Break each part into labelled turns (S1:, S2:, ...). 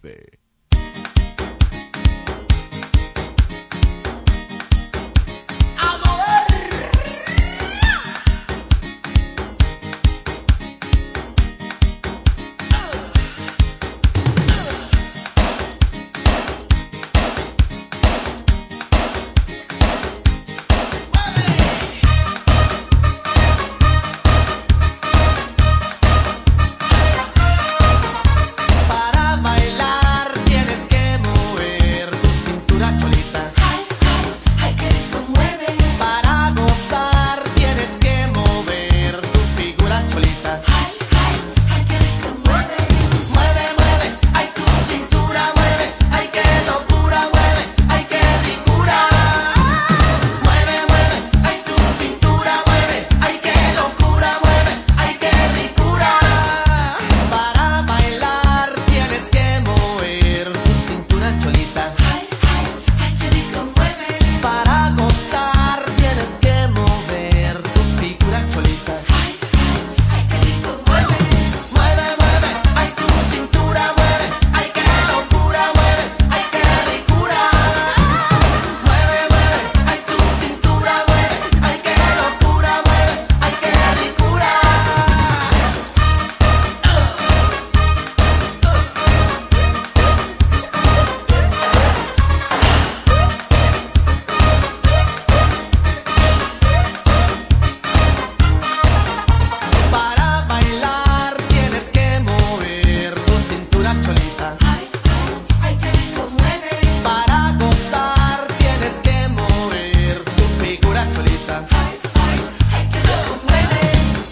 S1: tarde.
S2: Para bailar tienes que mover tu cintura cholita.
S3: Ay, ay, ay, que rico mueve.
S2: Para gozar tienes que mover tu figura cholita.
S3: Ay, ay, ay, que rico mueve.
S2: Mueve, mueve, ay tu cintura mueve, ay que locura mueve, ay que ricura. Mueve, mueve, ay tu cintura mueve, ay que locura mueve, ay que ricura. Para bailar tienes que mover tu cintura cholita.
S3: Ay, ay, ay, que rico mueve.
S2: Para gozar tienes que mover tu figura cholita.
S3: Ay, ay, ay, que rico mueve.
S2: Mueve, mueve, ay tu cintura mueve, ay que locura mueve, ay que ricura. Mueve, mueve, ay tu cintura mueve, ay que locura mueve, ay que ricura. Para bailar tienes que mover tu cintura cholita.
S3: Ay, ay, ay, que rico mueve.
S2: Para gozar tienes que mover tu figura cholita.
S3: Ay, ay, ay, que rico mueve.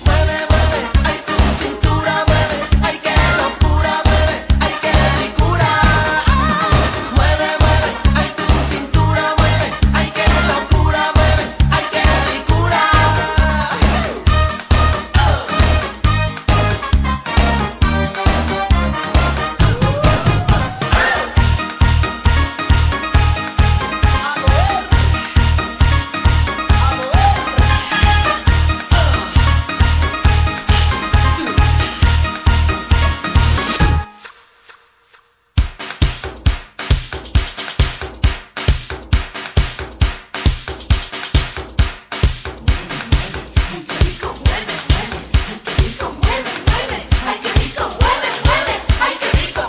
S2: Mueve, mueve, ay tu cintura mueve, ay que locura mueve, ay que ricura. Mueve, mueve, ay tu cintura mueve, ay que locura mueve, ay que ricura. A mover, a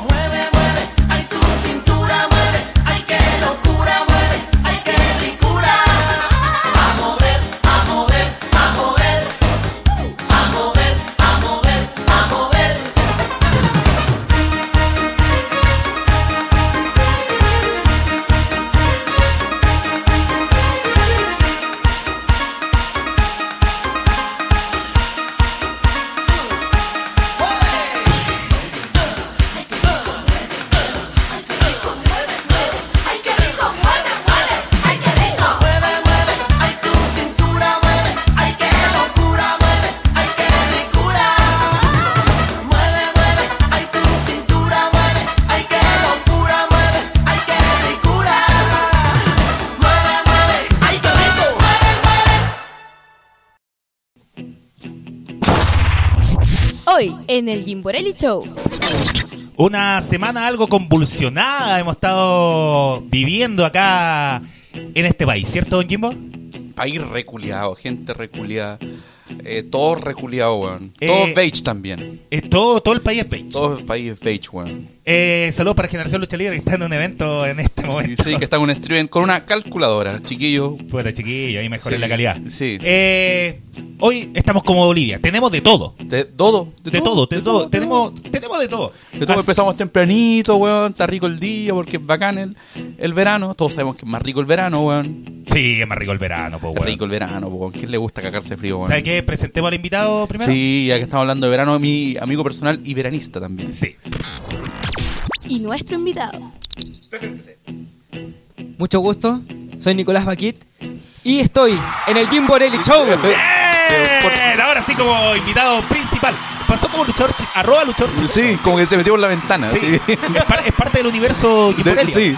S2: Mueve, mueve, ay tu cintura mueve, ay que locura mueve, ay que ricura. A mover, a mover, a mover, a mover, a mover, a mover. Mueve, mueve, ay tu cintura mueve, ay que locura mueve, ay que ricura. Mueve, mueve, ay tu cintura mueve, ay que locura mueve, ay que ricura. Mueve, mueve, ay que rico. Mueve, mueve.
S4: Hoy en el Gimborelli Show.
S5: Una semana algo convulsionada hemos estado viviendo acá en este país, ¿cierto, don Jimbo?
S6: Ahí reculeado, gente reculeada. Eh, todo reculeado, weón. Todo
S5: Eh,
S6: beige también.
S5: Eh, todo, todo el país es beige.
S6: Todo el país es beige, weón.
S5: Eh, saludos para Generación Lucha Libre que está en un evento en este
S6: Y
S5: momento.
S6: sí, que está en un stream con una calculadora, chiquillo.
S5: Puta chiquillo, ahí mejoré
S6: Sí,
S5: la calidad.
S6: sí.
S5: Eh, hoy estamos como Bolivia, tenemos de todo.
S6: De todo.
S5: De, todo, de todo, tenemos, tenemos de todo.
S6: De todo
S5: Así-
S6: empezamos tempranito, weón. Está rico el día porque es bacán el, el verano. Todos sabemos que es más rico el verano, weón.
S5: Sí, es más rico el verano, po,
S6: Es
S5: weón.
S6: rico el verano, weón. ¿Quién le gusta cagarse frío, weón?
S5: ¿Sabes qué? Presentemos al invitado primero.
S6: Sí, ya que estamos hablando de verano, mi amigo personal y veranista también.
S5: Sí.
S4: Y nuestro invitado.
S7: Mucho gusto, soy Nicolás Baquit y estoy en el Jim Borelli Show.
S5: Bien, ahora sí como invitado principal. Pasó como luchador chi- arroba luchador chileno.
S6: Sí, como que se metió por la ventana.
S5: Sí.
S6: Sí.
S5: Es, par- es parte del universo
S6: De-
S5: Kimberly.
S6: sí.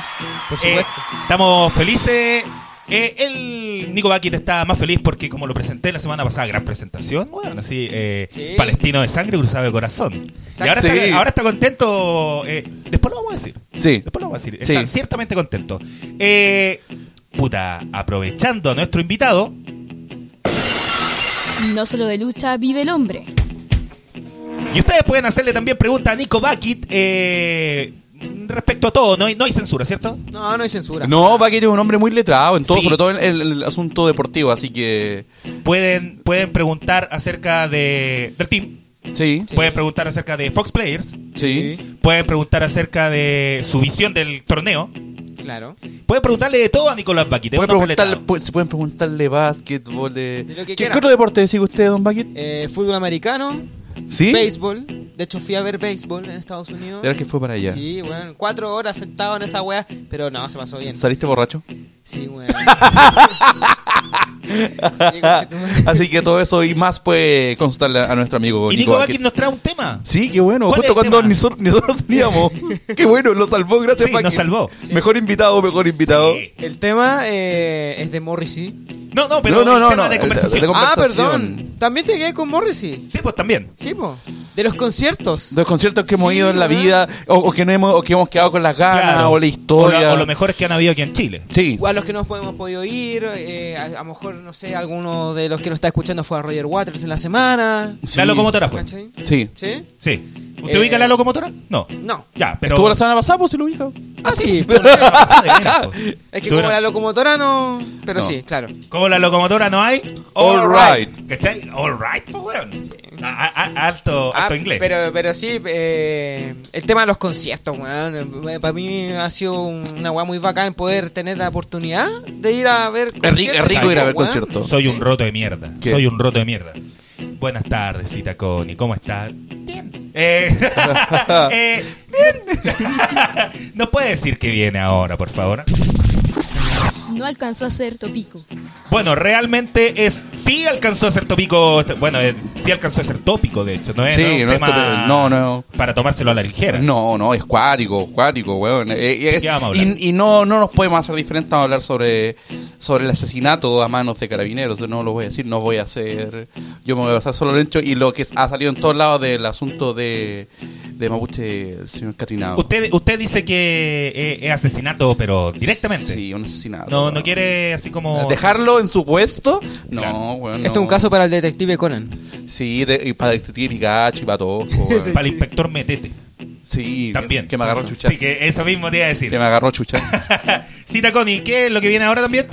S7: Por
S5: Eh,
S7: supuesto.
S5: estamos felices. Eh, él el Nico Baquit está más feliz porque, como lo presenté la semana pasada, gran presentación. Bueno, así, eh,
S8: Sí.
S5: palestino de sangre, cruzado de corazón. Y
S8: Exacto.
S5: ahora,
S6: Sí.
S5: está, ahora está contento. eh, después lo vamos a decir.
S6: Sí.
S5: Después lo vamos a decir.
S6: Sí.
S5: Está ciertamente contento. Eh, puta, aprovechando a nuestro invitado,
S4: No solo de lucha vive el hombre.
S5: y ustedes pueden hacerle también preguntas a Nico Bakit eh, respecto a todo. No hay, no hay censura, ¿cierto?
S8: No, no hay censura.
S6: No, Paquete es un hombre muy letrado en todo,
S5: Sí.
S6: sobre todo en el, el asunto deportivo, así que
S5: Pueden, pueden preguntar acerca de, del team.
S6: sí,
S5: Pueden preguntar acerca de Fox Players.
S6: sí.
S5: Pueden preguntar acerca de su visión del torneo.
S8: Claro.
S5: Pueden preguntarle de todo a Nicolás Baquite.
S6: Pueden
S5: un hombre
S6: preguntarle,
S5: letrado.
S6: pu- se pueden preguntarle básquetbol, de...
S8: De lo que
S6: ¿Qué- ¿Qué,
S8: quieran.
S6: otro deporte sigue usted, don Baquet?
S8: Eh, fútbol americano,
S6: ¿Sí?
S8: béisbol. De hecho, fui a ver béisbol en Estados Unidos.
S6: De ver que fue para allá.
S8: Sí, bueno, cuatro horas sentado en esa wea, pero no, se pasó bien.
S6: ¿Saliste borracho?
S8: Sí, weón. Sí,
S5: Ah.
S8: conchetumare.
S6: Así que todo eso y más puede consultarle a nuestro amigo
S5: Y
S6: Nico
S5: Nico
S6: Baquet.
S5: Baquit nos trae un tema.
S6: Sí, qué bueno,
S5: ¿Cuál
S6: justo
S5: es el
S6: cuando
S5: tema?
S6: nosotros, nosotros teníamos. Qué bueno, lo salvó, gracias
S5: Sí,
S6: Baquet.
S5: nos salvó.
S6: Mejor invitado, mejor invitado.
S5: Sí.
S8: El tema eh, es de Morrissey.
S5: No, no, pero
S6: No, no,
S5: el
S6: no,
S5: tema
S6: no,
S5: de
S6: el-
S5: conversación.
S6: el de-
S8: Ah,
S6: Conversación.
S8: perdón. También te quedé con Morrissey.
S5: Sí, pues también.
S8: Sí, po. De los conciertos.
S6: De los conciertos que hemos
S8: Sí,
S6: ido en la
S8: weón.
S6: vida, o, o que no hemos, o que hemos quedado con las ganas,
S5: Claro.
S6: o la historia.
S5: O, lo- o lo mejor es que han habido aquí en Chile.
S6: Sí.
S8: O A los que no hemos podido ir, eh, a, a lo mejor, no sé, alguno de los que nos está escuchando fue a Roger Waters en la semana.
S6: Sí.
S5: La locomotora fue.
S8: ¿Cachai?
S6: Sí.
S8: ¿Sí?
S5: Sí. ¿Usted
S8: Eh,
S5: ubica la locomotora? No.
S8: No.
S5: Ya, pero.
S6: ¿Estuvo la semana pasada? Pues si lo ubica.
S8: Ah, sí.
S5: Estuvo la semana pasada, de veras, po.
S8: Es que
S5: Estuvo
S8: como
S5: la-
S8: la locomotora no... Pero
S6: No.
S8: sí, claro.
S5: como la locomotora no hay.
S6: All right.
S5: ¿Cachai? All right, pues, weón. A- a- alto,
S8: Ah,
S5: alto inglés.
S8: Pero, pero sí, eh, el tema de los conciertos, weón. eh, Para mí ha sido una weá muy bacán poder tener la oportunidad de ir a ver
S6: Es rico, es rico ir a ver
S8: weón.
S6: conciertos.
S5: Soy un roto de mierda.
S6: ¿Qué?
S5: Soy un roto de mierda. Buenas tardes, Cita Connie. ¿Cómo estás? Bien. Eh, eh, ¿No puede decir que viene ahora, por favor?
S4: No alcanzó a ser topico.
S5: Bueno, realmente es. Sí alcanzó a ser tópico. este- Bueno, eh, sí alcanzó a ser tópico, de hecho. No es,
S6: Sí,
S5: no es un
S6: no es
S5: tema
S6: tópico, no, no.
S5: Para tomárselo a la ligera.
S6: No, no, es cuático, cuático, weón. Eh, y es-
S5: qué vamos a hablar?
S6: y, y no, no nos podemos hacer diferentes, vamos a hablar sobre, sobre el asesinato a manos de carabineros. Yo No lo voy a decir, no voy a hacer. Yo me voy a basar solo en el hecho y lo que ha salido en todos lados del asunto de, de Mapuche, el señor Catrinado.
S5: Usted, usted dice que eh, es asesinato, pero directamente.
S6: Sí, un asesinato.
S5: No,
S6: weón.
S5: no quiere así como.
S6: ¿Dejarlo en su puesto? No,
S5: Claro.
S6: weón.
S8: Esto Este es un
S6: no.
S8: caso para el detective Conan.
S6: Sí, de- y para Detective Pikachu y para todos. po, weón.
S5: Para el inspector Metete.
S6: sí,
S5: También.
S6: Que me agarró chucha.
S5: Sí, que eso mismo te iba a decir.
S6: Que me agarró chucha.
S5: Cita Connie, ¿qué es lo que viene ahora también?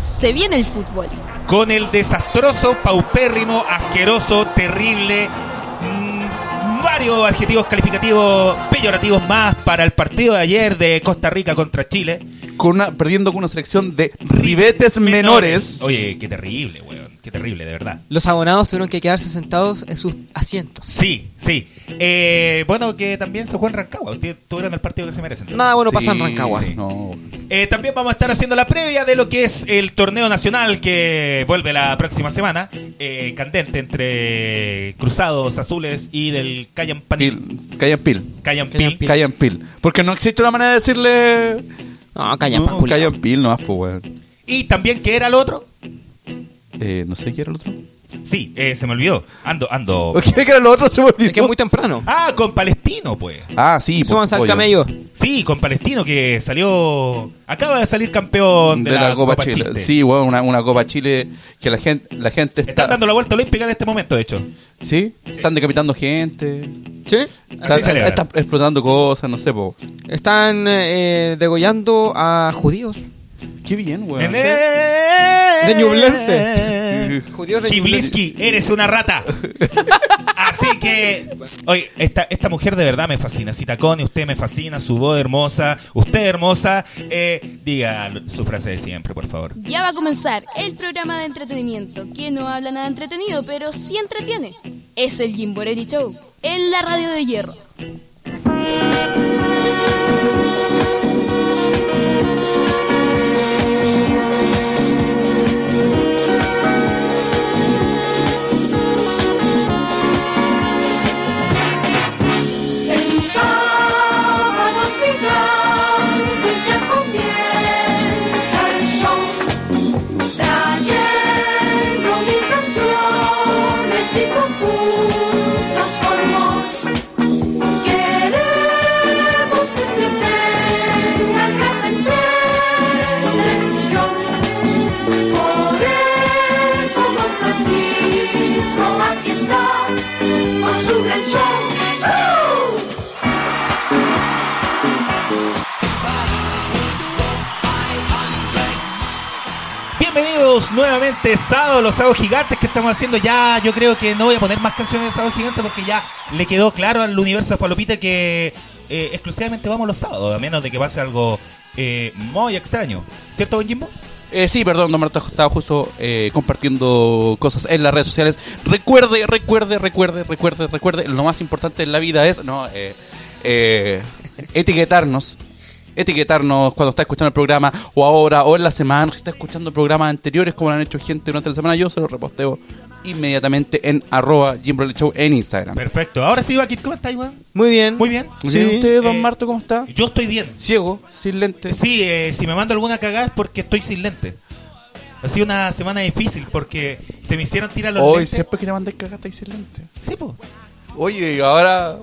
S4: Se viene el fútbol.
S5: Con el desastroso, paupérrimo, asqueroso, terrible, mm, varios adjetivos calificativos peyorativos más para el partido de ayer de Costa Rica contra Chile.
S6: con una, perdiendo con una selección de ribetes menores.
S5: Oye, qué terrible, weón. Qué terrible, de verdad.
S8: Los abonados tuvieron que quedarse sentados en sus asientos.
S5: Sí, sí. Eh, bueno, que también se juega en Rancagua. Ustedes Tuvieron el partido que se merecen. entonces.
S8: Nada bueno
S6: Sí,
S8: pasa en Rancagua.
S6: sí, no.
S5: Eh, también vamos a estar haciendo la previa de lo que es el torneo nacional que vuelve la próxima semana. eh, candente entre Cruzados Azules y del Cayan Panil.
S6: Pil, callan pil.
S5: Cayan
S8: Cayan
S5: Pil.
S8: Pil.
S6: Callan pil. Porque no existe una manera de decirle.
S8: No, calla,
S6: no,
S8: pa' culiao.
S6: callan pil, no pues, weón.
S5: Y también, ¿qué era el otro?
S6: Eh, no sé qué era el otro.
S5: Sí, eh, se me olvidó. Ando, ando.
S6: ¿Qué era el otro? Se me olvidó.
S8: Es que es muy temprano.
S5: Ah, con Palestino, pues.
S6: Ah, sí. pues,
S8: Súbanse al
S6: pollo.
S8: camello.
S5: Sí, con Palestino que salió. Acaba de salir campeón
S6: De, la, Copa, Chile.
S5: Chiste.
S6: Sí, weón, una, una Copa Chile que la gente, la gente está.
S5: Están dando la vuelta olímpica en este momento, de hecho.
S6: ¿Sí? Están decapitando gente.
S8: ¿Sí?
S6: Están,
S5: celebran.
S6: están explotando cosas, no sé, po.
S8: Están eh, degollando a judíos.
S6: Qué bien, weón.
S5: En el-
S8: De Ñublense. Judíos de
S5: Kiblisky, eres una rata. Así que, oye, esta, esta mujer de verdad me fascina. Citacone, usted me fascina, su voz hermosa, usted hermosa. Eh, diga su frase de siempre, por favor.
S4: Ya va a comenzar el programa de entretenimiento, que no habla nada entretenido, pero sí entretiene. Es el Jim Borelli Show, en la radio de hierro.
S3: En sábados mi plan, ya comienza el show.
S5: Bienvenidos nuevamente sábado los sábados gigantes que estamos haciendo ya. Yo creo que no voy a poner más canciones de sábados gigantes porque ya le quedó claro al universo falopita que eh, exclusivamente vamos los sábados, a menos de que pase algo eh, muy extraño. ¿Cierto, Don Jimbo?
S6: Eh, sí, perdón, don Marta, estaba justo eh, compartiendo cosas en las redes sociales. Recuerde, recuerde, recuerde, recuerde, recuerde. Lo más importante en la vida es no eh, eh, etiquetarnos. Etiquetarnos cuando está escuchando el programa, o ahora, o en la semana, si está escuchando programas anteriores, como lo han hecho gente durante la semana, yo se los reposteo inmediatamente en arroba Jim Broly Show en Instagram.
S5: Perfecto. Ahora sí, Bakit, ¿cómo está, Iván?
S8: Muy bien.
S5: Muy bien.
S6: ¿Y
S8: sí.
S6: usted, don
S5: Eh,
S6: Marto, cómo está?
S5: Yo estoy bien.
S6: Ciego, sin lentes.
S5: Sí, eh, si me mando alguna cagada es porque estoy sin lente. Ha sido una semana difícil porque se me hicieron tirar los
S6: Hoy
S5: lentes.
S6: siempre que te mandé cagata y sin lentes.
S5: Sí, po.
S6: Oye, y ahora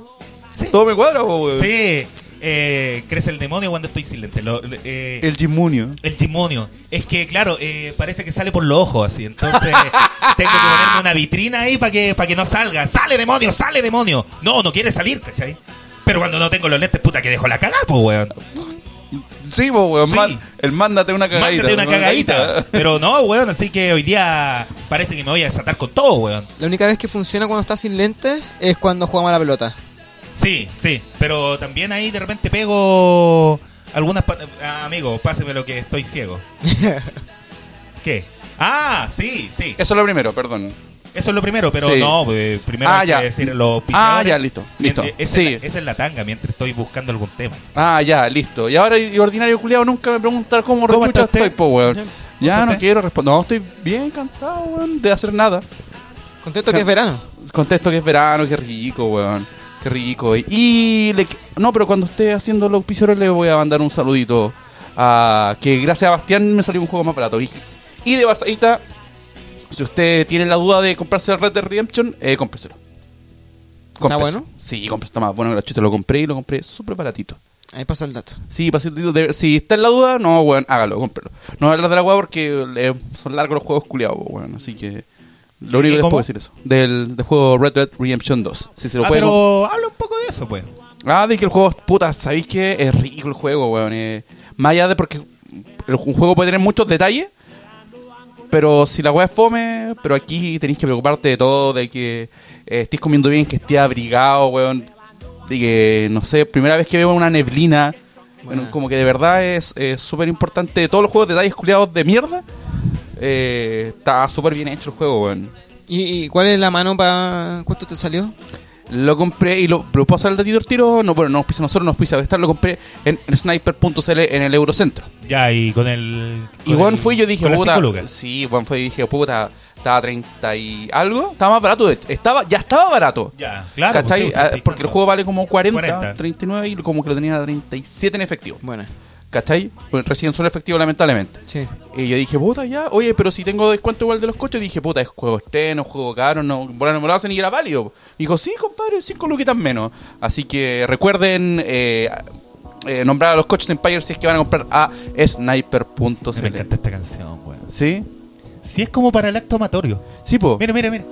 S5: Sí.
S6: todo me cuadra, po, weón.
S5: Sí. Eh, crece el demonio cuando estoy sin lente. Lo- eh,
S6: El Jimunio.
S5: El timonio. Es que, claro, eh, parece que sale por los ojos, así. Entonces, tengo que ponerme una vitrina ahí para que, para que no salga. ¡Sale, demonio! ¡Sale, demonio! No, no quiere salir, ¿cachai? Pero cuando no tengo los lentes, puta, que dejo la cagada, pues, weón.
S6: Sí, po, weón,
S5: Sí.
S6: man- el mándate una cagadita.
S5: Mándate una cagadita. Pero no, weón, así que hoy día parece que me voy a desatar con todo, weón.
S8: La única vez que funciona cuando estás sin lentes es cuando jugamos a la pelota.
S5: Sí, sí. Pero también ahí de repente pego algunas... pat- Ah, amigo, páseme lo que estoy ciego. ¿Qué? Ah, sí, sí.
S6: Eso es lo primero, perdón.
S5: Eso es lo primero, pero
S6: Sí.
S5: no, eh, primero
S6: Ah,
S5: hay
S6: ya.
S5: que decir los
S6: Ah,
S5: picheadores.
S6: ya, listo, listo.
S5: Mien- eh, Esa,
S6: Sí.
S5: es la, esa es la tanga mientras estoy buscando algún tema.
S6: Ah, ya, listo. Y ahora, y ordinario culiado, nunca me preguntar
S5: ¿Cómo
S6: cómo, rechucha
S5: está usted?
S6: estoy, po, weón.
S5: Ya,
S6: Ya
S5: está
S6: no
S5: usted?
S6: quiero responder. No, estoy bien encantado, weón, de hacer nada.
S8: Contento que es verano.
S6: Contesto que es verano, qué rico, weón. Qué rico. Y, y le- no, pero cuando esté haciendo los piseros le voy a mandar un saludito. A, que gracias a Bastián me salió un juego más barato. Y, y de basadita, si usted tiene la duda de comprarse el Red Dead Redemption, eh, cómpreselo. Cómpreselo.
S8: bueno?
S6: Sí, compré, está más bueno que la chucha. Lo compré y lo compré súper baratito.
S8: Ahí pasa el dato.
S6: Sí, pasito de- si está en la duda, no, weón, hágalo, cómprelo. No voy a hablar de la weá porque eh, son largos los juegos culiados, weón. Así que lo único
S5: ¿Y
S6: que les
S5: cómo?
S6: puedo decir es eso. Del, del juego Red Dead Redemption 2. Si se lo
S5: Ah,
S6: pueden
S5: pero habla un poco de eso, pues.
S6: Ah, de que el juego es puta, ¿sabéis que Es rico el juego, weón. eh. más allá de porque el- un juego puede tener muchos detalles, pero si la weá es fome, pero aquí tenéis que preocuparte de todo, de que eh, estés comiendo bien, que estés abrigado, weón. De que, no sé, primera vez que veo una neblina, bueno, como que de verdad es es súper importante. Todos los juegos detalles culiados de mierda, eh, está súper bien hecho el juego, weón.
S8: ¿Y, y cuál es la mano para cuánto te salió?
S6: Lo compré y lo, lo puedo hacer el datito del tiro. No, bueno, no nos pisa nosotros, nos pisa estar. Lo compré en sniper.cl en el Eurocentro.
S5: Ya, y con el.
S6: Y Juan fue y yo dije,
S5: con las
S6: puta.
S5: cinco lucas.
S6: Sí, Juan fue y dije, puta, estaba 30 y algo. Estaba más barato. de- Estaba, ya estaba barato.
S5: Ya, claro,
S6: ¿Cachai?
S5: pues sí,
S6: Ah, porque el juego vale como 40,
S5: 40.
S6: 39 y como que lo tenía a 37 en efectivo.
S8: Buena.
S6: ¿Cachai? Pues recién solo efectivo, lamentablemente.
S8: Sí.
S6: Y yo dije, puta, ya, oye, pero si tengo descuento igual de los coches, dije, puta, es juego estreno, juego caro, no, bueno, no me lo hacen y era válido. Y dijo, sí, compadre, cinco luquitas menos. Así que recuerden eh, eh, nombrar a los coches de Empire si es que van a comprar a
S5: Me
S6: sniper.cl.
S5: encanta esta canción, weón.
S6: ¿Sí?
S5: Sí, es como para el acto amatorio.
S6: Sí, po.
S5: Mira, mira, mira.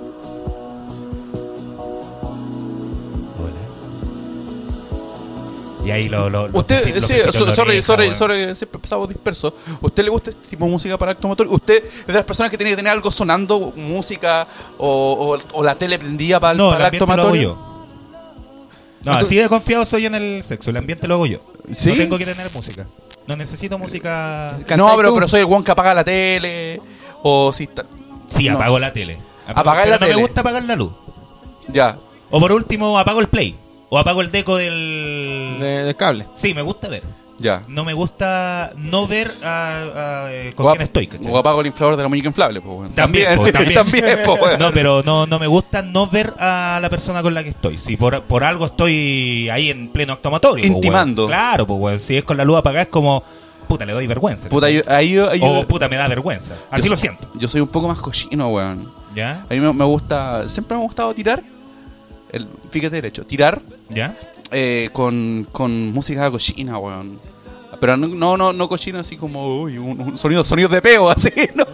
S5: Y ahí lo. lo, lo
S6: Usted,
S5: lo
S6: sí,
S5: besito en
S6: so-
S5: la
S6: sorry,
S5: oreja,
S6: sorry,
S5: weón.
S6: sorry, siempre pasamos disperso. ¿Usted le gusta este tipo de música para acto motor? ¿Usted es de las personas que tiene que tener algo sonando, música o, o- o la tele prendida para, el-
S5: No,
S6: para
S5: el
S6: el acto
S5: ambiente lo hago
S6: amatorio?
S5: yo. No, así de confiado soy en el sexo. El ambiente lo hago yo.
S6: ¿Sí?
S5: No tengo que tener música. No necesito música.
S8: ¿Cantáis
S6: No, pero,
S8: tú?
S6: pero soy el guan que apaga la tele. O si está.
S5: Sí,
S6: No.
S5: apago la tele.
S6: Apagar
S5: pero
S6: la
S5: no
S6: tele.
S5: me gusta apagar la luz.
S6: Ya.
S5: O por último, apago el play. O apago el deco del.
S8: De- del cable.
S5: Sí, me gusta ver.
S6: Ya.
S5: No me gusta no ver a- a, eh, con
S6: O
S5: quién
S6: ap-
S5: estoy, ¿cachai?
S6: O apago el inflador de la muñeca inflable, pues, weón.
S5: También, po, también.
S6: po, weón.
S5: No, pero no, no me gusta no ver a la persona con la que estoy. Si por, por algo estoy ahí en pleno acto amatorio, po, weón.
S6: Intimando.
S5: claro, pues, Si es con la luz apagada, es como. Puta, le doy vergüenza.
S6: Puta,
S5: ¿cachai?
S6: yo- ahí yo- ahí yo-
S5: O puta, me da vergüenza. Así
S6: yo-
S5: lo siento.
S6: Yo soy un poco más cochino, weón.
S5: ¿Ya?
S6: A mí me, me gusta. Siempre me ha gustado tirar. El, fíjate derecho, tirar
S5: ¿Ya?
S6: eh, con, con música cochina, weón. Pero no, no, no, no cochina así como. Uy, un, un sonido, sonido de peo, así, ¿no?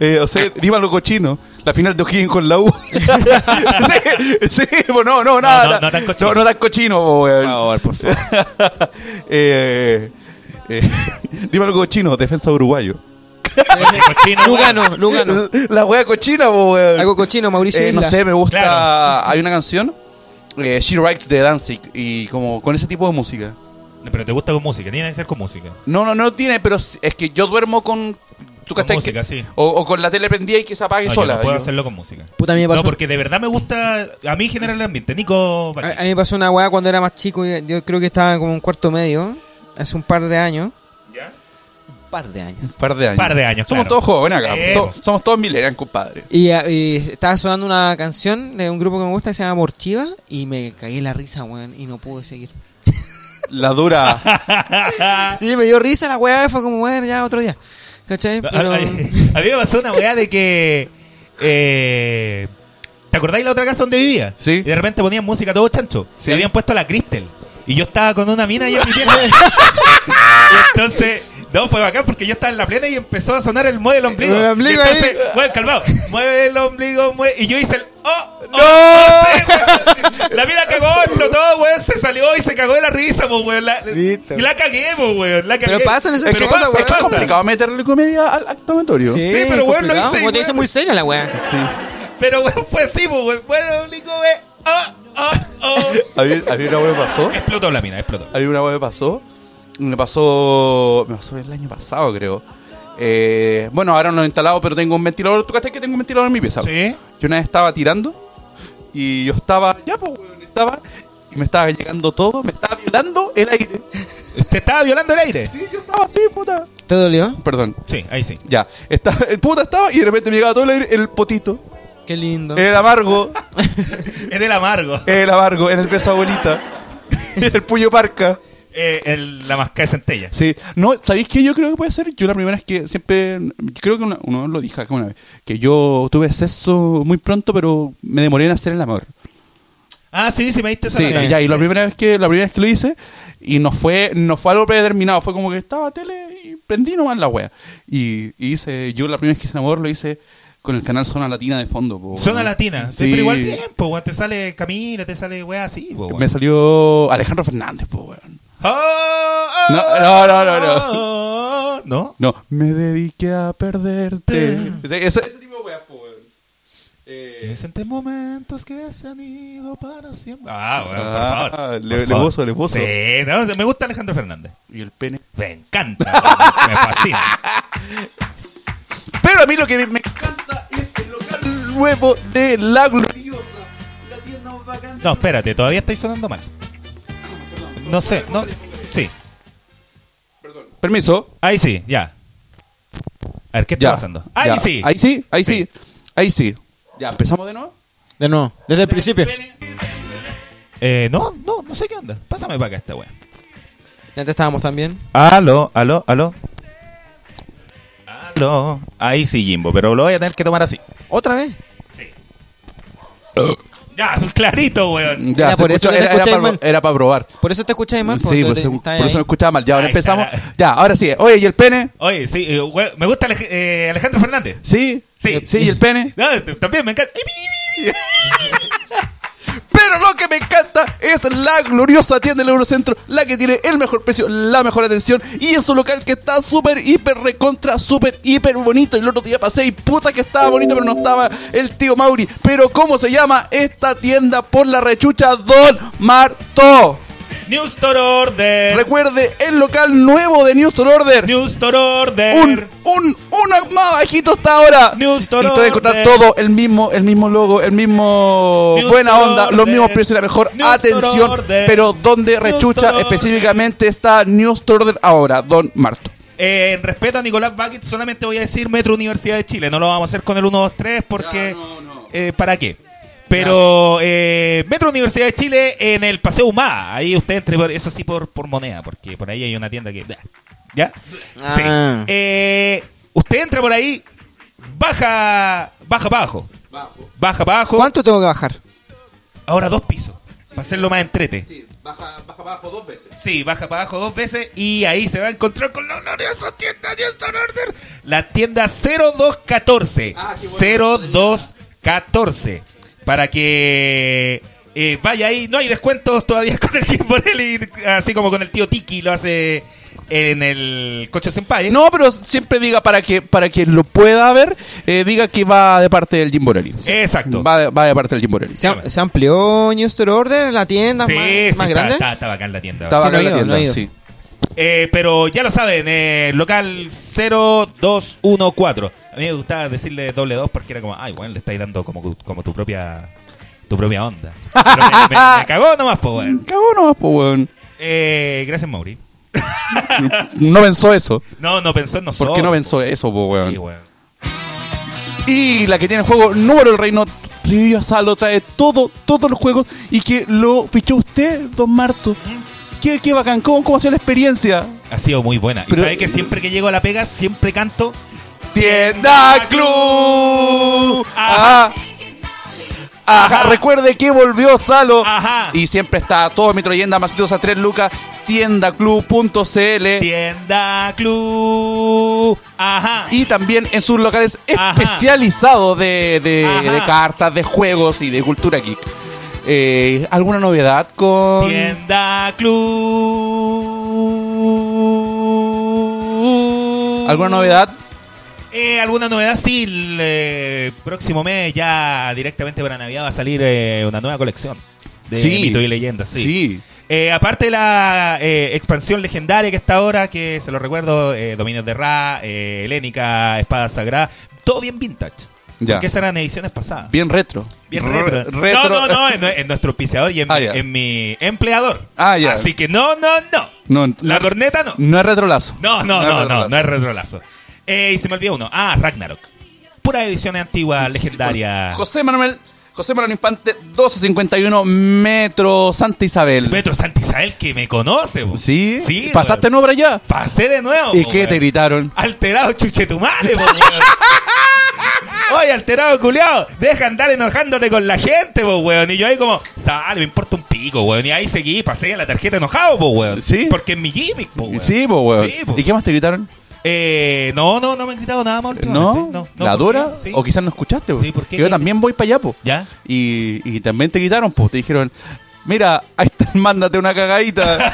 S6: Eh, o sea, dime lo cochino. La final de O'Higgins con la U. sí, sí, pues no, no, nada.
S5: no, no tan cochino.
S6: No, no tan cochino, po, weón.
S8: por favor.
S6: eh, eh, dímelo cochino, defensa uruguayo.
S5: Porque cochino,
S8: Lugano,
S5: weón.
S8: Lugano.
S6: La wea cochina, po, weón.
S8: Algo cochino, Mauricio
S6: Eh, no
S8: Isla.
S6: sé, me gusta.
S5: Claro.
S6: Hay una canción, eh, She Writes de Danzig, y como con ese tipo de música.
S5: Pero te gusta con música, tiene que ser con música.
S6: No, no, no tiene, pero s- es que yo duermo con. ¿Tú
S5: Con
S6: cachai
S5: música,
S6: que-
S5: sí.
S6: o, o con la tele prendida y que se apague
S5: No, yo
S6: sola.
S5: no puedo
S6: yo-
S5: hacerlo con música.
S8: Puta, a mí me pasó,
S5: No, porque de verdad me gusta. A mí genera el ambiente. Nico.
S8: a- a mí me pasó una weá cuando era más chico. y Yo creo que estaba como un cuarto medio. Hace un par de años. Un par de años.
S6: Un par de años.
S5: Par de años,
S6: Somos
S5: claro.
S6: todos jóvenes acá.
S5: Eh.
S6: to- somos todos millennials, compadre.
S8: Y, ah, y estaba sonando una canción de un grupo que me gusta que se llama Morchiva. Y me cagué la risa, weón. Y no pude seguir.
S6: La dura.
S8: Sí, me dio risa la weá. Fue como, weón, ya otro día. ¿Cachai?
S5: No,
S8: Pero-
S5: A a- a mí me pasó una weá de que. eh, ¿Te acordáis la otra casa donde vivía?
S6: Sí.
S5: Y de repente ponían música todo chancho.
S6: Sí.
S5: Y habían puesto la Crystal. Y yo estaba con una mina y en mi pieza. Y entonces. No, fue bacán porque yo estaba en la plena y empezó a sonar el mueve el ombligo.
S8: El ombligo
S5: y entonces,
S8: ahí.
S5: bueno, calmado. Mueve el ombligo, mueve. Y yo hice el. ¡Oh! ¡No! La mina cagó, explotó, weón. Se salió y se cagó de la risa, pues, weón. La,
S8: Listo.
S5: y la cagué, pues, weón. La
S8: Pero
S5: cagué.
S8: pasan esas
S5: Pero
S8: cosas,
S5: pasa,
S8: weón.
S6: es que es
S5: pasa.
S6: complicado meterle comedia al acto amatorio.
S5: Sí, pero weón, lo
S8: complicado.
S5: hice,
S8: Como te
S5: weón.
S8: hice muy seria la weá.
S6: Sí.
S5: Pero weón, fue así, pues, weón. Bueno, Nico, weón.
S6: Oh,
S5: Ah, ah, ah.
S6: Había, había una wea que pasó.
S5: Explotó la mina, explotó.
S6: Había una wea que pasó. Me pasó. Me pasó el año pasado, creo. Eh, bueno, ahora no lo he instalado, pero tengo un ventilador. ¿Tú crees que tengo un ventilador en mi pieza?
S5: Sí.
S6: Yo una vez estaba tirando y yo estaba. Ya, pues, weón, estaba. Y me estaba llegando todo, me estaba violando el aire.
S5: ¿Te estaba violando el aire?
S6: Sí, yo estaba así, puta.
S8: ¿Te dolió?
S6: Perdón,
S5: Sí, ahí sí.
S6: ya. Estaba, el puta estaba y de repente me llegaba todo el aire, el potito,
S8: Qué lindo.
S6: el amargo,
S5: Es del amargo.
S6: el amargo, el beso abuelita, el puño parca.
S5: Eh, el- la masca de centella.
S6: Sí, no, ¿sabéis qué yo creo que puede ser? Yo la primera es que siempre, creo que una- uno lo dijo acá una vez, que yo tuve sexo muy pronto, pero me demoré en hacer el amor.
S5: Ah, sí, sí, me diste esa
S6: Sí,
S5: nota.
S6: ya, y la
S5: Sí.
S6: primera vez que la primera vez que lo hice y no fue no fue algo predeterminado, fue como que estaba tele y prendí nomás la wea. Y, y hice yo la primera vez que hice amor lo hice con el canal Zona Latina de fondo,
S5: Zona
S6: po, pues, weón.
S5: latina. Sí,
S6: Sí.
S5: pero igual bien, pues, weón. Te sale Camila, te sale weá así, po, weón.
S6: Me salió Alejandro Fernández, po, weón.
S5: Oh, oh,
S6: No, no, no, no, no.
S5: oh, oh, ¿No?
S6: No, me dediqué a perderte. Ese, ese tipo de weas, po, weón. Eh.
S5: Presentes momentos que se han ido para siempre. Ah, weón,
S6: Ah,
S5: por favor.
S6: le-
S5: Por
S6: le
S5: favor.
S6: gozo, le gozo.
S5: Sí, no, me gusta Alejandro Fernández.
S6: Y el pene.
S5: Me encanta. weón. me fascina.
S6: Pero a mí lo que me encanta es el local nuevo de La Gloriosa. La tienda más bacán.
S5: No, espérate, todavía estáis sonando mal. No sé, no. Sí,
S6: Permiso.
S5: ahí sí, ya. A ver, ¿qué está
S6: Ya.
S5: pasando? Ahí
S6: Ya.
S5: sí.
S6: Ahí sí, ahí sí.
S5: Sí.
S6: Ahí sí. Ya, empezamos de nuevo.
S8: De nuevo, desde el principio.
S5: Eh, no, no, no sé qué onda. Pásame para acá esta wea.
S8: Ya te estábamos también.
S5: Aló, aló, aló. Aló. Ahí sí, Jimbo, pero lo voy a tener que tomar así.
S8: ¿Otra vez?
S5: Ya, clarito, weón.
S6: Ya,
S8: Era
S6: se
S8: por eso
S6: escuchó-
S8: que te
S6: era,
S8: escuché
S6: era para,
S8: mal.
S6: era para probar.
S8: Por eso te escucháis mal.
S6: sí, por,
S8: porque
S6: eso-
S8: te- estás
S6: por eso me
S8: ahí.
S6: escuchaba mal. Ya, ahora
S5: Ahí está
S6: empezamos. Ya, ahora sí. Oye, ¿y el pene?
S5: Oye, sí, eh, weón, me gusta Alej- eh, Alejandro Fernández.
S6: Sí.
S5: Sí.
S6: Sí, ¿y el pene?
S5: No, t- también me encanta. Ay, bi, bi, bi.
S6: Pero lo que me encanta es la gloriosa tienda del Eurocentro, la que tiene el mejor precio, la mejor atención y es un local que está súper, hiper, recontra, súper, hiper bonito. El otro día pasé y puta que estaba bonito, pero no estaba el tío Mauri. Pero ¿cómo se llama esta tienda por la rechucha Don Marto?
S5: New Store Order.
S6: Recuerde el local nuevo de New Store Order.
S5: New Store Order.
S6: Un, un, uno más bajito hasta ahora.
S5: New Store
S6: y te vas a encontrar
S5: Order.
S6: todo el mismo, el mismo logo, el mismo
S5: New
S6: buena
S5: Store
S6: onda, los
S5: Order.
S6: mismos precios, la mejor
S5: New Store
S6: atención.
S5: Order.
S6: Pero donde
S5: New
S6: rechucha
S5: Store
S6: específicamente está New Store Order ahora, Don Marto.
S5: Eh, en respeto a Nicolás Bucket, solamente voy a decir Metro Universidad de Chile. No lo vamos a hacer con el 1, 2, 3 porque. eh, ¿Para qué? Pero eh, Metro Universidad de Chile en el Paseo Humada. Ahí usted entre, por- eso sí, por, por moneda, porque por ahí hay una tienda que. ¿Ya? Sí.
S8: Ah.
S5: Eh, usted entra por ahí, baja, baja abajo. Baja abajo.
S8: ¿Cuánto tengo que bajar?
S5: Ahora dos pisos. Para hacerlo más entrete. Sí, baja, baja para abajo dos veces. Sí, baja para abajo dos veces y ahí se va a encontrar con la gloriosa tienda New Store Order. La tienda 0214. 0214. Para que eh, vaya ahí. No hay descuentos todavía con el Kim Borelli, así como con el tío Tiki lo hace en el Cocho
S8: Eh.
S5: Senpai.
S6: No, pero siempre diga para que para quien lo pueda ver, eh, diga que va de parte del Jim Borelli.
S5: Exacto.
S6: Va de, va de parte del Jim Borelli.
S8: Se, am- se amplió New Store Order, la tienda
S5: Sí,
S8: más,
S5: sí,
S8: más
S5: está,
S8: grande.
S5: Está, está bacán la tienda.
S6: Estaba
S8: Sí,
S6: acá
S8: no
S6: en la
S8: he ido,
S6: tienda,
S8: no he ido.
S6: sí.
S5: Eh, pero ya lo saben, eh, local 0214. A mí me gustaba decirle doble dos porque era como, ay, bueno, le estáis dando como, como tu propia tu propia onda. Pero me, me- me cagó nomás, po, weón.
S6: Cagó nomás, po, weón.
S5: Eh, gracias, Mauri.
S6: No pensó eso.
S5: No, no pensó en
S6: ¿Por
S5: nosotros.
S6: qué no pensó eso, po,
S5: Sí,
S6: weón?
S5: weón.
S6: Y la que tiene en juego número del reino, Ryu Asalo trae todo, todos los juegos y que lo fichó usted, Don Marto. Qué, qué bacán, ¿cómo, cómo ha sido la experiencia?
S5: Ha sido muy buena.
S6: Pero-
S5: y sabes que siempre que llego a la pega, siempre canto.
S6: Tienda Club. Ajá. Ajá. Recuerde que volvió Salo.
S5: Ajá.
S6: Y siempre está todo mi leyenda más dos a 3 lucas. Tiendaclub.cl.
S5: Tienda Club. Ajá.
S6: Y también en sus locales
S5: Ajá.
S6: especializados de, de-
S5: Ajá.
S6: de cartas, de juegos y de cultura geek. Eh, ¿Alguna novedad con
S5: Tienda Club.
S6: alguna novedad?
S5: Eh, ¿Alguna novedad? Sí, el eh, próximo mes ya directamente para Navidad va a salir eh, una nueva colección de
S6: Sí.
S5: mito y leyendas. Sí.
S6: Sí.
S5: Eh, aparte de la eh, expansión legendaria que está ahora, que se lo recuerdo, eh, Dominios de Ra, eh, Helénica, Espada Sagrada, todo bien vintage.
S6: Ya.
S5: Porque esas eran ediciones pasadas.
S6: Bien retro.
S5: Bien
S6: Re-
S5: retro.
S6: retro.
S5: No, no, no, en, en nuestro auspiciador y en,
S6: Ah,
S5: mi,
S6: ya.
S5: en mi empleador.
S6: Ah, ya.
S5: Así que no, no, no.
S6: No, no.
S5: La corneta no.
S6: No es retrolazo.
S5: No, no, no,
S6: es
S5: no,
S6: retrolazo.
S5: no es retrolazo. Eh, y se me olvidó uno. Ah, Ragnarok. Pura edición antigua, legendaria.
S6: Bueno, José Manuel, José Manuel Infante, 1251 Metro Santa Isabel.
S5: Metro Santa Isabel que me conoce, bo.
S6: ¿Sí?
S5: Sí.
S6: ¿Pasaste
S5: weón.
S6: no para allá?
S5: Pasé de nuevo.
S6: ¿Y
S5: bo,
S6: qué
S5: weón.
S6: te
S5: Ah,
S6: gritaron?
S5: Alterado chuchetumare, po, weón. Oye, alterado culiao, deja andar enojándote con la gente, po, weón. Y yo ahí como, sale, me importa un pico, weón. Y ahí seguí, pasé a la tarjeta enojado, po, weón.
S6: Sí.
S5: Porque es mi gimmick, po, weón.
S6: Sí, po, weón.
S5: Sí, pues. po.
S6: ¿Y qué más te gritaron?
S5: Eh, no, no, no me han gritado nada más.
S6: ¿No?
S5: últimamente.
S6: ¿La
S5: ¿por
S6: dura?
S5: qué? Sí.
S6: ¿O quizás no escuchaste? po.
S5: Sí, ¿por qué?
S6: Yo también voy para allá, po.
S5: ¿Ya?
S6: Y, y también te gritaron, po. Te dijeron, mira, ahí está, el mándate una cagadita.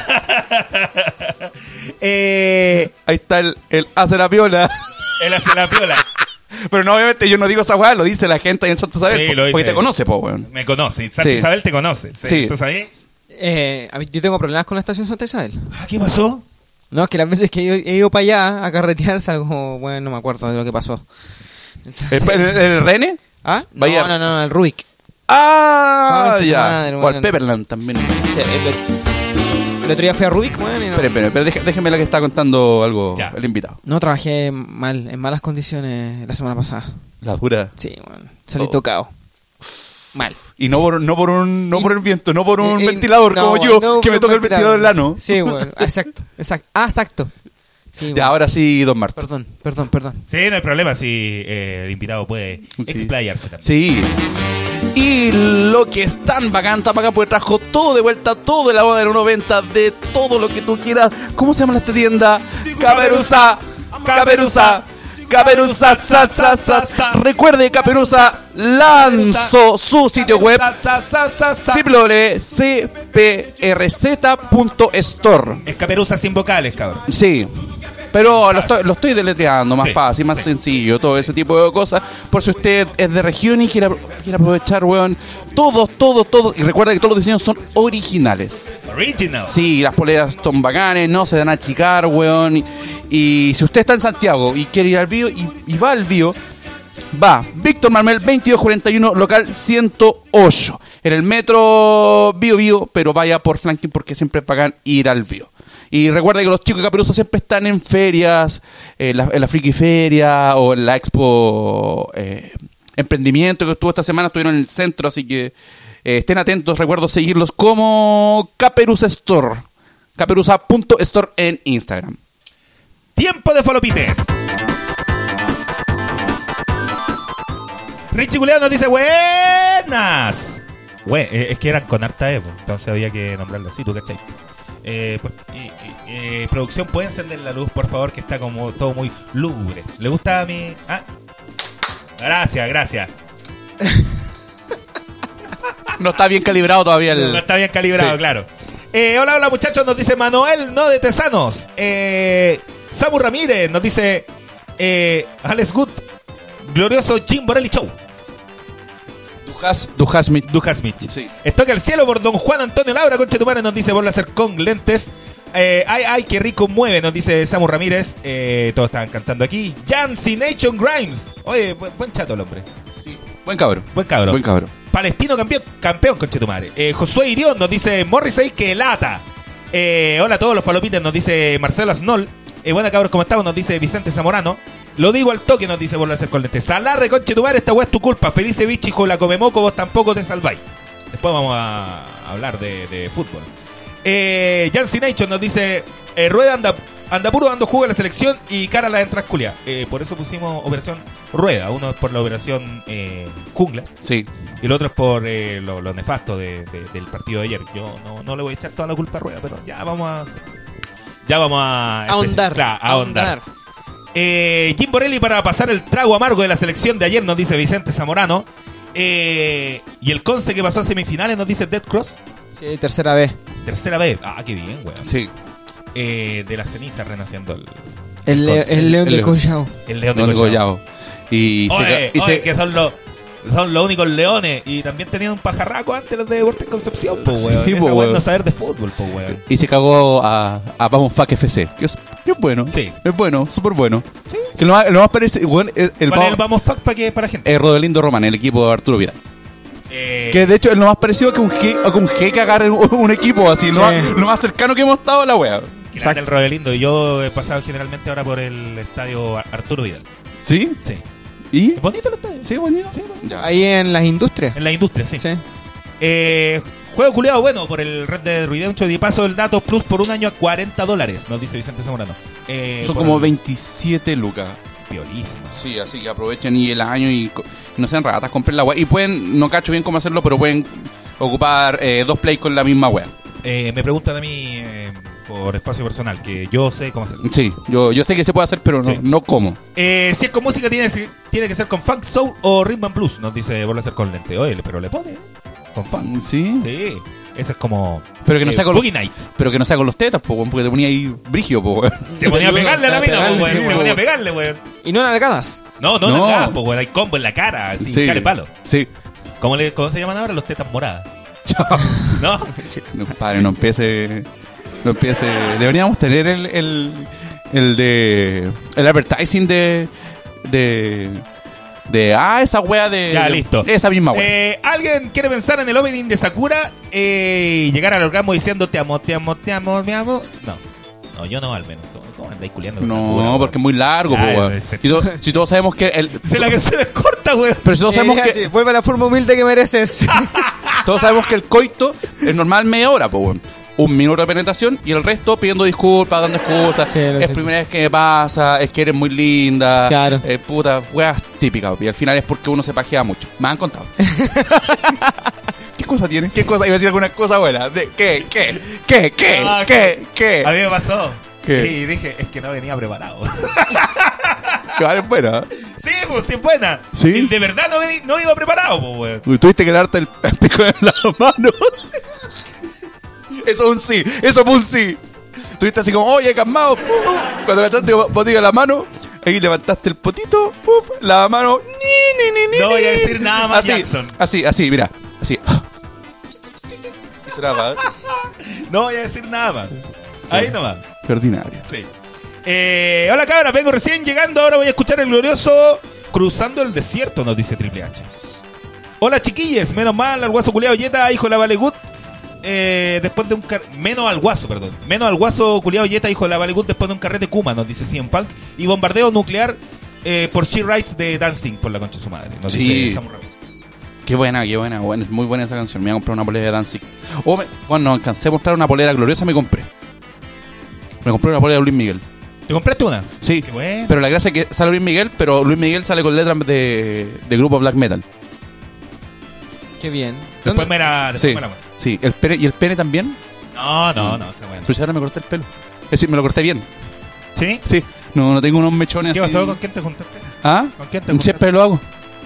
S5: Eh,
S6: ahí está el, el hace la piola.
S5: él hace la piola.
S6: Pero no, obviamente yo no digo esa weá, lo dice la gente en el Santo Isabel.
S5: Sí,
S6: po,
S5: lo dice
S6: porque te
S5: él.
S6: conoce, po, weón.
S5: Me conoce. Santa
S6: Sí.
S5: Isabel te conoce. Sí.
S6: Sí.
S5: ¿Tú sabías?
S8: Eh, a mí- yo tengo problemas con la estación Santa Isabel.
S5: Ah, ¿qué pasó?
S8: No, es que las veces que he ido, he ido para allá a carretear salgo, bueno, no me acuerdo de lo que pasó. Entonces-
S6: ¿El, el- el René?
S8: ¿Ah? No,
S6: Vaya-
S8: no, no, no, el Rubik.
S6: Ah,
S8: Concha
S6: ya.
S8: madre,
S6: o
S8: bueno.
S6: al Pepperland también.
S8: Sí, el- El otro día fui a Rubik, bueno, y no,
S6: Espera, espera, espera, deje- déjeme la que está contando algo
S5: Ya.
S6: el invitado.
S8: no, trabajé mal, en malas condiciones la semana pasada.
S6: La dura.
S8: Sí, bueno, salí
S6: Oh.
S8: tocado. Mal.
S6: Y no por, no por un no por el viento, no por un
S8: Eh, eh,
S6: ventilador
S8: no,
S6: como yo,
S8: bueno, no,
S6: que me
S8: pero
S6: toca el ventilador en el ano.
S8: Sí, bueno, exacto, exacto. Ah, exacto. Sí,
S6: Ya,
S8: bueno.
S6: ahora sí, don Marto.
S8: Perdón, perdón, perdón.
S5: Sí, no hay problema si eh, el invitado puede
S6: Sí.
S5: explayarse también.
S6: Sí. Y lo que es tan bacán, tan bacán, porque trajo todo de vuelta, todo de la boda de los 90, de todo lo que tú quieras. ¿Cómo se llama esta tienda? Caperuza, Caperuza, Caperuza, sa, sa, sa, sa. Recuerde, Caperuza lanzó su sitio web www.cprz.store.
S5: Es caperuza sin vocales, cabrón.
S6: Sí. Pero lo estoy, lo estoy deletreando más
S5: Sí,
S6: fácil, más
S5: sí.
S6: sencillo, todo ese tipo de cosas. Por si usted es de región y quiere, quiere aprovechar, weón, todos, todos, todos. Y recuerda que todos los diseños son originales.
S5: Original.
S6: Sí, las poleras son bacanes, no se dan a achicar, weón. Y, y si usted está en Santiago y quiere ir al bio y, y va al bio, va Víctor Marmel 2241, local 108. En el metro Bio Bio, pero vaya por flanking porque siempre pagan ir al bio. Y recuerda que los chicos de Caperuza siempre están en ferias, en la, en la Friki Feria o en la Expo eh, Emprendimiento que estuvo esta semana, estuvieron en el centro, así que eh, estén atentos. Recuerdo seguirlos como Caperuza Store, caperuza.store en Instagram.
S5: Tiempo de falopites. Richie Culeo nos dice buenas. Güey, eh, es que eran con harta Evo, entonces había que nombrarlo así, ¿tú cachai? Eh, pues, eh, eh, eh, producción, ¿puede encender la luz, por favor? Que está como todo muy lúgubre. ¿Le gusta a mi...? Ah. Gracias, gracias.
S6: No está bien calibrado todavía el...
S5: No está bien calibrado,
S6: Sí.
S5: claro. Eh, hola, hola muchachos, nos dice Manuel, no de Tesanos. Eh, Samu Ramírez nos dice eh, Alex Good, glorioso Jim Borelli Show.
S6: Dujas, Dujas Mit.
S5: Dujas Mitch.
S6: Sí.
S5: Estoy al cielo por don Juan Antonio Laura, concha de tu madre, nos dice por hacer con lentes. Eh, ay, ay, qué rico mueve, nos dice Samu Ramírez. Eh, todos estaban cantando aquí. Jancy Nation Grimes. Oye, buen, buen chato el hombre.
S6: Sí. Buen cabrón.
S5: Buen cabrón.
S6: Buen cabrón.
S5: Palestino campeón, campeón conche tu madre. Eh, Josué Irión nos dice Morrissey que lata. Eh, hola a todos los palopitas, nos dice Marcelo Asnol. Eh, buena cabros, ¿cómo estamos? Nos dice Vicente Zamorano. Lo digo al toque, nos dice por hacer con lentes. Salarre, conche tu madre, esta weá es tu culpa. Felice bicho, hijo de la comemoco, vos tampoco te salváis. Después vamos a hablar de, de fútbol. Eh, Jancy Nation nos dice eh, Rueda anda, anda puro dando jugo a la selección y cara a la entradas culia. Eh, por eso pusimos Operación Rueda. Uno es por la Operación eh, Jungla.
S6: Sí.
S5: Y el otro es por eh, lo, lo nefasto de- de- del partido de ayer. Yo no, no le voy a echar toda la culpa a Rueda, pero ya vamos a. Ya vamos a.
S8: Ahondar.
S5: Ah, Claro, a ahondar. Eh, Jim Borelli para pasar el trago amargo de la selección de ayer, nos dice Vicente Zamorano. Eh, y el Conce que pasó a semifinales, nos dice Dead Cross.
S8: Sí, tercera vez.
S5: Tercera vez. Ah, qué bien, weón.
S6: Sí.
S5: Eh, de la ceniza renaciendo el,
S8: El,
S6: le- el león El de
S8: león de
S6: león.
S8: Collao.
S5: el león de
S6: Don
S5: Collao.
S6: Goyao. Y
S5: Oye,
S6: se, y
S5: oye,
S6: se-
S5: que son los son los únicos leones y también tenían un pajarraco antes los de Deportes Concepción, po,
S6: Sí,
S5: weón.
S6: po,
S5: Esa weá
S6: weón.
S5: no saber de fútbol, po, weón.
S6: y se cagó a, a Vamos Fuck FC. Que es, que es bueno.
S5: Sí.
S6: Es bueno, súper bueno. Que lo, más- lo más parece. weón, es el,
S5: ¿Cuál es el
S6: Vamos-
S5: vamos fact para que para gente?
S6: eh, Rodelindo Román, el equipo de Arturo Vidal.
S5: Eh,
S6: Que de hecho es lo más parecido que un G, a que un G cagar en un, un equipo. Así,
S8: Sí.
S6: lo, más, lo más cercano que hemos estado a la wea.
S5: que grande el Rodelindo. Yo he pasado generalmente ahora por el estadio Ar- Arturo Vidal.
S6: ¿Sí?
S5: Sí.
S6: ¿Y?
S5: Es bonito el estadio.
S6: ¿Sí, bonito? Ya.
S8: Ahí en las industrias.
S5: En la industria, sí.
S8: Sí.
S5: Eh, juego culiado bueno por el Red de Redemption. Y paso el dato plus por un año a 40 dólares, nos dice Vicente Zamorano. Eh,
S6: Son
S5: por
S6: como
S5: el-
S6: 27 lucas.
S5: Piolísimo.
S6: Sí, así que aprovechen y el año y co- no sean ratas, compren la web. Y pueden, no cacho bien cómo hacerlo, pero pueden ocupar eh, dos plays con la misma web.
S5: Eh, me preguntan a mí eh, por espacio personal, que yo sé cómo hacerlo.
S6: Sí, yo, yo sé que se puede hacer, pero no,
S5: Sí.
S6: no cómo.
S5: Eh, si es con música, tiene, que ser- tiene que ser con funk, soul o rhythm and blues. Nos dice Bola hacer con lente. Oye, pero le pone. ¿eh? Con funk.
S6: Sí.
S5: Sí. Ese es como.
S6: Mm. Pero que no
S5: eh,
S6: sea con los-
S5: Boogie Night.
S6: Pero que no sea con los tetas, po, weón, porque te ponía ahí brígido, po, weón.
S5: Te ponía a pegarle a la mina, po,
S8: Pegarle,
S5: weón.
S8: sí,
S5: Te ponía a
S8: weón.
S5: pegarle, weón.
S8: Y no en algadas.
S5: No, no,
S6: No.
S5: no, po, weón. Hay combo en la cara. Así, cara y palo.
S6: Sí.
S5: ¿Cómo, le, ¿Cómo se llaman ahora? Los tetas moradas.
S6: Chao.
S5: ¿No?
S6: No, padre, no empiece. No empiece. Deberíamos tener el. El, el de. El advertising de. De. De. Ah, esa wea de.
S5: Ya,
S6: de-
S5: listo.
S6: Esa misma wea.
S5: Eh, ¿Alguien quiere pensar en el opening de Sakura eh, y llegar al orgasmo diciendo te amo, te amo, te amo, me amo? No. No, yo no, al menos. ¿Cómo, cómo andáis culiando con Sakura,
S6: No,
S5: weón?
S6: porque es muy largo,
S5: Ah,
S6: po, weón.
S5: ese-
S6: Si, to- si todos sabemos que el-
S5: Se la que se descorta, weón.
S6: pero si todos sabemos que
S8: Eh, Vuelve a la forma humilde que mereces.
S6: todos sabemos que el coito es normal media hora, po, weón. Un minuto de penetración y el resto pidiendo disculpas, dando excusas.
S8: Sí, lo
S6: es
S8: sé.
S6: primera vez que me pasa, es que eres muy linda.
S8: Claro.
S6: eh, puta, weas típicas. Y al final es porque uno se pajea mucho. Me han contado. ¿Qué cosa tienen? ¿Qué cosa? Iba a decir alguna cosa buena. De, ¿Qué? ¿Qué? ¿Qué? ¿Qué?
S5: Ah,
S6: ¿Qué? ¿Qué?
S5: A mí me pasó.
S6: ¿Qué?
S5: Y dije, es que no venía preparado.
S6: Claro, bueno.
S5: sí, pues sí, es buena.
S6: ¿Sí?
S5: Y de verdad no, veni- no iba preparado, pues, weón.
S6: Tuviste que darte el el pico en las manos. Eso es un sí, eso fue un sí. Tuviste así como, oye, calmado. pum, pum. Cuando gastaste botella en la mano, ahí levantaste el potito, pum, la mano. ni, ni, ni, ni,
S5: No voy a
S6: ni.
S5: decir nada más,
S6: así,
S5: Jackson.
S6: Así, así, mira, así. Y sonaba, ¿eh?
S5: No voy a decir nada más. Ahí nomás.
S6: Qué ordinario.
S5: Sí. Eh, hola, cabras. Vengo recién llegando. Ahora voy a escuchar el glorioso Cruzando el Desierto, nos dice Triple H. Hola, chiquilles. Menos mal al guaso culiado Yeta, hijo de la Valegut. Eh, después de un car- menos al guaso, perdón. Menos al guaso culiado Yeta, hijo de la Valegut, después de un carrete Kuma, nos dice CM Punk. Y bombardeo nuclear eh, por She Rights de Dancing, por la concha de su madre. Nos
S6: Sí.
S5: dice Samu Ramírez.
S6: Qué buena, qué buena, buena. Es muy buena esa canción. Me voy a comprar una polera de Danzig. O me, bueno, alcancé a mostrar una polera gloriosa, me compré. Me compré una polera de Luis Miguel.
S5: ¿Te compraste una?
S6: Sí,
S5: Qué bueno.
S6: pero la gracia es que sale Luis Miguel, pero Luis Miguel sale con letras de, de grupo black metal.
S8: Qué bien.
S5: Después me la. después
S6: Sí,
S5: me la-
S6: sí. El pene, y el pene también,
S5: No, no, no, esa buena.
S6: pero si ahora me corté el pelo. Es decir, me lo corté bien.
S5: ¿Sí?
S6: Sí, no, no tengo unos mechones
S5: ¿Qué
S6: así.
S5: pasó? ¿Con quién te juntaste?
S6: ¿Ah?
S5: ¿Con quién te juntaste?
S6: Siempre lo hago.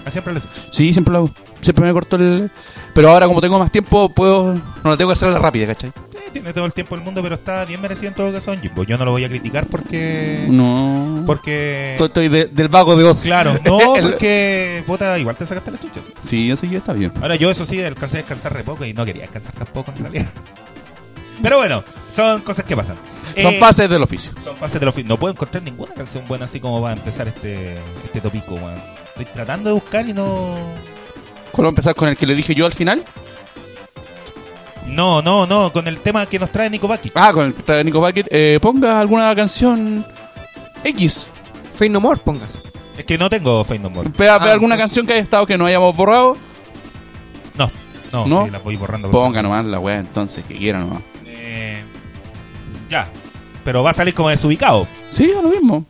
S5: Ah, siempre lo
S6: Sí, siempre lo hago. Siempre me corto el... Pero ahora como tengo más tiempo, puedo... No la tengo que hacer a la rápida, ¿cachai?
S5: Sí, tiene todo el tiempo del mundo, pero está bien merecido en todo caso Don Jimbo. Yo no lo voy a criticar porque.
S6: No.
S5: Porque.
S6: Estoy, estoy de- del vago de Oz.
S5: Claro, no,
S6: El-
S5: porque. Puta, igual te sacaste la chucha.
S6: Sí, eso ya está bien.
S5: Ahora yo eso sí alcancé a descansar re poco y no quería descansar tampoco en realidad. Pero bueno, son cosas que pasan.
S6: Son
S5: Eh,
S6: pases del oficio.
S5: Son pases de los No puedo encontrar ninguna canción buena así como va a empezar este, este topico, weón. Estoy tratando de buscar y no.
S6: ¿Cómo empezar con el que le dije yo al final?
S5: No, no, no, con el tema que nos trae Nico Baki.
S6: Ah, con el traje de Nico Bucket. Eh, ponga alguna canción X.
S8: Fade No More, pongas.
S5: Es que no tengo Fade No More.
S6: Pega, pega
S8: Ah,
S6: alguna
S8: entonces-
S6: canción que haya estado que no hayamos borrado.
S5: No, no,
S6: ¿No?
S5: sí, la voy borrando.
S6: Ponga nomás la weá, entonces, que quiera nomás.
S5: Eh, ya. Pero va a salir como desubicado.
S6: Sí, es lo mismo.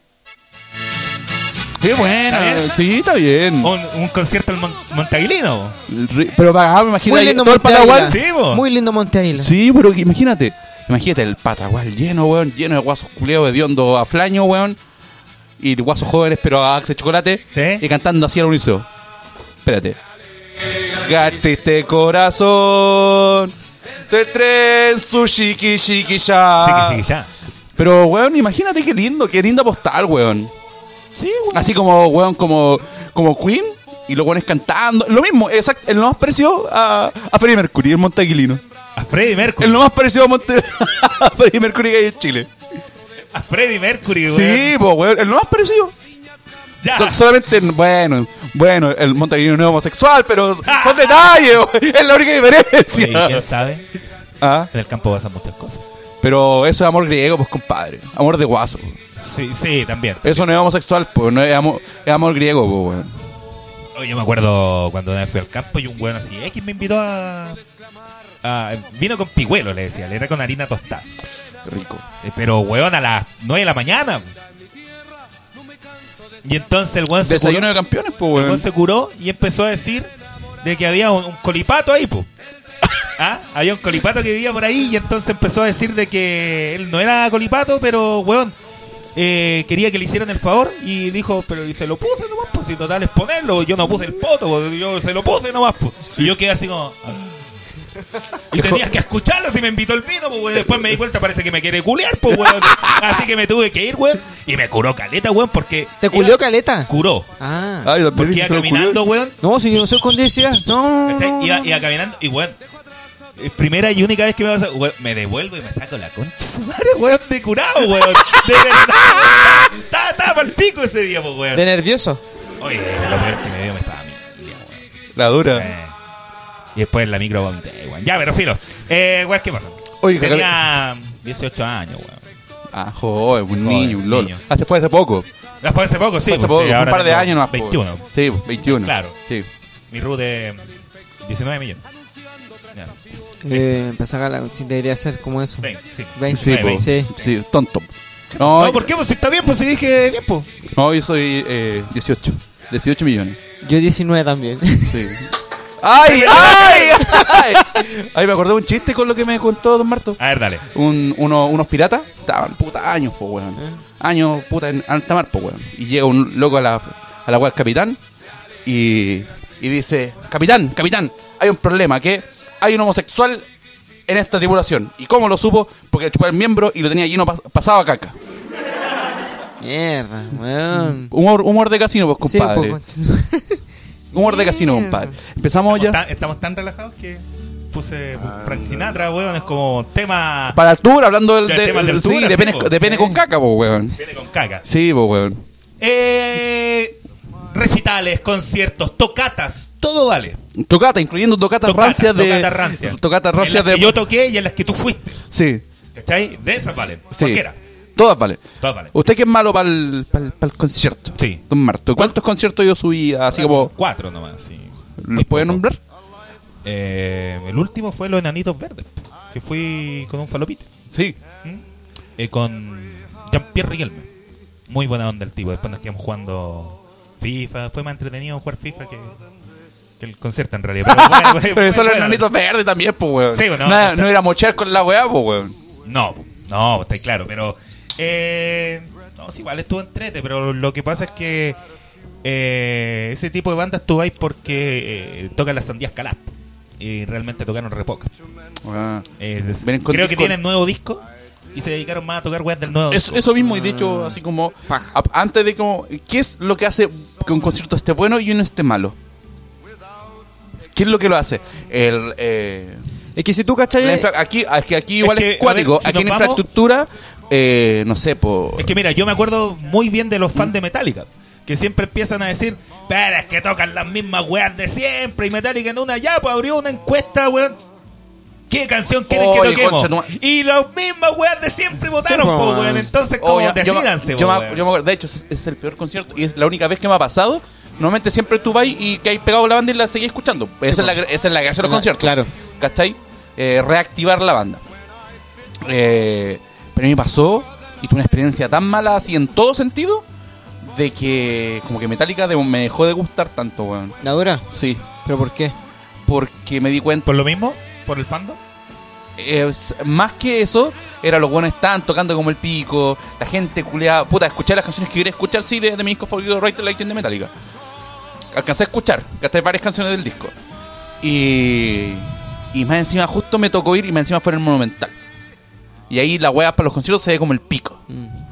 S6: Qué buena.
S5: ¿Está bien?
S6: Sí, está bien.
S8: Oh.
S5: Un, un concierto al Mon- Montaguilino.
S6: Ri- Pero ah, me imagino
S8: Muy
S6: ahí
S8: lindo
S6: todo el
S8: Monte Águila.
S6: Patagual.
S5: Sí, po.
S8: Muy lindo Monte Águila.
S6: Sí, pero que imagínate. Imagínate el Patagual lleno, weón. Lleno de guasos culeados, hediondo a flaño, weón. Y guasos jóvenes, pero a Axe Chocolate.
S5: Sí.
S6: Y cantando así al unísono. Espérate. Gaste este corazón. Del tren su chiqui chiqui ya.
S5: Sí, que sí, ya.
S6: Pero, weón, imagínate qué lindo, qué linda postal, weón. Así como, weón, como, como Queen. Y los weones cantando. Lo mismo, exacto. El más parecido a, a Freddie Mercury, el montaguilino.
S5: A Freddie Mercury.
S6: El lo más parecido a Monte... a Freddie Mercury que hay en Chile.
S5: A Freddie Mercury, weón. Ah.
S6: Sí, pues, weón. El lo más parecido.
S5: Ya.
S6: Sol- solamente, bueno, bueno, el Montaguino no es homosexual, pero
S5: Ah.
S6: son detalles, weón. Es la única
S5: Oye, ¿y ¿Quién
S6: diferencia.
S5: sabe?
S6: Ah,
S5: En el campo pasan muchas cosas.
S6: pero eso es amor griego, pues, compadre. Amor de guaso.
S5: Sí, sí, también.
S6: Eso no es homosexual, pues, no es amor, es amor griego, pues, weón.
S5: Oye, yo me acuerdo cuando una vez fui al campo y un weón así, X me invitó a, a- Vino con pigüelo, le decía, le era con harina tostada.
S6: Qué Rico.
S5: Eh, Pero weón, a las 9 de la mañana. Y entonces el weón se curó,
S6: Desayuno de campeones, pues,
S5: el weón
S6: weón.
S5: se curó y empezó a decir de que había un, un colipato ahí, pues. ¿Ah? Había un colipato que vivía por ahí y entonces empezó a decir de que él no era colipato, pero weón, eh, quería que le hicieran el favor y dijo, pero y se lo puse nomás, pues si total es ponerlo, yo no puse el poto, pues, yo se lo puse nomás, pues. Y yo quedé así como... ah. Y tenías que escucharlo si me invitó el vino, pues weón. después me di cuenta, parece que me quiere culiar, pues weón. Así que me tuve que ir, weón. Y me curó caleta, weón, porque...
S8: ¿Te
S5: era-
S8: culió caleta?
S5: Curó.
S8: Ah.
S6: Ay, la
S5: Porque iba
S6: película se lo ocurrió.
S5: caminando, weón,
S8: No, si yo no soy con obesidad. No. no, no,
S5: ¿Cachai? Iba,
S8: no.
S5: iba caminando y weón. eh, Primera y única vez que me pasa, weón, me devuelvo y me saco la concha de su madre, weón, de curado, weón. De verdad, weón. Estaba, estaba pa'l pico ese día, pues,
S8: De
S5: weón.
S8: nervioso.
S5: Oye, era lo peor que me dio mi familia, weón.
S6: La dura.
S5: Eh, Y después en la micro vomité, weón. Ya, pero filo. Eh, weón, ¿qué pasa?
S6: Oye, que-
S5: Tenía 18 años, weón.
S6: Ah, joder, un
S5: Joder,
S6: niño, un lol.
S5: niño.
S6: Ah, se fue hace poco.
S5: Después hace poco, sí.
S6: Fue hace
S5: pues,
S6: poco,
S5: sí,
S6: un
S5: ahora
S6: par de
S5: tengo
S6: años nomás. pues. po.
S5: 21.
S6: Sí, 21.
S5: Claro.
S6: Sí.
S5: Mi RU de 19 millones. Ya,
S8: Eh, para sacar la sí, debería ser como eso.
S5: 20, sí.
S8: Veinte.
S6: Sí, pues.
S5: Sí,
S6: po.
S5: veinte.
S6: sí.
S8: Sí.
S6: tonto. No,
S5: No, ¿por qué? Pues si está bien, pues si dije bien, pues.
S6: no, yo soy eh, 18. 18 millones.
S8: Yo 19 también.
S6: Sí. ¡Ay, ay, ay! Ay, me acordé de un chiste con lo que me contó Don Marto.
S5: A ver, dale.
S6: Un, uno- unos piratas estaban puta años, po, weón. Años, puta, en alta mar, po, weón. Y llega un loco a la, a la weá del capitán y, y dice: Capitán, capitán, hay un problema, que hay un homosexual en esta tripulación. ¿Y cómo lo supo? Porque le chupaba el miembro y lo tenía lleno pas- pasado a caca.
S8: Mierda, weón.
S6: Humor, humor de casino, pues,
S8: Sí,
S6: compadre.
S8: po, concha-
S6: humor de casino, compadre. Empezamos
S5: Estamos
S6: ya.
S5: tan, estamos tan relajados que puse Frank Sinatra, weón, es como tema
S6: Para altura, hablando del,
S5: Del
S6: de,
S5: tema de
S6: sí,
S5: altura,
S6: de
S5: sí,
S6: pene,
S5: po.
S6: de pene
S8: Sí.
S6: con caca, po, weón.
S5: viene con caca.
S6: Sí, po, weón.
S5: Eh, recitales, conciertos, tocatas, todo vale.
S6: Tocata, incluyendo tocatas
S5: Tocatas,
S6: rancias de.
S5: tocatas rancias.
S6: Tocatas
S5: En las
S6: rancias
S5: que
S6: de.
S5: yo toqué y en las que tú fuiste.
S6: Sí,
S5: ¿Cachai? De esas valen.
S6: sí.
S5: Cualquiera.
S6: Todas vale.
S5: Todas valen.
S6: Usted que es malo para el, concierto.
S5: Sí.
S6: Don Marto, ¿cuántos conciertos yo subí así como.
S5: Cuatro nomás, sí. Muy
S6: ¿Los puede
S5: poco.
S6: nombrar?
S5: Eh, el último fue Los Enanitos Verdes, que fui con un falopito.
S6: Sí.
S5: ¿Mm? Eh, con Jean-Pierre Riquelme. Muy buena onda el tipo. Después nos quedamos jugando FIFA. Fue más entretenido jugar FIFA que, que el concierto en realidad. Pero, bueno, bueno,
S6: Pero
S5: bueno,
S6: eso los
S5: bueno.
S6: enanitos verdes también, po, weón.
S5: Sí, po, no,
S6: Nada,
S5: está-
S6: no era mochar con la weá, po, weón.
S5: No, po, no, está claro. Pero. Eh, no, sí, igual estuvo entrete. Pero lo que pasa es que. eh, ese tipo de bandas tú vais porque eh, tocan las sandías calás. po, Y realmente tocaron re pocas.
S6: Ah.
S5: Es-
S6: Vienen con
S5: creo que
S6: disco.
S5: tienen nuevo disco y se dedicaron más a tocar weas del nuevo
S6: Eso,
S5: disco.
S6: eso mismo, y de hecho, así como.
S8: Paja.
S6: a- Antes de como. ¿Qué es lo que hace que un concierto esté bueno y uno esté malo? ¿Qué es lo que lo hace? El. Eh,
S8: Es que si tú, ¿cachai?
S6: la infra- aquí, aquí, aquí igual
S5: Es
S6: es,
S5: que, a ver,
S6: cuático.
S5: si
S6: aquí en
S5: nos vamos-
S6: infraestructura, eh, no sé, po.
S5: Es que mira, yo me acuerdo muy bien de los fans de Metallica, que siempre empiezan a decir, pero es que tocan las mismas weas de siempre, y Metallica en una ya, pues abrió una encuesta, weón. ¿Qué canción quieren que
S6: Oye,
S5: toquemos?
S6: concha tu ma-
S5: y las mismas weas de siempre votaron,
S8: po,
S5: po,
S8: weón.
S5: weón. Entonces,
S6: Oh,
S5: como,
S6: ya, yo, me-
S5: decídanse,
S6: yo
S5: po,
S6: me,
S5: weón.
S6: yo me acuerdo. De hecho, es, es el peor concierto y es la única vez que me ha pasado. Normalmente siempre tú vas y que hay pegado la banda y la seguís escuchando. esa, es la, gra- esa es la gracia de los
S8: Cla-
S6: conciertos.
S8: claro.
S6: ¿Cachai? Eh, reactivar la banda. Eh, pero a mí me pasó y tuve una experiencia tan mala así en todo sentido de que como que Metallica de- me dejó de gustar tanto, weón.
S8: ¿La dura?
S6: Sí.
S8: ¿Pero por qué?
S6: Porque me di cuenta...
S5: Por lo mismo, por el fandom.
S6: eh, s- más que eso, era los buenos estaban tocando como el pico, la gente culeaba, puta, escuché las canciones que quería escuchar, sí, de, de mi disco favorito, Right Lighting de Metallica. Alcancé a escuchar, gasté varias canciones del disco. Y, y más encima, justo me tocó ir y más encima fue en el Monumental. Y ahí la wea para los conciertos se ve como el pico.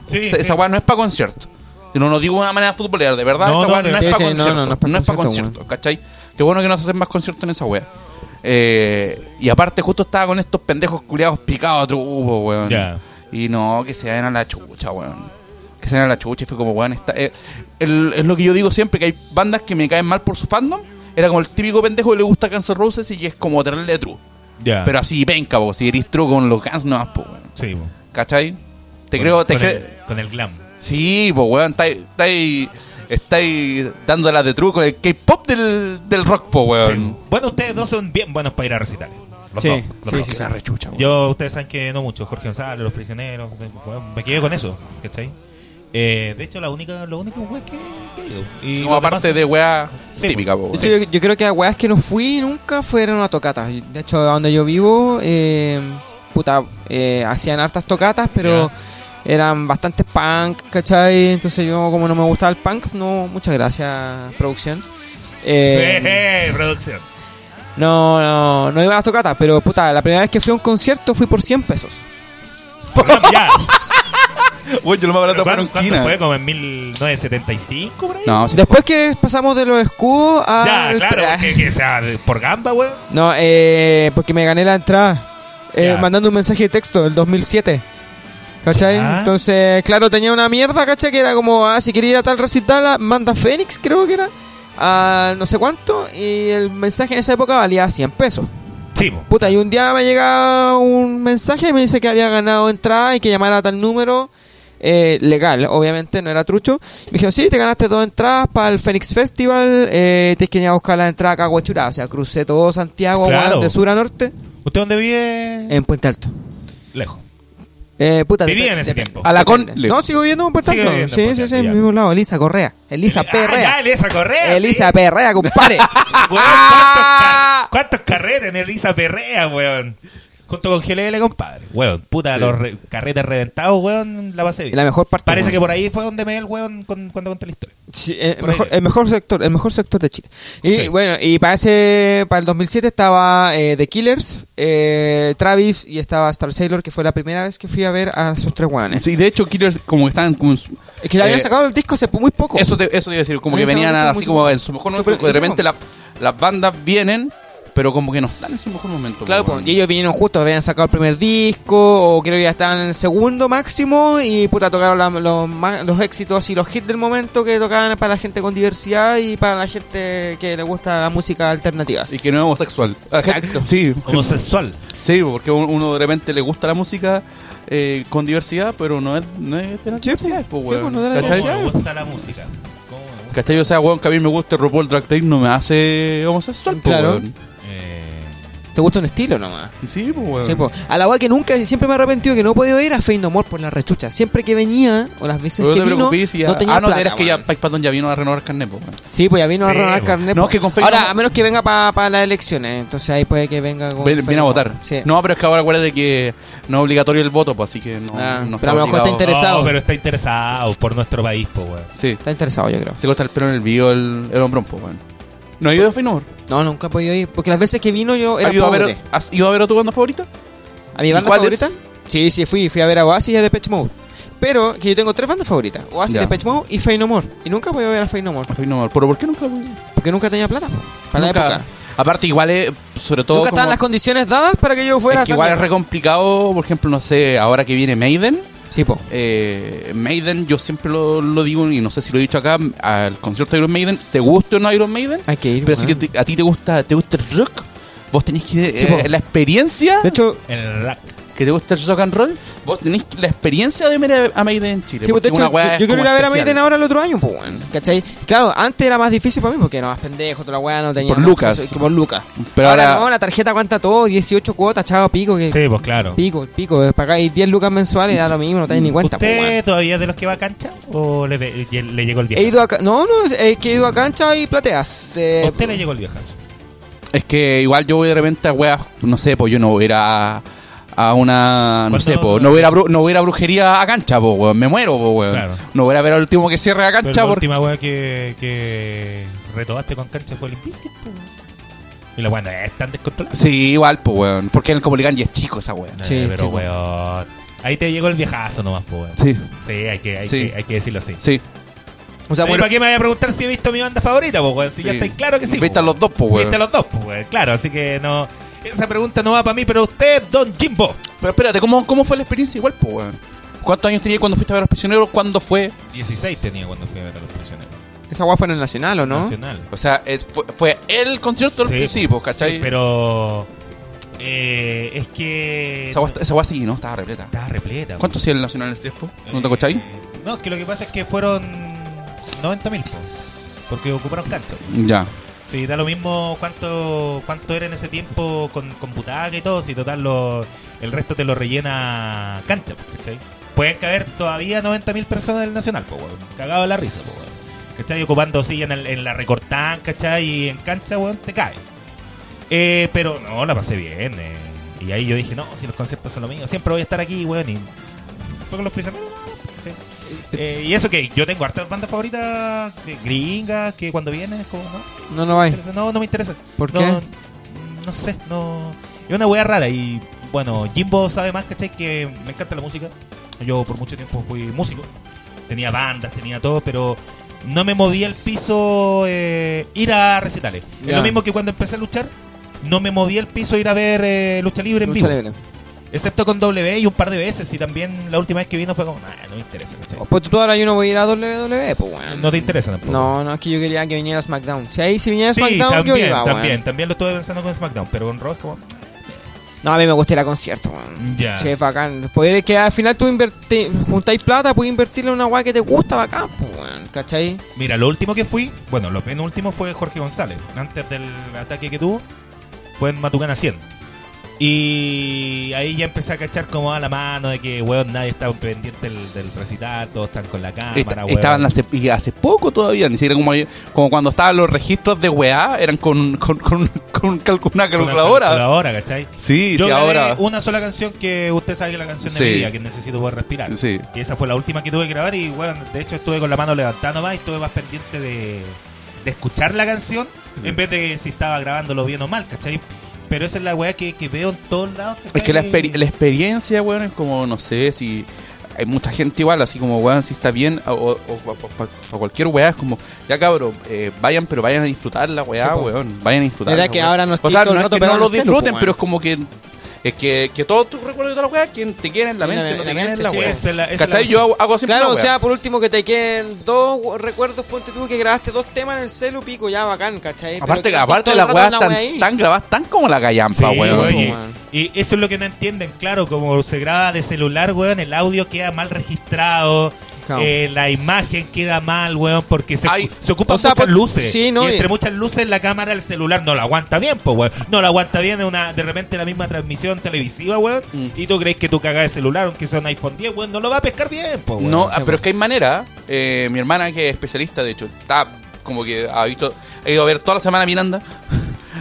S5: Sí,
S6: Esa-
S5: sí.
S6: Esa weá no es para concierto. Y no lo digo de una manera futbolera, de verdad,
S5: No,
S6: esa
S5: no,
S6: weá no,
S5: de-
S8: sí,
S6: es para
S8: sí, no, no,
S6: concierto.
S8: no es pa' concierto,
S6: concierto, ¿cachai? Qué bueno que no se hacen más conciertos en esa weá. Eh, y aparte, justo estaba con estos pendejos culiados picados, trubo, weón.
S5: Ya.
S6: Y no, que se vayan a la chucha, weón. Que se vayan a la chucha y fue como, weón, está. eh, el- es lo que yo digo siempre, que hay bandas que me caen mal por su fandom. Era como el típico pendejo que le gusta Guns N' Roses y que es como tenerle true.
S8: Ah.
S5: Ya.
S6: Pero así, venga, po, si eres true con los Guns, no, más, po, weón.
S5: sí, po.
S6: ¿Cachai? Te
S5: Con-
S6: creo, te
S5: con,
S6: creo.
S5: el, con el glam.
S6: Sí, pues weón, estáis, estáis, estáis dándolas de truco con el K-pop del, del rock, po
S5: Sí.
S6: weón.
S5: Bueno, ustedes dos son bien buenos para ir a recitales. Los
S8: Sí,
S5: dos, los
S8: sí,
S5: dos.
S8: sí, sí.
S6: Una rechucha, weón.
S5: Yo, ustedes saben que no mucho, Jorge González, Los Prisioneros, weón, me quedé con eso, ¿cachai? Eh, de hecho, la única, lo único weón que que he ido. Y
S6: Sí, como
S5: lo
S6: aparte
S5: demás-
S6: de weá
S5: Sí,
S6: típica, po
S5: po.
S6: weón.
S8: Sí, yo, yo creo que a weas que no fui nunca fueron a tocatas. De hecho, a donde yo vivo, eh, puta, eh, hacían hartas tocatas, pero eran bastante punk, ¿cachai? Entonces yo, como no me gustaba el punk, no, muchas gracias, producción. Eh,
S5: Eh, producción.
S8: no, no, no iba a las tocatas, pero puta, la primera vez que fui a un concierto fui por 100 pesos.
S5: Weón, ya.
S6: Weón, yo lo más barato
S5: ¿Pero
S6: fue en
S5: ¿Cuánto, cuánto
S6: Quina.
S5: fue? Como en 1975, por ahí.
S6: No, sí,
S8: Después que pasamos de los escudos a...
S5: Ah, ya,
S8: Ah, el-
S5: claro, que, que sea por gamba, weón.
S8: No, eh, porque me gané la entrada eh,
S5: Ya.
S8: mandando un mensaje de texto del 2007. ¿Cachai?
S5: Ya.
S8: Entonces, claro, tenía una mierda, ¿cachai? Que era como, ah, si quería ir a tal recital, ah, manda Fénix, creo que era, a no sé cuánto, y el mensaje en esa época valía 100 pesos.
S5: Sí, po.
S8: Puta, y un día me llega un mensaje y me dice que había ganado entrada y que llamara a tal número eh, legal, obviamente, no era trucho. Me dijeron, sí, te ganaste dos entradas para el Phoenix Festival, eh, tienes que ir a buscar la entrada acá a Huachurá, o sea, crucé todo Santiago,
S5: Claro.
S8: weón, de sur a norte,
S5: ¿Usted dónde vive?
S8: en Puente Alto.
S5: Lejos.
S8: Eh, puta,
S5: Vivía
S8: depende-
S5: en ese
S8: depende.
S5: tiempo.
S8: A la con...
S6: Depende.
S8: No, sigo viviendo en Puente
S5: Sigue
S8: Alto.
S5: viviendo en
S8: Sí,
S5: Puente
S8: sí, sí,
S5: Alto,
S8: en
S5: ya.
S8: el mismo lado, Elisa Correa. Elisa
S5: Ah, ya,
S8: Perrea. Eh,
S5: Elisa Correa.
S8: Elisa
S5: sí.
S8: Perrea, compadre.
S5: Weón, ¿cuántos,
S8: Ah.
S5: car- cuántos carretes en Elisa Perrea, weón? Junto con GLL, compadre. Weón, puta, los re- carretes reventados, weón, la pasé bien.
S8: La mejor parte,
S5: Parece
S8: weón.
S5: que por ahí fue donde me dio el weón con- cuando conté la historia.
S8: Sí, eh,
S5: Por ahí.
S8: mejor- el mejor sector, el mejor sector de Chile. Y
S5: Sí.
S8: bueno, y para ese, para el 2007 estaba eh, The Killers, eh, Travis y estaba Star Sailor, que fue la primera vez que fui a ver a esos tres guanes.
S6: Ah, Sí, de hecho, Killers, como que estaban. como en su-
S8: Es que le habían
S6: eh,
S8: sacado el disco hace po- muy poco.
S6: Eso te, eso te iba a decir, como que
S8: Habían
S6: venían
S8: sacado
S6: así
S8: muy
S6: como
S8: poco.
S6: en su mejor
S8: Súper-
S6: momento. porque De repente
S8: sí,
S6: la- las bandas vienen, pero como que no están en su mejor momento.
S8: Claro,
S6: po,
S8: pues,
S6: weón.
S8: y ellos vinieron justo, habían sacado el primer disco, o creo que ya estaban en el segundo máximo, y puta, tocaron la- los, ma- los éxitos y los hits del momento que tocaban para la gente con diversidad y para la gente que le gusta la música alternativa.
S6: Y que no es homosexual.
S8: Exacto.
S6: Sí,
S5: Homosexual.
S6: Sí, porque un- uno de repente le gusta la música eh, con diversidad, pero no es, no es de la
S8: Sí,
S6: diversidad,
S8: po.
S6: po,
S8: Sí,
S6: weón.
S8: po, no de la
S5: ¿Cómo
S6: ¿Cachai?
S8: diversidad.
S5: me gusta la música? ¿Cómo me gusta?
S6: ¿Cachai? O sea, weón, que a mí me gusta el RuPaul Drag Tape no me hace homosexual, po,
S8: Claro.
S6: weón.
S5: Eh,
S8: ¿Te gusta un estilo nomás?
S6: Sí, po, weón.
S8: Sí, po. A la weá que nunca, siempre me he arrepentido que no he podido ir a Fey No More por la rechucha. Siempre que venía, o las veces
S6: Pero no
S8: que
S6: te
S8: vino,
S6: preocupes, ya-
S8: no tenía
S6: Ah, no,
S8: plata,
S6: eres que ya
S8: weón.
S6: Pike Patton ya vino a renovar carnet, po, weón.
S8: Sí, pues ya vino a
S5: Sí,
S8: robar
S5: po.
S8: carnet.
S6: No,
S8: po.
S6: que con Fey No
S8: Ahora,
S6: More-
S8: a menos que venga para las elecciones, entonces ahí puede que venga con
S6: Ven,
S8: Fey
S6: ven a
S8: No
S6: votar.
S8: More. Sí.
S6: No, pero es que ahora acuérdate que no es obligatorio el voto, pues así que no,
S8: Ah,
S6: no
S8: pero a lo mejor
S6: obligado.
S8: está interes- Interesado.
S5: No, pero está interesado por nuestro país, po, weón.
S6: Sí,
S8: Está interesado, yo creo.
S6: se corta el pelo en el video el, el hombrón, po, pues, weón. ¿No ha ido a Fenor?
S8: No, nunca he podido ir. Porque las veces que vino yo era
S6: ¿Has ido a,
S8: pobre.
S6: ver, ¿Has ido a ver a tu banda favorita?
S8: ¿A mi banda
S6: cuál
S8: favorita? Sí, sí, fui. Fui a ver a Oasis y a Depeche Mode. Pero que yo tengo tres bandas favoritas. Oasis,
S6: Ya.
S8: Depeche Mode y Fey No More. Y nunca he podido ver a Fey No More.
S6: A Fenor. ¿Pero por qué nunca? güey?
S8: Porque nunca tenía plata. Para
S6: Nunca.
S8: la época.
S6: Aparte, igual es, sobre todo.
S8: Nunca estaban
S6: como-
S8: las condiciones dadas para que yo fuera
S6: es que
S8: a
S6: igual es
S8: hacerlo.
S6: re complicado, por ejemplo, no sé, ahora que viene Maiden.
S8: Sí, po.
S6: eh, Maiden, yo siempre lo, lo digo y no sé si lo he dicho acá, al concierto de Iron Maiden, ¿te gusta o no Iron Maiden?
S8: Hay que ir,
S6: Pero si
S8: weón.
S6: que te- a ti te gusta, te gusta el rock, vos tenés que ir,
S8: Sí,
S6: eh,
S8: po.
S6: la experiencia
S8: De hecho,
S5: El rock.
S6: que te gusta el rock and roll, vos tenés la experiencia de ver a- a Maiden en Chile.
S8: Sí, pues,
S6: porque
S8: de hecho,
S6: una weá
S8: yo, yo
S6: es
S8: quiero
S6: como
S8: ir a ver a
S6: especial.
S8: Maiden ahora el otro año, pues, weón. ¿Cachai? Claro, antes era más difícil para mí porque era más pendejo, toda la weá, no tenía.
S6: Por
S8: más
S6: lucas.
S8: acceso, que por Lucas.
S6: Pero ahora-
S8: no, la tarjeta aguanta todo, 18 cuotas, chavo, pico, que.
S5: Sí, pues claro.
S8: Pico, pico, pagáis 10 lucas mensuales, da lo mismo, no tenéis ni cuenta, pues,
S5: ¿Usted
S8: weón.
S5: todavía es de los que va a cancha o le, ve- le llegó el
S8: He
S5: viejazo?
S8: ido a. ca- No, no, es que he ido a cancha y plateas.
S5: ¿A
S8: De...
S5: usted le llegó el viejazo?
S6: Es que igual yo voy de repente a weas, no sé, pues yo no voy a ir a, a una, no
S5: ¿Cuánto-
S6: sé, pues no voy a ir a, bru- no voy a ir a brujería a cancha, pues weón, me muero, pues weón.
S5: Claro.
S6: No voy a ir a ver al último que cierre a
S5: Pero
S6: cancha
S5: la
S6: porque...
S5: última weá que, que retobaste con cancha fue el Bizkit, po. Y la weá no es tan descontrolada.
S6: Sí, igual, pues weón, porque el Copolicán ya es chico esa wea.
S5: Eh,
S8: Sí,
S5: pero
S8: sí, po.
S5: weón. Ahí te llegó el viejazo nomás, po, weón.
S6: Sí,
S5: Sí, hay que, hay
S6: Sí.
S5: que, hay que decirlo así.
S6: sí.
S8: O sea,
S5: ¿Y
S8: bueno,
S5: ¿Para qué me vaya a preguntar si he visto mi banda favorita, po, weón? Si ya
S6: Sí.
S5: está claro que sí.
S6: Viste a
S5: po,
S6: los dos, pues
S5: weón.
S6: weón.
S5: Viste a los dos, po, weón. Claro, así que no. Esa pregunta no va para mí, pero usted, Don Jimbo.
S6: Pero espérate, ¿cómo, ¿cómo fue la experiencia igual, pues weón? ¿Cuántos años tenías cuando fuiste a ver a los prisioneros? ¿Cuándo fue?
S5: 16 tenía cuando fui a ver a los prisioneros.
S8: esa weá fue en el Nacional, ¿o no?
S5: Nacional.
S6: O sea, es- fue, fue el concierto del
S5: po.
S6: sí, pues, ¿cachai?
S5: Sí, pero. eh, es que.
S6: Esa wea, esa wea sí, ¿no? Estaba repleta.
S5: Estaba repleta. po.
S6: ¿Cuántos sí el Nacional en ese tiempo? ¿No te
S5: Eh,
S6: acocháis?
S5: No, es que lo que pasa es que fueron 90.000, po, porque ocuparon cancha.
S6: Ya.
S5: Sí, da lo mismo cuánto cuánto era en ese tiempo con, con butaca y todo, si total lo, el resto te lo rellena cancha, po, ¿cachai? Pueden caber todavía 90.000 personas del Nacional, po, weón. Cagado de la risa, po, weón. ¿Cachai? Ocupando silla en, el- en la recortán, ¿cachai? Y en cancha, weón, te cae. Eh, pero no, la pasé bien. eh. Y ahí yo dije, no, si los conciertos son lo mío, siempre voy a estar aquí, weón. Y fue con los prisioneros, ¿sí? Eh, y eso que yo tengo hartas bandas favoritas eh, gringas que cuando vienen es como, ¿no?
S8: No, no vais.
S5: interesa. No, no me interesa.
S8: ¿Por
S5: no,
S8: qué?
S5: No sé, no. Es una wea rara y bueno, Jimbo sabe más, ¿cachai? Que me encanta la música. Yo por mucho tiempo fui músico. Tenía bandas, tenía todo, pero no me movía el piso eh, ir a recitales. Es
S8: Ya.
S5: lo mismo que cuando empecé a luchar, no me movía el piso ir a ver eh, lucha libre en
S8: Lucha
S5: vivo.
S8: libre.
S5: Excepto con W y un par de veces. Y también la última vez que vino fue como, nah, no me interesa, ¿cachai?
S8: Pues tú ahora yo no voy a ir a WWE, pues, weón.
S5: No te interesa tampoco.
S8: No, no, es que yo quería que viniera SmackDown. Si ahí si viniera
S5: Sí,
S8: SmackDown,
S5: también,
S8: yo iba,
S5: también,
S8: weón.
S5: también lo estuve pensando con SmackDown, pero con Raw es como,
S8: No, a mí me gusta ir a conciertos, weón.
S5: Ya.
S8: Sí, es bacán. Poder que al final tú inverti- juntáis plata, puedes invertirle en una weá que te gusta, bacán, pues, weón. ¿Cachai?
S5: Mira, lo último que fui, bueno, lo penúltimo fue Jorge González, antes del ataque que tuvo, fue en Matucana 100. Y ahí ya empecé a cachar como a la mano de que, weón, nadie estaba pendiente del, del recital, todos están con la cámara,
S6: Esta-
S5: weón.
S6: estaban hace, y hace poco todavía, ni siquiera como, como cuando estaban los registros de weá, eran con, con, con, con calcu-
S5: Con la
S6: una calculadora.
S5: calculadora, ¿cachai?
S6: Sí,
S5: Yo
S6: sí,
S5: grabé
S6: ahora.
S5: una sola canción que usted sabe que es la canción de
S6: Sí.
S5: mi vida, que necesito poder respirar.
S6: Sí.
S5: Y esa fue la última que tuve que grabar y, bueno, de hecho estuve con la mano levantada más y estuve más pendiente de, de escuchar la canción en vez de si estaba grabándolo bien o mal, ¿cachai? Pero esa es la weá que, que veo en todos lados.
S6: Es que la,
S5: ¿cachai?
S6: experi- la experiencia, weón, es como, no sé, si hay mucha gente igual, así como, weón, si está bien, o, o- o- o- o cualquier weá, es como, ya cabrón, eh, vayan, pero vayan a disfrutar la weá,
S8: Sí, po.
S6: weón, vayan a disfrutar.
S8: La verdad que ahora nos
S6: O sea,
S8: quita todo el
S6: no es
S8: rato
S6: que no
S8: pegado
S6: lo
S8: en el celu,
S6: disfruten,
S8: po,
S6: pero
S8: weón.
S6: es como que. Es que, que todos tus recuerdos de toda la weá, quien te quiere en la
S8: En la-
S6: mente,
S8: en
S6: no
S8: la
S6: te quiere en
S8: mente,
S6: la
S8: sí,
S6: weá.
S5: esa es la- esa es la
S6: ¿Cachai? Yo hago, hago siempre
S8: Claro,
S6: una
S8: o
S6: weá.
S8: sea, por último que te queden dos we- recuerdos, ponte tú que grabaste dos temas en el celu, pico, ya bacán, ¿cachai? Eh, Pero
S6: Aparte,
S8: que-
S6: aparte
S8: todo el
S6: las
S8: rato
S6: weas
S8: una
S6: tan,
S8: wea ahí.
S6: tan grabadas, tan como la
S5: Sí,
S6: gallampa, weón.
S5: weón,
S8: po,
S5: y-
S8: weón.
S5: Y eso es lo que no entienden, claro, como se graba de celular, weón, el audio queda mal registrado,
S8: Claro.
S5: eh, la imagen queda mal, weón, porque se,
S6: Ay,
S5: se ocupan
S8: o sea,
S5: muchas
S8: por-
S5: luces.
S8: sí, no,
S5: y
S8: y-
S5: entre muchas luces la cámara del celular no la aguanta bien, pues, weón. No la aguanta bien de, una, de repente la misma transmisión televisiva, weón. Y tú crees que tu cagada de celular, aunque sea un iPhone 10, weón, no lo va a pescar bien, pues, weón.
S6: No, ah, pero es que hay manera. eh, mi hermana, que es especialista, de hecho, está como que ha, visto, ha ido a ver toda la semana a Miranda.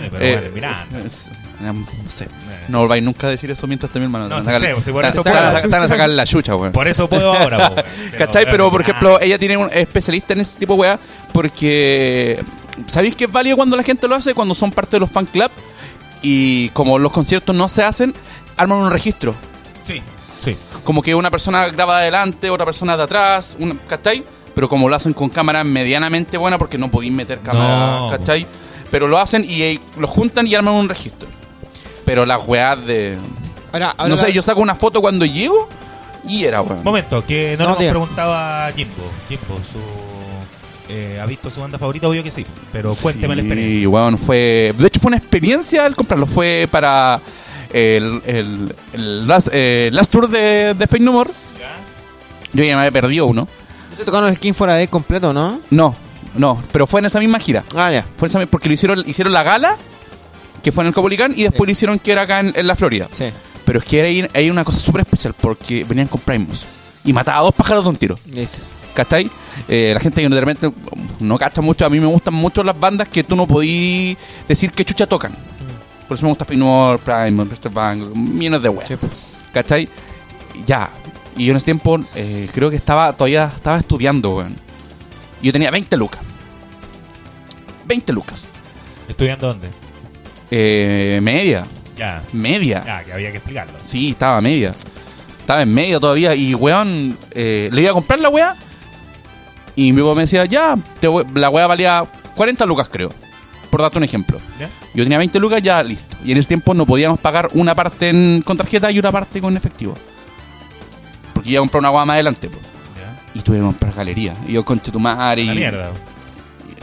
S5: Eh, pero
S6: Eh,
S5: bueno, mirá, no.
S6: es- no, no sé. No volváis nunca a decir eso mientras esté mi
S5: No,
S6: hermana. Te van a
S5: sí
S6: sacar-
S5: sé, si por
S6: te-
S5: eso
S6: te van a
S5: puedo.
S6: sacar- te van a sacar la chucha, weón.
S5: Por eso puedo ahora, po, weón. ah,
S6: ¿Cachai? Pero, por
S5: mirá.
S6: ejemplo, ella tiene un es especialista en ese tipo de weá porque ¿Sabéis que es válido cuando la gente lo hace? Cuando son parte de los fan club y como los conciertos no se hacen, arman un registro.
S5: Sí, sí.
S6: Como que una persona graba de adelante, otra persona de atrás, una, ¿cachai? Pero como lo hacen con cámara medianamente buena, porque no podéis meter cámara,
S5: No.
S6: ¿cachai? Pero lo hacen y eh, lo juntan y arman un registro. Pero las weas de.
S8: Ahora, ahora
S6: no sé,
S8: la-
S6: yo saco una foto cuando llego y era weón.
S5: Momento, que no, le
S8: No,
S5: hemos
S8: tío.
S5: preguntado a Jimbo. Jimbo, su, eh, ¿ha visto su banda favorita? Obvio que sí, pero cuénteme la
S6: Sí,
S5: experiencia.
S6: weón, fue. De hecho, fue una experiencia el comprarlo. Fue para el, el- el last, eh, last Tour de, de Fake No More. Yo ya me había perdido uno.
S8: Se tocaron el skin fuera de completo, ¿no?
S6: No, no, pero fue en esa misma gira.
S8: Ah, ya.
S6: Fue en esa mi- porque lo hicieron, hicieron la gala, que fue en el Copolicán, y después
S8: Sí.
S6: lo hicieron que era acá en, en la Florida.
S8: Sí.
S6: Pero es que hay, hay una cosa súper especial porque venían con Primus y mataba a dos pájaros de un tiro.
S8: Listo.
S6: ¿Cachai? Eh, la gente que de repente no cacha mucho. A mí me gustan mucho las bandas que tú no podís decir qué chucha tocan. Por eso me gusta Pinor, Prime, Mr. Bang, millones de weas.
S8: Mm. Sí, pues.
S6: ¿Cachai? Ya. Y yo en ese tiempo eh, creo que estaba todavía estaba estudiando, weón. Y Yo tenía 20 lucas. 20 lucas.
S5: ¿Estudiando dónde?
S6: Eh, media.
S5: Ya,
S6: Media.
S5: ya, que había que explicarlo.
S6: Sí, estaba media. Estaba en media todavía. Y weón, eh, le iba a comprar la weá. Y mi papá me decía, ya, te voy- la weá valía 40 lucas, creo. Por darte un ejemplo.
S5: ¿Ya?
S6: Yo tenía 20 lucas, ya listo. Y en ese tiempo no podíamos pagar una parte en- con tarjeta y una parte con efectivo. Porque iba a comprar una weá más adelante. po.
S5: ya.
S6: Y tuve que comprar galería. Y yo con Chetumar
S5: La
S6: y.
S5: mierda.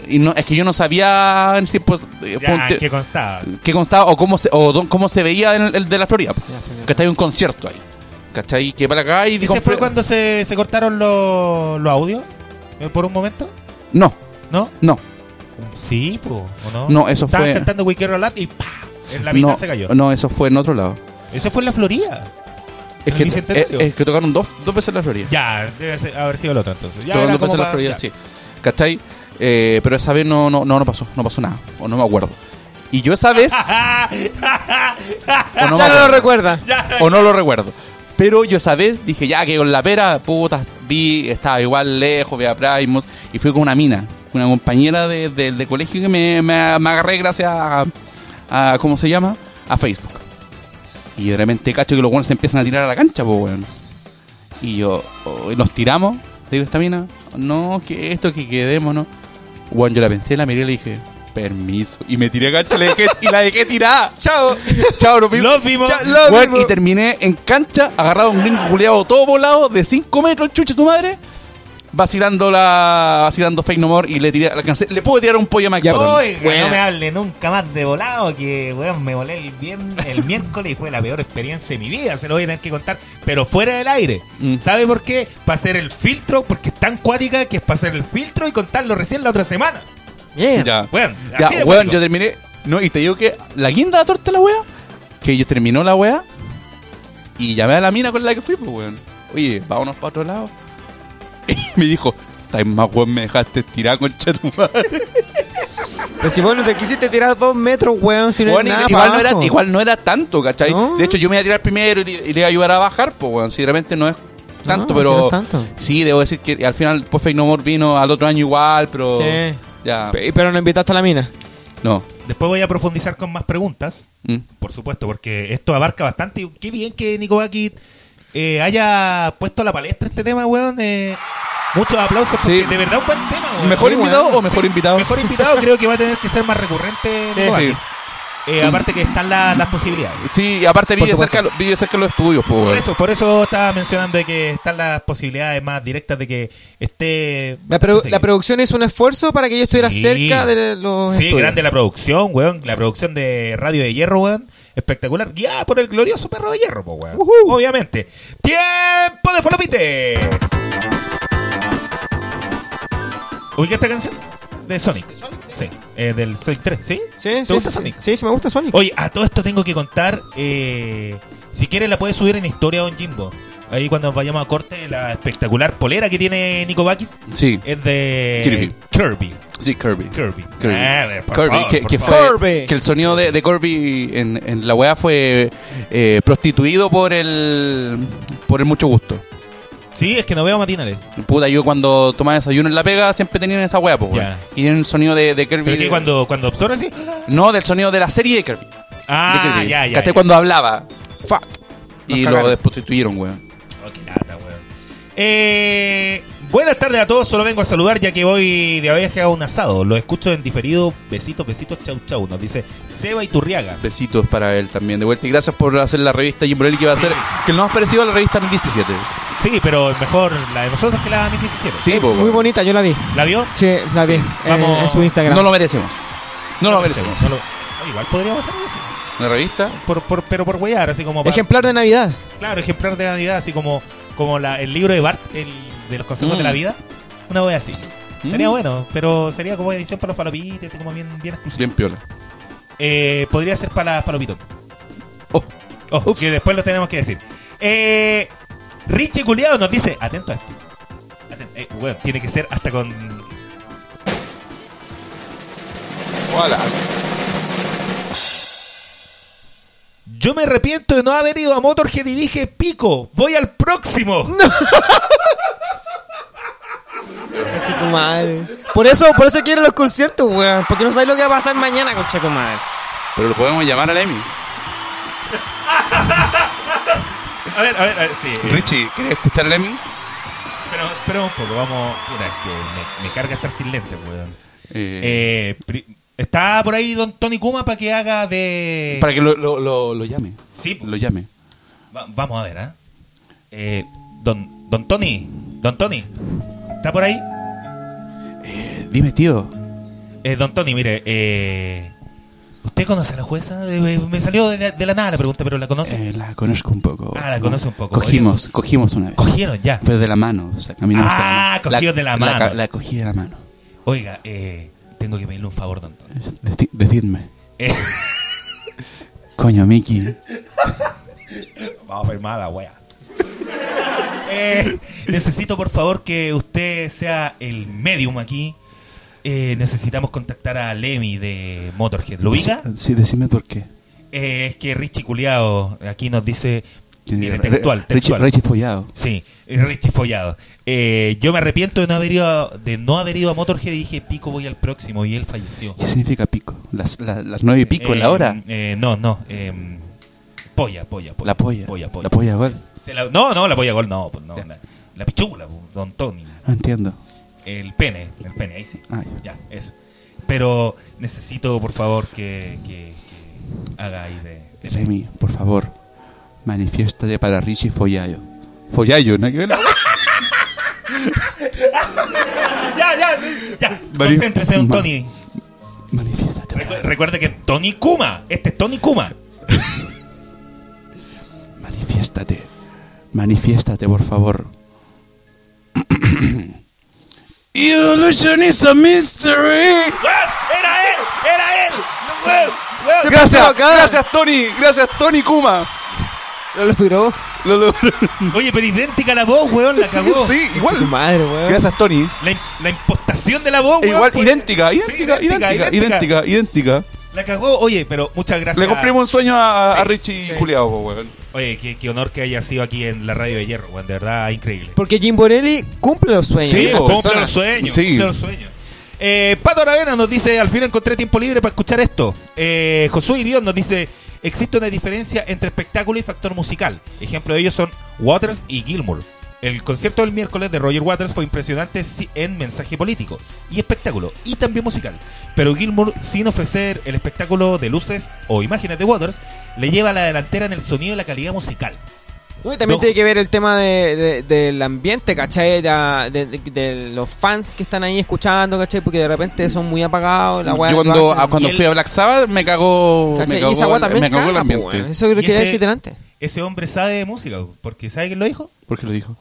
S6: Y no, es que yo no sabía en ese tiempo. eh,
S5: Ya,
S6: ponte-
S5: ¿qué constaba?
S6: que constaba o cómo se, o don- cómo se veía en el, el de la Florida.
S8: Ya, fue bien.
S6: Que está ahí un concierto ahí. ¿Cachai? Que para acá y
S5: ¿Ese fue
S6: compré-
S5: cuando se, se cortaron los los audios? ¿Eh, ¿Por un momento?
S6: No,
S5: ¿No?
S6: no.
S5: Sí, po, ¿o no?
S6: No, eso
S5: Estaban
S6: fue-
S5: cantando We Care Roll Out y ¡pa! En la mitad
S6: no,
S5: se cayó.
S6: No, eso fue en otro lado.
S5: Eso fue en la Florida.
S6: Es
S5: ¿El
S6: que, eh,
S5: Bicentenario?
S6: es- es que tocaron dos, dos veces en la Florida.
S5: Ya, debe ser- haber sido el otro entonces. Ya
S6: tocaron
S5: era
S6: dos veces
S5: como
S6: en la
S5: pa-
S6: Florida,
S5: ya.
S6: sí. ¿Cachai? Eh, pero esa vez no, no, no, no pasó, no pasó nada. O no me acuerdo. Y yo esa vez.
S5: ¡Ah!
S6: o no me
S8: Ah, ya no
S6: acuerdo.
S8: lo recuerda.
S6: o no lo recuerdo. Pero yo esa vez dije, ya que con la pera, puta, vi, estaba igual lejos, vi a Primus, y fui con una mina, una compañera de, de- de colegio que me, me- me agarré gracias a, a- ¿cómo se llama? A Facebook. Y de repente cacho que los buenos se empiezan a tirar a la cancha, pues bueno. Y yo, oh, y nos tiramos, le digo a esta mina, no, que esto, que quedémonos. Bueno, yo la pensé, la miré y le dije, permiso. Y me tiré a cancha y, la dejé- y la dejé tirada.
S8: Chao.
S6: Chao, nos vimos.
S5: Los vimos.
S6: Chao,
S8: los
S6: Weón,
S8: vimos.
S6: Y terminé en cancha, agarrado a un gringo culeado todo volado, de 5 metros, el chuche tu madre, vacilando la. vacilando Fake No More y le tiré, le alcancé- le pude tirar un pollo a Mike Patton.
S5: Oiga,
S8: Buena.
S5: no me hable nunca más de volado, que weón, me volé el, viernes, el miércoles y fue la peor experiencia de mi vida, se lo voy a tener que contar, pero fuera del aire.
S6: Mm.
S5: ¿Sabe por qué? Para hacer el filtro, porque es tan cuática que es para hacer el filtro y contarlo recién la otra semana.
S8: Bien.
S6: Ya.
S5: Weón,
S6: Ya,
S5: así de
S6: weón,
S5: cuático.
S6: yo terminé. No, y te digo que la guinda de la torta la wea, que yo terminó la wea y llamé a la mina con la que fui, pues weón. Oye, vámonos para otro lado. Y me dijo, estáis más weón, me dejaste tirar con tu madre.
S8: Pero si vos no te quisiste tirar dos metros, weón, si no
S6: Bueno,
S8: es
S6: y-
S8: nada
S6: igual,
S8: pa'
S6: no era,
S8: abajo.
S6: igual no era tanto, ¿cachai?
S8: No.
S6: De hecho, yo me iba a tirar primero y, le- y le iba a ayudar a bajar, pues, weón. Si realmente no es tanto,
S8: No,
S6: pero.
S8: si no es tanto.
S6: Sí, debo decir que al final, pues, Fake No More vino al otro año igual, pero.
S8: Sí.
S6: Ya.
S8: Pe- Pero no invitaste a la mina.
S6: No.
S5: Después voy a profundizar con más preguntas,
S6: Mm.
S5: por supuesto, porque esto abarca bastante. y Qué bien que Nico Bakit, eh, haya puesto a la palestra este tema, weón. eh, muchos aplausos, porque
S6: Sí.
S5: de verdad un buen tema,
S8: Ah,
S5: weón.
S6: ¿Mejor
S5: Sí,
S6: invitado
S5: weón.
S6: o mejor invitado?
S5: Mejor invitado creo que va a tener que ser más recurrente.
S6: Sí,
S5: Nico Bakit.
S6: sí.
S5: Eh, aparte que están la- las posibilidades.
S6: Sí, y aparte
S8: Por
S6: vive
S8: supuesto.
S6: cerca, lo- vive cerca de los estudios, pues,
S5: Por
S6: weón.
S5: eso, por eso estaba mencionando de que están las posibilidades más directas de que esté...
S8: La, produ-
S5: Sí.
S8: la producción es un esfuerzo para que yo estuviera
S5: Sí.
S8: cerca de los
S5: Sí,
S8: estudios.
S5: grande la producción, weón. La producción de Radio de Hierro, weón. Espectacular. Guiada por el glorioso perro de hierro, po, weón.
S8: Ujú.
S5: Obviamente. ¡Tiempo de Folopites! ¿Ubica esta canción? De Sonic. sí. Eh, del Sonic 3, ¿sí?
S8: Sí,
S5: ¿Te
S8: sí,
S5: gusta
S8: sí,
S5: Sonic?
S8: Sí, sí, me gusta Sonic.
S5: Oye, a todo esto tengo que contar. eh, si quieres, la puedes subir en historia, don Jimbo. Ahí cuando vayamos a corte, la espectacular polera que tiene Nico Baki
S6: Sí,
S5: es de
S6: Kirby.
S5: Kirby.
S6: sí, Kirby.
S5: Kirby.
S6: Kirby.
S5: Ah, por
S6: Kirby,
S5: favor,
S6: que,
S5: por
S6: que
S5: favor.
S6: fue-
S8: Kirby.
S6: que el sonido de, de Kirby en, en la weá fue eh, prostituido por el por el mucho gusto.
S5: Sí, es que no veo matinales.
S6: Puta, yo cuando tomaba desayuno en la pega siempre tenían esa weá, pues,
S5: Ya.
S6: Y tienen el sonido de, de Kirby.
S5: Pero que cuando, cuando absorbe así.
S6: No, del sonido de la serie de Kirby. de
S5: Ah,
S6: Kirby.
S5: ya, ya.
S6: ¿Cachai?
S5: ya.
S6: cuando hablaba.
S8: Fuck. Nos
S6: Y lo
S8: cagaron.
S6: destituyeron, weón.
S5: Oh, qué lata, weón. Eh, buenas tardes a todos, solo vengo a saludar ya que voy de viaje a un asado. Lo escucho en diferido. Besitos, besitos, chau, chau. Nos dice Seba Iturriaga.
S6: Besitos para él también. De vuelta y gracias por hacer la revista Jim Borelli que va a hacer. Que no más parecido a la revista 2017.
S5: Sí, pero mejor la de nosotros que la de 2017.
S6: Sí, po,
S8: Muy
S6: weón.
S8: bonita, yo la vi.
S5: ¿La vio?
S8: Sí, la vi.
S5: Sí,
S8: en-
S5: vamos.
S8: En, su Instagram.
S6: No lo merecemos. No lo merecemos.
S5: No lo- no, igual podríamos hacerlo así.
S6: Una revista.
S5: Por, por- pero por huear, así como para-
S8: Ejemplar de Navidad.
S5: Claro, ejemplar de Navidad, así como, como la, el libro de Bart, el, de los consejos
S6: Mm.
S5: de la vida. Una wea así.
S6: Mm.
S5: Sería bueno, pero sería como edición para los falopites, así como bien, bien exclusivo.
S6: Bien piola.
S5: Eh, podría ser para falopito.
S6: Oh.
S5: Oh,
S6: Ups.
S5: que después lo tenemos que decir. Eh, Richie Culeado nos dice, atento a esto. Aten- eh, bueno, tiene que ser hasta con...
S6: Hola.
S5: Yo me arrepiento de no haber ido a Motorhead y dije, pico, voy al próximo.
S8: Concha tu madre. Por eso, por eso quieren los conciertos, weón. Porque no sabes lo que va a pasar mañana, concha tu madre.
S6: Pero lo podemos llamar al Emi.
S5: A ver, a ver, a ver, sí.
S6: Richie, ¿quieres escuchar al Emi?
S5: Pero, pero un poco, vamos... Puta, es que me, me carga estar sin lentes, weón.
S6: Eh,
S5: Eh, pri- está por ahí don Tony Kuma para que haga de...
S6: Eh, para que lo, lo, lo, lo llame.
S5: Sí, po.
S6: Lo llame.
S5: Va- vamos a ver, ¿ah? ¿eh? don, don Tony, don Tony, ¿está por ahí?
S6: Eh, dime, tío.
S5: Eh, don Tony, mire, eh, ¿usted conoce a la jueza? Eh, eh, me salió de la, de la nada la pregunta, pero ¿la conoce?
S6: Eh, la conozco un poco.
S5: Ah, la conoce un poco.
S6: Cogimos, cogimos una vez.
S5: Cogieron ya.
S6: Pero de la mano. O sea, caminamos
S5: Ah,
S6: de la mano.
S5: cogidos de la mano.
S6: La, la cogí de la mano.
S5: Oiga, eh, tengo que pedirle un favor, don Tony.
S6: Deci- Decidme.
S5: Eh,
S6: Coño, Mickey.
S5: vamos a ver mala, wea. Eh, necesito, por favor, que usted sea el medium aquí. Eh, necesitamos contactar a Lemmy de Motorhead. ¿Lo ubica?
S6: Sí, decime por qué.
S5: Eh, es que Richie Culeado aquí nos dice. Mire,
S6: Re-
S5: textual,
S6: Richie,
S5: textual.
S6: Richie Follado.
S5: Sí, eh, Richie Follado. Eh, yo me arrepiento de no haber ido a, de no haber ido a Motorhead y dije, pico, voy al próximo. Y él falleció.
S6: ¿Qué significa pico? Las, la- las nueve y pico en la
S5: Eh,
S6: hora.
S5: eh, no, no. eh, polla, polla, polla.
S6: La polla.
S5: Polla, polla.
S6: La polla igual.
S5: Se la- no, no, la polla gol, no. pues, no,
S6: Ya.
S5: la, la pichula, pues, don Tony.
S6: No entiendo.
S5: El pene, el pene, ahí sí.
S6: Ah,
S5: ya. eso. Pero necesito, por favor, que, que- que haga ahí de.
S6: Remy, por favor, manifiéstate para Richie Follayo. Follayo, ¿no?
S5: Ya, ya, ya.
S6: Mari-
S5: Concéntrese, don
S6: Ma-
S5: Tony.
S6: manifiéstate.
S5: Recu- recuerde que Tony Kuma, este es Tony Kuma.
S6: Manifiéstate. Manifiéstate, por favor. Illusionista Mystery.
S5: ¡Weón! ¡Era él! ¡Era él! ¡Weón! ¡Weón!
S8: Se
S6: Gracias,
S8: pasó acá.
S6: gracias Tony, gracias Tony Kuma.
S8: Lo logró. ¿Eh?
S6: Lo logró.
S5: Oye, pero idéntica la voz, weón, la cagó.
S6: Sí,
S8: Tu
S6: igual.
S8: madre, weón.
S6: Gracias Tony.
S5: La, im- la impostación de la voz,
S6: E
S5: weón.
S6: igual,
S5: fue-
S6: idéntica,
S5: Sí,
S6: idéntica, idéntica, idéntica, idéntica.
S5: La cagó, oye, pero muchas gracias.
S6: Le compré un sueño a, a
S5: Sí,
S6: Richie
S5: sí.
S6: Juliao, weón.
S5: Oye, qué, qué honor que haya sido aquí en la radio de hierro, weón. De verdad, increíble.
S8: Porque Jim Borelli cumple los sueños.
S5: Sí,
S8: de las
S5: cumple
S8: personas.
S5: los sueños.
S6: Sí.
S5: cumple los sueños. Eh, Pato Aravena nos dice, al fin encontré tiempo libre para escuchar esto. Eh, Josué Irión nos dice, existe una diferencia entre espectáculo y factor musical. Ejemplo de ellos son Waters y Gilmour. El concierto del miércoles de Roger Waters fue impresionante sí, en mensaje político y espectáculo, y también musical. Pero Gilmour, sin ofrecer el espectáculo de luces o imágenes de Waters, le lleva a la delantera en el sonido y la calidad musical.
S8: No, y también
S5: No.
S8: tiene que ver el tema de, de- del ambiente, ¿cachai? Ya, De, de- de los fans que están ahí escuchando, ¿cachai? Porque de repente son muy apagados. La weá
S6: Yo
S8: lo
S6: cuando,
S8: hacen,
S6: a- cuando
S5: Y
S6: fui
S5: el-
S6: a Black Sabbath me cagó,
S8: ¿cachai?
S6: me
S8: Y esa
S6: cagó,
S8: weá
S6: el-
S8: también
S6: me cagó el
S8: caga, po,
S6: ambiente.
S8: weón. Eso
S5: Y
S8: lo quería
S5: ese-
S8: decir delante.
S5: Ese hombre sabe de música, porque ¿sabe quién lo dijo?
S6: ¿Por qué lo dijo?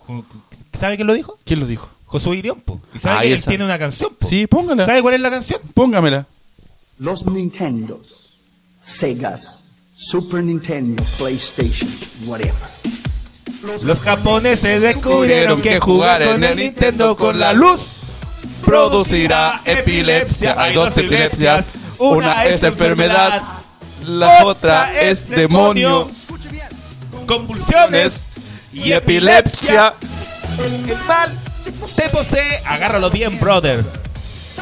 S5: ¿Sabe quién lo dijo?
S6: ¿Quién lo dijo?
S5: Josué Irión, po. ¿Y sabe
S6: Ah,
S5: que
S6: y
S5: él
S6: él sabe.
S5: tiene una canción, po?
S6: Sí, póngala.
S5: ¿Sabe cuál es la canción?
S6: Póngamela.
S2: los Nintendos, Segas, Super Nintendo, PlayStation, whatever.
S5: Los japoneses descubrieron que jugar con el Nintendo con la luz
S6: Producirá epilepsia. Hay dos epilepsias. Una es enfermedad. La otra es demonio.
S5: convulsiones
S6: Y epilepsia.
S5: El mal te posee, agárralo bien, brother.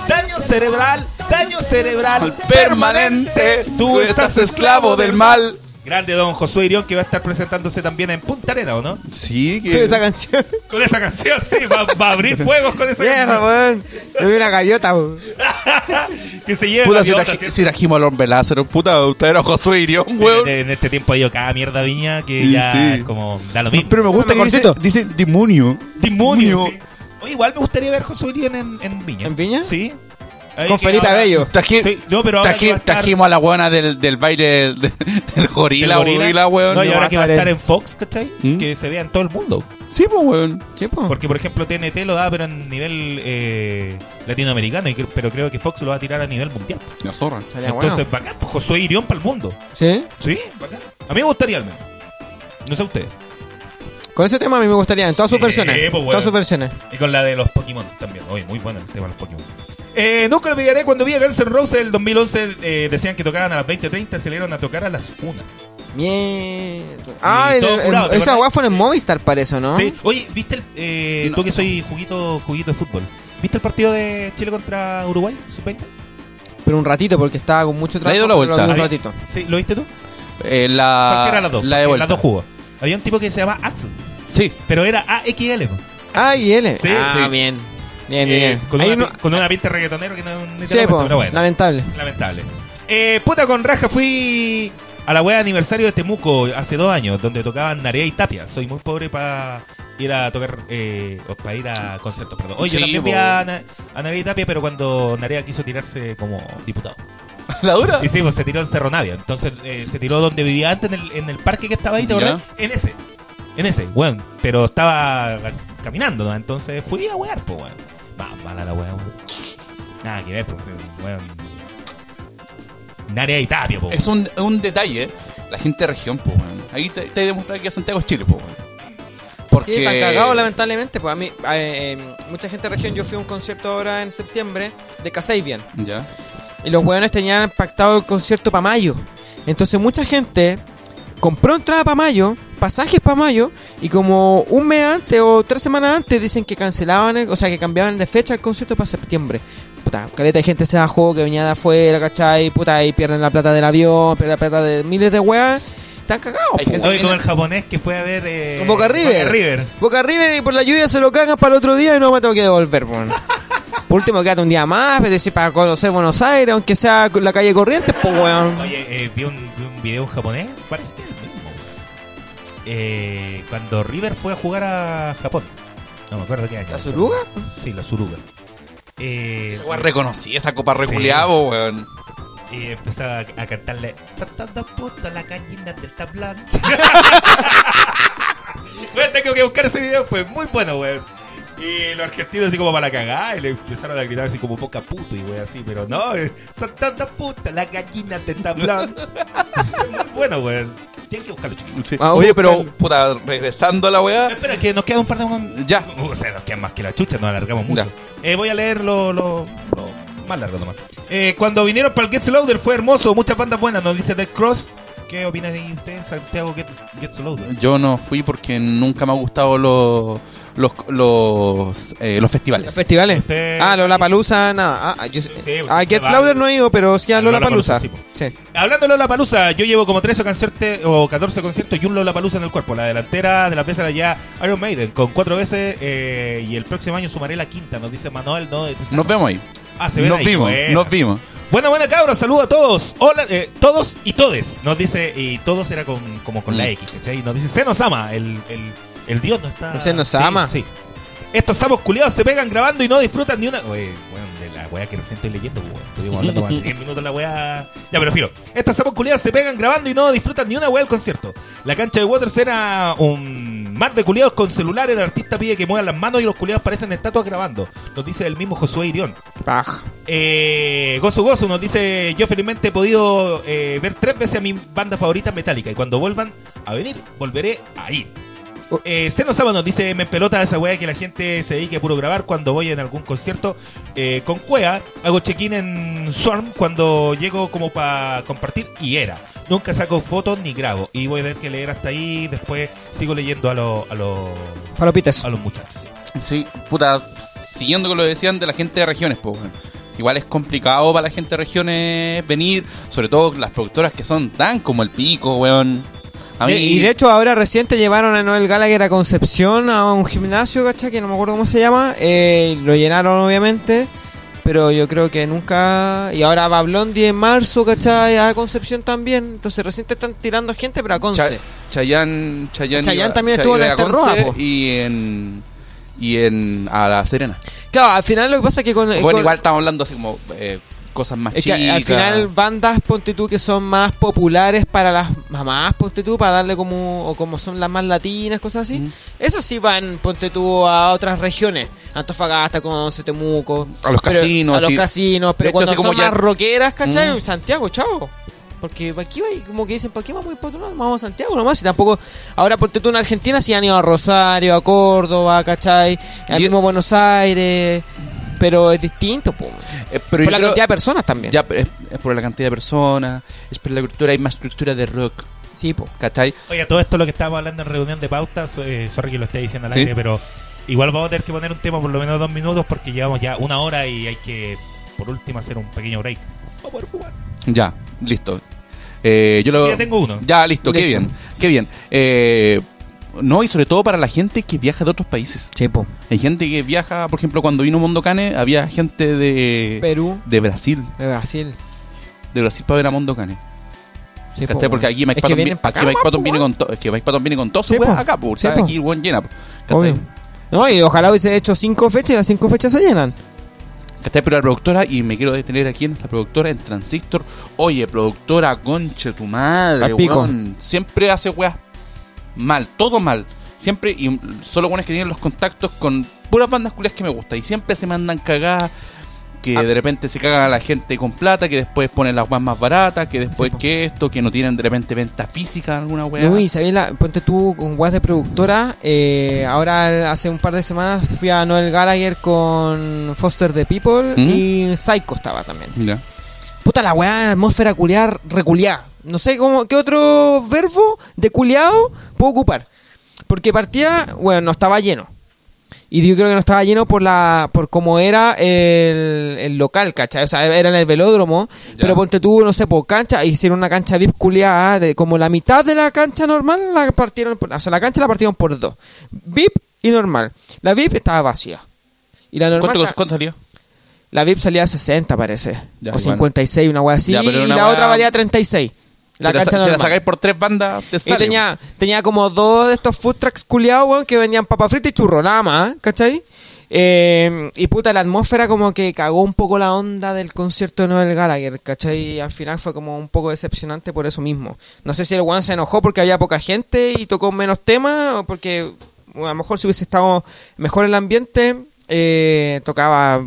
S5: Daño cerebral, daño cerebral permanente. Tú estás esclavo del mal. Grande don Josué Irión que va a estar presentándose también en Punta Arena, ¿o no?
S6: Sí, que.
S8: Pero esa canción.
S5: Con esa canción, sí, va, va a abrir fuegos con esa
S8: Mierda,
S5: canción.
S8: weón. Yo vi una gaviota, weón.
S5: que se lleve
S6: Puta,
S5: la
S6: si
S5: gaviota,
S6: trajimos
S5: ¿cierto?
S6: si trajimos al hombre láser, puta, usted era Josué Irión, weón.
S5: En, en este tiempo ha ido cada mierda viña que
S6: Sí,
S5: ya
S6: sí.
S5: es como da lo mismo.
S6: Pero me gusta que dice,
S8: Mejorcito.
S6: dice demonio.
S5: eh, Demonio. sí. Oye, igual me gustaría ver Josué Irión en, en Viña.
S8: ¿En Viña?
S5: Sí. Ahí
S8: Con
S5: que
S8: Felipe
S5: ahora-
S8: Abello.
S6: Traji-
S5: Sí, no, pero ahora que
S6: traji-
S5: va a estar-
S6: Trajimos a la buena del, del baile de- del
S5: El
S6: gorila,
S5: gorila.
S6: gorila, weón.
S5: No, y
S8: No,
S5: ahora
S8: vas
S5: que
S8: a
S5: va a
S8: ver
S5: estar
S8: el-
S5: en Fox, ¿cachai?
S6: ¿Mm?
S5: Que se vea en todo el mundo.
S6: Sí, pues, weón.
S8: Sí, po.
S5: Porque, por ejemplo, TNT lo da, pero en nivel eh, latinoamericano. y cre- pero creo que Fox lo va a tirar a nivel mundial.
S6: La zorra.
S8: Estaría bueno.
S5: Entonces, bacán, pues, Josué Irión para el mundo.
S8: Sí.
S5: Sí, bacán. A mí me gustaría al menos. No sé ustedes.
S8: Con ese tema a mí me gustaría, en todas sus
S5: Sí,
S8: versiones.
S5: pues, weón.
S8: todas sus versiones.
S5: Y con la de los Pokémon también. Oye, muy bueno el tema de los Pokémon. Eh, nunca lo olvidaré cuando vi a Guns N' Roses el 2011. eh, decían que tocaban a las 20.30, salieron a tocar a las 1.
S8: Mierda. Ah,
S5: Y
S8: el-
S5: todo
S8: el-
S5: curado, ¿te
S8: esa
S5: acordás?
S8: weá fue en el Movistar, parece, ¿no?
S5: Sí. Oye, ¿viste el, eh, tú que soy juguito, juguito de fútbol? ¿Viste el partido de Chile contra Uruguay? Sub-20?
S8: Pero un ratito, porque estaba con mucho trabajo.
S6: ido la
S8: pero
S6: vuelta.
S8: vi un
S5: Había-
S8: ratito.
S5: Sí, ¿Lo viste tú?
S6: Eh,
S5: Porque
S6: la.
S5: eran las dos.
S6: La de
S5: porque
S6: vuelta.
S5: Las dos jugó. Había un tipo que se llama Axel,
S6: Sí.
S5: pero era AXL. po.
S8: Ah, y él.
S5: Sí,
S8: ah,
S5: sí.
S8: bien. Bien,
S5: Eh,
S8: bien.
S5: con,
S8: Hay
S5: una,
S8: uno-
S5: pi- con una pinta de reggaetonero que no, ni te
S8: Sí,
S5: la cuento,
S8: po,
S5: pero bueno.
S8: lamentable.
S5: Lamentable. Eh, puta con raja, fui a la wea de aniversario de Temuco hace dos años, donde tocaban Narea y Tapia. Soy muy pobre para ir a tocar, eh, para ir a conciertos, perdón. Oye, yo
S6: Sí,
S5: también fui
S6: po.
S5: a, Na- a Narea y Tapia, pero cuando Narea quiso tirarse como diputado.
S6: ¿La dura?
S5: Y sí, pues se tiró en Cerro Navia. Entonces eh, se tiró donde vivía antes, en el, en el parque que estaba ahí, ¿te
S6: Ya.
S5: acordás? En ese. En ese, weón. Pero estaba caminando, ¿no? Entonces fui a wear, pues, weón. Va, mala la weón. Nada que ver, pues, weón. Narea y tapia, po.
S6: Es un, un detalle. eh, La gente de región, pues, weón. Ahí te, te demuestra que Santiago es Chile, pues, weón. Porque.
S8: Sí, están cagados lamentablemente. Pues a mí, a- eh, mucha gente de región, yo fui a un concierto ahora en septiembre de Casabian.
S6: Ya.
S8: Y los hueones tenían pactado el concierto para mayo. Entonces mucha gente compró entrada para mayo, pasajes para mayo, y como un mes antes o tres semanas antes dicen que cancelaban, el- o sea, que cambiaban de fecha el concierto para septiembre. Puta, caleta de gente se bajó, que venía de afuera, ¿cachai? Puta, ahí pierden la plata del avión, pierden la plata de miles de weas. Están cagados,
S6: Hay
S8: po,
S6: gente-
S5: Oye, como el japonés que fue a ver. eh,
S8: con Boca River.
S5: Boca River.
S8: Boca River y por la lluvia se lo cagan para el otro día y no me tengo que devolver, weón. Por último, quédate un día más, pero sí, para conocer Buenos Aires, aunque sea la calle Corrientes, pues, weón.
S5: Oye, eh, vi, un, vi un video japonés, parece que es el mismo. Eh, cuando River fue a jugar a Japón. No me acuerdo qué año.
S8: ¿La Suruga?
S5: Sí, la Suruga. Eh,
S6: Esa weón reconocí esa copa
S5: Sí.
S6: reculeada, po, weón.
S5: y empezaba a cantarle Saltando puta la gallina del tablán. Bueno, tengo que buscar ese video, pues muy bueno, weón. Y los argentinos así como para la cagada y le empezaron a gritar así como poca puto y wey así, pero no, eh, Saltando puta la gallina del tablán. muy bueno, weón. Tienen que buscarlo, chiquillos.
S6: Sí.
S8: Vamos
S6: Oye,
S8: a
S6: pero,
S8: buscarlo.
S6: Ah, puta, regresando a la weá.
S5: Espera, que nos queda un par de... mon-
S6: Ya.
S5: O sea, nos quedan más que la chucha, nos alargamos mucho.
S6: Ya.
S5: Eh, voy a leer lo, lo- lo más largo nomás. Eh, cuando vinieron para el Get Loader fue hermoso, muchas bandas buenas, nos dice Dead Cross. ¿Qué opinas de usted, Santiago Get, Get Loader?
S6: Yo no fui porque nunca me ha gustado los los los, eh, los festivales.
S8: ¿Los festivales?
S5: Usted-
S8: Ah, Lollapalooza, nada. Ah, yo,
S5: pues,
S8: a Gets Louder no he ido, pero sí a
S5: A Lollapalooza,
S8: Lollapalooza.
S5: sí, po.
S8: Sí.
S5: Hablando de Lola Palusa, yo llevo como 13 conciertos o 14 conciertos y un Lola Palusa en el cuerpo. La delantera de la pieza era ya Iron Maiden con cuatro veces eh, y el próximo año sumaré la quinta, nos dice Manuel. No, de Tizano.
S6: Nos vemos ahí.
S5: Ah, se ven
S6: Nos
S5: ahí,
S6: vimos,
S5: buena.
S6: nos vimos.
S5: Buena, buena cabros, saludo a todos. Hola, eh, todos y todes. Nos dice, y todos era con, como con la
S6: Mm.
S5: X, ¿cachai? Nos dice, se nos ama, el, el, el Dios no está.
S8: El se nos
S5: Sí,
S8: ama.
S5: Sí. Estos samos culiados se pegan grabando y no disfrutan ni una. Oye, weón, de la weá que recién estoy leyendo, weón. Estuvimos hablando como hace 10 minutos de la weá. Ya, pero filo. Estos samos culiados se pegan grabando y no disfrutan ni una weá del concierto. La cancha de Waters era un mar de culiados con celular. El artista pide que muevan las manos y los culiados parecen estatuas grabando. Nos dice el mismo Josué Irión.
S8: Paja.
S5: Eh, Gozu Gozu nos dice: Yo felizmente he podido eh, ver tres veces a mi banda favorita Metallica. Y cuando vuelvan a venir, volveré a ir. Eh, Seno Saba nos dice, me pelota esa weá que la gente se dedique a puro grabar cuando voy en algún concierto eh, con Cuea. Hago check-in en Swarm cuando llego como para compartir y era. Nunca saco fotos ni grabo. Y voy a tener que leer hasta ahí. Después sigo leyendo a los a los
S8: Falopites.
S5: a los muchachos. sí.
S6: Sí, puta, siguiendo con lo que decían de la gente de regiones, pues, weón. Igual es complicado para la gente de regiones venir, sobre todo las productoras que son tan como el pico, weón. A mí,
S8: Y y de hecho ahora reciente llevaron a Noel Gallagher a Concepción a un gimnasio, ¿cachai? Que no me acuerdo cómo se llama. eh, lo llenaron obviamente. Pero yo creo que nunca... Y ahora va Blondie en marzo, ¿cachai? A Concepción también. Entonces recién te están tirando gente, pero a
S6: Cha-
S8: Conce.
S6: Chayán, Chayán,
S8: Chayán
S6: iba-
S8: también estuvo en
S6: iba
S8: la
S6: a Conce
S8: Terroa, po.
S6: y en y en a la Serena.
S8: Claro, al final lo que pasa es que con...
S6: Bueno,
S8: con-
S6: igual estamos hablando así como eh, cosas más
S8: Es que
S6: chicas.
S8: al final bandas, ponte tú, que son más populares para las mamás, ponte tú, para darle como, o como son las más latinas, cosas así. Eso sí van, ponte tú, a otras regiones. Antofagasta, Conce, Temuco.
S6: A los
S8: Pero-
S6: casinos,
S8: A los
S6: sí.
S8: casinos,
S6: De
S8: pero
S6: hecho,
S8: cuando
S6: así como
S8: son
S6: ya-
S8: más rockeras, ¿cachai?
S6: Mm.
S8: Santiago, chao. Porque pa' aquí va- como que dicen, ¿para qué vamos a ir para otro lado? Vamos a Santiago nomás. Y tampoco, ahora ponte tú en Argentina, si han ido a Rosario, a Córdoba, ¿cachai? Al
S6: Y-
S8: mismo Buenos Aires. Pero es distinto, po.
S6: Eh, pero
S8: Por
S6: yo
S8: la
S6: creo-
S8: cantidad de personas también.
S6: ya pero es, es por la cantidad de personas, es por la cultura, hay más cultura de rock,
S8: Sí, po.
S6: ¿cachai?
S5: Oye, todo esto lo que estábamos hablando en reunión de pautas, eh, sorry que lo esté diciendo al
S6: Sí.
S5: aire, pero igual vamos a tener que poner un tema por lo menos dos minutos porque llevamos ya una hora y hay que, por último, hacer un pequeño break. Vamos a poder jugar.
S6: Ya, listo. Eh, yo lo-
S5: Ya tengo uno.
S6: Ya, listo, qué
S8: Listo.
S6: bien, qué bien. Eh, no, y sobre todo para la gente que viaja de otros países.
S8: Sí, po.
S6: Hay gente que viaja, por ejemplo, cuando vino Mondo Cane, había gente de
S8: Perú,
S6: de Brasil,
S8: de Brasil.
S6: de Brasil para ver a Mondo Cane.
S8: Sí,
S6: ¿Cachai?
S8: po,
S6: Porque aquí Mike
S8: Es que
S6: Patton,
S8: vienen
S6: vi-
S8: pa'
S6: aquí
S8: acá,
S6: Mike
S8: po,
S6: Patton viene
S8: weón.
S6: con todo. Es que Mike Patton viene con todo su
S8: Sí,
S6: weá
S8: po.
S6: acá, pues.
S8: Sí, po.
S6: Aquí el weón llena. po. ¿Cachai?
S8: Obvio. No, y ojalá hubiese hecho cinco fechas y las cinco fechas se llenan.
S6: ¿Cachai? Pero la productora, y me quiero detener aquí en nuestra productora, en Transistor. Oye, productora, conche tu madre,
S8: Al pico.
S6: weón. Siempre hace weas mal, todo mal. Siempre, y solo weones que tienen los contactos con puras bandas culias que me gusta. Y siempre se mandan cagadas.
S8: Ah.
S6: Que de repente se cagan a la gente con plata, que después ponen las weas más baratas, que después que esto, que no tienen de repente venta física alguna wea.
S8: No, y sabés la- ponte tú con guas de productora. eh, ahora hace un par de semanas fui a Noel Gallagher con Foster the People
S6: ¿Mm?
S8: y Psycho estaba también.
S6: Mira.
S8: Puta la weá, atmósfera culiar, reculiar. No sé cómo, qué otro verbo de culiado puedo ocupar. Porque partía, bueno, no estaba lleno. Y yo creo que no estaba lleno por la por cómo era el, el local, ¿cachai? O sea, era en el velódromo, pero ponte tú, no sé, por cancha, hicieron una cancha VIP culiada, de como la mitad de la cancha normal la partieron, por- o sea, la cancha la partieron por dos. VIP y normal. La VIP estaba vacía. Y la normal
S6: ¿Cuánto,
S8: la-
S6: cuánto salió?
S8: la VIP salía a 60, parece.
S6: Ya,
S8: o
S6: bueno.
S8: 56, una wea así.
S6: Ya, pero
S8: y
S6: una
S8: la
S6: wea-
S8: otra valía 36. La
S6: si la, sa-
S8: cancha
S6: si la
S8: normal.
S6: sacáis por tres bandas, te
S8: y
S6: sale,
S8: tenía, tenía como dos de estos food trucks culiados, weón, que vendían papa frita y churro, nada más, ¿cachai? Eh, y puta, la atmósfera como que cagó un poco la onda del concierto de Noel Gallagher, ¿cachai? Y al final fue como un poco decepcionante por eso mismo. No sé si el weón se enojó porque había poca gente y tocó menos temas, o porque bueno, a lo mejor si hubiese estado mejor el ambiente, eh, tocaba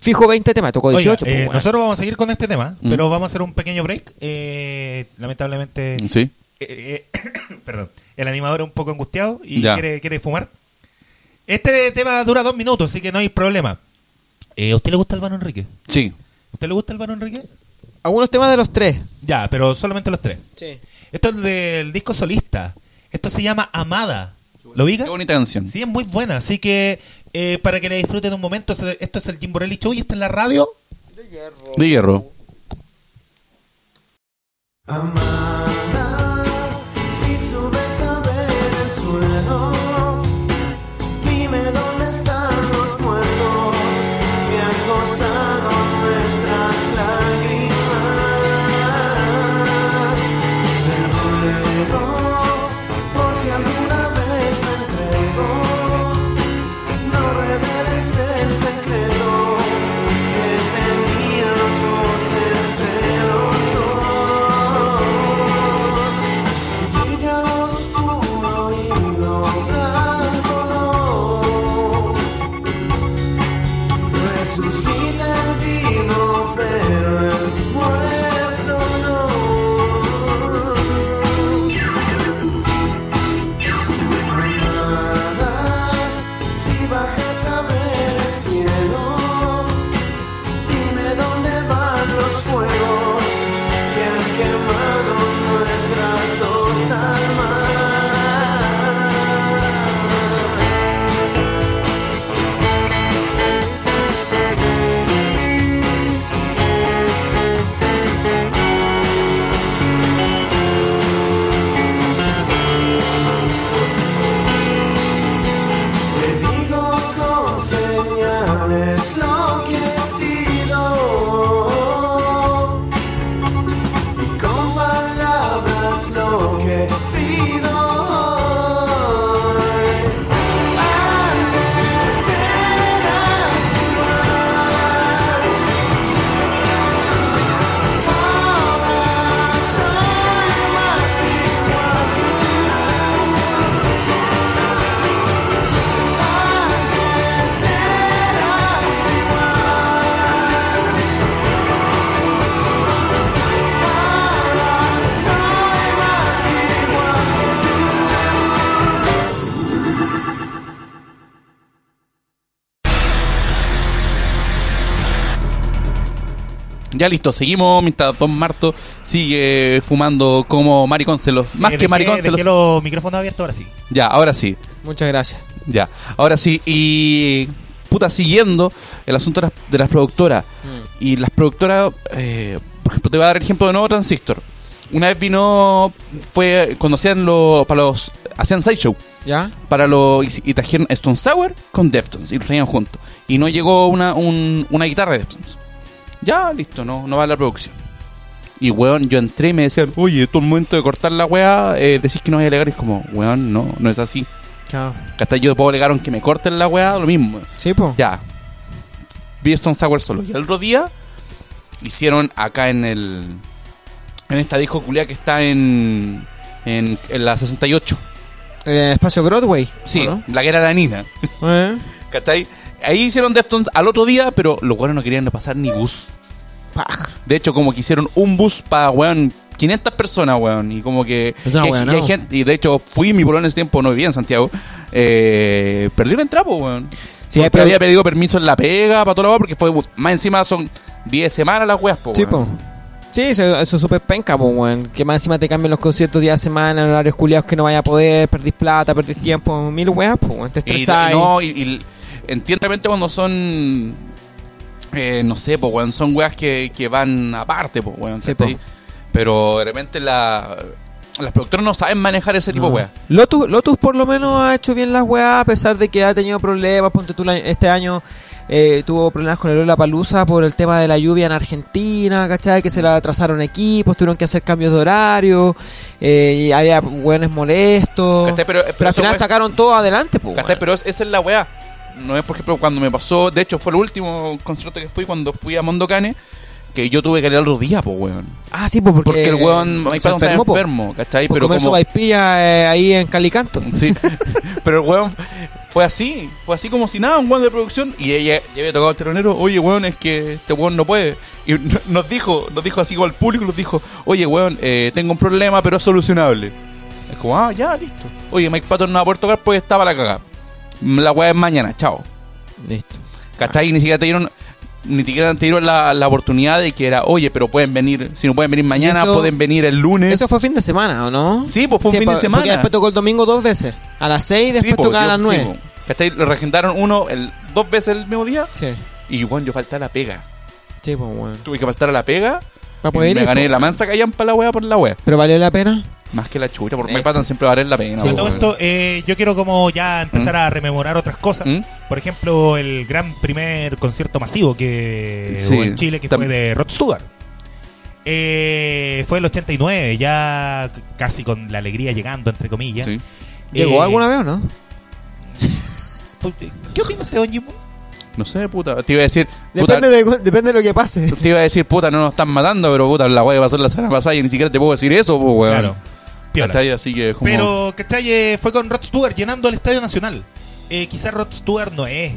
S8: fijo 20 temas, tocó
S5: Oiga,
S8: 18. pues,
S5: eh,
S8: weón.
S5: nosotros vamos a seguir con este tema,
S6: Mm.
S5: pero vamos a hacer un pequeño break. Eh, lamentablemente,
S6: weón. Sí.
S5: eh, eh, perdón, el animador es un poco angustiado y
S6: Ya.
S5: quiere, quiere fumar. Este tema dura dos minutos, así que no hay problema. Eh, ¿A usted le gusta Álvaro Enrique?
S6: Sí.
S5: ¿A usted le gusta Álvaro Enrique?
S8: Algunos temas de los tres.
S5: Ya, pero solamente los tres.
S8: Sí.
S5: Esto es del disco solista. Esto se llama Amada. ¿Lo diga?
S6: Qué bonita canción.
S5: Sí, es muy buena. Así que eh, para que le disfruten un momento, se- esto es el Jim Borelli Show y está en la radio.
S6: De hierro.
S9: Amada, si subes a ver el suelo, dime dónde están los muertos que han costado nuestras lágrimas. Te ruego, por si alguna vez me entrego, no reveles el secreto que teníamos entre los dos. es lo que pido hoy. Antes eras igual. Ahora soy más igual que tú. Antes eras
S6: Ya listo, seguimos mientras Don Marto sigue fumando como maricón se los- Más
S5: Eh,
S6: que
S5: dejé-
S6: maricón se los-
S5: Dejé los micrófonos abiertos ahora sí.
S6: Ya, ahora sí.
S8: Muchas gracias.
S6: Ya, ahora sí, y puta, siguiendo el asunto de las, de las productoras.
S5: Mm.
S6: Y las productoras, eh, por ejemplo, te voy a dar el ejemplo de nuevo Transistor. Una vez vino, fue, cuando hacían los, para los, hacían sideshow,
S8: ¿Ya?
S6: para los, y, y trajeron Stone Sour con Deftones, y los traían juntos. Y no llegó una, un- una guitarra de Deftones. Ya, listo, no, no va la producción. Y weón, yo entré y me decían, oye, esto es el momento de cortar la weá, eh, decís que no vas a alegar. Y es como, weón, no, no es así.
S8: Chao.
S6: ¿Cachai? Yo puedo alegar aunque me corten la weá, lo mismo.
S8: Sí, po.
S6: Ya. Vi Stone Sour solo. Y el otro día hicieron acá en el. En esta disco culia que está en, en. en la 68.
S8: Eh, espacio Broadway.
S6: Sí,
S8: ¿o no?
S6: la que era la Nina.
S8: Eh,
S6: ¿Cachai? Ahí hicieron Deftones al otro día, pero los weones no querían pasar ni bus.
S8: paj.
S6: De hecho, como que hicieron un bus para, weón, 500 personas, weón. Y como que...
S8: Es una
S6: y-
S8: weá,
S6: y,
S8: ¿no?
S6: hay gente- y de hecho, fui mi polón en ese tiempo, no vivía en Santiago. Eh, perdí un entrapo, weón.
S8: Sí,
S6: Porque
S8: pero-
S6: había pedido permiso en la pega para todo lo porque fue... Más encima son 10 semanas las weas, po,
S8: Sí,
S6: weón.
S8: po. Sí, eso, eso es súper penca, po, weón. Que más encima te cambian los conciertos día a semana, en horarios culiados que no vaya a poder, perdís plata, perdís tiempo, mil weas, po, weón. Te
S6: Y, y
S8: estresás.
S6: no, y, y entiendo realmente cuando son... eh, no sé, po, weón. Son weas que, que van aparte, po, weón.
S8: Sí, po.
S6: ¿cachai? Pero de repente la... Las productoras no saben manejar ese tipo de weas.
S8: Ah. Lotus, Lotus por lo menos ha hecho bien las weas, a pesar de que ha tenido problemas. Ponte tú, la- este año eh, tuvo problemas con el Lola Palusa por el tema de la lluvia en Argentina, ¿cachai? Que se la atrasaron equipos, tuvieron que hacer cambios de horario, eh, y había weones molestos.
S6: ¿Cachai?
S8: Pero,
S6: Pero, pero
S8: al
S6: eso,
S8: final
S6: weón,
S8: sacaron todo adelante, pues.
S6: ¿Cachai? Pero es- esa es la weá. No es, por ejemplo, cuando me pasó. De hecho, fue el último concierto que fui cuando fui a Mondo Cane. Que yo tuve que ir al otro día, po, weón.
S8: Ah, sí, pues porque,
S6: Porque el weón.
S8: eh,
S6: ahí
S8: se
S6: pasa un
S8: enfermó, po. Pues
S6: enfermo, ¿cachai?
S8: Por
S6: Pero
S8: comer
S6: como.
S8: su vaipilla, eh, ahí en Calicanto.
S6: Sí. pero el weón fue así. Fue así como si nada, un weón de producción. Y ella ya había tocado al terronero. Oye, weón, es que este weón no puede. Y no- nos dijo, nos dijo así como al público, nos dijo: Oye, weón, eh, tengo un problema, pero es solucionable. Es como, ah, ya, listo. Oye, Mike Patton no va a poder tocar porque estaba la cagada. La weá es mañana, chao.
S8: Listo.
S6: ¿Cachai? Y ni siquiera te dieron, ni siquiera te dieron la, la oportunidad de que era, oye, pero pueden venir, si no pueden venir mañana,
S8: eso-
S6: pueden venir el lunes.
S8: Eso fue fin de semana, ¿o no?
S6: Sí, pues fue un fin de
S8: pa-
S6: semana.
S8: Porque después tocó el domingo dos veces. A las seis y después
S5: pues,
S6: po,
S8: tocaba a
S6: yo-
S8: las
S6: sí,
S8: nueve.
S6: po. ¿Cachai? Lo regentaron uno, el, dos veces el mismo día.
S5: pues.
S8: Sí,
S6: Y bueno, yo falté a la pega.
S8: sí, pues, weón.
S6: Tuve que faltar a la pega.
S8: Pa'
S6: y
S8: poder
S6: me
S8: ir,
S6: gané
S8: po.
S6: la mansa callan para la wea por la wea.
S8: ¿Pero valió la pena?
S6: Más que la chucha, porque me patan siempre va a valer la pena.
S5: A
S6: po,
S5: Eh. todo
S6: weón.
S5: esto, eh, yo quiero como ya empezar a rememorar otras cosas.
S6: ¿Mm?
S5: Por ejemplo, el gran primer concierto masivo que
S6: Sí.
S5: hubo en Chile, que
S6: Tam-
S5: fue de Rod Stewart. Eh, fue el 89, ya c- casi con la alegría llegando, entre comillas.
S6: Sí.
S8: ¿Llegó
S5: Eh,
S8: alguna vez o no?
S5: ¿Qué opinas de Don Jimbo?
S6: No sé, puta. Te iba a decir, puta,
S8: Depende de, cu- depende de lo que pase.
S6: te iba a decir, puta, no nos están matando, pero puta, la wea que pasó la semana pasada y ni siquiera te puedo decir eso, po, weón.
S5: Claro. Piola.
S6: ¿Cachai? Así que es como...
S5: Pero, ¿cachai? Eh, Fue con Rod Stewart llenando el Estadio Nacional. Eh, quizás Rod Stewart no es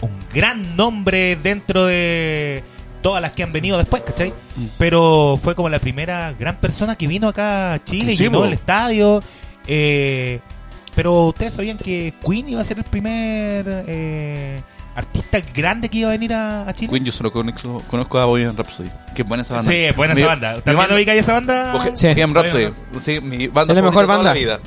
S5: un gran nombre dentro de todas las que han venido después, ¿cachai?
S6: Mm.
S5: Pero fue como la primera gran persona que vino acá a Chile y
S6: Sí,
S5: llenó
S6: po.
S5: el estadio. Eh, pero ustedes sabían que Queen iba a ser el primer eh, artista grande que iba a venir a, a Chile.
S6: Queen, yo solo conozco, conozco a Bohemian Rhapsody. Qué buena esa banda.
S5: Sí, es buena
S6: Mi-
S5: esa banda.
S6: mi
S5: ¿También
S6: banda-
S5: ubica esa banda?
S6: Bohe-
S8: Sí.
S6: Bohemian Rhapsody.
S5: Bohemian
S6: Sí, mi banda
S8: Es la mejor
S6: favorita de toda
S8: banda.
S6: vida.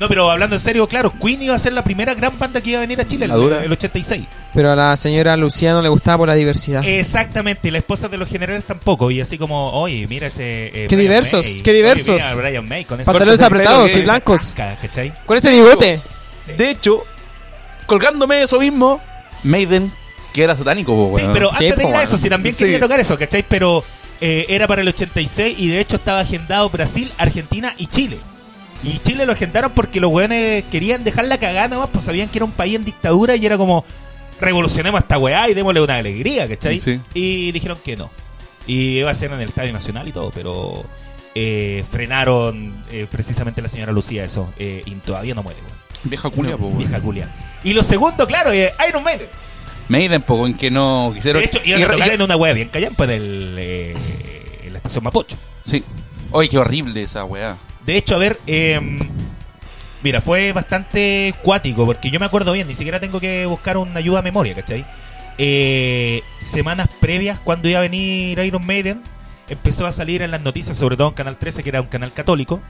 S5: No, pero hablando en serio, claro, Queen iba a ser la primera gran banda que iba a venir a Chile en
S6: La dura.
S5: el, el 86.
S8: Pero a la señora Lucía no le gustaba por la diversidad.
S5: Eh, Exactamente, y la esposa de los generales tampoco. Y así como, oye, mira ese. eh,
S8: Qué
S5: Brian
S8: diversos,
S5: May.
S8: qué
S5: Oye,
S8: diversos.
S5: mira a Brian May con ese- corte
S8: Pantalones
S5: de pelo
S8: apretados y
S5: que-
S8: blancos.
S5: Casca, ¿cachai?
S8: Con ese bigote.
S6: De hecho, colgándome eso mismo, Maiden, que era satánico, po,
S5: Sí,
S6: weón.
S5: pero
S8: Sí,
S5: antes de
S8: po,
S5: ir a
S8: bueno.
S5: eso, si también
S6: Sí.
S5: quería tocar eso, ¿cachai? Pero eh, era para el 86 y de hecho estaba agendado Brasil, Argentina y Chile. Y Chile lo agendaron porque los weones querían dejar la cagada nomás, pues sabían que era un país en dictadura y era como, revolucionemos a esta weá y démosle una alegría, ¿cachai?
S6: Sí.
S5: Y dijeron que no. Y iba a ser en el Estadio Nacional y todo, pero eh, frenaron eh, precisamente la señora Lucía eso. eh, y todavía no muere, weón.
S6: Vieja culia, po, weón.
S5: Vieja culia. Y lo segundo, claro, es Iron Maiden.
S6: Maiden, po, en que no quisieron.
S5: de hecho, iban
S6: y
S5: a
S6: re-
S5: tocar
S6: y-
S5: en una weá bien callampa del, eh, en la estación Mapocho.
S6: Sí. Oye, qué horrible esa weá.
S5: De hecho, a ver, em, mira, fue bastante cuático, porque yo me acuerdo bien, ni siquiera tengo que buscar una ayuda a memoria, ¿cachai? Eh, semanas previas, cuando iba a venir Iron Maiden, empezó a salir en las noticias, sobre todo en Canal 13, que era un canal católico,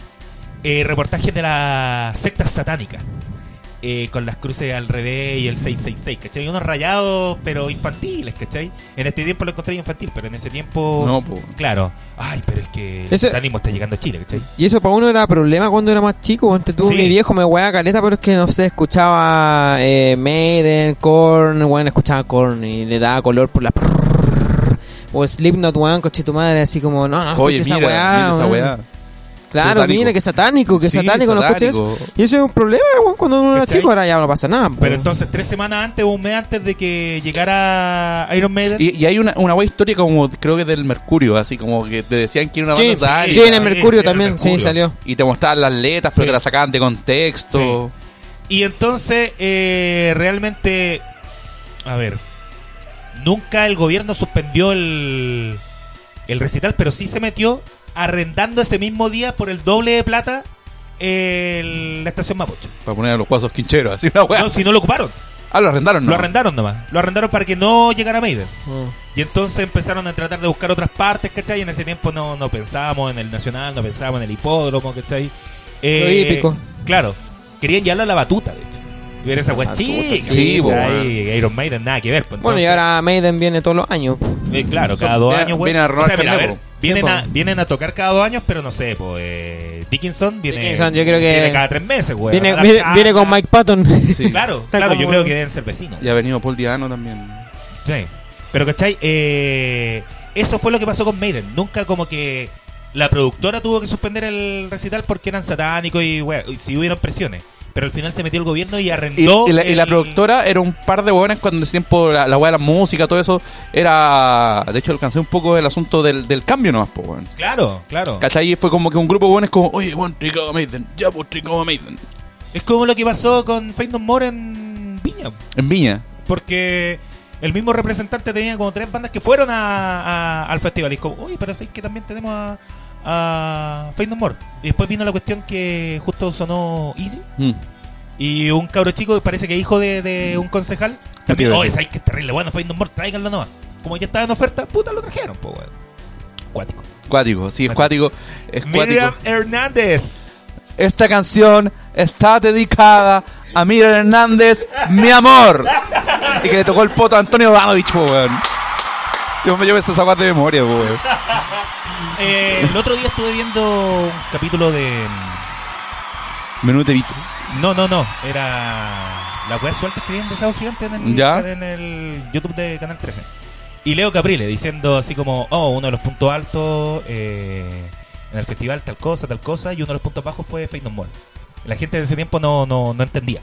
S5: eh, reportajes de la secta satánica. eh, con las cruces al revés y el 666, ¿cachai? Unos rayados, pero infantiles, ¿cachai? En este tiempo lo encontré infantil, pero en ese tiempo.
S6: No, po.
S5: Claro. Ay, pero es que el
S8: Ese-
S5: satanismo está llegando a Chile, ¿cachai?
S8: Y eso para uno era problema cuando era más chico. Antes tuvo
S5: Sí.
S8: mi viejo, me weá caleta, pero es que no sé, escuchaba eh, Maiden, Korn, bueno, escuchaba Korn y le daba color por la. O Slipknot One, coche tu madre, así como, no,
S5: Ah,
S8: no,
S6: Oye,
S8: escuches
S6: mira, mira esa
S8: weón.
S6: weá.
S8: Claro,
S6: Satánico.
S8: mira, que satánico, que
S6: Sí,
S8: satánico, no escuches
S6: satánico.
S8: eso. Y eso es un problema, weón, cuando uno era
S5: ¿Cachai?
S8: chico, ahora ya no pasa nada. po.
S5: Pero entonces, tres semanas antes o un mes antes de que llegara Iron Maiden.
S6: Y, y hay una, una weá histórica como creo que del Mercurio, así como que te decían que era una
S8: Sí,
S6: banda satánica.
S8: sí, en el
S5: sí,
S8: Mercurio
S5: sí, en el
S8: también, sí,
S5: Mercurio.
S8: salió.
S6: Y te mostraban las letras, pero
S5: Sí.
S6: te las sacaban de contexto.
S5: Y entonces, eh, realmente, a ver, nunca el gobierno suspendió el, el recital, pero sí se metió arrendando ese mismo día por el doble de plata el- la estación Mapocho.
S6: Para poner a los guasos quincheros, así una weá.
S5: No, si no lo ocuparon,
S6: ah, lo arrendaron, ¿no?
S5: lo arrendaron nomás. Lo arrendaron para que no llegara Maiden.
S8: Mm.
S5: Y entonces empezaron a tratar de buscar otras partes, ¿cachai? Y en ese tiempo no, no pensábamos en el Nacional, no pensábamos en el hipódromo, ¿cachai? Eh,
S8: Lo hípico.
S5: Claro. Querían llevarlo a la batuta, de hecho. Y Era esa guay
S8: Batuta,
S5: chica,
S6: sí, po,
S5: ¿cachai?
S6: weón.
S5: Iron Maiden, nada que ver. pues,
S8: Bueno, y
S5: entonces,
S8: ahora Maiden viene todos los años. po.
S5: eh, claro, cada dos
S6: viene-
S5: años, güey.
S6: viene a robar
S5: mira, a
S6: carnet,
S5: ver,
S6: po.
S5: vienen,
S8: Sí,
S5: a,
S8: po.
S5: vienen a tocar cada dos años, pero no sé, pues. Dickinson viene.
S8: Dickinson, yo creo que-
S5: viene cada tres meses, güey.
S8: Viene,
S5: A la
S8: viene,
S5: plaza.
S8: viene con Mike Patton.
S6: Sí.
S5: Claro,
S8: Está
S5: claro,
S8: como-
S5: yo creo que deben ser vecinos.
S6: Y ha venido Paul Diano también.
S5: Sí. Pero, ¿cachai? Eh, eso fue lo que pasó con Maiden. Nunca como que la productora tuvo que suspender el recital porque eran satánicos y, wea, y si hubieron presiones. Pero al final se metió el gobierno y
S6: Y,
S5: arrendó.
S6: y la, y la
S5: el-
S6: productora era un par de hueones cuando en ese tiempo la, la hueá de la música, todo eso, era... De hecho, alcancé un poco el asunto del, del cambio nomás, po, hueón.
S5: Claro, claro.
S6: ¿Cachai? Y fue como que un grupo de hueones como, oye, hueón, tricado a Maiden, ya pues tricado a Maiden.
S5: Es como lo que pasó con Faith No More en Viña.
S6: En Viña.
S5: Porque el mismo representante tenía como tres bandas que fueron a- a- al festival. Y es como, uy, pero sí que también tenemos a, a Faith No More. Y después vino la cuestión que justo sonó Easy.
S6: Mm.
S5: Y un cabro chico que parece que hijo de, de un concejal. También,
S6: Entiendo.
S5: oye, ¿sabes qué terrible? Bueno, Find No More, tráiganlo nomás. Como ya estaba en oferta, puta, lo trajeron, pues, weón. Cuático.
S6: Cuático, sí, es cuático. Es
S5: Miriam
S6: cuático.
S5: Hernández.
S6: Esta canción está dedicada a Miriam Hernández, mi amor. Y que le tocó el poto a Antonio Danovich, po, weón. Yo me llevo esa zaguas de memoria, po, weón.
S5: Eh, el otro día estuve viendo un capítulo de.
S6: Menutevito.
S5: No, no, no. Era. Las weas sueltas que vienen de Sábado Gigante en el,
S6: Ya.
S5: en el YouTube de Canal 13. Y Leo Caprile diciendo así como: Oh, uno de los puntos altos eh, en el festival, tal cosa, tal cosa. Y uno de los puntos bajos fue Fade No More. La gente de ese tiempo no, no, no entendía.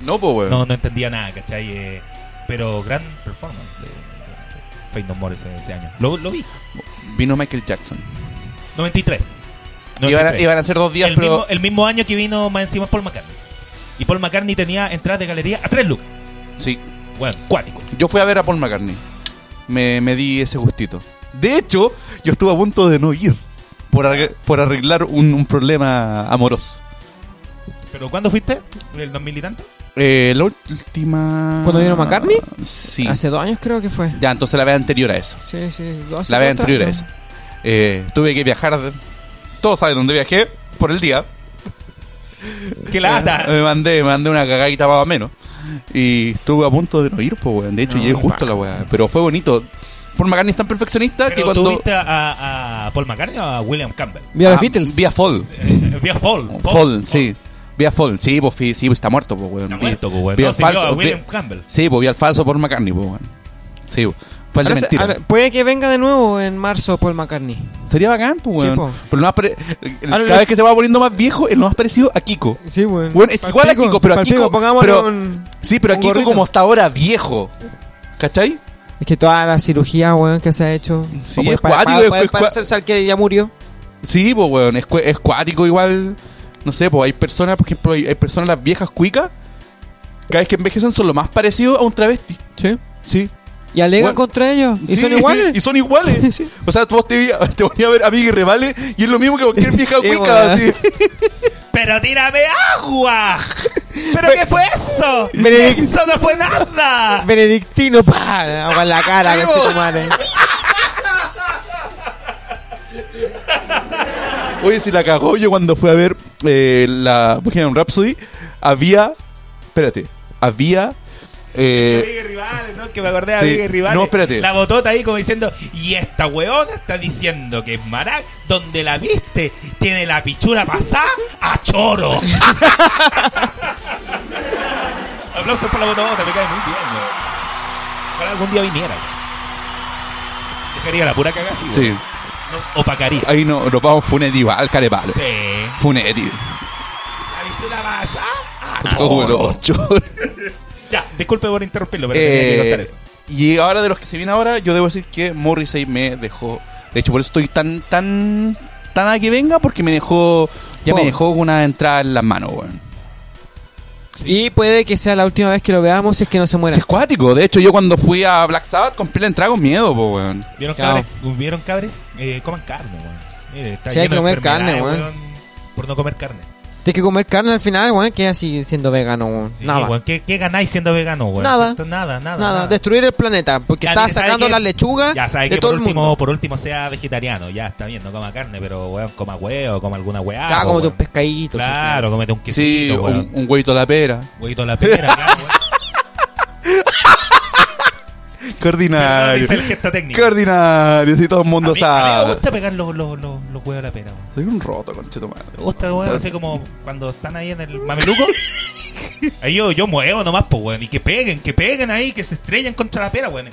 S6: No, po, weón.
S5: No, no entendía nada, ¿cachai? Eh, pero gran performance de, de Faith No More ese, ese año. Lo, lo vi.
S6: Vino Michael Jackson.
S5: 93.
S6: Iban a,
S5: 93.
S6: iban a ser dos días,
S5: el,
S6: pero.
S5: mismo, el mismo año que vino más encima Paul McCartney. Y Paul McCartney tenía entradas de galería a tres lucas.
S6: Sí.
S5: Bueno, cuático.
S6: Yo fui a ver a Paul McCartney. Me, me di ese gustito. De hecho, yo estuve a punto de no ir. Por, arreg- por arreglar un, un problema amoroso.
S5: ¿Pero cuándo fuiste? ¿El 2000 y tanto?
S6: Eh, la última.
S8: ¿Cuándo vino McCartney?
S6: Sí.
S8: Hace dos años creo que fue.
S6: Ya, entonces la vez anterior a eso.
S8: Sí, sí. dos-
S6: La vez
S8: dos-
S6: anterior a eso. Eh, tuve que viajar. de- Todos saben dónde viajé por el día. Eh,
S5: ¡Qué lata!
S6: Me mandé, me mandé una cagadita más o menos. Y estuve a punto de no ir, pues, weón. De hecho,
S8: No,
S6: llegué justo
S8: paja.
S6: a la weá. Pero fue bonito. Paul McCartney es tan perfeccionista que
S5: ¿Pero
S6: cuando.
S5: tú viste a, a Paul McCartney o a William Campbell?
S8: Vía los
S6: Ah,
S8: Beatles.
S6: Vía Fall.
S5: Eh, Vía Paul.
S6: Fall, sí. Vía Fall, sí, pues, sí, sí, pues, está muerto, pues, weón.
S5: Está muerto, pues, weón.
S6: Vía
S5: No, si vio a William
S6: vi-
S5: Campbell.
S6: Sí, pues, vía el falso por McCartney, pues, weón. Sí, pues. Fue el de
S8: Ahora se-
S6: mentira.
S8: ahora- puede que venga de nuevo en marzo Paul McCartney.
S6: Sería bacán, pues,
S8: Sí,
S6: weón.
S8: po.
S6: Pero lo más pare- el-
S8: Ahora
S6: cada
S8: lo-
S6: vez que se va poniendo más viejo, es lo más parecido a Kiko.
S8: Sí, bueno.
S6: Bueno, es igual a Kiko, pero a Kiko.
S8: pongámosle
S6: pero-
S8: un-
S6: Sí, pero a
S8: un
S6: Kiko
S8: gorrito.
S6: como está ahora viejo. ¿Cachai?
S8: Es que toda la cirugía, weón, que se ha hecho.
S6: Sí,
S8: O puede
S6: es
S8: pa-
S6: cuático,
S8: pa-
S6: es-
S8: puede
S6: es cua-
S8: parecerse al que ya murió.
S6: Sí, pues, weón. Es, cue- es cuático igual. No sé, pues hay personas, por ejemplo, hay, hay personas, las viejas cuicas, cada vez que envejecen son lo más parecido a un travesti. Sí. Sí.
S8: Y
S6: Bueno,
S8: alegan contra ellos. Y
S6: Sí,
S8: son iguales.
S6: Y son iguales.
S8: Sí.
S6: O sea, tú vos te, vi- te ponías a ver a Miguel Revale y es lo mismo que cualquier vieja
S8: Sí,
S6: cuica.
S8: weón.
S6: así.
S5: ¡Pero tírame agua! ¿Pero qué fue eso?
S8: Benedict-
S5: ¡Eso no fue nada!
S8: Benedictino, pa, agua en la cara,
S6: Sí,
S8: conchetumare.
S6: Oye, si la cagó yo cuando fui a ver eh, la Bohemian Rhapsody, había. Espérate, había. eh,
S5: Vigue Rivales, ¿no? Que me acordé de
S6: Sí.
S5: Vigue Rivales.
S6: No, espérate.
S5: La botota ahí como diciendo, y esta weona está diciendo que en Marac, donde la viste, tiene la pichura pasada a choro. Aplausos por la botota, me cae muy bien, weón. Ojalá algún día viniera. weón. Dejaría la pura cagada así,
S6: sí,
S5: weón. Nos opacaría.
S6: ahí no, nos vamos Funetti, al carepalo.
S5: Sí.
S6: Funetti.
S5: La pichura pasada a
S6: Choro,
S5: choro.
S6: choro.
S5: Ya, disculpe por interrumpirlo, pero tenía que contar
S6: Eh,
S5: eso.
S6: y ahora de los que se vienen ahora, yo debo decir que Morrissey me dejó. De hecho, por eso estoy tan, tan, tan a que venga, porque me dejó. Ya me
S8: Pobre.
S6: dejó una entrada en las manos, weón.
S8: Y puede que sea la última vez que lo veamos si es que no se muera.
S6: Es acuático. De hecho, yo cuando fui a Black Sabbath compré la entrada con miedo, po, weón.
S5: ¿Vieron
S8: Chao.
S5: cabres? ¿Vieron cabres? Eh, coman carne, weón. Mire, está
S8: Sí, hay que
S5: lleno de
S8: comer carne,
S5: enfermedades,
S8: weón.
S5: Por no comer carne.
S8: Tienes que comer carne al final, weón, que así siendo vegano, weón.
S5: Sí,
S8: Nada.
S5: weón. ¿Qué, qué ganáis siendo vegano, weón?
S8: Nada.
S5: ¿Cierto? Nada, nada.
S8: Nada, destruir el planeta, porque
S5: Ya,
S8: está
S5: mire, ¿sabe
S8: sacando
S5: qué?
S8: las lechugas
S5: Ya sabes
S8: de
S5: que
S8: todo
S5: por
S8: el
S5: último,
S8: mundo.
S5: por último sea vegetariano. Ya está bien, no coma carne, pero weón, coma huevo, coma alguna weá.
S8: Cada
S5: po,
S8: Ah, como
S5: weón.
S8: tus pescaditos.
S5: ah, Claro, comete un
S6: Sí,
S5: quesito,
S6: un,
S5: weón.
S6: un huevito a la pera.
S5: Huevito a la pera, claro, weón. Perdón,
S6: Coordinario.
S5: hice el gesto técnico.
S6: Coordinario, si todo el
S5: A
S6: mundo
S5: mí, a mí me
S6: sabe.
S5: gusta pegar los, los, los, los huevos a la pera, weón.
S6: Soy un roto, conchetumadre.
S5: Me gusta, weón, así como cuando están ahí en el mameluco. Ahí yo, yo muevo nomás, pues, weón. Y que peguen, que peguen ahí, que se estrellen contra la pera, weón.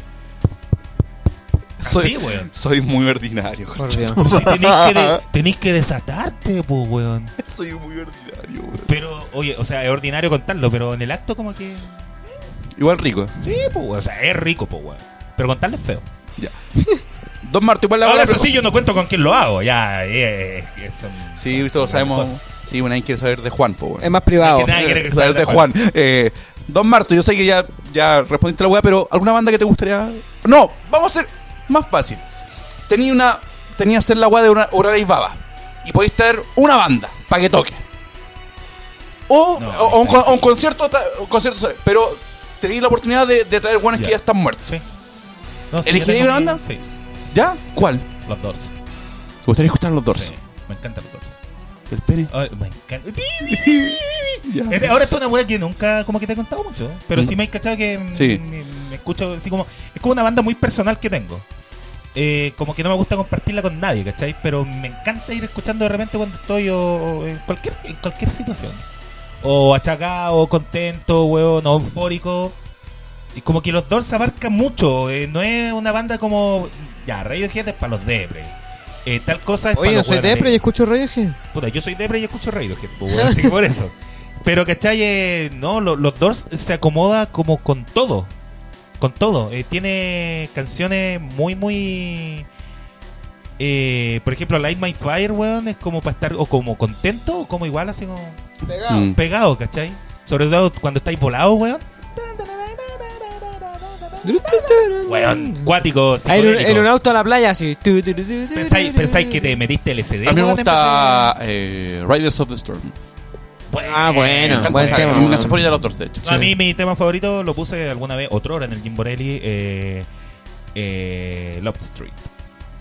S6: Soy,
S5: Así, weón.
S6: soy muy ordinario,
S8: Por
S6: conchetumadre.
S5: Si
S8: Dios.
S5: tenés, que de- tenés que desatarte, pues, weón.
S6: Soy muy ordinario, weón.
S5: Pero, oye, o sea, es ordinario contarlo, pero en el acto como que...
S6: Igual rico.
S5: Sí, pues, weón. O sea, es rico, pues, weón. Pero contarle es feo.
S6: Ya. Don Marto, igual la
S5: Ahora,
S6: hora,
S5: eso
S6: pero-
S5: sí, yo no cuento con quién lo hago. Ya, eh, eh, eh, son-
S6: Sí,
S5: son- son
S6: todos sabemos.
S5: cosas.
S6: Sí, una hay quiere saber de Juan, po, weón.
S8: Es más privado.
S5: Es que nadie quiere que
S6: saber de Juan. Eh, Don Marto, yo sé que ya, ya respondiste la weá, pero ¿alguna banda que te gustaría.? No, vamos a ser más fácil. Tenía una. Tenía que hacer la weá de una Horara y Baba. Y podéis traer una banda para que toque. O,
S5: No,
S6: o- o un,
S5: está
S6: con- o un concierto. ta- un concierto pero tenéis la oportunidad de, de traer guanes
S5: Ya.
S6: que ya están muertos.
S5: Sí. No, sí,
S6: ¿Elegí
S5: yo tengo
S6: una
S5: mi-
S6: banda?
S5: Sí,
S6: ¿Ya? ¿Cuál?
S5: los dos.
S6: ¿Te gustaría escuchar los Doors?
S5: Sí, me encantan los dos.
S6: El pene.
S5: Ay, me encanta.
S6: Ya.
S5: Es de- Eh, Ahora esto es una wea que nunca como que te he contado mucho, ¿eh? pero
S6: Mm.
S5: sí me he cachado que mm,
S6: Sí.
S5: mm, me escucho así como es como una banda muy personal que tengo. Eh, como que no me gusta compartirla con nadie, ¿cachai? Pero me encanta ir escuchando de repente cuando estoy o, o en cualquier en cualquier situación. O achacado, contento, huevo, no eufórico. Y como que los Doors abarcan mucho, eh, no es una banda como ya, Radiohead es para los depres. Eh, tal cosa es para
S8: Oye, no
S5: los
S8: soy
S5: hueones.
S8: depre y escucho Radiohead.
S5: Puta, yo soy depre y escucho Radiohead, pues, weón, así que por eso. Pero, ¿cachai? Eh, no, lo- los Doors se acomoda como con todo. Con todo. Eh, tiene canciones muy, muy... eh, por ejemplo, Light My Fire, weón, es como para estar o como contento o como igual, así como
S6: Mm.
S5: pegado, ¿cachai? Sobre todo cuando estáis volados, weón. Weón, cuático,
S8: Ah, En un, en un
S5: psicodélico.
S8: auto a la playa, así. Tu, tu, tu, tu, tu,
S5: Pensáis,
S8: tu,
S5: pensáis
S8: tu.
S5: que te metiste LCD,
S6: A mí me
S5: weón, en
S6: gusta eh, Riders of the Storm.
S5: vez de-
S8: Ah, bueno,
S6: Me encanta
S8: buen
S6: esa-
S8: tema,
S6: Mi
S8: bueno.
S6: canción favorita de los Doors, de hecho.
S5: No, A mí mi tema favorito lo puse alguna vez, otra hora en el Jim Borelli, eh, eh, Love Street.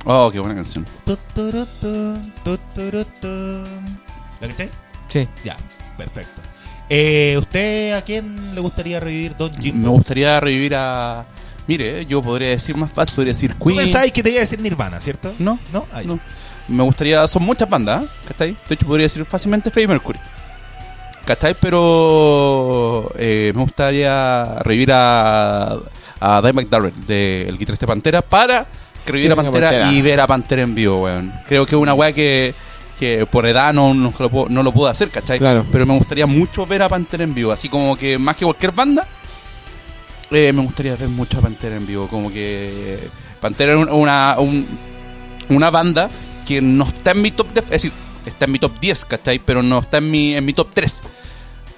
S6: Oh, qué buena canción.
S5: Tuturutun, tuturutun. ¿Lo cachai?
S8: Sí.
S5: Ya, perfecto. Eh, ¿Usted a quién le gustaría revivir Don Jim?
S6: Me gustaría revivir a. Mire, eh, yo podría decir más fácil, podría decir
S5: Tú
S6: Queen.
S5: pensabas que te iba a decir Nirvana, ¿cierto?
S6: No,
S5: No, Ah, ya.
S6: no. Me gustaría. Son muchas bandas, ¿eh? ¿cachai? De hecho, podría decir fácilmente Freddie Mercury. ¿Cachai? Pero eh, me gustaría revivir a, a Dave McDarren, del guitarrista de Pantera, para que reviviera
S8: Creo que
S6: Pantera,
S8: Pantera.
S6: y ver a Pantera en vivo, weón. Creo que es una weá que, que por edad no, no lo puedo, no lo puedo hacer, ¿cachai?
S8: Claro.
S6: Pero me gustaría mucho ver a Pantera en vivo, así como que más que cualquier banda, eh, me gustaría ver mucho a Pantera en vivo, como que Pantera es un- una, un- una banda que no está en mi top de- es decir, está en mi top 10, ¿cachai? Pero no está en mi, en mi top 3.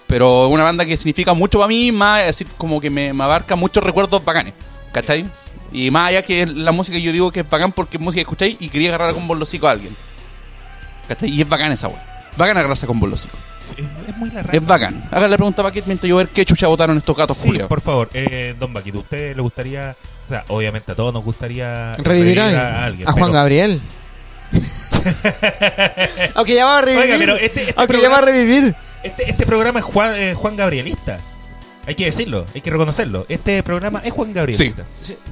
S6: Pero es una banda que significa mucho para mí, más es decir, como que me, me abarca muchos recuerdos bacanes, ¿cachai? Y más allá que la música yo digo que es bacán porque es música que escucháis y quería agarrar con bolosico a alguien. ¿Cachai? Y es bacán esa weá. Bacán agarrarse con bolosico.
S5: Sí, es muy la
S6: Es bacán. Hagan la pregunta para Kit mientras yo ver qué chucha votaron estos gatos
S5: Sí,
S6: culiados.
S5: por favor, eh, Don Baquito, ¿a usted le gustaría, o sea, obviamente a todos nos gustaría
S8: Revivir a,
S5: Ah, alguien,
S8: a Juan
S5: pero-
S8: Gabriel. Aunque ya va a revivir.
S5: Oiga, pero este- este
S8: Aunque ya va
S5: programa-
S8: a revivir.
S5: Este, este programa es Juan, eh, Juan Gabrielista. Hay que decirlo, hay que reconocerlo. Este programa es Juan Gabrielista.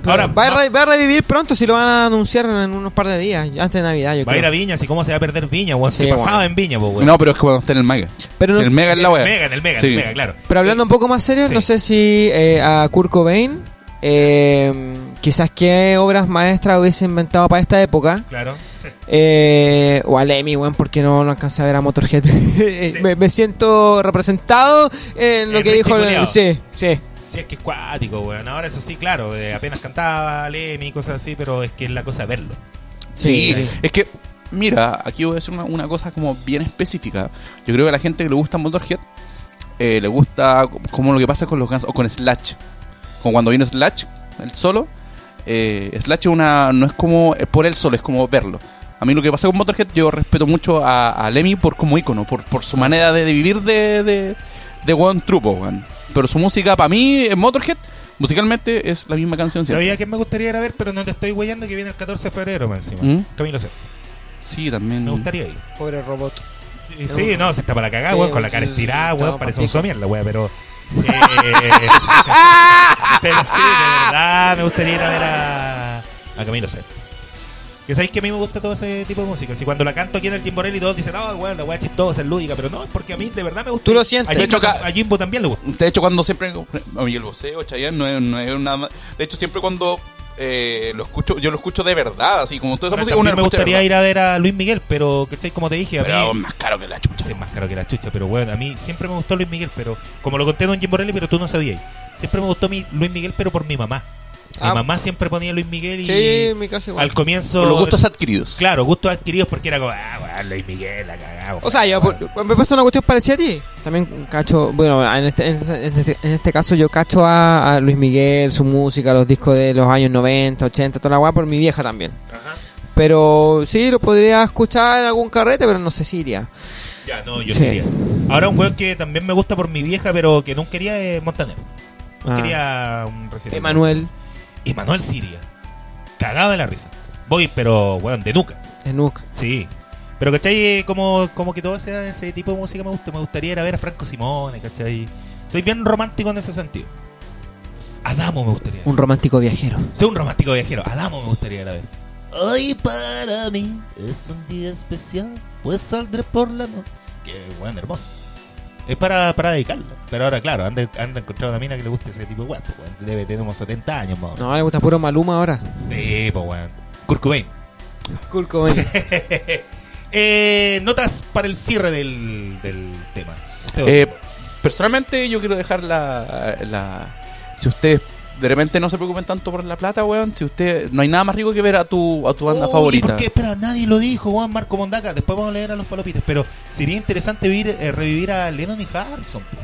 S5: Ahora,
S8: va, a
S5: va-
S8: re- va a revivir pronto si lo van a anunciar en unos par de días, antes de Navidad, yo
S5: Va a ir a
S8: creo.
S5: Viña, si cómo se va a perder Viña, weón.
S8: Sí,
S5: se
S8: bueno.
S5: pasaba en Viña, pues, weón.
S6: Este- No, pero es que cuando está en el mega.
S8: Pero no-
S6: Si el mega es la weá.
S5: Mega, en el Mega, en
S6: Sí.
S5: el Mega, claro.
S8: Pero hablando un poco más serio,
S5: Eh, Sí.
S8: no sé si eh, a Kurt Cobain, eh, quizás qué obras maestras hubiese inventado para esta época.
S5: Claro.
S8: Eh, o a Lemmy, weón, porque no, no alcancé a ver a Motorhead. Eh, me, me siento representado en lo
S5: El
S8: que dijo.
S5: Richie culiao.
S8: Sí, sí.
S5: Sí, es que es cuático, weón. Ahora, eso sí, claro, eh, apenas cantaba, Lemmy y cosas así, pero es que es la cosa verlo.
S6: Sí. Es que, mira, aquí voy a decir una, una cosa como bien específica. Yo creo que a la gente que le gusta Motorhead, eh, le gusta como lo que pasa con los Guns o con Slash. Como cuando vino Slash, el solo. eh, Slash es una, no es como eh, por él solo, es como verlo. A mí lo que pasa con Motorhead, yo respeto mucho a, a Lemmy por como ícono, por, por su manera de, de vivir de, de, de weón trupo, weón. Pero su música, para mí, en Motorhead, musicalmente es la misma canción. siempre.
S5: Sabía que me gustaría ir a ver, pero no te estoy weyando que viene el 14 de febrero, más encima.
S6: ¿Mm?
S5: Camilo, Sesto.
S6: Sí, también.
S5: me gustaría ir.
S8: Pobre robot.
S5: Sí, Sí, no, se está para cagar,
S8: Sí,
S5: weón, con la
S8: sí,
S5: cara
S8: sí,
S5: estirada,
S8: sí,
S5: weón,
S8: no,
S5: parece
S8: pa'
S5: un
S8: pico.
S5: somier la weá, pero... eh, pero sí, de verdad, me gustaría ir a ver a, a Camilo Sesto. Que sabéis que a mí me gusta todo ese tipo de música. Si cuando la canto aquí en el Timborelli todos dicen, no, weón, la weá es chistosa, es lúdica, pero no, es porque a mí de verdad me gusta.
S8: Tú lo sientes.
S5: A Jimbo,
S6: De hecho,
S5: a Jimbo también le gusta.
S6: De hecho, cuando siempre. A Miguel Bosé o Chayanne no es, no es una. De hecho, siempre cuando eh, lo escucho, yo lo escucho de verdad, así como toda esa
S5: Ahora,
S6: música.
S5: también
S6: uno la
S5: me
S6: escucha de
S5: gustaría
S6: verdad.
S5: ir a ver a Luis Miguel, pero, ¿cachai? Como te dije, a
S6: Pero
S5: mí...
S6: más caro que la chucha.
S5: Sí, es más caro que la chucha, pero bueno, a mí siempre me gustó Luis Miguel, pero como lo conté Don Jim Borelli, pero tú no sabías. Siempre me gustó mi Luis Miguel, pero por mi mamá. Mi
S8: Ah.
S5: mamá siempre ponía Luis Miguel y
S8: Sí, en mi casa igual.
S5: al comienzo.
S6: Por los gustos adquiridos.
S5: Claro, gustos adquiridos porque era como, ah, weón, Luis Miguel, la cagamos.
S8: O sea, yo, por- me pasa una cuestión parecida a ti. También cacho, bueno, en este, en este- en este caso yo cacho a, a Luis Miguel, su música, los discos de los años 90, 80, toda la guay por mi vieja también. Pero sí, lo podría escuchar en algún carrete, pero no sé si iría.
S5: Ya, no, yo
S8: Sí.
S5: sí. iría. Ahora un weón que también me gusta por mi vieja, pero que nunca quería es Montaner.
S8: Ah.
S5: Quería un recital.
S8: Emanuel,
S5: Emanuel Siria. Cagaba de la risa. Voy, pero, weón, de nuca.
S8: Enuk.
S5: Sí. Pero, ¿cachai? Como, como que todo ese, ese tipo de música me gusta. Me gustaría ir a ver a Franco Simone, ¿cachai? Soy bien romántico en ese sentido. Adamo me gustaría.
S8: Un romántico viajero.
S5: Soy un romántico viajero. Adamo me gustaría ir a ver. Hoy para mí es un día especial, pues saldré por la noche. Qué buen hermoso. Es para, para dedicarlo. Pero ahora, claro, anda, anda encontrado una mina que le guste ese tipo de guapo. Debe tener unos 70 años más o menos.
S8: No, le gusta puro Maluma ahora.
S5: Sí, pues, weón. Kurt Cobain.
S8: Cool Cobain.
S5: Eh, notas para el cierre del, del tema. Este Usted,
S6: Eh,
S5: don-
S6: personalmente, yo quiero dejar la, la- Si ustedes de repente no se preocupen tanto por la plata, weón. Si usted. No hay nada más rico que ver a tu, a tu banda
S5: Uy,
S6: favorita.
S5: ¿Por qué? Espera, nadie lo dijo, Juan Marco Mondaca. Después vamos a leer a los palopites. Pero sería interesante vivir, eh, revivir a Lennon y Harrison. po.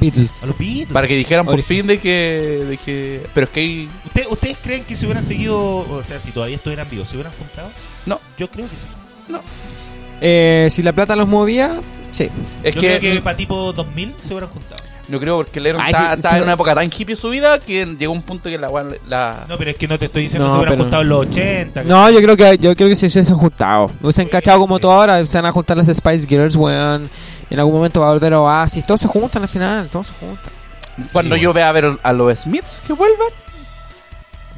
S8: Beatles.
S5: A los Beatles.
S6: Para que dijeran por
S8: Origen.
S6: fin de que, de que. Pero es que hay.
S5: ¿Usted- ¿Ustedes creen que se hubieran seguido, o sea, si todavía estuvieran vivos, se hubieran juntado?
S6: No.
S5: Yo creo que sí.
S8: Eh, si la plata los movía, sí.
S6: Es
S5: Yo
S6: que,
S5: creo que para tipo 2000 se hubieran juntado.
S6: No creo porque Lennon
S8: Ay,
S6: estaba,
S8: sí,
S6: estaba
S8: sí.
S6: en una época tan hippie de su vida que llegó un punto que la, weá- la
S5: No, pero es que no te estoy diciendo
S8: No,
S5: se hubieran
S8: pero-
S5: juntado en los 80. que-
S8: No, yo creo que yo creo que sí se han juntado. No se han cachado como todo ahora, se van a juntar las Spice Girls, weón. En algún momento va a volver Oasis, todos se juntan al final, todos se juntan.
S6: cuando
S5: Sí,
S6: yo vea a ver a los Smiths que vuelvan,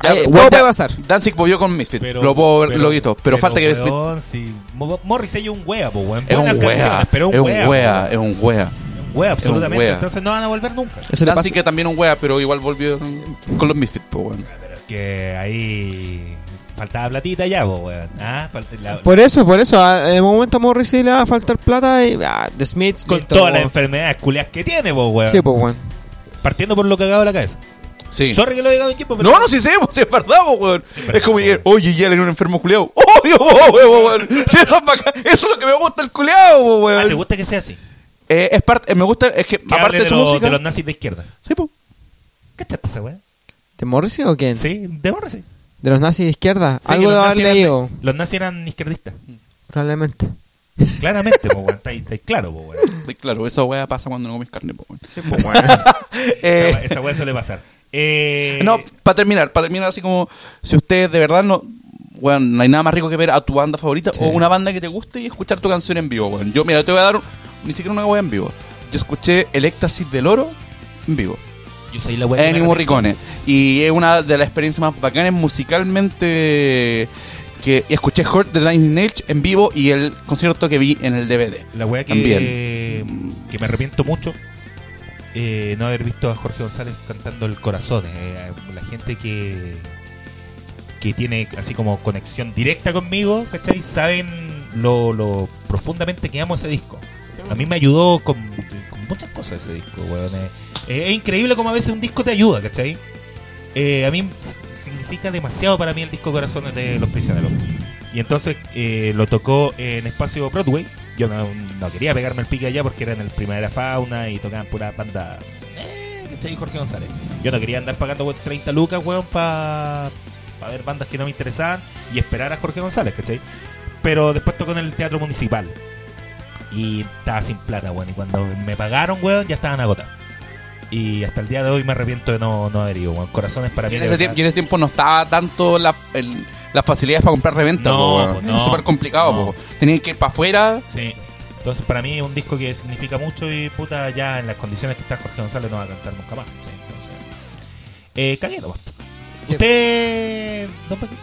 S6: Ya,
S8: Eh,
S6: weón,
S8: todo
S6: ya-
S8: puede pasar.
S6: Dancing volvió con Misfit. lo puedo ver, lo grito. Pero, falta que Misfit.
S5: weón, sí. Mo- Morrissey es un wea, po, weón.
S6: Es
S5: Buenas
S6: un wea.
S5: canciones,
S6: Es
S5: pero
S6: un wea.
S5: weón.
S6: Es un wea.
S5: Wea, absolutamente.
S6: wea.
S5: Entonces no van a volver nunca.
S8: Eso le pasa.
S6: Dancing que también un wea, pero igual volvió con los Misfit, po, weón.
S5: Que ahí faltaba platita ya, po, weón. Ah, falta- la-
S6: pues,
S8: Por eso, por eso. ah, De momento a Morrissey le va a faltar plata y. Ah, The Smiths.
S5: con
S8: listo,
S5: todas las
S8: weón.
S5: enfermedades culias que tiene, po, weón.
S8: Sí, pues, weón.
S5: Partiendo por lo cagado de la cabeza.
S6: Sí.
S5: Sorry que lo diga un tiempo, pero.
S6: No, no, sí sé, pues, es verdad, po, weón. Es como llegar, oye, ya le dio un enfermo culiao. Obvio, po, weón, weón. Sí, eso, es bacán. Eso es lo que me gusta el culiao, po,
S5: Ah, ¿Te
S6: weón.
S5: gusta que sea así? Que
S6: Eh, es parte, eh, me gusta, es que aparte
S5: hable
S6: de,
S5: de,
S6: su
S5: los-
S6: música.
S5: de los nazis de izquierda.
S6: Sí, po.
S5: ¿Cachaste esa weón?
S8: ¿De Morrissey o quién?
S5: Sí, de Morrissey. Sí,
S8: De los nazis de izquierda.
S5: que
S8: Algo
S5: los
S8: de haber
S5: nazis eran-
S8: leído.
S5: Los nazis eran izquierdistas.
S8: Probablemente.
S5: Claramente, po, weón. Estáis estáis claro, po, weón.
S6: Sí, Claro, esa weá pasa cuando no comes carne, po, weón.
S5: Esa
S6: Eh,
S5: wea- Esa weá suele pasar. Eh,
S6: No, para terminar, para terminar así como si ustedes de verdad no bueno, no hay nada más rico que ver a tu banda favorita o una banda que te guste y escuchar tu canción en vivo, weón. Yo mira, te voy a dar un- ni siquiera una weá en vivo. Yo escuché El éxtasis del oro en vivo.
S5: yo soy la weá. que
S6: Ennio
S5: me-
S6: Morricone. Y es una de las experiencias más bacanas musicalmente que y escuché Hurt de Nine Inch Nails en vivo y el concierto que vi en el DVD.
S5: La weá que,
S6: También.
S5: que me arrepiento mucho eh, no haber visto a Jorge González cantando el corazón. eh, la gente que que tiene así como conexión directa conmigo, ¿cachai? Saben lo, lo profundamente que amo ese disco. A mí me ayudó con, con muchas cosas ese disco, weón. eh. Eh, es increíble como a veces un disco te ayuda, ¿cachai? Eh, a mí s- significa demasiado para mí el disco Corazones de Los Prisioneros. Y entonces eh, lo tocó en Espacio Broadway. Yo no, no quería pegarme el pique allá porque era en el Primavera Fauna y tocaban pura banda. Eh, ¿cachai? Jorge González. Yo no quería andar pagando weón, 30 lucas, weón, para ver bandas que no me interesaban y esperar a Jorge González, ¿cachai? Pero después tocó en el Teatro Municipal. Y estaba sin plata, weón. Y cuando me pagaron, weón, ya estaban agotados. Y hasta el día de hoy me arrepiento de no, no haber ido, weón. Corazones para
S6: Y
S5: mí.
S6: en,
S5: de
S6: ese
S5: verdad.
S6: tiempo, y en ese tiempo no estaba tanto la- el- las facilidades para comprar reventa.
S5: No,
S6: po, weón.
S5: pues,
S6: Era
S5: no.
S6: súper complicado.
S5: No.
S6: po. Tenían que ir para afuera.
S5: Sí. Entonces, para mí es un disco que significa mucho y puta, ya en las condiciones que está Jorge González no va a cantar nunca más. ¿sí? Entonces, eh, cagué nomás. Usted. don Paquito,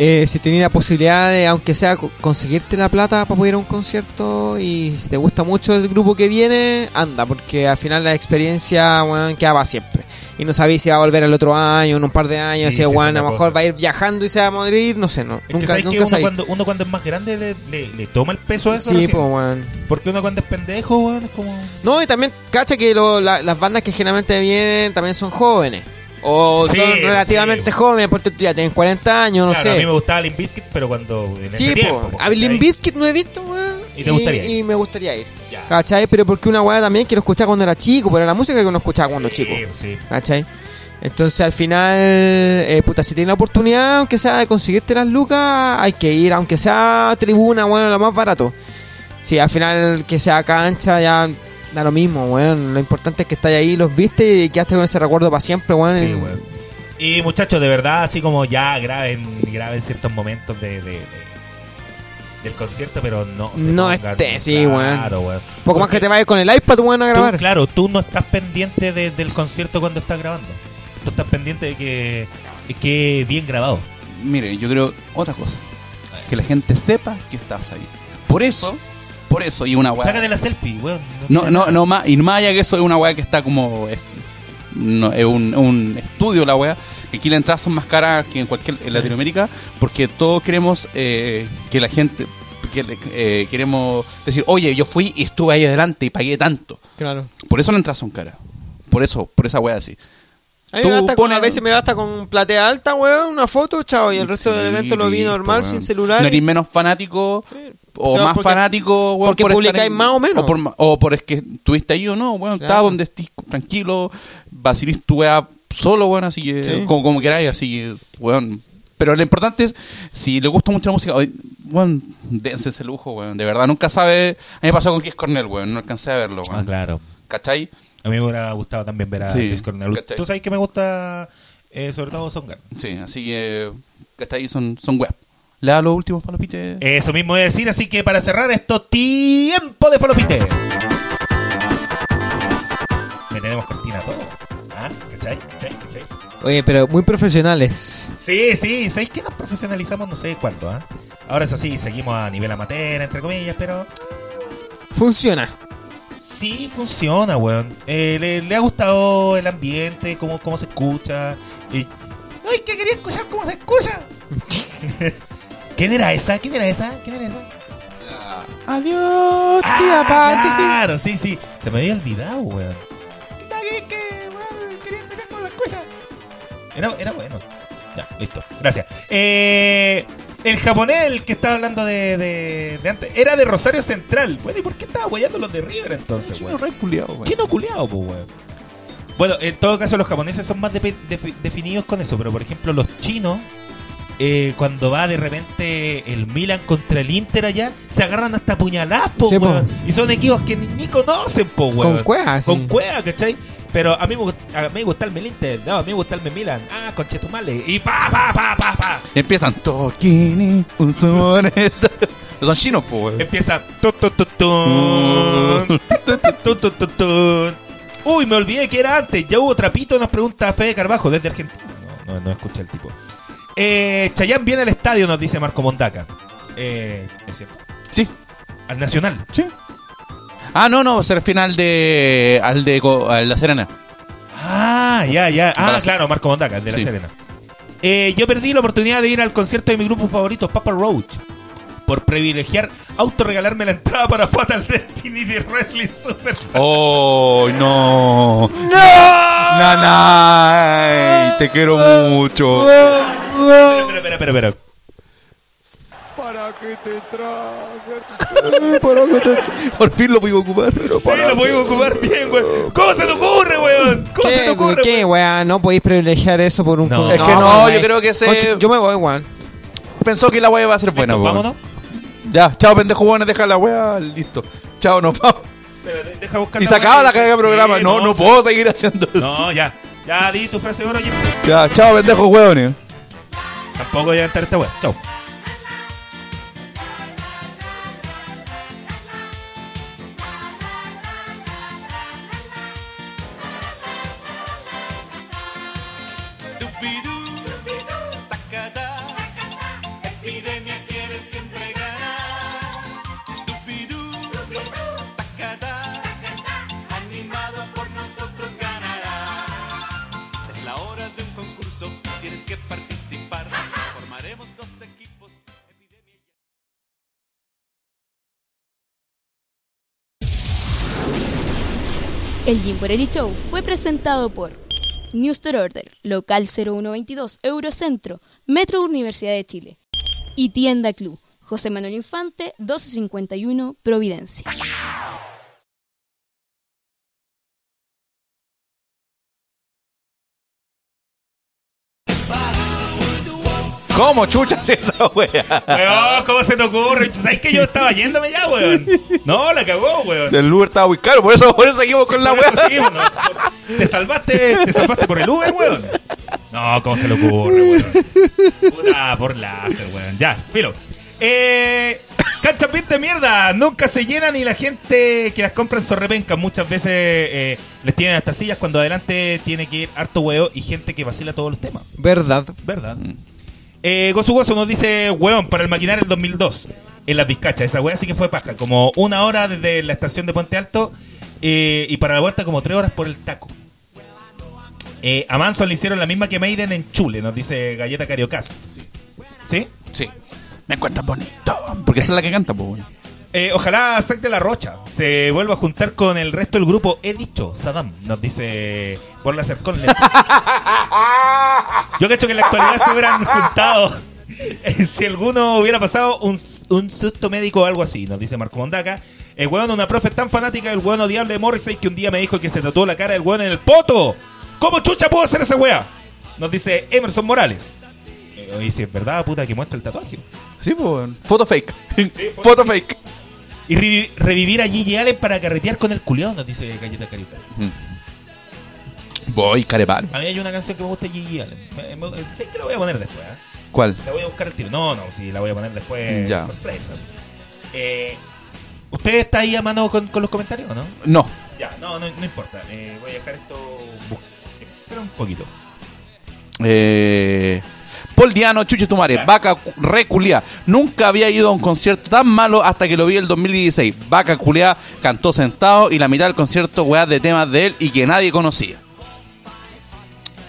S8: Eh, si tenía la posibilidad de, aunque sea, co- conseguirte la plata para poder ir a un concierto y si te gusta mucho el grupo que viene, anda, porque al final la experiencia, weón, queda para siempre. Y no sabéis si va a volver el otro año, en un par de años,
S5: Sí, sí,
S8: si,
S5: esa
S8: weón,
S5: es la
S8: a lo mejor
S5: cosa.
S8: va a ir viajando y se va a morir, no sé, no.
S5: Es que
S8: nunca
S5: sabes que
S8: nunca
S5: uno
S8: sabéis.
S5: cuando, uno cuando es más grande le, le- le toma el peso a eso.
S8: Sí,
S5: recién.
S8: po, weón.
S5: Porque uno cuando es pendejo, weón, es como.
S8: No, y también, cacha que lo- la- las bandas que generalmente vienen también son jóvenes. O
S5: Sí,
S8: son relativamente
S5: sí.
S8: jóvenes, porque ya tienen 40 años, no
S5: claro,
S8: sé.
S5: a mí me gustaba Limp Bizkit, pero cuando. En
S8: Sí,
S5: ese tiempo,
S8: po.
S5: po,
S8: A Limp
S5: ¿cachai?
S8: Bizkit no he visto, weón.
S5: ¿Y te gustaría
S8: Y,
S5: ir?
S8: me gustaría ir.
S5: Ya.
S8: ¿Cachai? Pero porque una weá también quiero escuchar cuando era chico, pero la música que uno escuchaba cuando
S5: Sí,
S8: chico.
S5: sí.
S8: ¿Cachai? Entonces al final, eh, puta, si tienes la oportunidad, aunque sea de conseguirte las lucas, hay que ir, aunque sea tribuna, bueno, lo más barato. Si al final que sea cancha, ya da lo mismo, weón. Lo importante es que estás ahí, los viste y quedaste con ese recuerdo para siempre, weón.
S5: Sí, weón. Y muchachos, de verdad, así como ya graben, graben ciertos momentos de, de- de- del concierto, pero no se
S8: No
S5: pongan-
S8: esté, sí,
S5: claro, weón.
S8: Poco más
S5: Porque
S8: que te vayas con el iPad, weón, a
S5: tú,
S8: grabar.
S5: claro, tú no estás pendiente de- del concierto cuando estás grabando. Tú estás pendiente de que, de que bien grabado.
S6: Mire, yo creo otra cosa. Que la gente sepa que estás ahí. Por eso, por eso, y una weá.
S5: Sácate la selfie, weón.
S6: No, no, no, más, y más allá que eso es una weá que está como. Es, no, es un, un estudio la weá. Que aquí las entradas son más caras que en cualquier. en Latinoamérica. Porque todos queremos eh, que la gente. Que, le- eh, queremos decir, oye, yo fui y estuve ahí adelante y pagué tanto.
S8: Claro.
S6: Por eso las entradas son caras. Por eso, por esa weá así.
S8: A mí
S6: Tú
S8: me basta con,
S6: pones-
S8: a veces me basta con platea alta, weón, una foto, chao, y el resto del evento lo vi normal, sin celular.
S6: No eres menos fanático o
S8: Claro,
S6: más
S8: porque-
S6: fanático, weón,
S8: porque
S6: por estar
S8: publicáis
S6: en-
S8: más o menos.
S6: O por, ma- o por es que estuviste ahí o no, weón.
S8: Claro.
S6: Estás donde estés tranquilo, vacilís tu weá solo, weón, así que
S8: Sí.
S6: como, como queráis, así que, weón. Pero lo importante es, si le gusta mucho la música, oye, weón, dense ese lujo, weón. De verdad, nunca sabe. A mí me pasó con Kiss Cornell, weón. No alcancé a verlo, weón.
S5: Ah, claro.
S6: ¿Cachai?
S5: A mí me hubiera gustado también ver a
S6: Sí.
S5: Chris Cornell.
S6: ¿Cachai?
S5: Tú sabes que me gusta, eh, sobre todo, Soundgarden.
S6: Sí, así que, ¿cachai? Son, son weas. Le da los últimos palopites.
S5: Eso mismo voy a decir, así que para cerrar esto, tiempo de falopite. Me tenemos cortina todo. ¿Ah? ¿Cachai? ¿Cachai? ¿Cachai?
S8: Oye, pero muy profesionales.
S5: Sí, sí, ¿sabéis que nos profesionalizamos no sé cuánto? ¿ah? Ahora eso sí, seguimos a nivel amateur, entre comillas, pero
S8: Funciona.
S5: sí funciona, weón. Eh, le, le ha gustado el ambiente, cómo, cómo se escucha. Eh, Y... ¡Ay, que quería escuchar cómo se escucha! ¿Quién era esa? ¿Quién era esa? ¿Quién era esa?
S8: Adiós, tía
S5: ah,
S8: Pati.
S5: claro, sí, sí. Se me había olvidado, weón. Que, que, weón, quería escuchar con las cosas. Era, era bueno. Ya, listo. Gracias. Eh, el japonés, el que estaba hablando de, de, de antes, era de Rosario Central. Bueno, ¿y por qué estaba guayando los de River entonces,
S6: Chino
S5: weón?
S6: re culiao, weón.
S5: Chino culeado, pues, weón. Bueno, en todo caso, los japoneses son más depe- defi- definidos con eso, pero por ejemplo, los chinos, eh, cuando va de repente el Milan contra el Inter allá, se agarran hasta puñaladas, po,
S8: Sí, po.
S5: weón. Y son equipos que ni, ni conocen, po, weón.
S8: Con cueva, sí.
S5: Con cueva, ¿cachai? Pero a mí, me gust- a mí me gusta el Inter, no, a mí me gusta el Milan, ah, conchetumale, y pa, pa, pa, pa, pa.
S6: Y empiezan Tokini, un soneto. Son chinos, po, weón.
S5: Empieza. tu, tu, tu,
S8: Mm.
S5: tun, tu, tu, tu, tu, tu, tun. Uy, me olvidé que era antes. Ya hubo trapito, nos pregunta Fede Carbajo desde Argentina. No, no, no escucha el tipo. Eh, Chayán viene al estadio, nos dice Marco Mondaca. Eh, es cierto.
S6: Sí,
S5: Al Nacional.
S6: sí. Ah, no, no, se refiere al de. al de, Co- al de La Serena.
S5: Ah, ya, ya. Ah,
S6: Para-
S5: claro, Marco Mondaca, de La
S6: Sí.
S5: Serena. Eh, yo perdí la oportunidad de ir al concierto de mi grupo favorito, Papa Roach. Por privilegiar autorregalarme la entrada para Fatal Destiny de Wrestling Super.
S6: ¡Oh, no!
S8: ¡No!
S6: ¡Nanay! Te quiero mucho.
S5: Espera, espera, espera, espera.
S6: Por fin lo puedo ocupar. pero
S5: Sí,
S6: para-
S5: lo podemos ocupar bien, weón. ¿Cómo se te ocurre, weón? ¿Cómo se te
S8: ¿Qué,
S5: ocurre?
S8: ¿Qué, weón? No podéis privilegiar eso por un...
S5: No.
S8: con-
S5: Es
S6: que no,
S8: weón.
S6: yo creo que ese-
S8: Oye, Yo me voy, weón.
S6: Pensó que la wea iba a ser
S5: Listo,
S6: buena, po, weón.
S5: vámonos.
S6: Ya, chao, pendejo, bueno, deja la wea, listo. Chao, nos vamos.
S5: Espérate, deja buscar
S6: Y sacaba
S5: weá.
S6: la carga de
S5: Sí,
S6: programa. No, no puedo seguir haciendo eso.
S5: No, ya. Ya di tu frase de oro, Jim.
S6: Ya, chao, pendejo, eh. weones.
S5: Tampoco voy a entrar esta weón. Chau.
S10: Es la hora de un concurso, tienes que participar. Formaremos dos equipos. epidemia y-
S4: El Jimborelli Show fue presentado por New Store Order, Local 0122, Eurocentro, Metro Universidad de Chile y Tienda Club, José Manuel Infante, 1251, Providencia.
S6: ¿Cómo chuchas esa wea?
S5: Weón, ¿cómo se te ocurre? ¿Tú ¿Sabes que yo estaba yéndome ya, weón? No, la cagó, weón.
S6: El Uber estaba muy caro, por eso, por eso seguimos con la
S5: Por
S6: wea.
S5: eso sí, no. Te salvaste, te salvaste por el Uber, weón. No, ¿cómo se le ocurre, weón? Puta, por láser, weón. Ya, filo. Eh, cancha pit de mierda. Nunca se llenan y la gente que las compra en Sorrepenca muchas veces eh, les tienen hasta sillas cuando adelante tiene que ir harto huevo y gente que vacila todos los temas.
S8: Verdad.
S5: ¿Verdad? Eh, Gozu Gozu nos dice, weón, para el maquinar el 2002, en la Vizcacha. Esa weá sí que fue paja. Como una hora desde la estación de Puente Alto eh, y para la vuelta como tres horas por el taco. Eh, a Manson le hicieron la misma que Maiden en Chule, nos dice Galleta Cariocas. ¿Sí?
S6: Sí. Me encuentran bonito. Porque esa es la que canta, pues.
S5: Eh, ojalá Zack de la Rocha se vuelva a juntar con el resto del grupo. He dicho, Saddam, nos dice Borla Cercón. Yo cacho que en la actualidad se hubieran juntado. Eh, si alguno hubiera pasado un, un susto médico o algo así, nos dice Marco Mondaca. El weón, una profe tan fanática del weón odiable de Morrissey que un día me dijo que se tatuó la cara del weón en el poto. ¿Cómo chucha pudo hacer esa wea? Nos dice Emerson Morales. Eh, Oye, si es verdad, puta, que muestra el tatuaje.
S6: Sí, pues. Foto fake.
S5: foto
S6: foto fake.
S5: Y revi- revivir a Gigi Allen para carretear con el culeón, nos dice Galleta Cariocas.
S6: Voy, carepal.
S5: A mí hay una canción que me gusta de Gigi Allen. Eh, Me- me- Sé que la voy a poner después, ¿ah?
S6: ¿Cuál?
S5: La voy a buscar el tiro. No, no, sí, la voy a poner después.
S6: Ya.
S5: Sorpresa. Eh, ¿Usted está ahí a mano con, con los comentarios o no?
S6: No.
S5: Ya, no, no, no importa. Eh, voy a dejar esto. bu- Espera un poquito.
S6: Eh, Paul Diano, chuche tu madre, vaca cu- re culiá. Nunca había ido a un concierto tan malo hasta que lo vi el 2016. Vaca culiá cantó sentado y la mitad del concierto weá de temas de él y que nadie conocía.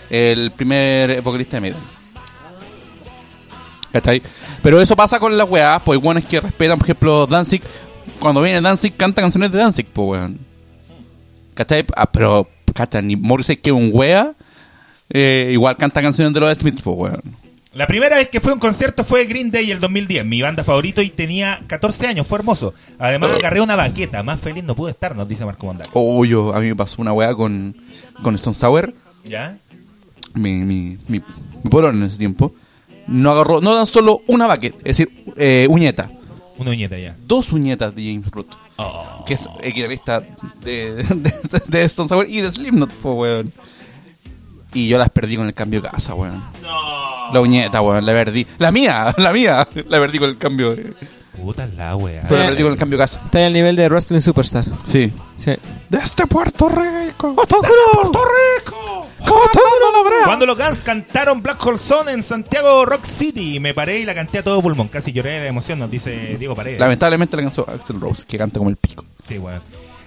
S6: El primer vocalista de Maiden. ¿Cachai? Pero eso pasa con las weás, pues weones que respetan, por ejemplo, Danzig. Cuando viene Danzig, canta canciones de Danzig, pues weón. ¿Cachai? Ah, pero, ¿cachai? Ni Morrissey que es un wea, eh, igual canta canciones de los Smiths, pues weón.
S5: La primera vez que fue a un concierto fue Green Day el 2010, mi banda favorito y tenía 14 años, fue hermoso. Además agarré una baqueta, más feliz no pude estar, nos dice Marco Mondal.
S6: Oh, yo, a mí me pasó una wea con, con Stone Sour,
S5: ¿Ya?
S6: mi, mi, mi, mi pololo en ese tiempo. No agarró, no tan solo una baqueta, es decir, eh, uñeta.
S5: Una uñeta ya.
S6: Dos uñetas de James Root,
S5: Oh.
S6: que es el guitarrista de, de, de Stone Sour y de Slipknot, pues weón. Y yo las perdí con el cambio de casa, weón. La uñeta, weón, la perdí. La mía, la mía, la perdí con el cambio. de-
S5: Puta la wea.
S6: Pero la perdí con el cambio de casa.
S8: Está al nivel de Wrestling Superstar.
S6: Sí.
S8: Sí.
S5: este
S6: Desde Puerto Rico.
S5: Puerto Rico. Cuando los Guns cantaron Black Hole Zone en Santiago Rock City, me paré y la canté a todo pulmón. Casi lloré de la emoción, nos dice Diego Paredes.
S6: Lamentablemente la canción Axel Rose, que canta como el pico.
S5: Sí, weón.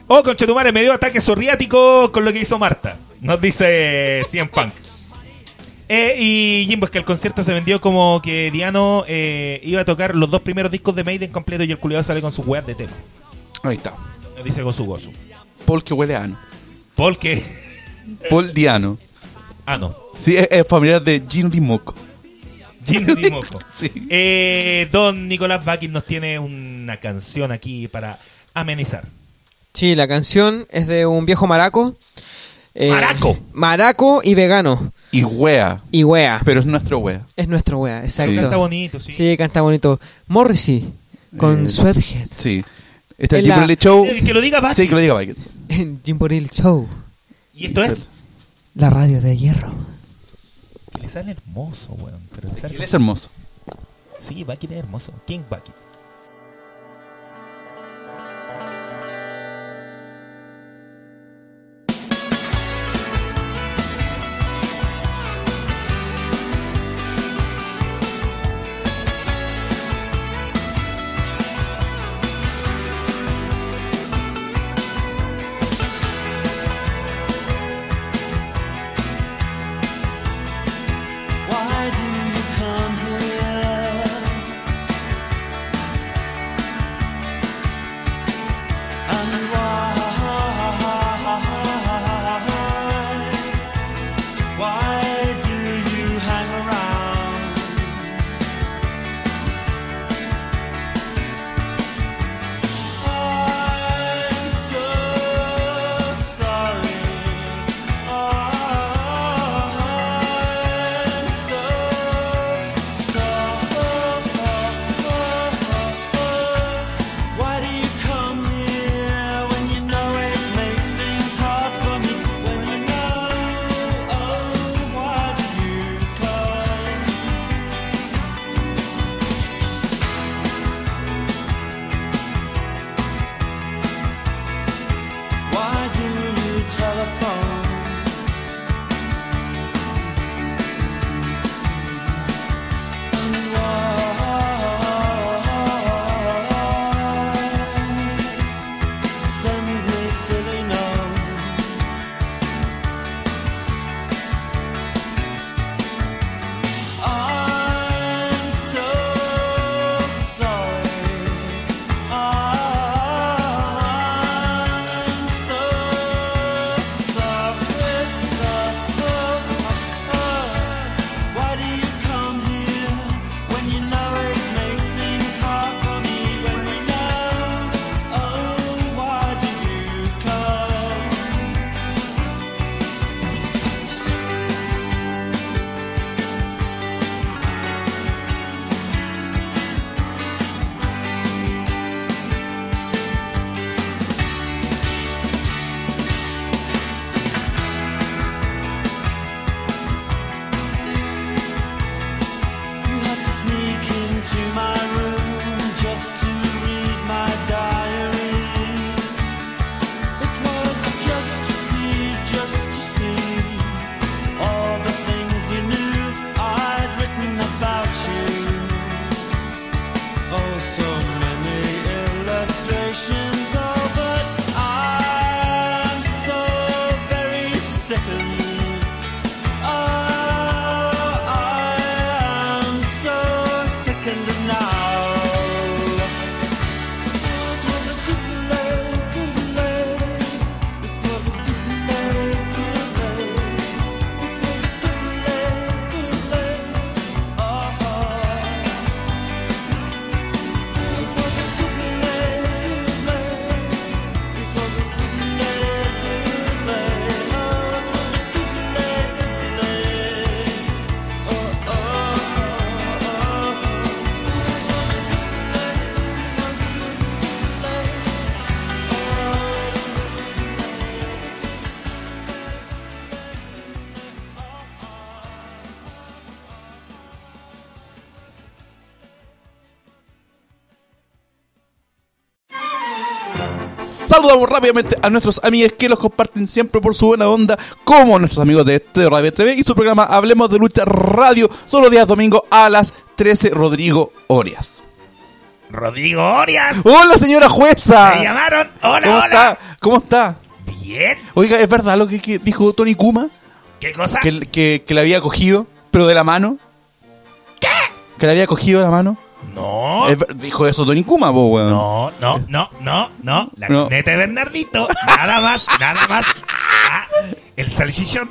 S5: Oh, conchetumare, me dio ataque psoriático con lo que hizo Marta. Nos dice Cien Punk. Eh, y Jimbo, es que el concierto se vendió como que Diano eh, iba a tocar los dos primeros discos de Maiden completo y el culiado sale con sus weas de tema.
S6: Ahí está.
S5: Nos dice Gozu Gozu.
S6: Paul que huele a ano.
S5: Porque.
S6: Paul Diano.
S5: Ah, no.
S6: Sí, es, es familiar de Gino Di Moco.
S5: Jimbo Di Moco.
S6: Sí.
S5: Eh, don Nicolás Bakin nos tiene una canción aquí para amenizar.
S8: Sí, la canción es de un viejo maraco. Eh,
S5: Maraco.
S8: Maraco y vegano.
S6: Y wea.
S8: Y wea.
S6: Pero es nuestro wea.
S8: Es nuestro wea, exacto.
S6: Sí.
S5: Canta bonito, sí.
S8: Sí. canta bonito. Morrissey con
S6: Eh,
S8: Sweathead
S6: Sí. Está
S8: Es
S6: el
S8: la-
S6: Jimbo Show.
S5: Eh, que lo diga Bakin.
S6: Sí, que lo diga Baquet.
S8: en Jim Boril Show,
S5: Y esto es.
S8: la radio de hierro.
S5: Le sale hermoso, weón. Pero le sale
S6: Él es hermoso.
S5: Sí, Bucket es hermoso. King Bucket.
S9: Why do you come here? oh, oh, Oh, oh,
S6: Saludamos rápidamente a nuestros amigos que los comparten siempre por su buena onda, como nuestros amigos de este Radio TV y su programa Hablemos de Lucha Radio, solo días domingo a las 13, Rodrigo Orias.
S5: Rodrigo Orias.
S6: ¡Hola, señora
S5: Me
S6: jueza!
S5: llamaron. Hola,
S6: Ah. ¿Cómo
S5: hola.
S6: está? ¿Cómo está?
S5: Bien.
S6: Oiga, ¿es verdad lo que, que dijo Tony Kuma?
S5: ¿Qué cosa?
S6: Que, que, que la había cogido, pero de la mano. ¿Qué? Que la había cogido de la mano.
S5: No.
S6: Es ver- Dijo eso Tony Kuma, po, weón.
S5: No, no, no, no, no. La
S6: No.
S5: corneta de Bernardito. Nada más, nada más. Ah, el salchichón.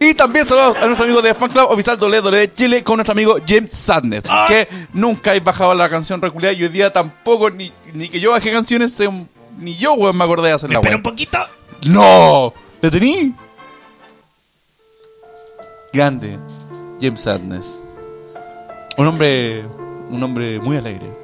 S6: Y también saludos a nuestro amigo de Fan Club Oficial Toledo de Chile con nuestro amigo James Sadness,
S5: Ah.
S6: que nunca he bajado la canción regular y hoy día tampoco, ni, ni que yo bajé canciones, eh, ni yo, weón, me acordé de
S5: ¿Me
S6: hacerla,
S5: espera
S6: weón.
S5: un poquito?
S6: ¡No! ¿La tení? Grande, James Sadness. Un hombre, un hombre muy alegre.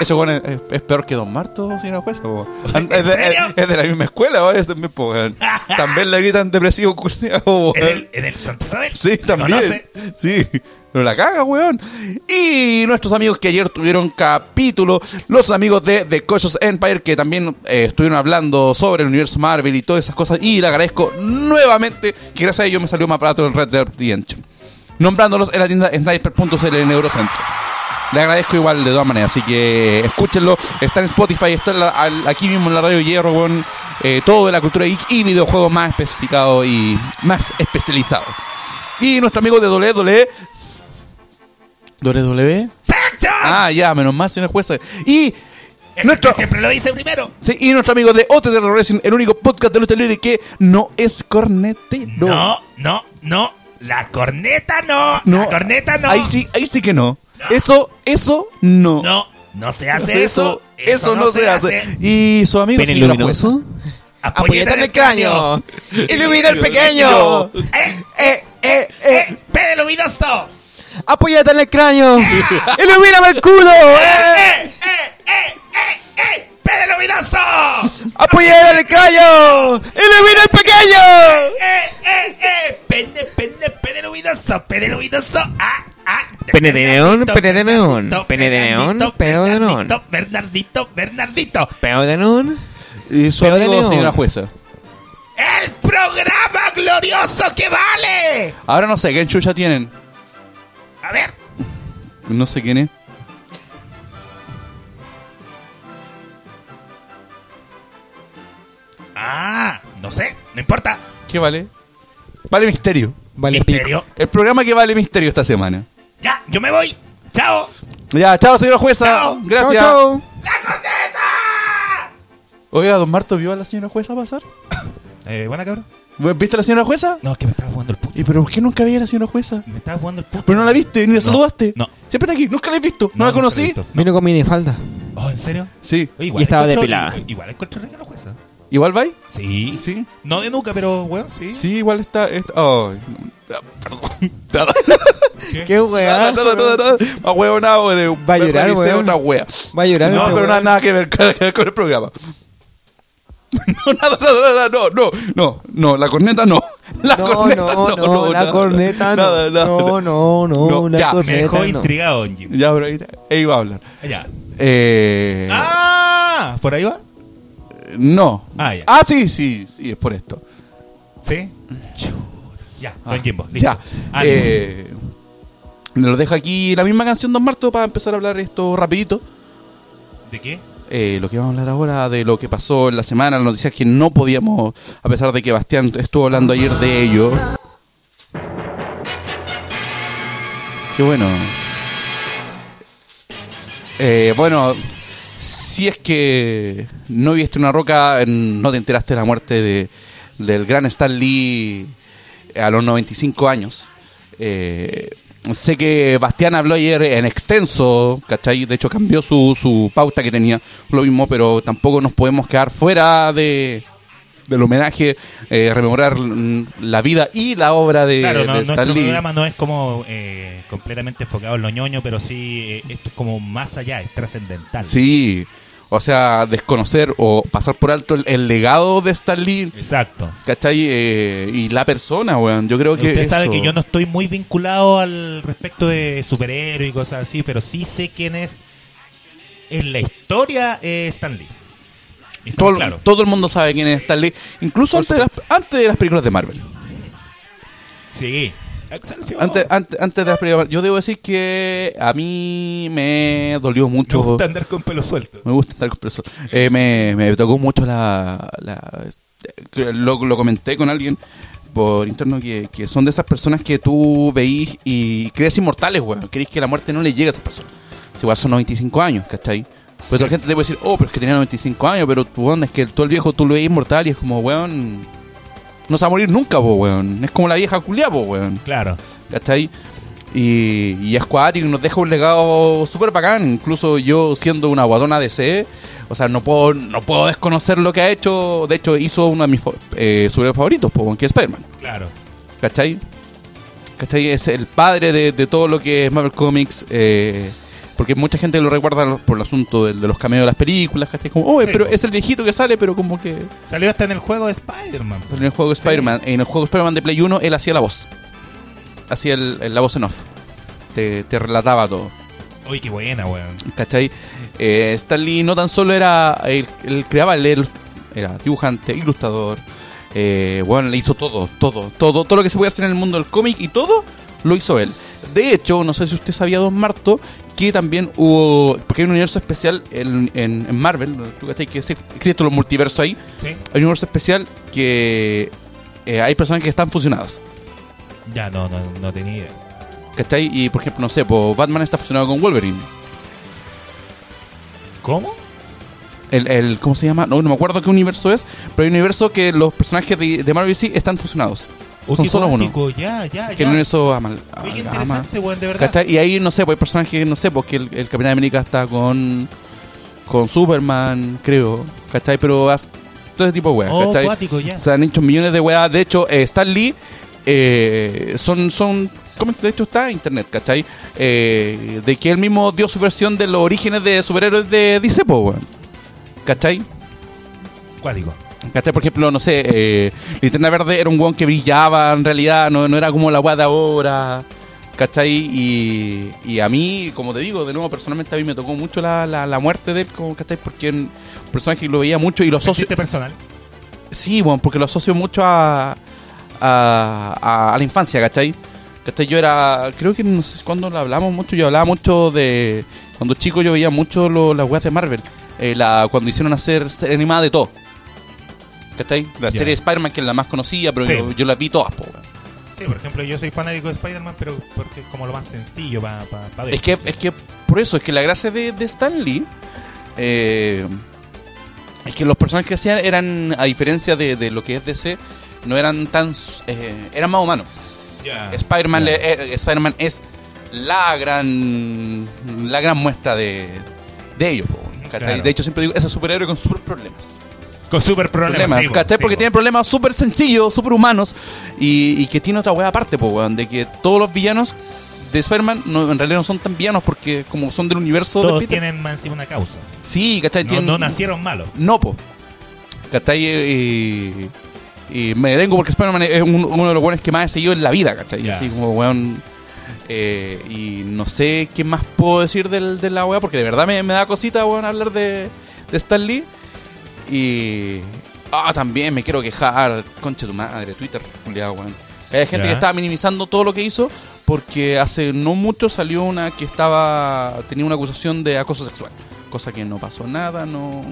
S6: Ese weón es, es- es peor que Don Marto, señora jueza. po.
S5: ¿En
S6: Es, de,
S5: serio?
S6: es- es de la misma escuela, weón, es del mismo, weón. También le gritan depresivo, culiao, weón.
S5: ¿En el, en el Santa Isabel?
S6: Eh. Sí, también.
S5: ¿Conoce?
S6: Sí, pero la caga, weón. Y nuestros amigos que ayer tuvieron capítulo, los amigos de The Cautious Empire, que también eh, estuvieron hablando sobre el universo Marvel y todas esas cosas. Y le agradezco nuevamente que gracias a ellos me salió más barato el Red Dead Redemption. Nombrándolos en la tienda sniper.cl en Eurocentro. Le agradezco igual de todas maneras, así que escúchenlo. Está en Spotify, está en la- al- aquí mismo en la radio Hierro, con todo de la cultura geek y videojuegos más especificado y más especializado. Y nuestro amigo de WWE. ¿WWE?
S5: ¡Sancho!
S6: Ah, ya, menos mal, señor juez. Y
S5: Es
S6: nuestro,
S5: que siempre lo dice primero.
S6: sí, y nuestro amigo de OTT Racing, el único podcast de lucha libre que no es cornetero.
S5: No, no, no. La corneta no. La corneta no.
S6: Ahí sí, ahí sí que no. Eso, eso no.
S5: No, no se
S6: Eso,
S5: hace eso.
S6: eso no, se, hace. Y su amigo,
S8: Pene
S6: señora
S8: luminoso.
S5: Apoyeta en el cráneo.
S8: Ilumina el pequeño.
S5: ¡Eh!
S8: Eh, eh, eh.
S5: ¡Eh! ¡Pede luminoso!
S8: Apóyate en el cráneo. Ilumíname el culo. Eh.
S5: ¡Eh! ¡Eh! ¡Eh! ¡Eh! ¡Eh! ¡Pede luminoso!
S8: Apóyate en el cráneo. Ilumina el pequeño.
S5: ¡Eh! ¡Eh! ¡Eh! ¡Pende, pende, pede luminoso! ¡Pede luminoso! ¡Ah! ¡Ah!
S8: Pene de neón, pene de neón,
S5: Bernardito,
S8: pene de neón,
S5: Bernardito,
S8: pene de neón.
S5: Bernardito, Bernardito, Bernardito.
S8: Pero de nun.
S6: Y su
S8: Pero de
S6: amigo,
S8: León.
S6: señora jueza.
S5: ¡El programa glorioso que vale!
S6: Ahora no sé, ¿qué chucha tienen?
S5: A ver.
S6: No sé quién es.
S5: Ah, no sé, no importa.
S6: ¿Qué vale? Vale misterio.
S8: Vale, pico.
S5: Misterio.
S6: El programa que vale misterio esta semana.
S5: Ya, yo me voy. Chao.
S6: Ya, chao, señora jueza.
S5: Chao.
S6: Gracias.
S8: Chau, chau.
S6: Oiga, don Marto, ¿vio a la señora jueza pasar?
S5: Eh, buena cabrón.
S6: ¿Viste a la señora jueza?
S5: No, es que me estaba jugando el pucho.
S6: ¿Y pero por qué nunca vi a la señora jueza?
S5: Me estaba jugando el pucho.
S6: Pero no la viste, ni la
S5: No,
S6: saludaste.
S5: no.
S6: Siempre está aquí, nunca la he visto, no,
S5: No,
S6: la
S5: nunca la he
S6: conocí.
S5: visto.
S8: Vino con minifalda.
S5: Oh, ¿en serio?
S6: Sí,
S5: Oye,
S8: Y estaba
S5: encuentro-
S8: depilada.
S5: Igual, encontré rica la jueza.
S6: igual va. ahí?
S5: Sí.
S6: Sí.
S5: No de nuca, pero, weón, sí.
S6: Sí, igual está. está- ay, no. Ah, Perdón.
S8: Qué weá.
S6: A huevonao de
S8: Va a llorar,
S6: realicé
S8: weón.
S6: otra wea.
S8: Va a llorar,
S6: No,
S8: este
S6: pero
S8: weón.
S6: nada, nada que ver con- con el programa. No, nada, nada, nada, no, no, no, no, la corneta no. La
S8: No,
S6: corneta
S8: no,
S6: no,
S8: no, la
S6: nada,
S8: corneta no.
S6: nada, nada,
S8: No, no, no, la
S6: ya,
S5: Me
S8: corneta.
S5: dejó
S8: Neta, no.
S5: intrigado, Jim.
S6: Ya, pero ahí, ahí va a hablar.
S5: Ya.
S6: Eh,
S5: ¡Ah! ¿Por ahí va?
S6: No.
S5: Ah, ya.
S6: sí, sí, sí, es por esto.
S5: Sí. Chur. Ya, Don Jimbo. Listo.
S6: Ah,
S5: Ah,
S6: Ya.
S5: Ánimo.
S6: Eh, los dejo aquí la misma canción, Don Marto, para empezar a hablar esto rapidito.
S5: ¿De qué?
S6: eh, lo que vamos a hablar ahora de lo que pasó en la semana, las noticias que no podíamos, a pesar de que Bastián estuvo hablando ayer de ello. Qué bueno. Eh, bueno, si es que no viste una roca, eh, no te enteraste de la muerte de, del gran Stan Lee eh, a los 95 años. Eh, sé que Bastián habló ayer en extenso, ¿cachai? De hecho cambió su, su pauta que tenía, lo mismo, pero tampoco nos podemos quedar fuera de del homenaje, eh, rememorar mm, la vida y la obra de,
S5: Claro,
S6: de
S5: no, nuestro
S6: Stan Lee.
S5: programa no es como eh, completamente enfocado en lo ñoño, pero sí, eh, esto es como más allá, es trascendental.
S6: Sí. O sea, desconocer o pasar por alto el, el legado de Stan Lee,
S5: Exacto.
S6: ¿cachai? Eh, y la persona, weón. Yo creo que.
S5: Usted sabe
S6: eso-
S5: que yo no estoy muy vinculado al respecto de superhéroes y cosas así, pero sí sé quién es en la historia eh, Stan Lee. Estamos
S6: Todo,
S5: claros.
S6: todo el mundo sabe quién es Stan Lee, incluso antes de, las, antes de las películas de Marvel.
S5: Sí. Excelsior.
S6: Antes, antes, antes de las películas de Marvel. Yo debo decir que a mí me dolió
S5: Me
S6: mucho.
S5: gusta andar con pelo suelto.
S6: Me gusta estar con preso. Eh, me, me tocó mucho la. la- que lo, lo comenté con alguien por interno que, que son de esas personas que tú veís y crees inmortales, weón. Crees que la muerte no le llega a esa persona. Si igual son 95 años, ¿cachai? Pues la gente te puede decir, oh, pero es que tenía 95 años, pero tú, onda, es que tú el viejo tú lo veís inmortal y es como, weón. No se va a morir nunca, po, weón. Es como la vieja culia, po, weón.
S5: Claro.
S6: ¿cachai? Y, y es cuático, nos deja un legado súper bacán. Incluso yo siendo una guatona DC, o sea, no puedo, no puedo desconocer lo que ha hecho. De hecho, hizo uno de mis fa- eh, superhéroes favoritos, po, que es Spider-Man.
S5: Claro.
S6: ¿Cachai? ¿Cachai? Es el padre de, de todo lo que es Marvel Comics. eh, porque mucha gente lo recuerda por el asunto del- de, los cameos de las películas. ¿Cachai? Como, oh,
S5: Sí,
S6: pero
S5: po.
S6: es el viejito que sale, pero como que.
S5: Salió hasta en el juego de Spider-Man.
S6: En el juego de Spider-Man, en el juego de Spider-Man de Play 1, él hacía la voz. Hacía el- el- la voz en off. Te, te relataba todo.
S5: Uy, qué buena, weón.
S6: ¿Cachai? Eh, Stan Lee no tan solo era. Él, él creaba, él era dibujante, ilustrador. eh, bueno, le hizo todo, todo, todo, todo lo que se puede hacer en el mundo del cómic y todo lo hizo él. De hecho, no sé si usted sabía, Don Marto, que también hubo. Porque hay un universo especial en, en- en Marvel, ¿tú cachai? Que existe- existe los multiversos ahí.
S5: Sí.
S6: Hay un universo especial que eh, hay personas que están fusionadas.
S5: Ya no, no, no tenía idea.
S6: ¿Cachai? Y por ejemplo, no sé, po, Batman está fusionado con Wolverine.
S5: ¿Cómo?
S6: El, el- ¿Cómo se llama? No, no me acuerdo qué universo es, pero hay un universo que los personajes de, de Marvel sí están fusionados.
S5: Uy,
S6: Son
S5: Oh, qué
S6: solo uno.
S5: cuático. Ya, ya,
S6: Que
S5: ya.
S6: el universo amal,
S5: Uy, qué
S6: amalgama.
S5: interesante, weón, de verdad.
S6: ¿Cachai? Y ahí, no sé, pues hay personajes, no sé, porque el, el Capitán América está con con Superman, creo. ¿Cachai? Pero hace todo ese tipo de weas.
S5: Oh,
S6: ¿cachai?
S5: cuático, ya.
S6: Se han hecho millones de weas. De hecho, eh, Stan Lee eh, son. son cómics, de hecho, está en internet, ¿cachai? Eh, de que él mismo dio su versión de los orígenes de superhéroes de DC, po, weón. ¿Cachai?
S5: Cuático.
S6: ¿Cachai? Por ejemplo, no sé, eh, Linterna Verde era un weón que brillaba en realidad, no, no era como la weá de ahora. ¿Cachai? Y, y a mí, como te digo, de nuevo, personalmente a mí me tocó mucho la, la, la muerte de él, como, ¿cachai? Porque un personaje que lo veía mucho y lo asocio.
S5: Asistente personal.
S6: Sí, weón, porque lo asocio mucho a, a, a- a la infancia, ¿cachai? ¿Cachai? Yo era. Creo que no sé cuándo lo hablamos mucho, yo hablaba mucho de. Cuando chico yo veía mucho lo- las weas de Marvel. eh, la, cuando hicieron hacer serie animada de todo. ¿Cachai? La
S5: Ya.
S6: serie de Spider-Man, que es la más conocida, pero
S5: Sí.
S6: yo, yo la vi todas, po, weón.
S5: Sí, por ejemplo, yo soy fanático de Spider-Man, pero porque es como lo más sencillo para pa, pa ver.
S6: Es que, es que por eso, es que la gracia de, de Stan Lee eh, es que los personajes que hacían eran, a diferencia de, de lo que es DC, no eran tan. eh, eran más humanos.
S5: Ya.
S6: Spider-Man,
S5: Ya.
S6: le- eh, Spider-Man es la gran la gran muestra de, de ellos. po, ¿cachai?
S5: Claro.
S6: De hecho, siempre digo, es un superhéroe con super problemas.
S5: Con super problemas.
S6: problemas
S5: sí, po,
S6: ¿cachai?
S5: sí,
S6: Porque
S5: po.
S6: tiene problemas súper sencillos, súper humanos y, y que tiene otra hueá aparte, po, weón, de que todos los villanos de Spider-Man no, en realidad no son tan villanos porque como son del universo de
S5: Todos
S6: Peter-
S5: tienen más encima una causa.
S6: Sí, ¿cachai?
S5: No,
S6: Eh, Tienen-
S5: no nacieron malos.
S6: no, po. ¿Cachai? Y, eh, y me detengo porque Spider-Man es un- uno de los buenos que más he seguido en la vida, ¿cachai?
S5: Ya.
S6: Así como, weón. eh, y no sé qué más puedo decir del, de la weá, porque de verdad me, me da cosita, weón, hablar de, de Stan Lee. Y. Ah, también me quiero quejar. Conche tu madre, Twitter, culiao, weón. Hay gente
S5: Ya.
S6: que estaba minimizando todo lo que hizo porque hace no mucho salió una que estaba. tenía una acusación de acoso sexual. Cosa que no pasó nada, no.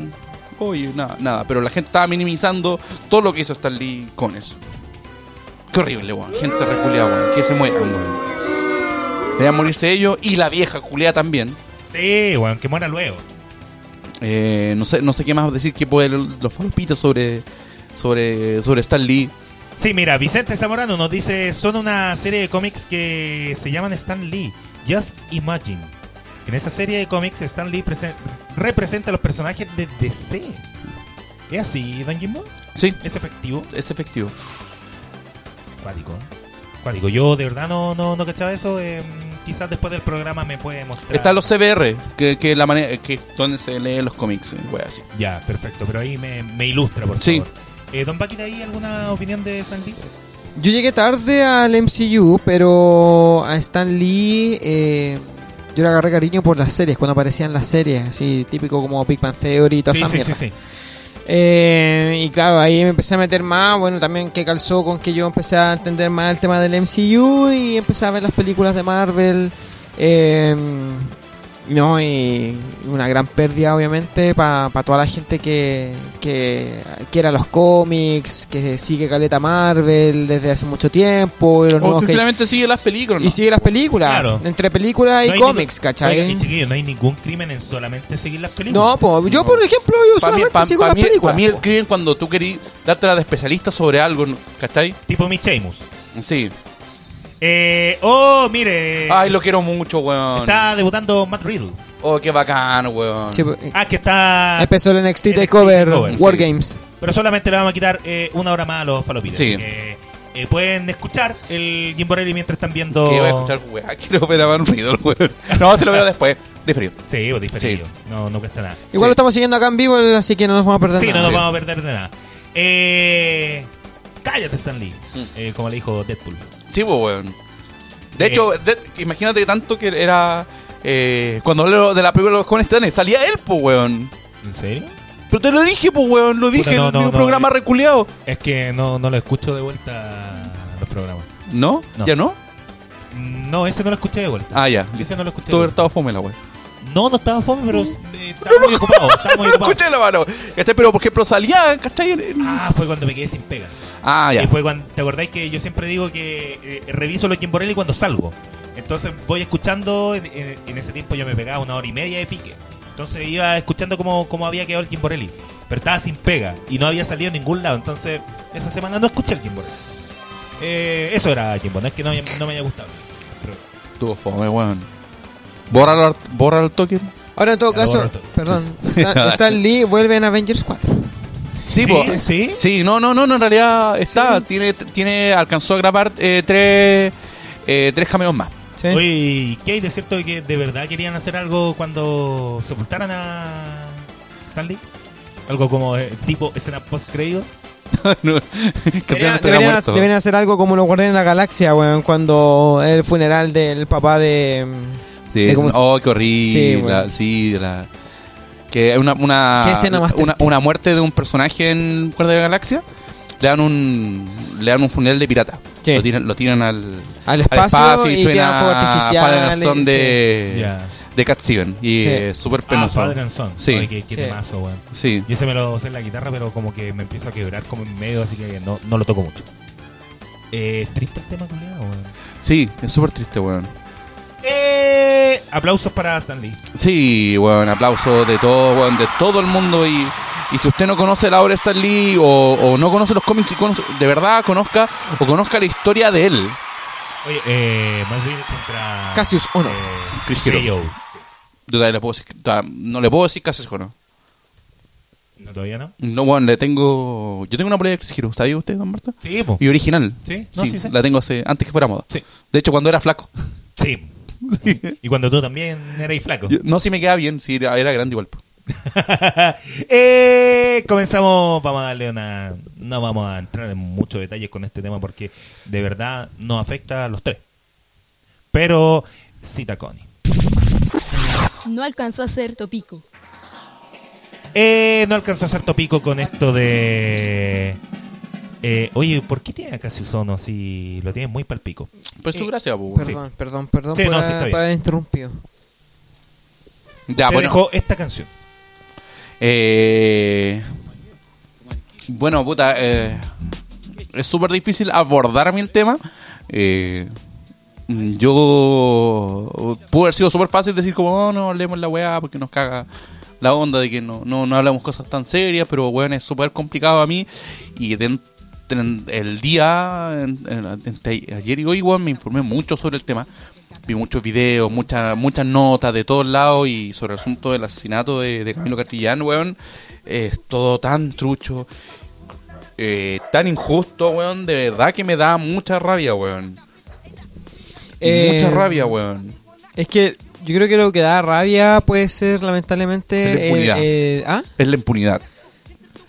S6: Oye, nada, nada. Pero la gente estaba minimizando todo lo que hizo Stan Lee con eso. Qué horrible, weón. Gente reculeada, weón. Que se mueran, weón. Deberían morirse ellos y la vieja culia también.
S5: Sí, weón, que muera luego.
S6: Eh, no, sé, no sé qué más decir que puede los falopitos sobre, sobre, sobre Stan Lee.
S5: Sí, mira, Vicente Zamorano nos dice, son una serie de cómics que se llaman Stan Lee, Just Imagine. En esa serie de cómics, Stan Lee presen- representa a los personajes de DC. ¿Es así, Don Jimbo?
S6: Sí,
S5: ¿Es efectivo?
S6: es efectivo.
S5: Cuático. Cuático. Yo de verdad no, no, no cachaba eso. eh, quizás después del programa me puede mostrar.
S6: Están los CBR, que, que la manera que es donde se leen los cómics, wea, así.
S5: Ya, perfecto, pero ahí me, me ilustra, por
S6: Sí.
S5: favor. Eh, Don Paquita, ¿hay alguna opinión de Sandy?
S8: Yo llegué tarde al MCU, pero a Stan Lee eh, yo le agarré cariño por las series, cuando aparecían las series, así típico como Big Bang Theory y toda
S5: Sí,
S8: esa
S5: sí,
S8: mierda.
S5: sí, sí.
S8: Eh, y claro, ahí me empecé a meter más, bueno, también que calzó con que yo empecé a entender más el tema del MCU y empecé a ver las películas de Marvel. eh, no, y una gran pérdida obviamente para toda la gente que, que quiera los cómics, que sigue Caleta Marvel desde hace mucho tiempo. Y,
S6: O
S8: los nuevos que-
S6: sinceramente sigue las películas. ¿no?
S8: y sigue las películas,
S5: Claro.
S8: entre películas y
S5: No hay
S8: cómics,
S5: ningún-
S8: ¿cachai?
S5: Oiga, y chiquillos, no hay ningún crimen en solamente seguir las películas.
S8: no, po, yo por ejemplo, yo
S6: Pa' mí,
S8: solamente
S6: pa-
S8: sigo
S6: pa'
S8: las
S6: mí-
S8: películas.
S6: pa' mí el
S8: po.
S6: crimen cuando tú querís dártela de especialista sobre algo, ¿no? ¿cachai?
S5: Tipo Mitch Amos.
S6: Sí.
S5: Eh, oh, mire.
S6: Ay, lo quiero mucho, weón.
S5: Está debutando Matt Riddle.
S6: Oh, qué bacán, weón.
S8: Sí, po-
S5: Ah, que está.
S8: Empezó el NXT
S5: NXT
S8: Takeover
S5: Takeover,
S8: War
S6: sí.
S8: Games.
S5: Pero solamente le vamos a quitar eh, una hora más a los falopitas.
S6: Sí.
S5: Así que, eh, pueden escuchar el Jim Borelli mientras están viendo.
S6: Que voy a escuchar, weón. Quiero ver a Van Riddle, weón. No, se lo veo después. De frío.
S5: Sí, pues, diferido. No, no cuesta nada.
S6: Sí.
S8: Igual lo estamos siguiendo acá en vivo, así que no nos vamos a perder
S5: Sí, no
S8: nada.
S5: nos
S6: Sí.
S5: vamos a perder de nada. Eh, cállate, Stanley.
S6: Mm.
S5: Eh, como le dijo Deadpool.
S6: Sí, pues, weón. De
S5: Eh.
S6: hecho, de- imagínate tanto que era. eh, cuando hablé de la película de los jóvenes titanes, salía él, pues, weón.
S5: ¿En serio?
S6: Pero te lo dije, pues, weón. Lo dije
S5: no,
S6: en
S5: no,
S6: un
S5: no,
S6: programa
S5: eh.
S6: reculeado.
S5: Es que no, no lo escucho de vuelta los programas.
S6: ¿No?
S5: No.
S6: ¿Ya no?
S5: No, ese no lo escuché de vuelta.
S6: Ah, ya.
S5: Ese no lo escuché. de
S6: Todo
S5: vuelta.
S6: estado fome la weón.
S5: No, no estaba fome, pero eh, estaba muy ocupado. Estaba muy
S6: Mm. No
S5: ocupado.
S6: escuché la mano. ¿Cachai? Pero, por ejemplo, salía, ¿cachai? En- en-
S5: Ah, fue cuando me quedé sin pega.
S6: Ah,
S5: Y
S6: ya.
S5: fue cuando, ¿te acordáis que yo siempre digo que eh, reviso los Kimborelli cuando salgo? Entonces voy escuchando, en, en- en ese tiempo yo me pegaba una hora y media de pique. Entonces iba escuchando cómo, cómo había quedado el Kimborelli. Pero estaba sin pega y no había salido a ningún lado. Entonces esa semana no escuché el Kimborelli. Eh, eso era Kimbo, no es que no, no me haya gustado. Pero-
S6: Estuvo fome, weón. Bórralo, al- bórralo al toque.
S8: Ahora en todo
S5: Ya lo
S8: caso,
S5: borro todo.
S8: perdón, Stan, Stan Lee vuelve en Avengers 4.
S6: Sí,
S5: ¿Sí?
S6: po.
S5: ¿Sí?
S6: Sí, no, no, no, no, en realidad está. Tiene, tiene, alcanzó a grabar eh, tres, eh, tres cameos más.
S8: ¿sí?
S5: Oye, ¿y ¿qué hay de cierto de que de verdad querían hacer algo cuando sepultaran a Stanley? Algo como eh, tipo escena post créditos.
S6: No, que
S8: Deberían,
S6: obviamente era
S8: deberían-
S6: muerto.
S8: deberían hacer algo como los Guardianes de la Galaxia, weón, cuando el funeral del papá de... mm,
S6: Sí,
S8: de cómo se-
S6: oh, qué horrible.
S8: Sí,
S6: Sí,
S8: bueno.
S6: la- que es una, una,
S8: Qué escena más
S6: una,
S8: triste.
S6: una muerte de un personaje en Guardia de la Galaxia. Le dan un, le dan un funeral de pirata.
S8: Sí.
S6: Lo, tiran, lo tiran al,
S8: Al espacio y tiran fuego artificial,
S6: Father and Son de,
S5: sí. Ya.
S6: de Cat Steven. Y
S8: Sí.
S6: eh, súper
S5: Ah,
S6: penoso.
S5: Father and Son.
S6: Sí.
S5: Oye, qué, qué
S8: Sí.
S5: temazo, weón.
S6: Sí.
S5: Yo se me lo sé en la guitarra, pero como que me empiezo a quebrar como en medio, así que no, no lo toco mucho. Eh, ¿es triste el tema, culiado, weón.
S6: Sí, es súper triste, weón.
S5: Eh, aplausos para Stanley.
S6: Sí, weón, aplauso de todo, weón, de todo el mundo. Y, y si usted no conoce la obra de Stan Lee o, o no conoce los cómics, y conoce- de verdad conozca o conozca la historia de él.
S5: Oye, eh, más bien contra.
S8: Cassius Ono.
S5: Eh,
S6: Chris Hero.
S5: K.O..
S6: Yo todavía le puedo decir- todavía no le puedo decir casi eso, no.
S5: No, todavía no.
S6: No, weón, le tengo. Yo tengo una polea de Chris Hero, ¿está ahí usted, don Marta?
S5: Sí, po.
S6: Y original.
S5: Sí, no, sí sé.
S6: La tengo hace, antes que fuera moda.
S5: Sí.
S6: De hecho, cuando era flaco.
S5: Sí. Y cuando tú también eres flaco.
S6: Yo- no, si me queda bien, sí, era, era grande igual. po.
S5: Eh, comenzamos, vamos a darle una... No vamos a entrar en muchos detalles con este tema porque de verdad nos afecta a los tres. Pero, cita Connie.
S4: No alcanzó a ser Topico.
S5: Eh, no alcanzó a ser topico con esto de... eh, oye, ¿por qué tiene a Cassius Ono si lo tiene muy palpico?
S6: Pero es
S5: Eh,
S6: su gracia, po, weón.
S8: Perdón, perdón, perdón
S5: Uh, Sí,
S8: por,
S5: no,
S8: haber-
S5: sí, está bien.
S8: por haber interrumpido.
S6: Ya,
S5: Te
S6: Ah, bueno.
S5: dejó esta canción.
S6: Eh, bueno, puta, eh, es súper difícil abordarme el tema. Eh, yo pudo haber sido súper fácil decir como, "Oh, no hablemos la weá porque nos caga la onda de que no, no, no hablamos cosas tan serias, pero weón es súper complicado a mí y den- ten- el día, en- en- entre ayer y hoy, weón, me informé mucho sobre el tema. Vi muchos videos, muchas muchas notas de todos lados y sobre el asunto del asesinato de, de Camilo Castellán, weón. Es todo tan trucho, eh, tan injusto, weón. De verdad que me da mucha rabia, weón.
S8: Eh,
S6: Mucha rabia, weón.
S8: Es que yo creo que lo que da rabia puede ser, lamentablemente.
S6: Es la impunidad.
S8: eh, eh, ¿ah?
S6: Es la impunidad.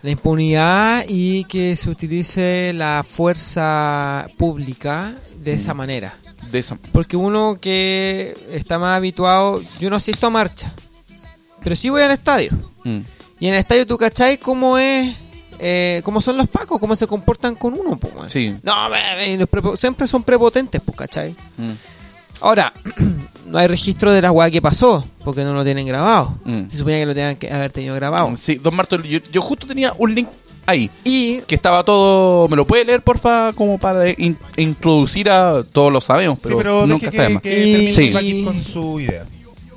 S8: La impunidad y que se utilice la fuerza pública de
S5: Mm.
S8: esa manera.
S6: De esa...
S8: Porque uno que está más habituado, yo no asisto a marcha, pero sí voy al estadio.
S6: Mm.
S8: Y en el estadio tú cachai cómo es, eh, cómo son los pacos, cómo se comportan con uno. po, weón.
S6: Sí.
S8: No, me- me- los prepo- siempre son prepotentes, pues, cachai.
S6: Mm.
S8: Ahora, no hay registro de la weá que pasó, porque no lo tienen grabado.
S6: Mm.
S8: Se suponía que lo tenían que haber tenido grabado.
S6: Sí, don Marto, yo, yo justo tenía un link ahí.
S8: Y
S6: Que estaba todo. ¿Me lo puede leer, porfa? Como para in- introducir a. Todos lo sabemos, pero,
S5: sí, pero
S6: nunca
S5: deje
S6: está de
S5: que,
S6: más.
S5: que
S8: Y-
S5: termine
S6: Sí.
S5: Paquit con su idea.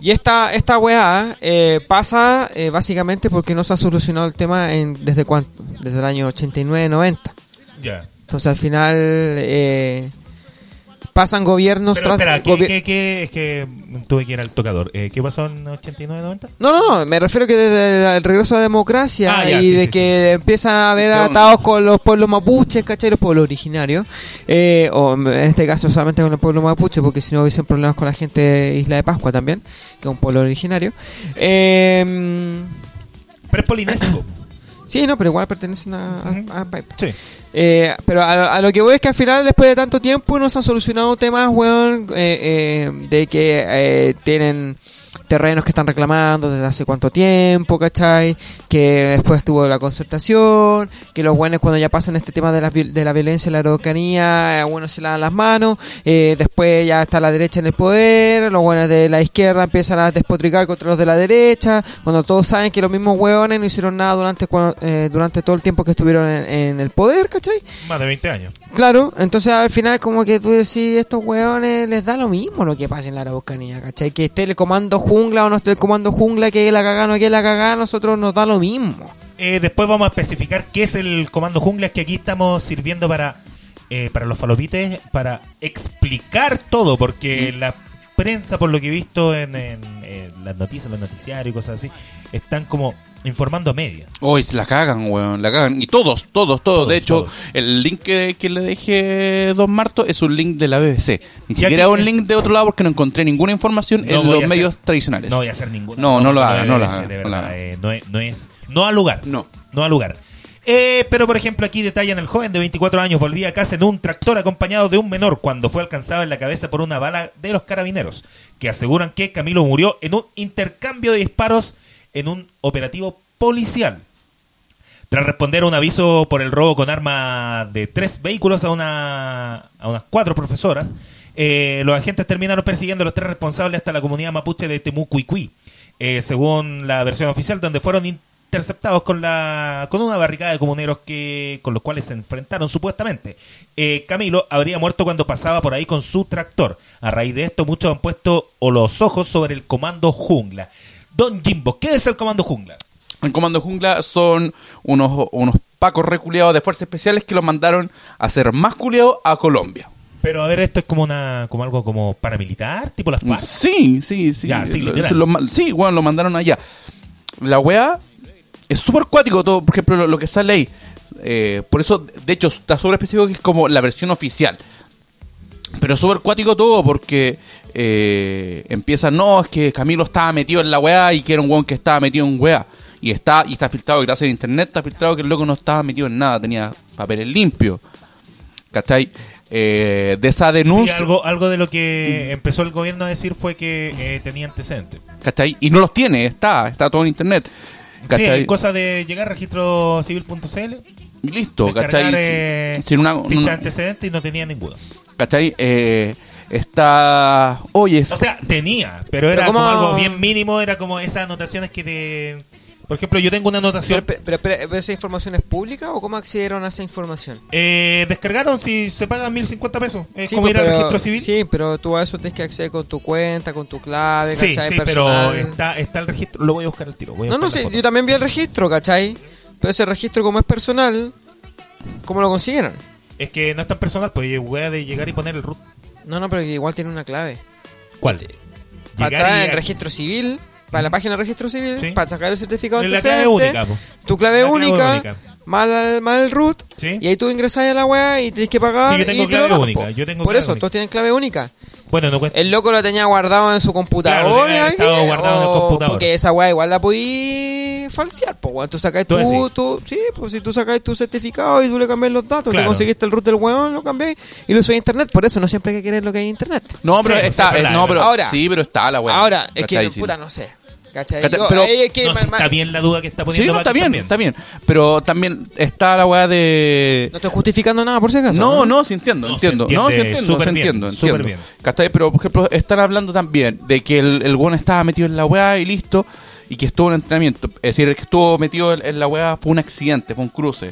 S8: Y esta, esta weá eh, pasa eh, básicamente porque no se ha solucionado el tema en, desde cuánto? Desde el año 89-90.
S5: Ya.
S8: Entonces al final eh, pasan gobiernos
S5: Pero espera, ¿qué,
S8: gobi-
S5: qué- qué- es que tuve que ir al tocador. Eh, ¿Qué pasó en 89-90?
S8: No, no, no, me refiero que desde el- el regreso a la democracia
S5: Ah, ya,
S8: y
S5: sí,
S8: de
S5: sí,
S8: que empiezan a haber
S6: Yo-
S8: atados con los pueblos mapuches, ¿cachai? Los pueblos originarios, eh, o en este caso solamente con el pueblo mapuche, porque si no hubiesen problemas con la gente de Isla de Pascua también, que es un pueblo originario. Eh,
S5: Pero es polinésico.
S8: Sí, no, pero igual pertenecen a, a- a Pipe.
S5: sí.
S8: Eh, pero a, a lo que voy es que al final, después de tanto tiempo, no se han solucionado temas, weón, eh, eh, de que eh, tienen terrenos que están reclamando desde hace cuánto tiempo, ¿cachai? Que después tuvo la concertación, que los buenos cuando ya pasan este tema de la, viol- de la violencia en la araucanía, eh, bueno, se lavan las manos, eh, después ya está la derecha en el poder, los buenos de la izquierda empiezan a despotricar contra los de la derecha, cuando todos saben que los mismos hueones no hicieron nada durante, cua- eh, durante todo el tiempo que estuvieron en, en el poder, ¿cachai?
S5: Más de 20 años.
S8: Claro, entonces al final como que tú decís, estos hueones les da lo mismo lo que pasa en la Araucanía, ¿cachai? Que esté el comando jungla o no esté el comando jungla, que la cagá, no que la cagá, nosotros nos da lo mismo.
S5: Eh, después vamos a especificar qué es el comando jungla, que aquí estamos sirviendo para, eh, para los falopites, para explicar todo, porque la prensa, por lo que he visto en, en- en las noticias, los noticiarios y cosas así, están como informando a media.
S6: Hoy se la cagan, weón, la cagan. Y todos, todos, todos. de hecho,
S5: todos.
S6: el link que, que le dejé Don Marto es un link de la BBC. Ni
S5: Ya
S6: siquiera
S5: que
S6: un
S5: es-
S6: link de otro lado porque no encontré ninguna información
S5: No
S6: en
S5: voy
S6: los
S5: a hacer-
S6: medios tradicionales.
S5: No voy a hacer ninguna.
S6: No, no lo haga,
S5: debe
S6: no lo
S5: ser,
S6: haga,
S5: de
S6: no lo
S5: verdad,
S6: haga.
S5: eh, no es, no es- no al lugar.
S6: No.
S5: No al lugar. Eh, pero por ejemplo aquí detallan el joven de 24 años volvía a casa en un tractor acompañado de un menor cuando fue alcanzado en la cabeza por una bala de los carabineros que aseguran que Camilo murió en un intercambio de disparos en un operativo policial. Tras responder a un aviso por el robo con arma de tres vehículos a, una, a unas cuatro profesoras, eh, los agentes terminaron persiguiendo a los tres responsables hasta la comunidad mapuche de Temucuicui, eh, según la versión oficial, donde fueron interceptados con, la, con una barricada de comuneros que, con los cuales se enfrentaron supuestamente. Eh, Camilo habría muerto cuando pasaba por ahí con su tractor. A raíz de esto, muchos han puesto o los ojos sobre el comando jungla. Don Jimbo, ¿qué es el comando jungla?
S6: En Comando Jungla son unos, unos pacos reculeados de fuerzas especiales que los mandaron a ser más culeados a Colombia.
S5: Pero a ver, esto es como una como algo como paramilitar, tipo las FARC.
S6: Mm, Sí, sí, sí.
S5: Ya, sí,
S6: Lo-
S5: literal.
S6: eso lo ma- sí, bueno, lo mandaron allá. La weá es súper cuático todo, por ejemplo, lo, lo que sale ahí. Eh, por eso, de hecho, está súper específico que es como la versión oficial. Pero es súper cuático todo porque eh, empieza, no, es que Camilo estaba metido en la weá y que era un weón que estaba metido en weá. Y está, y está filtrado, y gracias a internet está filtrado que el loco no estaba metido en nada, tenía papeles limpios. ¿Cachai? Eh, de esa
S5: Y
S6: denuncia.
S5: algo, algo de lo que empezó el gobierno a decir fue que eh, tenía antecedentes.
S6: ¿Cachai? Y no los tiene, está, está todo en internet.
S5: Sí,
S6: ¿Cachai?
S5: hay cosa de llegar a registrocivil.cl,
S6: Y Listo, ¿cachai?
S5: descargar
S6: Sin-
S5: eh,
S6: sin una-
S5: ficha de
S6: una-
S5: antecedentes y no tenía ninguno.
S6: ¿Cachai? Eh, está... Oye, es-
S5: O sea, tenía, pero era
S8: Pero
S5: como
S8: como-
S5: algo bien mínimo, era como esas anotaciones que te... Por ejemplo, yo tengo una
S8: Pero,
S5: anotación...
S8: pe- pero, pero, pero ¿esa información es pública o cómo accedieron a esa información?
S5: Eh, descargaron si se pagan 1.050 pesos. Es Eh, como ir
S8: pues, pero,
S5: al registro civil.
S8: Sí, pero tú a eso tienes que acceder con tu cuenta, con tu clave,
S5: Sí,
S8: ¿cachai?
S5: sí, pero
S8: Personal.
S5: está, está el registro. Lo voy a buscar al tiro. voy a
S8: No, no,
S5: buscar la
S8: sí,
S5: foto.
S8: yo también vi el registro, ¿cachai? Pero ese registro como es personal, ¿cómo lo consiguieron?
S5: Es que no es tan personal, pues wea de llegar y poner el root.
S8: No, no, pero que igual tiene una clave.
S5: ¿Cuál?
S8: Para
S5: Llegar
S8: entrar
S5: y-
S8: en registro civil, para la página de registro civil,
S5: Sí.
S8: para sacar el certificado
S5: Es
S8: de
S5: la clave única, po.
S8: tu clave
S5: La clave
S8: única,
S5: única.
S8: mal al- mal el root,
S5: Sí.
S8: y ahí tú ingresas a la web y tienes que pagar.
S5: Sí, yo tengo
S8: y te lo
S5: clave
S8: dan,
S5: única,
S8: po.
S5: yo tengo
S8: Por
S5: clave
S8: eso,
S5: única.
S8: todos tienen clave única.
S5: Bueno, no cuesta.
S8: El loco lo tenía guardado en su computador.
S5: Claro, tenía
S8: ¿eh?
S5: estado guardado en el
S8: O-
S5: computador.
S8: Porque esa weá igual la podí falsear, pues Tú sacáis
S5: Tú
S8: tu,
S5: decís.
S8: tu- Sí, pues si tú sacáis tu certificado y tú le cambias los datos,
S5: Claro.
S8: te conseguiste el root del weón, lo cambiáis y lo subís a internet. Por eso no siempre hay que querer lo que hay en internet.
S6: No, pero
S5: Sí, pues,
S6: está.
S5: es verdad,
S6: eh, no,
S5: es
S6: pero,
S8: verdad. Ahora.
S6: sí, pero está la weá.
S8: Ahora, es que,
S6: ¿Cachai? Sí.
S8: puta, no sé. ¿Cachai?
S6: Cata-
S8: Digo,
S6: pero-
S8: ahí hay que
S5: No,
S8: ma-
S5: sí,
S8: ma-
S5: está bien la duda que está
S6: Sí,
S5: poniendo
S6: no, está
S5: Baki
S6: bien,
S5: también.
S6: está bien. Pero también está la weá de.
S8: no estoy justificando nada, por si acaso.
S6: No, no, sí entiendo,
S5: No, se
S6: entiendo.
S5: entiende
S6: no, sí entiendo,
S5: súper
S6: sí
S5: bien,
S6: entiendo,
S5: súper
S6: entiendo.
S5: bien.
S6: ¿Cachai? Pero, por ejemplo, están hablando también de que el, el weón estaba metido en la weá y listo, y que estuvo en entrenamiento. Es decir, el que estuvo metido en, en la weá fue un accidente, fue un cruce.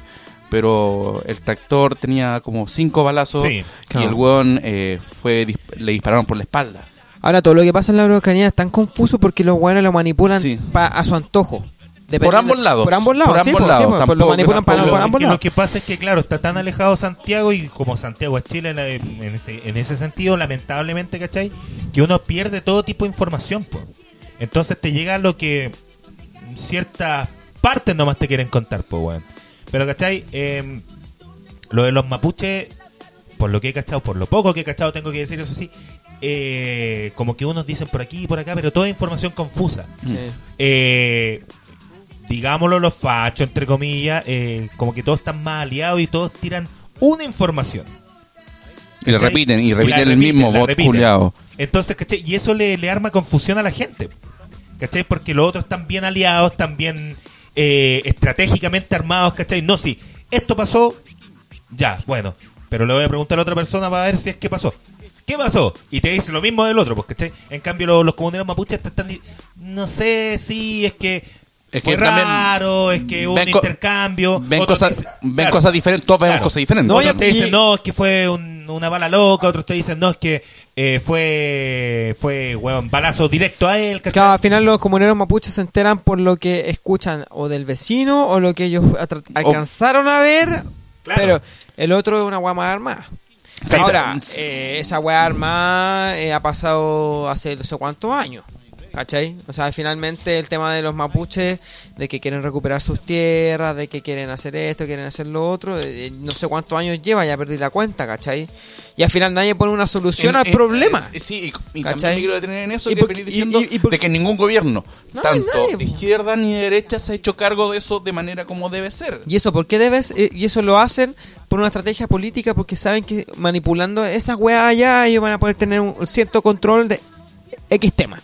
S6: Pero el tractor tenía como cinco balazos
S5: Sí,
S6: y
S8: claro.
S6: el weón eh, fue, dis- le dispararon por la espalda.
S8: Ahora, todo lo que pasa en la Araucanía es tan confuso porque los hueones lo manipulan
S6: Sí.
S8: pa- a su antojo.
S6: Por
S8: Dependiendo-
S6: ambos lados.
S8: Por ambos lados.
S6: Por
S8: sí,
S6: ambos
S8: po, sí,
S6: lados,
S8: po, pues
S6: tampoco-
S8: lo manipulan para,
S5: Lo,
S6: tampoco-
S8: por
S5: es
S8: ambos
S5: que
S8: lados.
S5: lo que pasa es que, claro, está tan alejado Santiago y como Santiago es Chile la- en ese, en ese sentido, lamentablemente, ¿cachai? Que uno pierde todo tipo de información, po. Entonces te llega lo que ciertas partes nomás te quieren contar, po, weón. Pero, ¿cachai? Eh, lo de los mapuches, por lo que he cachado, por lo poco que he cachado, tengo que decir eso sí. eh, como que unos dicen por aquí y por acá, pero toda información confusa.
S8: Sí.
S5: Eh, digámoslo los fachos, entre comillas, eh, como que todos están más aliados y todos tiran una información.
S6: Y le
S5: ¿cachai?
S6: repiten, y
S5: la
S6: repiten el mismo
S5: la
S6: bot
S5: repiten.
S6: culiao.
S5: Entonces, ¿cachai? Y eso le, le arma confusión a la gente. ¿Cachai? Porque los otros están bien aliados, están bien eh, estratégicamente armados, ¿cachai? No, sí, esto pasó, ya, bueno. Pero le voy a preguntar a la otra persona para ver si es que pasó. ¿Qué pasó? Y te dice lo mismo del otro, pues, ¿cachai? En cambio, los, los comuneros mapuches te están diciendo, no sé, sí, es que
S6: Es
S5: fue
S6: que también
S5: raro, es que hubo un
S6: ven co-
S5: intercambio.
S6: Ven,
S5: Otros
S6: cosas,
S5: te dicen-
S6: ven
S5: claro.
S6: cosas diferentes, todos vemos
S5: Claro.
S6: cosas diferentes.
S5: No,
S6: Otros
S5: otros te dicen, no, es que fue un- una bala loca, otros te dicen, no, es que eh, fue, fue, weón, balazo directo a él, ¿cachai?
S8: Claro, al final los comuneros mapuches se enteran por lo que escuchan o del vecino o lo que ellos atra- alcanzaron a ver,
S5: Claro.
S8: pero el otro es una weá más armada.
S6: Sí,
S8: Ahora,
S6: sí.
S8: eh, esa weá armada eh, ha pasado hace no sé cuántos años. ¿Cachai? O sea, finalmente el tema de los mapuches, de que quieren recuperar sus tierras, de que quieren hacer esto, quieren hacer lo otro, eh, eh, no sé cuántos años lleva, ya perdí la cuenta, ¿cachai? Y al final nadie pone una solución
S6: En-
S8: al
S6: en-
S8: problema.
S6: eh, sí, y, y también
S8: ¿Cachai?
S6: me quiero detener en eso
S8: Y
S6: que
S8: porque-
S6: venís
S8: y-
S6: diciendo
S8: y- y porque-
S6: de que ningún gobierno,
S8: No,
S6: tanto
S8: nadie,
S6: de
S8: po.
S6: izquierda ni de derecha, se ha hecho cargo de eso de manera como debe ser.
S8: ¿Y eso por qué debes? Eh, Y eso lo hacen por una estrategia política porque saben que manipulando esas weas allá ellos van a poder tener un cierto control de X tema.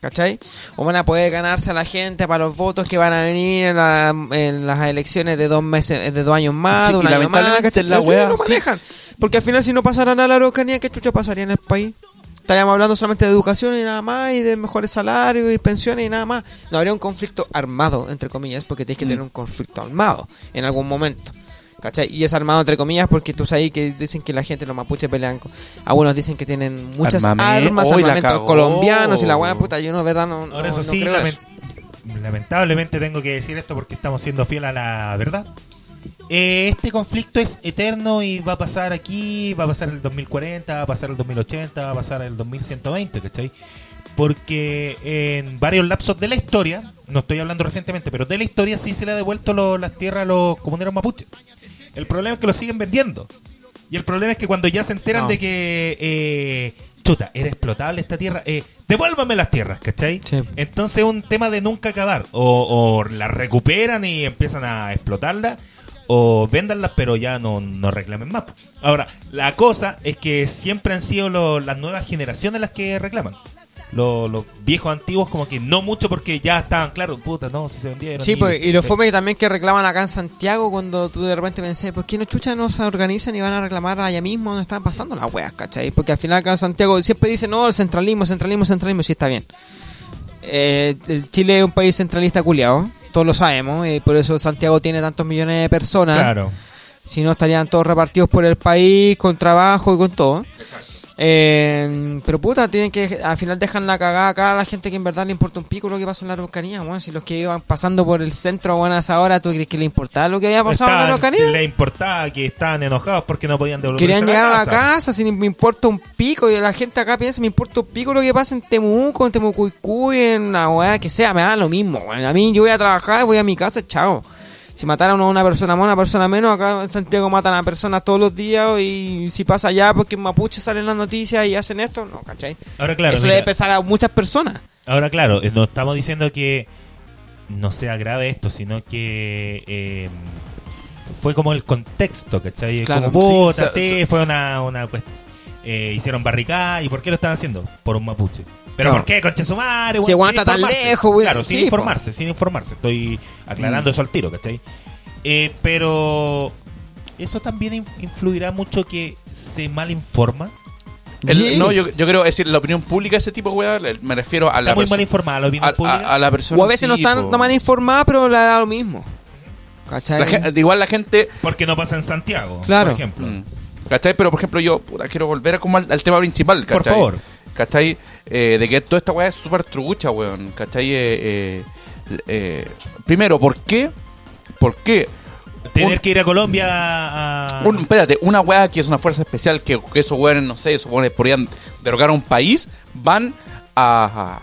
S8: ¿Cachai? O van a poder ganarse a la gente para los votos que van a venir en, la- en las elecciones de dos meses, de dos años más,
S6: Sí,
S8: de un
S6: y
S8: año más.
S6: lamentablemente
S8: ¿cachai?
S6: la
S8: Eso
S6: wea,
S8: no
S6: sí.
S8: manejan. Porque al final si no pasaran a la Araucanía, ¿qué chucha pasaría en el país? Estaríamos hablando solamente de educación y nada más, y de mejores salarios y pensiones y nada más. No habría un conflicto armado, entre comillas, porque
S6: Mm.
S8: tienes que tener un conflicto armado en algún momento. ¿Cachai? Y es armado entre comillas porque tú sabes que dicen que la gente, los mapuches pelean. con- Algunos dicen que tienen muchas
S6: Armame-
S8: armas,
S6: Uy, la
S8: armamentos
S6: cagó.
S8: colombianos y la weá puta. Yo no, verdad, no, no,
S5: Ahora, eso
S8: no
S5: sí,
S8: creo
S5: lamen-
S8: eso.
S5: lamentablemente tengo que decir esto porque estamos siendo fiel a la verdad. Eh, este conflicto es eterno y va a pasar aquí, va a pasar el 2040, va a pasar el 2080, va a pasar el 2120, ¿cachai? Porque en varios lapsos de la historia, no estoy hablando recientemente, pero de la historia sí se le ha devuelto lo- las tierras a los comuneros mapuches. El problema es que lo siguen vendiendo. Y el problema es que cuando ya se enteran
S8: No.
S5: de que, eh, chuta, era explotable esta tierra, eh, devuélvame las tierras, ¿cachai?
S8: Sí.
S5: Entonces es un tema de nunca acabar. O, o las recuperan y empiezan a explotarlas, o véndanlas, pero ya no, no reclamen más. pues. Ahora, la cosa es que siempre han sido lo- las nuevas generaciones las que reclaman. Lo- Los, viejos antiguos como que no mucho porque ya estaban claro puta no si se vendieron
S8: Sí, pues, y los
S5: los
S8: fome también que reclaman acá en Santiago cuando tú de repente pensás, pues que no chucha no se organizan y van a reclamar allá mismo donde están pasando las weas, ¿cachai? Porque al final acá en Santiago siempre dicen, no, el centralismo, centralismo, centralismo, sí está bien. Eh, el Chile es un país centralista culiado, todos lo sabemos, y por eso Santiago tiene tantos millones de personas.
S5: claro
S8: Si no, estarían todos repartidos por el país, con trabajo y con todo. Eh, pero puta, tienen que al final dejan la cagada acá a la gente que en verdad le importa un pico lo que pasa en la Araucanía, weón. Si los que iban pasando por el centro, bueno, a esa hora, ¿tú crees que le importaba lo que había pasado en la
S5: Estaban-
S8: Araucanía?
S5: le importaba que estaban enojados porque no podían devolver
S8: Querían llegar a la casa, si me importa un pico, y la gente acá piensa, me importa un pico lo que pasa en Temuco, en Temucuicuy, en la weá que sea, me da lo mismo, weón. A mí yo voy a trabajar, voy a mi casa, chao. si mataran a una persona más, una persona menos, acá en Santiago matan a personas todos los días y si pasa allá porque en Mapuche salen las noticias y hacen esto, no, ¿cachai?
S5: Ahora, claro,
S8: Eso
S5: mira.
S8: debe pesar a muchas personas.
S5: Ahora, claro, eh, no estamos diciendo que no sea grave esto, sino que eh, fue como el contexto, ¿cachai?
S8: Claro,
S5: como puta,
S6: sí,
S5: sí,
S6: so-
S5: fue una, una cuest- eh, hicieron barricadas. ¿Y por qué lo están haciendo? Por un mapuche. ¿Pero por
S8: Claro.
S5: qué, conche su madre?
S8: Si
S5: weón?
S8: weón
S5: Sin
S8: está tan
S5: informarse.
S8: lejos, weón.
S5: Claro, sin
S8: Sí, po. Mm.
S5: informarse, sin informarse. Estoy aclarando eso al tiro, ¿cachai? Eh, pero eso también in- influirá mucho que se malinforma.
S6: El-
S8: Sí.
S6: No, yo, yo creo, es decir, la opinión pública, ese tipo de weá, le- me refiero a la
S5: Está muy mal
S6: persona.
S5: informada la opinión
S6: A,
S5: pública.
S6: a- a la persona.
S8: O a veces no
S6: sí,
S8: están
S6: po.
S8: no mal informadas, pero le da lo mismo. ¿Cachai?
S6: La gen- Igual la gente
S5: Porque no pasa en Santiago,
S8: Claro.
S5: por ejemplo.
S6: Mm. ¿Cachai? Pero por ejemplo, yo puta, quiero volver como al, al tema principal, ¿cachai?
S5: Por favor.
S6: ¿Cachai? Eh, de que toda esta weá es súper trucha, weón. ¿Cachai? Eh, eh, eh, primero, ¿por qué? ¿Por qué?
S5: Tener
S6: Un-
S5: que ir a Colombia a...
S6: Un- espérate, una weá que es una fuerza especial que, que esos weones, no sé, esos weones podrían derrocar a un país, van a,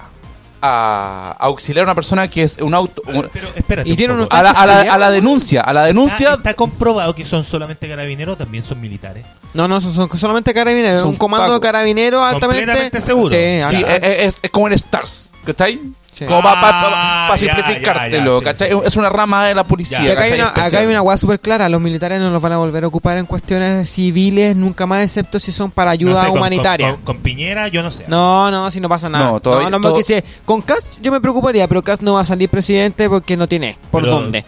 S6: a, a auxiliar a una persona que es un auto. un-
S5: Pero espérate.
S8: Y
S5: un
S8: tiene
S5: poco.
S8: unos-
S6: a, la, a la- a la denuncia, a la
S5: Está,
S6: denuncia.
S5: está comprobado que son solamente carabineros, también son militares.
S8: No, no, son, son solamente carabineros.
S6: Son
S8: un comando
S6: pacos.
S8: de carabineros altamente.
S5: Completamente seguro.
S8: Sí,
S6: Sí,
S8: alta-
S6: es, es- es como en Stars, ¿cachai?
S8: Sí.
S6: Como para
S5: Ah, ya,
S6: simplificártelo,
S5: ya, ya, sí,
S6: ¿cachai?
S5: sí, sí.
S6: Es una rama de la
S5: Ya.
S6: policía.
S8: Y acá, hay
S6: ¿cachai?
S8: una, acá hay
S6: Especial.
S8: una hueá súper clara, los militares no los van a volver a ocupar en cuestiones civiles nunca más, excepto si son para
S5: No
S8: ayuda
S5: sé, con-
S8: humanitaria.
S5: Con, con- con Piñera, yo no sé.
S8: no, no, si no pasa nada.
S6: No, todavía-
S8: no, no, porque
S6: todo-
S8: si- con Cast yo me preocuparía, pero Cast no va a salir presidente porque no tiene por
S5: Pero-
S8: dónde.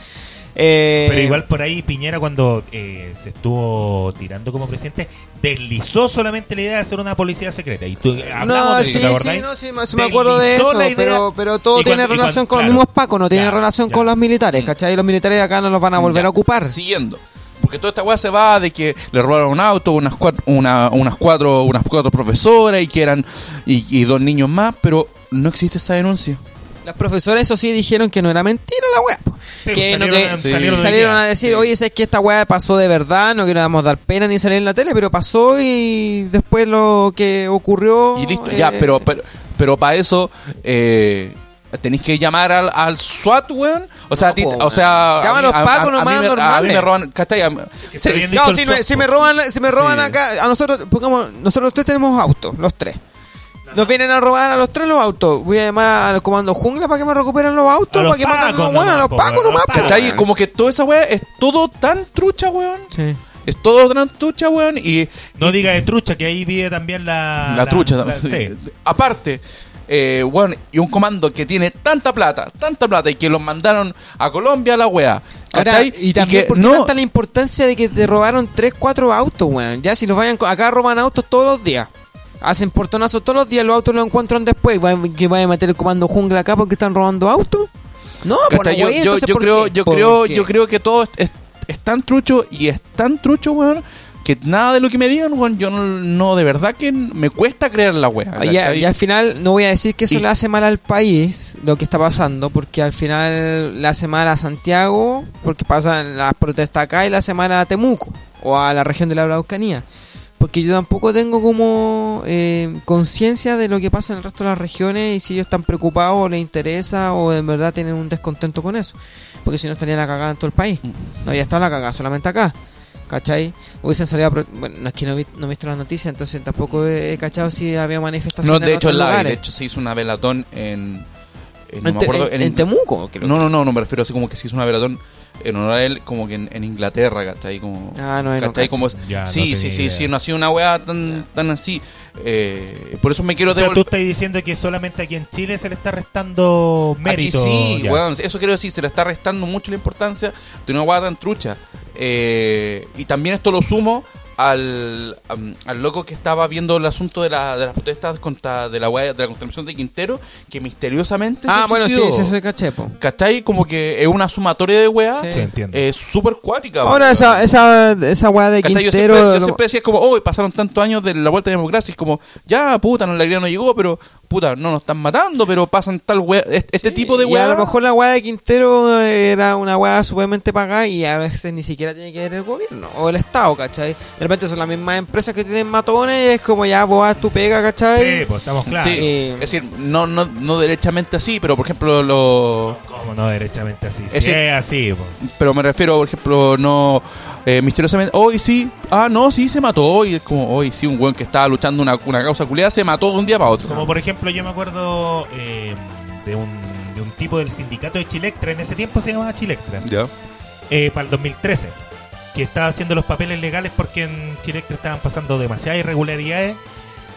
S8: Eh,
S5: Pero igual por ahí Piñera cuando eh, se estuvo tirando como presidente, deslizó solamente la idea de hacer una policía secreta. Y tú, eh, hablamos
S8: No,
S5: de
S8: sí,
S5: eso, ¿te acordás?
S8: sí, no, sí, me, sí me acuerdo de
S5: Deslizó
S8: eso,
S5: la idea-
S8: pero, pero todo
S5: Y cuan-
S8: tiene
S5: y cuan-
S8: relación con
S5: claro.
S8: los mismos pacos, no tiene
S5: Ya,
S8: relación
S5: ya.
S8: con los militares, ¿cachai? Los militares acá no los van a volver
S6: Ya.
S8: a ocupar.
S6: Siguiendo. Porque toda esta weá se va de que le robaron un auto, unas cuatro, una, unas cuatro, unas cuatro profesoras y que eran y, y dos niños más, pero no existe esa denuncia.
S8: Los profesores, eso sí, dijeron que no era mentira la weá. po.
S5: Sí,
S8: que
S5: pues,
S8: no,
S5: salieron
S8: que-
S5: a-
S8: salieron,
S5: salieron
S8: a
S5: hoy día.
S8: decir,
S5: Sí.
S8: oye, sé que esta weá pasó de verdad, no queríamos dar pena ni salir en la tele, pero pasó y después lo que ocurrió.
S6: Y listo,
S8: eh,
S6: ya, pero pero, pero para eso eh, tenéis que llamar al, al SWAT, weón. O sea,
S8: No,
S6: a ti-
S8: po,
S6: o sea,
S8: weón. Llama a los pacos
S6: mí
S8: nomás
S6: me- A mí
S8: normales.
S6: me roban, ¿cachai? A mí-
S5: está
S6: se-
S5: bien
S6: se-
S5: dicho
S8: No,
S5: el
S8: si, me-
S5: softball.
S8: si me roban, si me roban
S6: Sí.
S8: acá, a nosotros, pongamos, nosotros tres tenemos autos, los tres. Nos vienen a robar a los tres los autos. Voy a llamar al comando jungla para que me recuperen los autos,
S5: A los
S8: para que manden
S5: pacos
S8: los buenos, a
S5: nomás,
S8: los
S5: po,
S8: pacos
S5: a los
S8: nomás. po,
S5: pacos.
S6: ¿Cachai?
S8: weón.
S6: Como que toda esa weá es todo tan trucha, weón.
S8: Sí.
S6: Es todo tan trucha, weón. Y
S5: No diga de trucha, que ahí vive también la...
S6: la, trucha.
S5: la-
S6: sí.
S5: sí.
S6: Aparte, eh, weón, y un comando que tiene tanta plata, tanta plata, y que los mandaron a Colombia a la weá.
S8: Ahora,
S6: ¿Cachai?
S8: y también,
S6: que
S8: ¿por qué no está la importancia de que te robaron 3, 4 autos, weón? Ya, si los vayan, co- acá roban autos todos los días. Hacen portonazos todos los días, los autos los encuentran después. Vayan- que vayan a meter el comando jungla acá porque están robando autos? pues, No,
S6: ¿cachai?
S8: por
S6: yo, yo, yo creo, yo, creo, yo creo que todo es, es- es tan trucho y es tan trucho, weón. Que nada de lo que me digan, weón, yo no, no, de verdad que me cuesta creer la weá.
S8: Ah, ya-
S6: ¿cachai?
S8: y al final no voy a decir que eso
S6: Y-
S8: le hace mal al país lo que está pasando porque al final le hace mal a Santiago porque pasan las protestas acá y le hace mal a Temuco o a la región de la Araucanía porque yo tampoco tengo como eh, conciencia de lo que pasa en el resto de las regiones y si ellos están preocupados o les interesa o en verdad tienen un descontento con eso porque si no estaría la cagada en todo el país no habría estado la cagada solamente acá ¿Cachai? Hubiesen salido a pro- Bueno, no es que no, vi- no he visto las noticias, entonces tampoco he, he cachado si había manifestaciones.
S6: No, de
S8: en
S6: hecho,
S8: otros
S6: en la,
S8: lugares.
S6: de hecho se hizo una velatón en. en- no
S8: En,
S6: me
S8: Te-
S6: acuerdo,
S8: en- en Temuco. creo.
S6: No, no, no, no me refiero así como que se hizo una velatón en honor a él, como que en, en Inglaterra, ¿cachai? Como,
S8: Ah, no, ahí no
S6: ¿cachai?
S8: cacho.
S6: Como,
S5: Ya,
S6: sí,
S5: no tenía
S6: sí, sí,
S5: idea.
S6: sí, no ha sido una weá tan, tan así. Eh, por eso me quiero
S5: O sea, tú
S6: devolver-
S5: estás diciendo que solamente aquí en Chile se le está restando mérito.
S6: Aquí sí,
S5: ya.
S6: weón, eso quiero decir, se le está restando mucho la importancia de una guada tan trucha. Eh, y también esto lo sumo al, am- al loco que estaba viendo el asunto de, la- de las protestas contra de la guada- de la construcción de Quintero, que misteriosamente
S8: Ah,
S6: se
S8: bueno, sí,
S6: suicidó.
S8: sí, eso caché, po.
S6: ¿Cachai? Como que es una sumatoria de weas
S8: Sí.
S5: Sí, entiendo.
S6: eh, súper cuática.
S8: Ahora,
S6: weón.
S8: esa, esa, esa weá de
S6: ¿Cachai? Yo
S8: Quintero.
S6: siempre, yo
S8: lo-
S6: siempre decía como, hoy pasaron tantos años de la vuelta de la democracia, es como, ya, puta, no, la alegría no llegó, pero, puta, no nos están matando, pero pasan tal wea, este, este tipo de
S8: y
S6: wea.
S8: a lo mejor la weá de Quintero era una weá sumamente pagada y a veces ni siquiera tiene que ver el gobierno o el Estado, ¿cachai? repente son las mismas empresas que tienen matones y es como ya vos haz tu pega, ¿cachai?
S5: Sí, pues estamos claros.
S6: Sí,
S8: Eh,
S6: es decir, no, no, no derechamente así, pero por ejemplo, lo,
S5: ¿Cómo no derechamente así? Si
S6: Es
S5: Es,
S6: decir-
S5: así, po.
S6: pero me refiero, por ejemplo, no eh, misteriosamente, hoy sí, ah, no, sí se mató, hoy es como, hoy sí, un weón que estaba luchando una, una causa culiada se mató de un día para otro.
S5: Como por ejemplo, yo me acuerdo eh, de, un, de un tipo del sindicato de Chilectra. En ese tiempo se llamaba Chilectra.
S6: Ya.
S5: eh, para el 2013, que estaba haciendo los papeles legales porque en Chile estaban pasando demasiadas irregularidades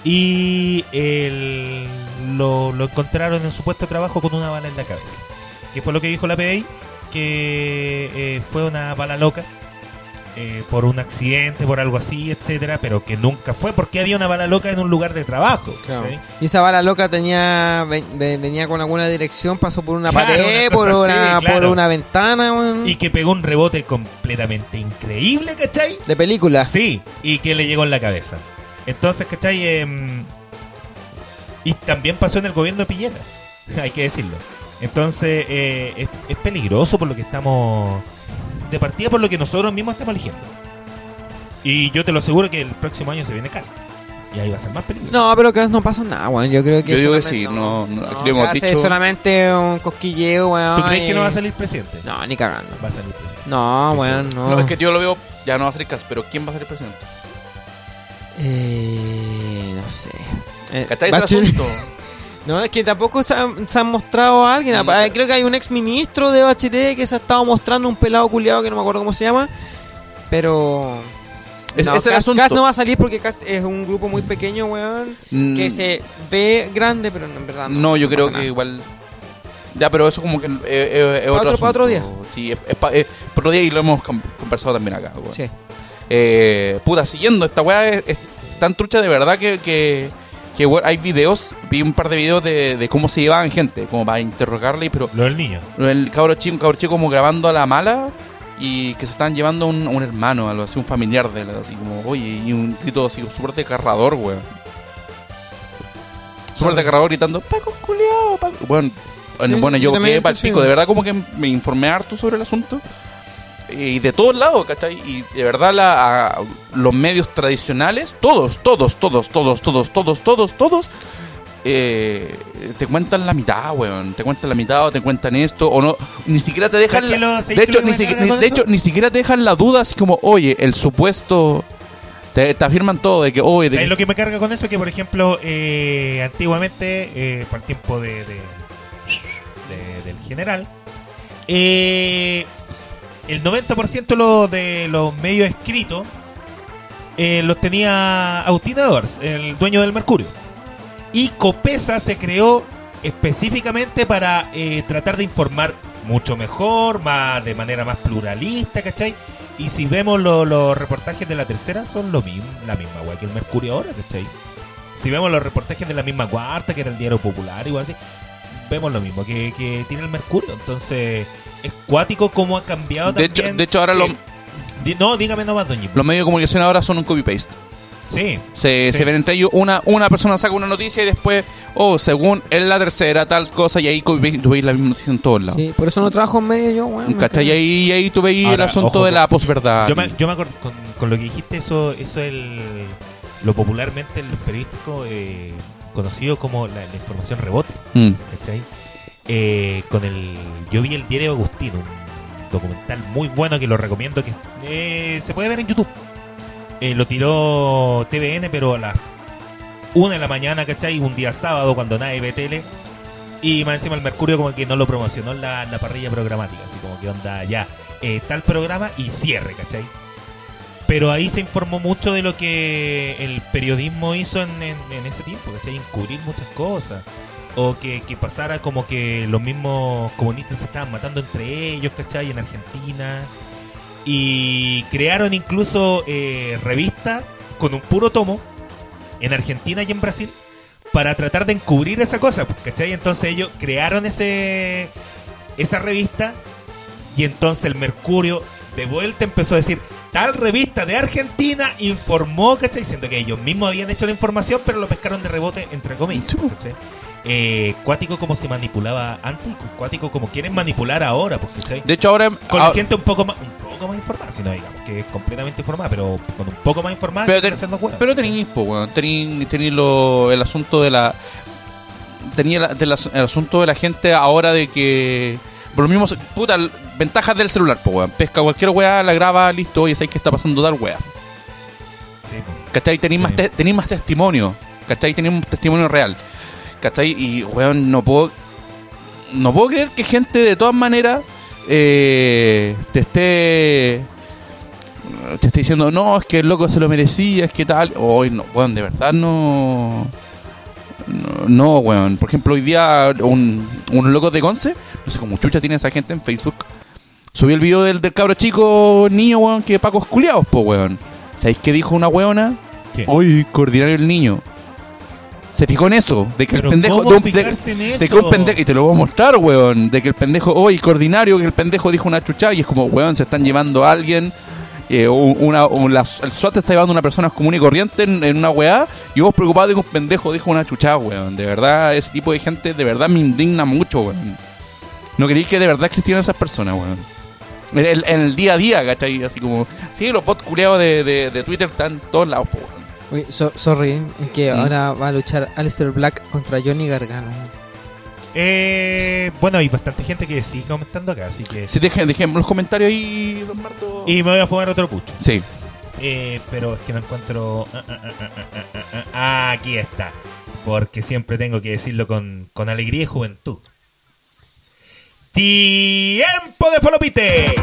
S5: y el- lo, lo encontraron en su puesto de trabajo con una bala en la cabeza. Que fue lo que dijo la PDI, que eh, fue una bala loca. eh, por un accidente, por algo así, etcétera, pero que nunca fue porque había una bala loca en un lugar de trabajo.
S8: Claro.
S5: ¿cachai?
S8: Y esa bala loca tenía ve- ve- venía con alguna dirección, pasó por una
S5: Claro,
S8: pared,
S5: una cosa
S8: por, una,
S5: así, claro.
S8: por una ventana, weón.
S5: Y que pegó un rebote completamente increíble, ¿cachai?
S8: de película.
S5: Sí, y que le llegó en la cabeza. Entonces, ¿cachai? Em, y también pasó en el gobierno de Piñera, hay que decirlo. Entonces, eh, es, es peligroso por lo que estamos... De partida por lo que nosotros mismos estamos eligiendo. Y yo te lo aseguro que el próximo año se viene casa. Y ahí va a ser más peligroso.
S8: No, pero que no pasa nada, weón. Yo creo que.
S6: Yo digo que
S8: solamente-
S6: sí, no, no, aquí
S8: no,
S6: lo hemos
S8: que hace
S6: dicho.
S8: solamente un cosquilleo, weón.
S5: ¿Tú crees que
S8: y-
S5: no va a salir presidente?
S8: eh, No, ni cagando.
S5: Va a salir presidente.
S8: No, weón, no.
S6: No, es que yo lo veo, ya no va a ser caso, pero ¿quién va a ser el presidente?
S8: Eh, no sé. Eh,
S6: ¿Cachai?
S8: va
S6: Es el
S8: Chile-
S6: asunto.
S8: No, es que tampoco se han, se han mostrado a alguien.
S6: No, no
S8: Ah,
S6: sé.
S8: Creo que hay un ex ministro de Bachelet que se ha estado mostrando un pelado culiado que no me acuerdo cómo se llama. Pero.
S6: Es-
S8: no,
S6: es el
S8: Cas-
S6: asunto.
S8: Cas no va a salir porque Cas es un grupo muy pequeño, weón.
S6: Mm.
S8: Que se ve grande, pero en verdad Ah, no.
S6: No, yo creo
S8: pasa
S6: que
S8: nada.
S6: igual. Ya, pero eso como que eh, eh, es
S8: Pa' otro- pa' otro
S6: asunto. Sí, es, es pa- es pa' otro día y lo hemos com- conversado también acá. weón.
S8: Sí.
S6: Eh, puta, siguiendo, esta weá es, es tan trucha de verdad que, que, que, weón, hay videos, vi un par de videos de, de cómo se llevaban gente, como para interrogarle, pero
S5: Lo del niño.
S6: el cabro chico, un cabro chico como grabando a la mala y que se estaban llevando un, un hermano, algo así, un familiar de él, así como, oye, y un grito así súper desgarrador, weón. Súper desgarrador gritando, Paco culiao, Paco. Bueno, bueno,
S8: sí,
S6: bueno,
S8: yo
S6: yo
S8: también
S6: quedé
S8: lo
S6: pa'l
S8: escuché.
S6: pico, de verdad como que me informé harto sobre el asunto. eh, Y de todos lados, ¿cachai? Y de verdad la, a- los medios tradicionales, todos, todos, todos, todos, todos, todos, todos, todos, eh, te cuentan la mitad, weón. Te cuentan la mitad o te cuentan esto o no. Ni siquiera te dejan...
S5: ¿Sabes
S6: la-
S5: que lo- sabes
S6: de
S5: que lo
S6: hecho, ni,
S5: que me
S6: siquiera-
S5: carga
S6: ni-
S5: con
S6: de
S5: eso?
S6: hecho, ni siquiera te dejan la duda así como, oye, el supuesto... Te, te afirman todo de que, oye, de
S5: ¿Sabes
S6: que-
S5: lo que me carga con eso? Que, por ejemplo, eh, antiguamente, eh, para el tiempo de, de- de- del general, eh, el 90% lo- de los medios escritos eh, los tenía Agustín Edwards, el dueño del Mercurio. Y Copesa se creó específicamente para eh, tratar de informar mucho mejor, más de manera más pluralista, ¿cachai? Y si vemos lo- los reportajes de la tercera, son lo mismo, la misma weá que el Mercurio ahora, ¿cachai? Si vemos los reportajes de la misma cuarta, que era el diario popular, igual así, vemos lo mismo que, que tiene el Mercurio. Entonces, es cuático cómo ha cambiado
S6: De
S5: también.
S6: hecho- de hecho ahora
S5: eh,
S6: lo-
S5: di- no, dígame nomás, doña.
S6: los medios de comunicación ahora son un copy-paste.
S5: Sí.
S6: Se,
S5: Sí.
S6: se ven entre ellos, una, una persona saca una noticia y después, oh, según en la tercera, tal cosa, y ahí copy-paste, tú veis la misma noticia en todos lados.
S8: Sí, por eso no trabajo en medio yo, weón.
S6: ¿Cachai? Y ahí, y ahí tú veis el
S5: Ahora,
S6: asunto
S5: ojo,
S6: de la
S5: con-
S6: posverdad.
S5: Yo me, yo me acuerdo con, con lo que dijiste, eso eso el lo popularmente el periodístico eh, conocido como la, la información rebote,
S6: Mm.
S5: ¿cachai? Eh, con el yo vi el diario Agustín, un documental muy bueno que lo recomiendo que eh, se puede ver en YouTube. Eh, lo tiró TVN, pero a las una de la mañana, ¿cachai? Un día sábado cuando nadie ve tele. Y más encima el Mercurio como que no lo promocionó en la, en la parrilla programática, así como que onda ya, eh, tal programa y cierre, ¿cachai? Pero ahí se informó mucho de lo que el periodismo hizo en, en- en ese tiempo, ¿cachai? Encubrir muchas cosas. O que, que pasara como que los mismos comunistas se estaban matando entre ellos, ¿cachai? En Argentina. Y crearon incluso eh, revistas con un puro tomo en Argentina y en Brasil para tratar de encubrir esa cosa, pues, ¿cachai? Entonces ellos crearon ese esa revista y entonces el Mercurio de vuelta empezó a decir, tal revista de Argentina informó, ¿cachai? Diciendo que ellos mismos habían hecho la información, pero lo pescaron de rebote, entre comillas,
S6: Sí, pues.
S5: ¿cachai? Eh, cuático como se manipulaba antes y cuático como quieren manipular ahora, pues, ¿cachai?
S6: De hecho, ahora. ah,
S5: Con la
S6: ahora-
S5: gente un poco más... Un poco, poco más informada, si no digamos que es completamente informada, pero con un poco más informada
S6: Pero,
S5: tiene
S6: ten,
S5: que ser los huevos.
S6: pero tenéis, po, weón. Tenéis- tenéis lo- el asunto de la. Tenía la- del as- el asunto de la gente ahora de que. Por lo mismo, se- puta, l- ventajas del celular, po, weón. Pesca cualquier weá, la graba, listo, oye, sabéis que está pasando tal weá.
S5: Sí, po.
S6: ¿Cachai? Tenéis
S5: Sí.
S6: más, te- tenéis más testimonio. ¿Cachai? Tenéis un testimonio real. ¿Cachai? Y, weón, no puedo. No puedo creer que gente de todas maneras eh, te esté. Te esté diciendo, no, es que el loco se lo merecía, es que tal. Hoy no, weón, de verdad no. No, no, weón. Por ejemplo, hoy día un, un loco de Conce, no sé cómo chucha tiene esa gente en Facebook. Subí el video del, del cabro chico niño, weón, que Paco es culiaos, po, weón. ¿Sabéis qué dijo una weona?
S5: ¿Qué?
S6: Hoy, coordinario el niño. Se fijó en eso, de que el
S5: Pero
S6: pendejo.
S5: ¿cómo
S6: de un- de-
S5: fijarse en
S6: de que un
S5: eso?
S6: pendejo. Y te lo voy a mostrar, weón. De que el pendejo. Hoy, coordinario, que el pendejo dijo una chucha. Y es como, weón, se están llevando a alguien. eh, un- una, un- la- el SWAT te está llevando a una persona común y corriente en, en una weá. Y vos preocupado de que un pendejo dijo una chucha, weón. De verdad, ese tipo de gente de verdad me indigna mucho, weón. No creí que de verdad existieran esas personas, weón. En el, en el día a día, ¿cachai? Así como. Sí, los bots culeados de, de, de Twitter están en todos lados, po, weón.
S8: Oye, so- sorry, que
S6: ¿Mm?
S8: ahora va a luchar Alistair Black contra Johnny Gargano.
S5: Eh, bueno, hay bastante gente que sigue comentando acá, así que.
S6: Sí, dejen, dejen los comentarios ahí, don Marto.
S5: Y me voy a fumar otro pucho.
S6: Sí.
S5: Eh, pero es que no encuentro. Ah, ah, ah, ah, ah, ah, ah, ah, aquí está. Porque siempre tengo que decirlo con, con alegría y juventud. ¡Tiempo de Falopite!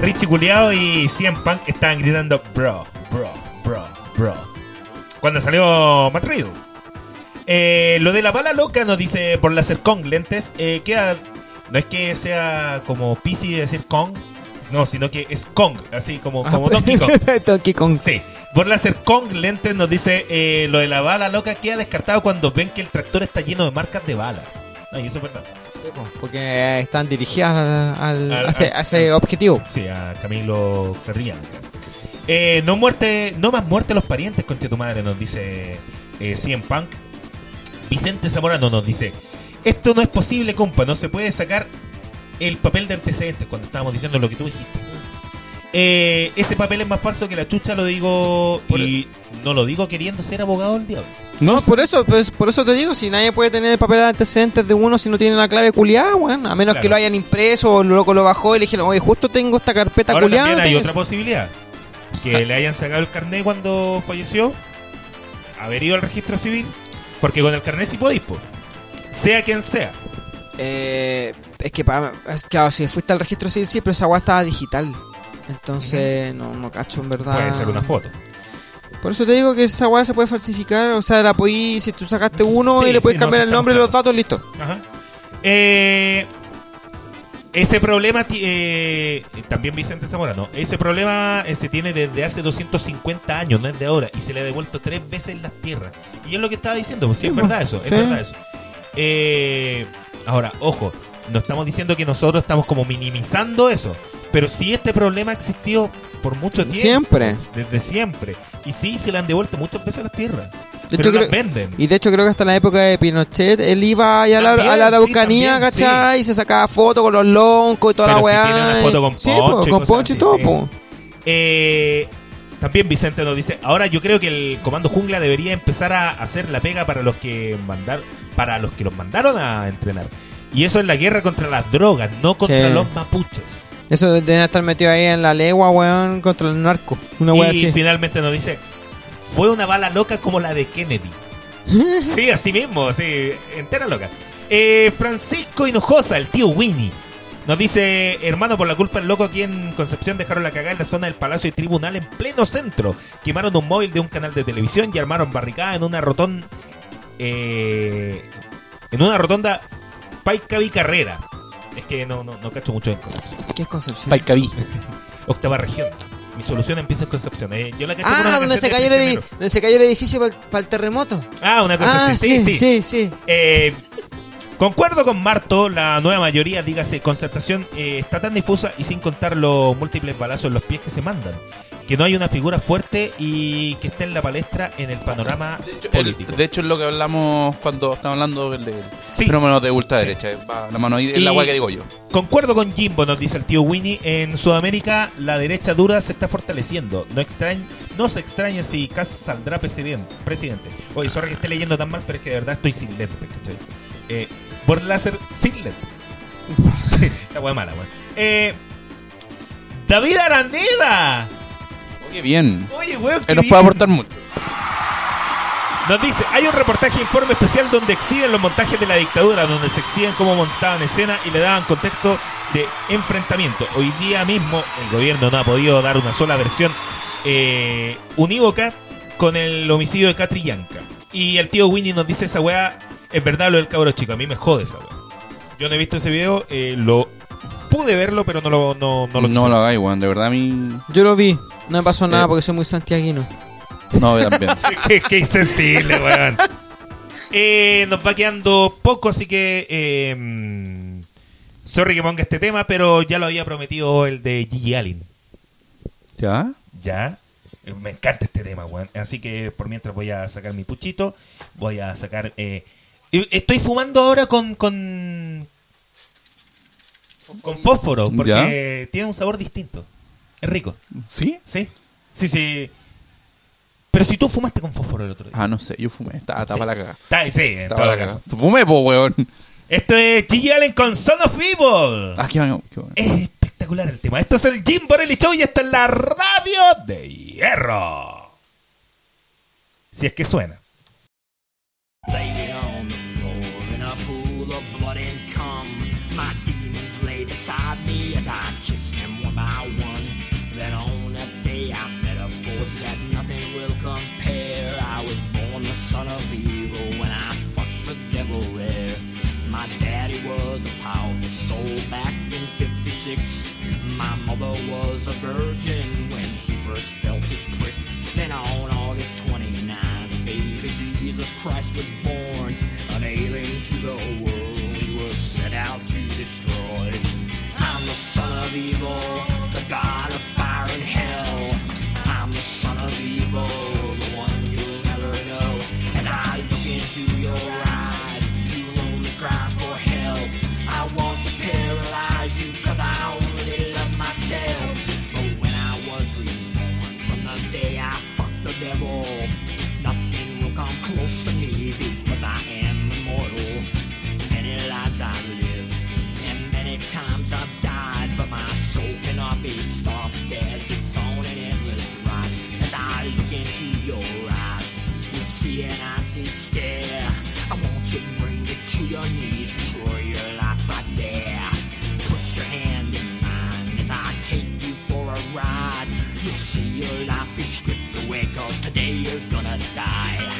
S5: Richie Culeado y Cien Punk estaban gritando bro, bro, bro, bro. Cuando salió Matt Riddle. Eh, lo de la bala loca nos dice por láser Kong lentes. eh, queda. No es que sea como PC de decir Kong. No, sino que es Kong, así como,
S8: Ah,
S5: como
S8: pues.
S5: Donkey Kong.
S8: Donkey Kong.
S5: Sí. Por láser Kong lentes nos dice eh, lo de la bala loca queda descartado cuando ven que el tractor está lleno de marcas de bala. Ay, eso es verdad.
S8: Porque están dirigidas al,
S5: Al-
S8: a, ese,
S5: al-
S8: a ese objetivo.
S5: Sí, a Camilo Ferrián. Eh, no muerte, no más muerte a los parientes, conche tu madre, nos dice eh, CM Punk. Vicente Zamorano nos dice, esto no es posible, compa, no se puede sacar el papel de antecedentes cuando estábamos diciendo lo que tú dijiste. Eh, ese papel es más falso que la chucha, lo digo, y no lo digo queriendo ser abogado del diablo.
S8: No, por eso, pues, por eso te digo, si nadie puede tener el papel de antecedentes de uno si no tiene la clave culiada, weón. A menos
S5: Claro.
S8: que lo hayan impreso o el loco lo bajó y le dijeron, oye, justo tengo esta carpeta
S5: Ahora
S8: culiada.
S5: también hay
S8: tenés-
S5: otra posibilidad. Que le hayan sacado el carnet cuando falleció, haber ido al registro civil, porque con el carnet sí podéis, po. sea quien sea.
S8: Eh, es que, para, es que, claro, si fuiste al registro civil, sí, pero esa weá estaba digital. Entonces, no, no cacho en verdad.
S5: Puede ser una foto.
S8: Por eso te digo que esa weá se puede falsificar. O sea, la podí, si tú sacaste uno
S5: Sí,
S8: y le puedes
S5: sí,
S8: cambiar
S5: no,
S8: el nombre y los
S5: estamos
S8: datos, listo.
S5: Ajá. Eh, ese problema, ti- eh, también Vicente Zamorano, ese problema eh, se tiene desde hace 250 años, no es de ahora, y se le ha devuelto tres veces las tierras. Y es lo que estaba diciendo, pues, sí,
S8: Sí,
S5: es
S8: pues,
S5: verdad eso, es
S8: sí.
S5: verdad eso. Eh, ahora, ojo, no estamos diciendo que nosotros estamos como minimizando eso, pero sí este problema ha existido por mucho tiempo.
S8: Siempre.
S5: Desde siempre. Y sí, se le han devuelto muchas veces las tierras.
S8: De
S5: pero
S8: hecho,
S5: las
S8: creo-
S5: venden.
S8: Y de hecho creo que hasta en la época de Pinochet, él iba ahí a la,
S5: También,
S8: a la
S5: sí,
S8: Araucanía,
S5: también,
S8: ¿cachai? Y se sacaba fotos con los loncos y toda
S5: Pero
S8: la
S5: si
S8: weá.
S5: tiene una foto con
S8: Sí,
S5: poncho
S8: po,
S5: y
S8: con
S5: cosas
S8: poncho y
S5: así,
S8: todo, pues.
S5: sí.
S8: po.
S5: Eh, también Vicente nos dice, ahora yo creo que el Comando Jungla debería empezar a hacer la pega para los que mandar, para los que los mandaron a entrenar. Y eso es la guerra contra las drogas, no contra
S8: Sí.
S5: los mapuches.
S8: Eso deben estar metido ahí en la legua, weón, contra el narco. Una weá
S5: y
S8: así.
S5: finalmente nos dice, fue una bala loca como la de Kennedy. sí, así mismo, sí, entera loca. Eh, Francisco Hinojosa, el tío Winnie, nos dice, hermano, por la culpa del loco aquí en Concepción dejaron la cagada en la zona del Palacio y Tribunal en pleno centro. Quemaron un móvil de un canal de televisión y armaron barricada en una rotonda... en una rotonda Paicavi Carrera. Es que no, no, no cacho mucho en Concepción.
S8: ¿Qué es Concepción?
S6: Paicaví.
S5: Octava región. Mi solución empieza en Concepción. Eh, yo la caché por una
S8: ah, donde
S5: canción
S8: se,
S5: de
S8: cayó el edi-
S5: Prisionero.
S8: donde se cayó el edificio para el terremoto.
S5: Ah, una cosa
S8: Ah,
S5: así. Sí, sí.
S8: sí,
S5: Eh, concuerdo con Marto, la nueva mayoría, dígase, concertación, eh, está tan difusa y sin contar los múltiples balazos en los pies que se mandan. que no hay una figura fuerte y que esté en la palestra en el panorama
S6: hecho, el-
S5: político.
S6: de hecho, es lo que hablamos cuando estábamos hablando del del
S5: Sí.
S6: fenómeno de ultraderecha. Eh, Va la mano ahí, es
S5: Y-
S6: la weá que digo yo.
S5: Concuerdo con Jimbo, nos dice el tío Winnie. En Sudamérica la derecha dura se está fortaleciendo. No, extrañ- no se extraña si Cas saldrá presiden- presidente. Oye, sorry que esté leyendo tan mal, pero es que de verdad estoy sin lentes, ¿cachai? Eh, por láser sin lentes. la wea mala, wea. Eh, David Arandeda.
S6: Oye, bien.
S5: Oye, weón, qué
S6: Él nos
S5: bien.
S6: puede aportar mucho.
S5: Nos dice, hay un reportaje informe especial donde exhiben los montajes de la dictadura, donde se exhiben cómo montaban escena y le daban contexto de enfrentamiento. Hoy día mismo el gobierno no ha podido dar una sola versión eh, unívoca con el homicidio de Catrillanca. Y el tío Winnie nos dice esa weá, es verdad lo del cabro chico, a mí me jode esa weá. Yo no he visto ese video, eh, lo pude verlo, pero no lo, no, no
S6: No
S5: lo
S6: lo,
S5: quise.
S6: hagáis, weón. De verdad, a mí.
S8: Yo lo vi, no me pasó nada
S6: Eh.
S8: porque soy muy santiaguino.
S6: No, yo también.
S5: qué, qué insensible, weón. Eh, nos va quedando poco, así que. eh, mm, sorry que ponga este tema, pero ya lo había prometido el de Gigi Allen.
S6: ¿Ya?
S5: Ya. Eh, Me encanta este tema, weón. Así que por mientras voy a sacar mi puchito. Voy a sacar. eh, y- estoy fumando ahora con. con con fósforo, porque tiene un sabor distinto. Es rico,
S6: ¿Sí?
S5: ¿sí? Sí, sí. Pero si tú fumaste con fósforo el otro día.
S6: Ah, no sé, yo fumé. Estaba, estaba
S5: Sí.
S6: la cagada.
S5: Está- sí, en
S6: Estaba
S5: todo
S6: la
S5: caso.
S6: cagada. Fumé, po, weón.
S5: Esto es Gigi Allen con Son of Evil.
S6: Ah, qué bueno, qué bueno.
S5: Es espectacular el tema. Esto es el Jim Borelli Show y esto es la radio de hierro. Si es que suena.
S9: Laid it on the floor in a pool of blood and cum. My demons lay beside me as I kissed them one by one. Then on that day I met a force that nothing will compare. I was born the son of evil when I fucked the devil there. My daddy was a powerful soul back in 56. My mother was a virgin when she first felt his prick. Then on August 29th, baby Jesus Christ was born, an alien to the world he was set out to destroy. I'm the son of evil, the god of fire and hell. I'm the son of evil, the one you'll never know. As I look into your eyes, you'll only cry for help. I want to paralyze you, cause I only love myself. But when I was reborn, from the day I fucked the devil, nothing will come close to me because I am immortal. Many lives I've lived, and many times I've died, but my soul cannot be stopped as it's on an endless ride. As I look into your eyes, you see an icy stare. I want to bring you to your knees, destroy your life right there. Put your hand in mine as I take you for a ride. You'll see your life be stripped away, cause today you're gonna die.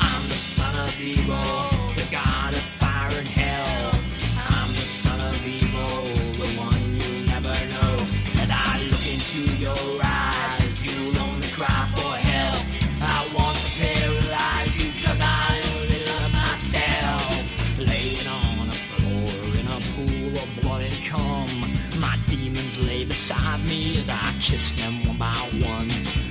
S9: I'm the son of evil, the god of fire and hell. I'm the son of evil, the one you'll never know. As I look into your eyes, you'll only cry for help. I want to paralyze you, cause I only love myself. Laying on a floor in a pool of blood and cum. My demons lay beside me as I kiss them one by one.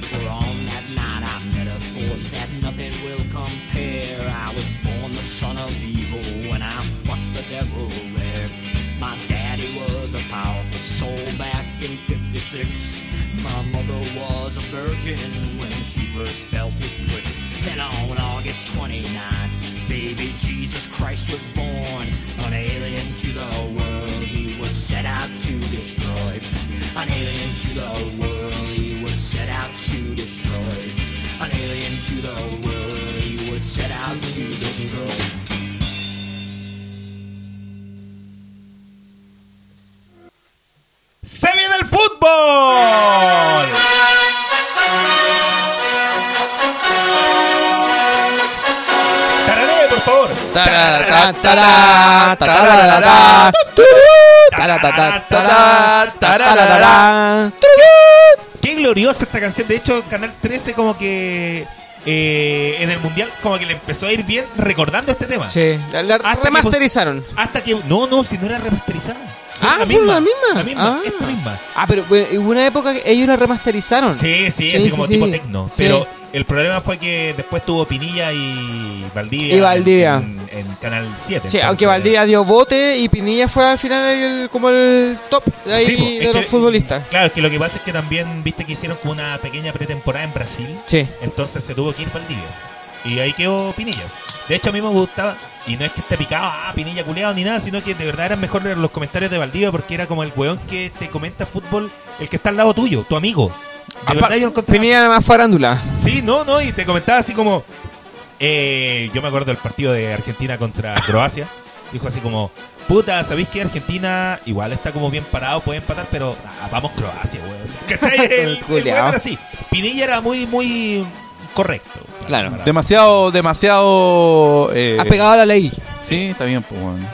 S9: For on that night I met a force that nothing will compare. I was born the son of evil when I fucked the devil there. My daddy was a powerful soul back in 56. My mother was a virgin when she first felt his prick. Then on August 29th, baby Jesus Christ was born, an alien to the world he was set out to destroy. An alien to the world he was set out to destroy. An alien to the world he was set out to destroy.
S5: ¡Se viene el fútbol! Tararé, por favor.
S6: Tarara,
S8: Tarara, tarara, tarara,
S5: Ta-
S8: Taratata,
S6: Tará, tararará.
S8: tararará.
S5: Qué gloriosa esta canción. De hecho, Canal 13 como que eh, en el mundial como que le empezó a ir bien recordando este tema.
S8: Sí, la, la
S5: Hasta que
S8: remasterizaron.
S5: pus- hasta que no, no, si no era remasterizada. Sí,
S8: Ah, ¿fue la misma?
S5: La misma,
S8: Ah.
S5: esta misma.
S8: Ah, pero bueno, hubo una época que ellos la remasterizaron.
S5: Sí, sí,
S8: Sí,
S5: así
S8: sí,
S5: como
S8: sí.
S5: tipo tecno.
S8: Sí.
S5: Pero el problema fue que después tuvo Pinilla y Valdivia.
S8: Y Valdivia.
S5: En, en Canal 7.
S8: Sí,
S5: entonces-
S8: aunque Valdivia dio bote y Pinilla fue al final el- como el top de, ahí
S5: Sí, po,
S8: de
S5: es
S8: los
S5: que-
S8: futbolistas.
S5: Claro, es que lo que pasa es que también, viste que hicieron como una pequeña pretemporada en Brasil.
S8: Sí.
S5: Entonces se tuvo que ir Valdivia. Y ahí quedó Pinilla. De hecho, a mí me gustaba. Y no es que esté picado, ah, Pinilla culeado ni nada, sino que de verdad eran mejor los comentarios de Valdivia porque era como el weón que te comenta fútbol, el que está al lado tuyo, tu amigo. De verdad yo lo encontraba-
S8: Pinilla era más farándula.
S5: Sí, no, no, y te comentaba así como. eh, yo me acuerdo del partido de Argentina contra Croacia. Dijo así como: Puta, ¿sabéis que Argentina igual está como bien parado, puede empatar, pero ah, vamos Croacia, weón. ¿Cachai? El, el weón
S8: Culeao.
S5: era así. Pinilla era muy, muy correcto.
S8: Claro.
S5: Para-
S6: Demasiado, demasiado. eh,
S8: Apegado a la ley.
S6: Sí, está bien, pues, weón.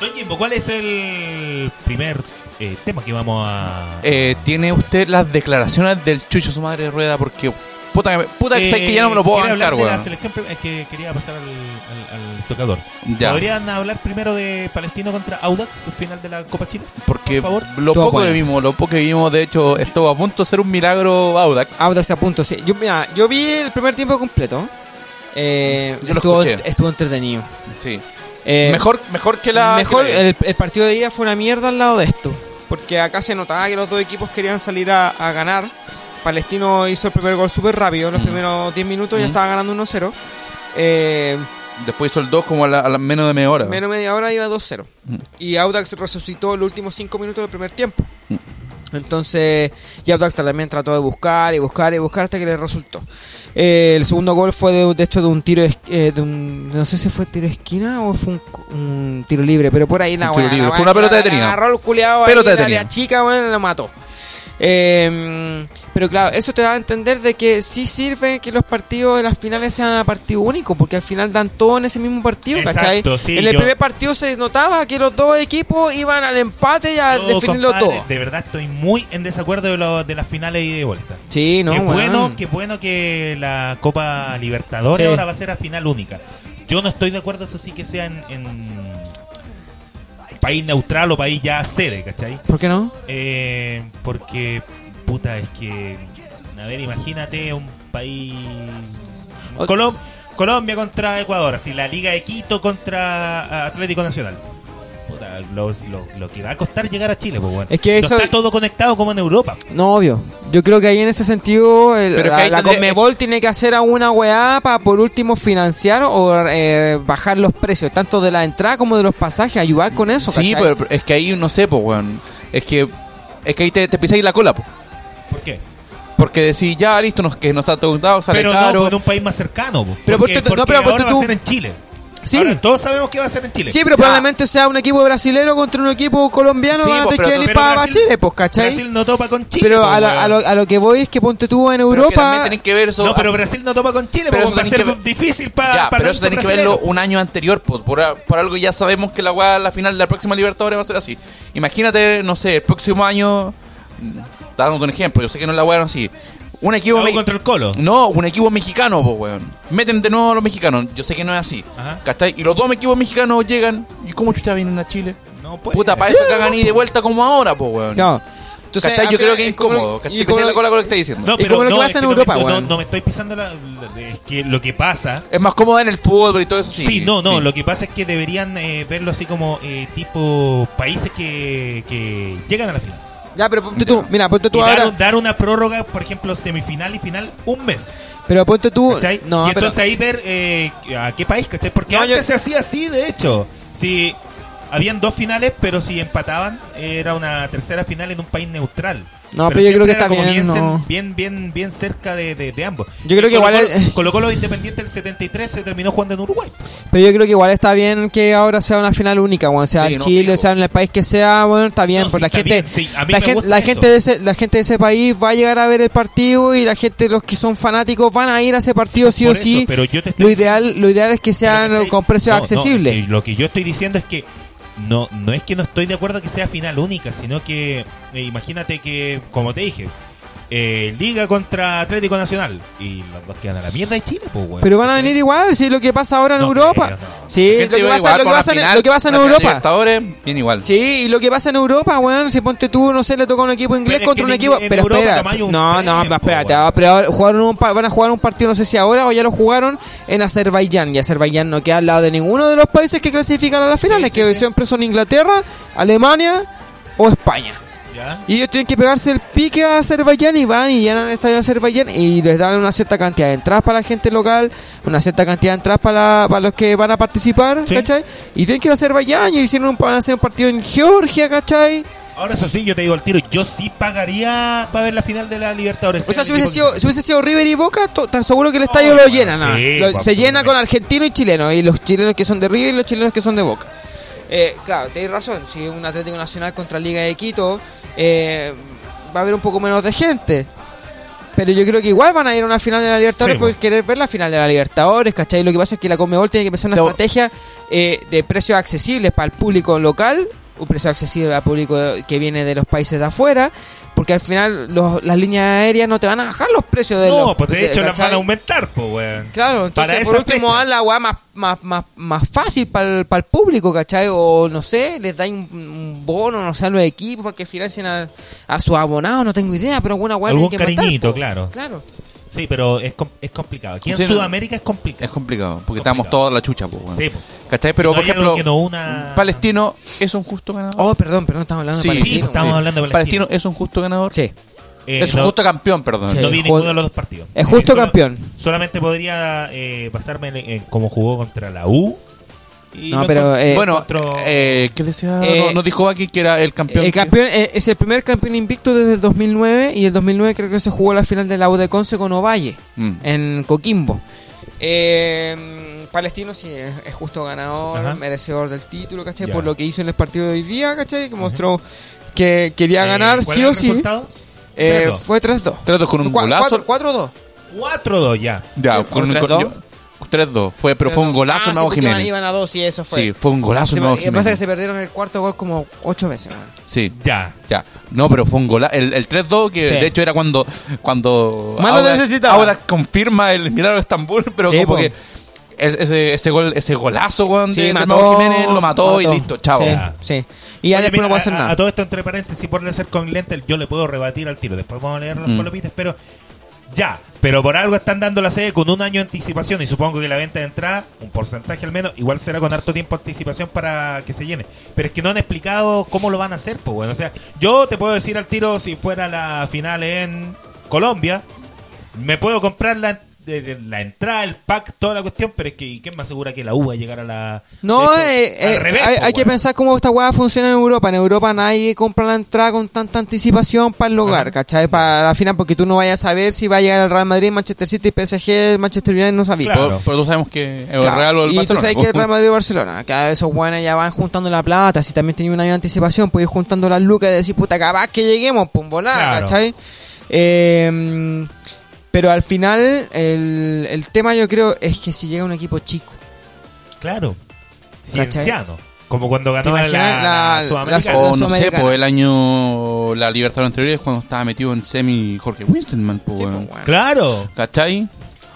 S5: Don Jimbo, ¿cuál es el primer eh, tema que vamos a.
S6: Eh, ¿Tiene usted las declaraciones del chucho su madre de rueda? Porque puta, que- puta que, sé que ya no me lo puedo
S5: Eh, quiere hablar
S6: bancar,
S5: de la
S6: weón.
S5: selección prim- es que quería pasar al, al- al tocador.
S6: Ya.
S5: ¿Podrían hablar primero de Palestino contra Audax, final de la Copa Chile?
S6: Porque
S5: Por favor.
S6: lo
S8: Todo
S6: poco que
S8: bueno.
S6: vimos, lo poco que vimos, de hecho, estuvo a punto de ser un milagro Audax.
S8: Audax a punto. Sí. Yo, mira, yo vi el primer tiempo completo. Eh,
S6: Yo lo
S8: estuvo,
S6: escuché.
S8: estuvo entretenido.
S6: Sí.
S8: Eh,
S6: mejor, mejor que la.
S8: mejor
S6: que la-
S8: el, el partido de ida fue una mierda al lado de esto. Porque acá se notaba que los dos equipos querían salir a, a ganar. Palestino hizo el primer gol súper rápido. En los
S6: Mm.
S8: primeros 10 minutos
S6: Mm.
S8: ya estaba ganando 1-0. Eh,
S6: Después hizo el 2 como a la, a la menos de media hora.
S8: menos media hora iba 2-0.
S6: Mm.
S8: Y Audax resucitó los últimos 5 minutos del primer tiempo.
S6: Mm.
S8: Entonces, y Audax también trató de buscar y buscar y buscar hasta que le resultó. Eh, el segundo gol fue de, de hecho de un tiro de, esqu- eh, de un, no sé si fue tiro de esquina o fue un, cu- un tiro libre, pero por ahí la
S6: Un tiro
S8: weá, la
S6: libre.
S8: weá
S6: Fue una
S8: que
S6: pelota
S8: la- la
S6: detenida.
S8: Agarró el culeado
S6: Pelota
S8: ahí en el
S6: detenida.
S8: área chica, bueno, lo mató. Eh, pero claro, eso te da a entender de que sí sirve que los partidos de las finales sean a partido único, porque al final dan todo en ese mismo partido, ¿cachai?
S5: Exacto, sí,
S8: en el
S5: yo-
S8: primer partido se notaba que los dos equipos iban al empate y a
S5: Yo,
S8: Ah, definirlo
S5: compadre,
S8: todo.
S5: De verdad estoy muy en desacuerdo de, lo- de las finales y de vuelta.
S8: Sí, no,
S5: qué bueno,
S8: weón.
S5: qué bueno que la Copa Libertadores
S8: Sí.
S5: ahora va a ser a final única. Yo no estoy de acuerdo, eso sí que sea en, en país neutral o país ya sede, ¿cachai?
S8: ¿Por qué no?
S5: Eh, porque, puta, es que. A ver, imagínate un país.
S8: O-
S5: Colom- Colombia contra Ecuador, así la Liga de Quito contra Atlético Nacional. Puta, lo, lo- lo que va a costar llegar a Chile, pues bueno.
S8: Es que
S5: No
S8: eso-
S5: está todo conectado como en Europa.
S8: No, obvio. Yo creo que ahí en ese sentido el-
S6: Pero es que
S8: la,
S6: ahí
S8: la
S6: tendría-
S8: Conmebol tiene que hacer alguna weá para por último financiar o eh, bajar los precios, tanto de la entrada como de los pasajes, ayudar con eso.
S6: Sí,
S8: ¿cachai?
S6: pero pero es que ahí no sé, pues, weón. Es que, es que ahí te, te pisáis la cola, pues.
S5: ¿Por qué?
S6: Porque decís, ya, listo, nos, que no está todo contado, sale
S5: pero
S6: caro.
S5: no, pues, en un país más cercano. pues.
S8: Pero
S5: porque,
S8: ponte tú- no,
S5: porque
S8: pero ponte
S5: ahora va
S8: tú-
S5: a ser en Chile.
S8: Sí.
S5: Ahora, todos sabemos que va a ser en Chile.
S8: Sí, pero probablemente sea un equipo brasilero contra un equipo colombiano
S6: Sí,
S8: van a
S6: pues,
S8: tener que
S6: pero-
S8: venir
S5: Pero
S8: para
S5: Brasil-
S8: Chile, pues, ¿cachai?
S5: Brasil no topa con Chile.
S8: pero
S5: pues,
S8: a, la- a
S5: weón.
S8: lo, a lo que voy es que ponte tú en
S6: Pero que también
S8: Europa.
S6: tenés que ver eso.
S5: No, pero
S6: ah,
S5: Brasil no topa con Chile,
S6: Pero
S5: pues,
S6: eso
S5: va a
S6: tenés
S5: ser
S6: que ver-
S5: difícil para
S6: Ya, pero eso tenés que verlo un año anterior, pues, por, a- por algo ya sabemos que la weá, la final de la próxima Libertadores va a ser así. Imagínate, no sé, el próximo año, mm, dándote un ejemplo, yo sé que no es la weá así. Un equipo
S5: Colo
S6: mexi-
S5: contra el Colo.
S6: No, un equipo mexicano, pues, weón. Meten de nuevo a los mexicanos, yo sé que no es así.
S5: Ajá.
S6: ¿Cachai? Y los dos equipos mexicanos llegan, ¿y cómo chucha vienen a Chile?
S5: No
S8: Pues,
S5: puede.
S6: Puta, para eso cagan y de vuelta como ahora, pues, weón.
S8: Claro. Entonces,
S6: ¿Cachai?
S8: al
S6: Yo creo
S8: final
S6: que es
S8: como-
S6: incómodo. ¿cachai?
S8: y
S6: Te pisas la
S8: como-
S6: cola con lo que estoy diciendo.
S5: No,
S8: Es como lo que
S5: no,
S8: pasa
S5: es
S8: en
S5: no me-
S8: Europa,
S5: no,
S8: weón.
S5: no me estoy pisando la, la- Es que lo que pasa.
S6: Es más cómoda en el fútbol y todo eso, sí.
S5: Sí, no, no.
S6: sí.
S5: Lo que pasa es que deberían eh, verlo así como eh, tipo países que, que llegan a la final.
S8: Ya, pero ponte tú, mira, ponte
S5: Y
S8: tú
S5: dar,
S8: ahora.
S5: dar una prórroga, por ejemplo, semifinal y final, un mes.
S8: Pero ponte tú.
S5: ¿cachai?
S8: No,
S5: y
S8: pero.
S5: entonces ahí ver eh, a qué país, ¿cachai? Porque
S8: No,
S5: antes
S8: yo-
S5: se hacía así, de hecho. Si habían dos finales, pero si empataban, era una tercera final en un país neutral.
S8: No, pero yo creo
S5: siempre
S8: que
S5: era
S8: está
S5: como
S8: bien,
S5: cen-
S8: no.
S5: bien, bien, bien cerca de, de- de ambos.
S8: Yo creo que igual es-
S5: Colocó los Independiente del 73, se terminó jugando en Uruguay.
S8: Pero yo creo que igual está bien que ahora sea una final única, bueno, sea
S6: Sí,
S8: en
S6: no,
S8: Chile,
S6: fijo.
S8: sea en el país que sea, bueno, está bien,
S5: No,
S8: pues
S5: sí,
S8: la
S5: está
S8: gente,
S5: bien, sí, a mí
S8: la,
S5: me
S8: gen-
S5: gusta
S8: la
S5: eso.
S8: gente de ese, la gente de ese país va a llegar a ver el partido y la gente, los que son fanáticos van a ir a ese partido sí,
S5: por
S8: o
S5: eso,
S8: sí.
S5: pero yo te estoy
S8: lo ideal, lo ideal es que sean
S5: Pero, ¿cachai?
S8: con precios
S5: No, no,
S8: accesibles.
S5: que lo que yo estoy diciendo es que no, no es que no estoy de acuerdo que sea final única, sino que eh, imagínate que, como te dije, eh, Liga contra Atlético Nacional. Y los dos quedan a la mierda de Chile, pues, weón.
S8: Pero van a venir igual, si es lo que pasa ahora en
S5: No
S8: Europa.
S5: creo, no.
S8: Sí,
S6: Gente
S8: lo que,
S6: iba
S8: pasa,
S6: igual
S8: lo que
S6: con la
S8: pasa en,
S6: final,
S8: lo que pasa en
S6: la final de
S8: Europa.
S6: Libertadores, bien igual.
S8: Sí, y lo que pasa en Europa, weón, si ponte tú, no sé, le tocó a un equipo inglés
S5: Pero es
S8: contra
S5: que
S8: un
S5: en
S8: equipo.
S5: Ingl- en
S8: pero
S5: Europa
S8: espera,
S5: toma un
S8: no, no,
S5: tiempo,
S8: espérate,
S5: weón.
S8: ah, pero ahora jugaron un pa- van a jugar un partido, no sé si ahora o ya lo jugaron, en Azerbaiyán. Y Azerbaiyán no queda al lado de ninguno de los países que clasifican a las finales, que siempre son Inglaterra, Alemania o España.
S5: ¿Ya?
S8: Y ellos tienen que pegarse el pique a Azerbaiyán y van y llenan el estadio de Azerbaiyán y les dan una cierta cantidad de entradas para la gente local, una cierta cantidad de entradas para, la- para los que van a participar,
S5: Sí.
S8: ¿cachai? Y tienen que ir a Azerbaiyán y hicieron un, van a hacer un partido en Georgia, ¿cachai?
S5: Ahora eso sí, yo te digo al tiro, yo sí pagaría para ver la final de la Libertadores.
S8: O sea, si
S5: el
S8: hubiese
S5: equipo
S8: sido, si hubiese sido River y Boca, to- tan seguro que el estadio lo
S5: bueno,
S8: llenan. ah.
S5: sí,
S8: Lo-
S5: pues,
S8: se llena
S5: absolutamente.
S8: con argentinos y chilenos, y los chilenos que son de River y los chilenos que son de Boca. Eh, claro, tenéis razón. Si un Atlético Nacional contra Liga de Quito, eh, va a haber un poco menos de gente. Pero yo creo que igual van a ir a una final de la Libertadores
S5: Sí,
S8: porque
S5: pues.
S8: querer ver la final de la Libertadores, ¿cachai? Lo que pasa es que la Conmebol tiene que pensar una
S6: Te-
S8: estrategia eh, de precios accesibles para el público local, un precio accesible al público que viene de los países de afuera, porque al final los- las líneas aéreas no te van a bajar los precios de
S5: No,
S8: los-
S5: pues de hecho las
S8: ¿cachai?
S5: van a aumentar, pues, weón.
S8: Claro,
S5: Para
S8: entonces por
S5: esa
S8: último
S5: fecha.
S8: dan la weá más, más, más, más fácil para el, público, ¿cachai? O no sé, les dan un, un bono, no sé, a los equipos para que financien a, a sus abonados, no tengo idea, pero alguna weá
S5: Algún
S8: tienen que matar,
S5: cariñito,
S8: po.
S5: claro.
S8: Claro.
S5: Sí, pero es, com- es complicado. Aquí en
S6: Sí, no.
S5: Sudamérica es complicado.
S6: Es complicado, porque estamos
S5: Complicado.
S6: todos a la chucha, po, weón.
S5: Sí, po.
S6: ¿Cachai? Pero,
S5: No
S6: por
S5: hay algo
S6: ejemplo,
S5: que no una-
S6: Palestino es un justo ganador.
S8: Oh, perdón, perdón, estamos hablando
S6: Sí,
S8: de
S5: Sí,
S8: Palestino.
S5: pues, estamos hablando de Palestino.
S6: Palestino es un justo ganador.
S8: Sí.
S5: Eh,
S6: es un
S5: no-
S6: justo campeón, perdón.
S8: Sí.
S5: No vi
S8: Ju-
S5: ninguno de los dos partidos.
S8: Es justo
S5: Eh, sola-
S8: campeón.
S5: Solamente podría eh, basarme en, en cómo jugó contra la U. Y
S8: No,
S5: lo
S8: pero,
S5: encont-
S8: eh,
S6: bueno,
S5: encontró-
S6: eh, ¿qué decía?
S8: Eh,
S6: no, nos dijo aquí que era el campeón.
S8: El
S6: que-
S8: campeón eh, es el primer campeón invicto desde el 2009 y el 2009 creo que se jugó la final de la U de Conce con Ovalle
S6: Mm.
S8: en Coquimbo. Eh, Palestino sí es, es justo ganador,
S5: Ajá.
S8: merecedor del título, ¿cachai?
S5: Ya.
S8: Por lo que hizo en el partido de hoy día, ¿cachai? Que mostró que quería
S5: Eh,
S8: ganar
S5: ¿cuál
S8: sí
S5: era
S8: o
S5: el
S8: sí.
S5: resultado?
S8: Eh,
S5: 3-2.
S8: fue 3-2.
S6: 3-2 con un
S8: Cu-
S6: golazo.
S8: cuatro- 4-2.
S5: 4-2 ya.
S6: Ya,
S8: Sí,
S6: con un
S8: ¿tres,
S6: yo-
S8: dos?
S6: 3-2. Fue, pero fue un golazo
S8: Ah, sí,
S6: Nuevo
S8: porque iban-
S6: Jiménez.
S8: Iban a 2 y eso fue.
S6: Sí, fue un golazo
S8: Sí,
S6: Nuevo
S8: Lo que pasa
S6: Jiménez.
S8: es que se perdieron el cuarto gol como 8 veces, weón.
S6: Sí.
S5: Ya.
S6: Ya. No, pero fue un golazo. El, el 3-2, que
S8: Sí.
S6: de hecho era cuando. cuando
S8: Más lo
S6: Audax-
S8: necesitaba.
S6: Audax confirma el milagro de Estambul, pero
S8: Sí,
S6: como
S8: po.
S6: que. es- Ese, ese, gol, ese golazo, weón,
S8: Sí,
S6: de, de
S8: mató,
S6: Nuevo Jiménez lo mató, y listo, chao.
S8: Sí,
S5: Ya.
S8: sí. Y ya
S5: Oye,
S8: después
S5: mira,
S8: no puedo
S5: a-
S8: hacer
S5: a-
S8: nada.
S5: A, todo esto entre paréntesis, por ser con lente, yo le puedo rebatir al tiro. Después vamos a leer los
S8: Mm.
S5: palomitas, pero ya. Pero por algo están dando la sede con un año de anticipación y supongo que la venta de entrada, un porcentaje al menos, igual será con harto tiempo de anticipación para que se llene. Pero es que no han explicado cómo lo van a hacer, pues bueno. O sea, yo te puedo decir al tiro si fuera la final en Colombia, me puedo comprar la de- la entrada, el pack, toda la cuestión, pero es que ¿y ¿quién me asegura que la U va a llegar a la...
S8: No,
S5: de hecho,
S8: eh,
S5: al
S8: eh,
S5: revés,
S8: hay,
S5: pues,
S8: hay que
S5: bueno.
S8: pensar cómo esta hueá funciona en Europa. En Europa nadie compra la entrada con tanta anticipación para el hogar,
S5: Ajá.
S8: ¿cachai? Para la final, porque tú no vayas a saber si va a llegar el Real Madrid, Manchester City, PSG, Manchester United, no sabías.
S5: Claro.
S6: Pero, pero tú sabemos que es el
S8: Claro.
S6: Real o el
S8: y
S6: Barcelona.
S8: tú sabes que el Real Madrid y Barcelona, que esos buenos ya van juntando la plata, si también tenía un año de anticipación, pues ir juntando las lucas y decir, puta, capaz que lleguemos, pum, volar,
S5: Claro.
S8: ¿cachai? Eh, pero al final, el, el tema yo creo es que si llega un equipo chico,
S5: Claro.
S8: ¿Cachai?
S5: Cienciano. Como cuando
S8: ¿Te
S5: ganó la,
S8: imaginas
S5: la,
S8: la-
S5: Sudamericana.
S8: la-
S6: O no sé,
S8: Sudamericana.
S6: pues el año. La Libertadores anterior es cuando estaba metido en semi Jorge Winstonman, pues,
S8: Sí,
S6: weón.
S8: pues, bueno.
S5: Claro.
S6: ¿Cachai?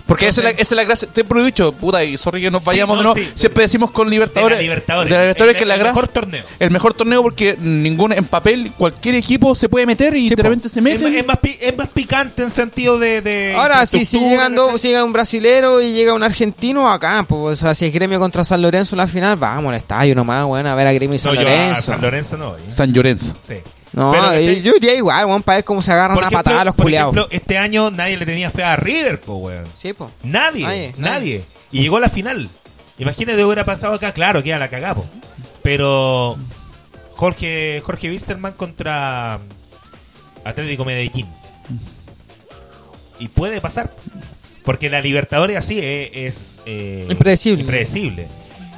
S6: Porque esa es, la, esa es la gracia. Te he dicho, puta, y sorry que nos
S5: Sí,
S6: vayamos
S5: no,
S6: de
S5: sí.
S6: nuevo. Siempre decimos con Libertadores.
S5: De la Libertadores.
S6: de la Libertadores
S5: El-
S6: que la
S5: el
S6: gracia.
S5: mejor torneo.
S6: El mejor torneo porque ningún, en papel, cualquier equipo se puede meter y de repente se
S5: Es,
S6: mete.
S5: más- es más, pi- es más picante en sentido de. de
S8: Ahora, si, si
S5: infraestructura,
S8: llegan dos- si llega un brasilero y llega un argentino, acá, pues, o sea, si es gremio contra San Lorenzo en la final, vamos al estadio nomás, weón, a ver a gremio y
S5: No,
S8: San
S5: yo a
S8: Lorenzo.
S5: San Lorenzo no. ¿eh?
S6: San Llorenzo.
S5: Sí.
S8: No,
S5: Pero,
S8: eh,
S5: ¿cachai?
S8: yo iría igual, weón, para ver cómo se agarran
S5: por
S8: a
S5: ejemplo,
S8: patadas los
S5: por
S8: culiados.
S5: ejemplo, este año nadie le tenía fe a River, po, weón.
S8: Sí, po.
S5: Nadie,
S8: Nadie,
S5: nadie,
S8: nadie.
S5: Y llegó la final. Imagínate, hubiera pasado acá, claro, queda la cagá, po. Pero Jorge Jorge Wisterman contra Atlético Medellín. Y puede pasar. Porque la Libertadores así eh, es... eh,
S8: Impredecible.
S5: impredecible.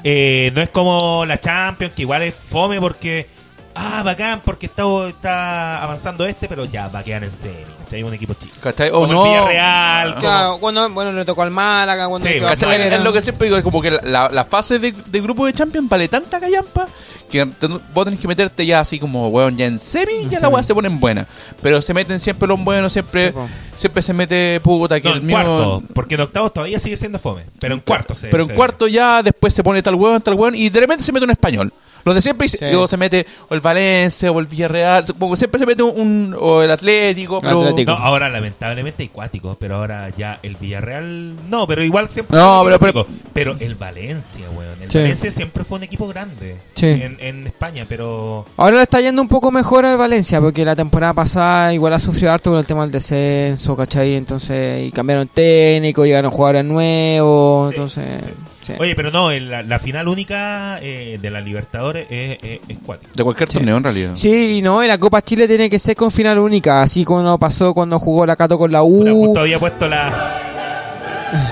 S5: Eh, no es como la Champions, que igual es fome porque ah, bacán, porque está, está avanzando este, pero ya va a quedar en serie. ¿Cachai? Un equipo chico.
S6: ¿Cachai? O
S5: Como el
S6: no.
S5: Villarreal, como-
S8: Claro, cuando, bueno, le tocó al Málaga, cuando
S5: Ah, Sí,
S8: le tocó al
S6: ¿Cachai?
S8: Fuera.
S6: Es lo que siempre digo, es como que la, la- la fase de, de grupo de Champions vale tanta callampa que te- vos tenés que meterte ya así como, weón, ya en semi, ya la weá se ponen buena. Pero se meten siempre los buenos, siempre
S8: Sí, po.
S6: siempre se mete puta que
S5: No,
S6: el
S5: en
S6: mío-
S5: cuarto, porque en octavos todavía sigue siendo fome. Pero en cuarto se-
S6: Pero en
S5: se-
S6: cuarto ya después se pone tal hueón, tal hueón, y de repente se mete un español. Los de siempre, y se-
S8: Sí.
S6: luego se mete o el Valencia o el Villarreal, se- como que siempre se mete un, un- o el Atlético. pero-
S8: Atlético.
S5: No, ahora lamentablemente hay cuáticos, pero ahora ya el Villarreal. No, pero igual siempre.
S6: No,
S5: fue un
S6: pero-
S5: equipo. pero el Valencia, weón. El
S8: Sí.
S5: Valencia siempre fue un equipo grande
S8: Sí.
S5: en, en España, pero.
S8: Ahora le está yendo un poco mejor al Valencia, porque la temporada pasada igual ha sufrido harto con el tema del descenso, ¿cachai? Entonces, y cambiaron técnico, llegaron jugadores nuevos, entonces... sí.
S5: Oye, pero no, el- la, la final única eh, de la Libertadores es, es, es cuática.
S6: De cualquier torneo en realidad.
S8: Sí, y no, y la Copa Chile tiene que ser con final única, así como pasó cuando jugó la Cato con la
S5: Puta,
S8: U.
S6: Uh.
S5: justo había puesto la.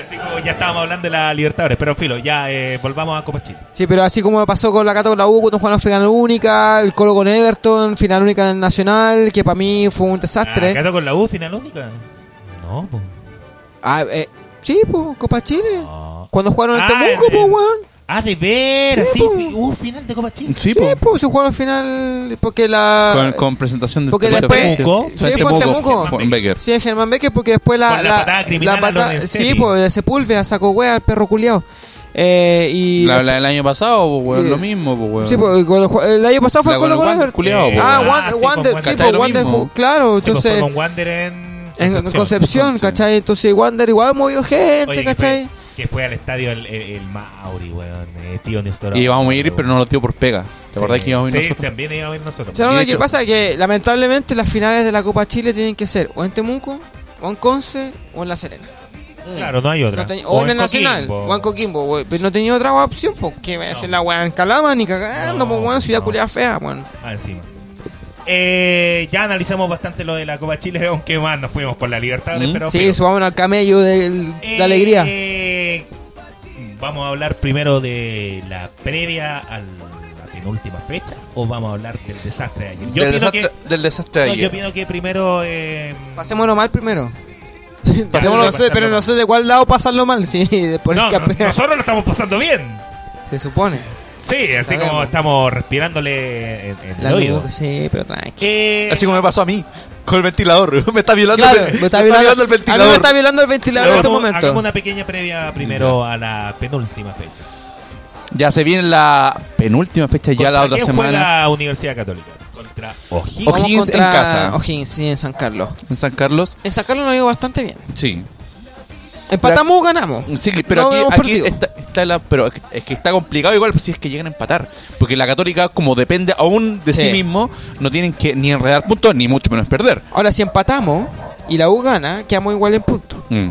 S5: Así como ya estábamos hablando de la Libertadores, pero filo, ya eh, volvamos a Copa Chile.
S8: Sí, pero así como pasó con la Cato con la U, cuando jugaron final única, el Colo con Everton, final única en el Nacional, que para mí fue
S5: Ah,
S8: un desastre.
S5: ¿Cato con la U, final única? No, pues. po.
S8: Ah, eh, sí, pues, Copa Chile.
S5: No.
S8: Cuando jugaron en
S5: Ah,
S8: Temuco,
S5: en-
S8: pues, weón.
S5: Ah, de ver,
S8: Sí, pues.
S5: así,
S8: po.
S5: fi- uh, final de Copa Chile.
S6: Sí,
S8: Sí,
S6: po.
S8: pues, se jugaron final porque la...
S6: con, con presentación de
S8: Porque después- Sí, fue en Temuco.
S6: Juan Becker.
S8: Sí, Germán Becker, porque después la,
S5: Con la patada criminal a Lorenzetti.
S8: Sí, pues, de Sepúlveda sacó wea al perro culiao. Eh, y...
S6: La, la del año pasado, po, weón,
S8: Sí.
S6: lo mismo, po, weón.
S8: Sí, pues, cuando ju- el año pasado fue
S6: La
S8: Colo
S6: con el
S8: Colo
S6: Wander,
S8: Everton.
S6: culiao, po.
S8: Ah,
S5: Ah,
S8: Wander,
S5: sí,
S8: Wander,
S5: con
S8: sí,
S6: Wander.
S8: pues, Wander,
S6: Lo mismo.
S8: claro,
S5: Sí, pues,
S8: entonces...
S5: fue con Wander en
S8: en Concepción,
S6: Concepción.
S8: ¿cachai? Entonces Wander igual movió gente,
S5: Oye, que
S8: ¿cachai?
S5: fue, que fue al estadio el, el, el Mauri, weón. eh, tío Néstor.
S6: Y íbamos a ir, pero no lo dio por pega. ¿Te acordás que íbamos a ir
S5: Sí,
S6: nosotros?
S5: también íbamos a ir nosotros.
S8: ¿Sabes
S6: Y
S8: lo
S6: de
S8: que
S6: hecho-
S8: pasa? Que lamentablemente las finales de la Copa Chile tienen que ser o en Temuco, o en Conce, o en La Serena.
S5: Claro, no hay otra.
S8: No tenía- o, en el Nacional,
S5: Coquimbo.
S8: o en Coquimbo, güey. Pero no tenía otra opción, pues. ¿Qué va a hacer la weá en Calama ni cagando,
S5: No,
S8: pues, weón? Ciudad
S5: no.
S8: culiada fea, weón.
S5: Ah, encima. Eh, ya analizamos bastante lo de la Copa Chile, aunque más nos fuimos por la Libertadores,
S6: Mm.
S5: pero...
S8: Sí,
S5: pero-
S8: subamos al camello del- de
S5: Eh,
S8: la alegría.
S5: Vamos a hablar primero de la previa a la penúltima fecha o vamos a hablar del desastre de ayer. Yo
S6: del,
S5: opino
S6: desastre, del desastre
S5: que...
S6: de
S5: no, yo
S6: ayer.
S5: opino que primero... Eh,
S8: Pasémoslo mal primero.
S5: Pasémoslo-
S8: no sé, pero no sé de cuál lado pasarlo mal. Sí, de por el
S5: No, no,
S8: campeonato.
S5: nosotros lo estamos pasando bien.
S8: Se supone.
S5: Sí, así
S8: Sabemos.
S5: como estamos respirándole en, en
S8: La
S5: el oído.
S8: nube, sí, pero tranqui.
S5: Eh,
S6: Así como me pasó a mí. Con el ventilador. me está violando,
S8: Claro,
S6: el,
S8: me está violando,
S6: el
S8: A mí me
S6: ventilador.
S8: está violando el ventilador en
S5: hagamos,
S8: este
S5: hagamos
S8: momento.
S5: una pequeña previa primero a la penúltima fecha.
S6: Ya se viene la penúltima fecha, ya la
S5: ¿Contra
S6: otra
S5: quién
S6: semana.
S5: juega Universidad Católica? Contra O'Higgins.
S8: Vamos
S6: O'Higgins en
S8: contra
S6: casa.
S8: O'Higgins, sí, en San Carlos.
S6: En San Carlos.
S8: En San Carlos nos ha ido bastante bien.
S6: Sí.
S8: Empatamos o ganamos.
S6: Mm, Sí, pero
S8: No
S6: aquí-
S8: hemos
S6: aquí,
S8: perdido.
S6: está, está la. Pero es que está complicado igual pues, si es que llegan a empatar. Porque la Católica, como depende aún de sí,
S8: Sí.
S6: mismo, no tienen que ni enredar puntos, ni mucho menos perder.
S8: Ahora, si empatamos y la U gana, quedamos igual en puntos.
S6: Mm.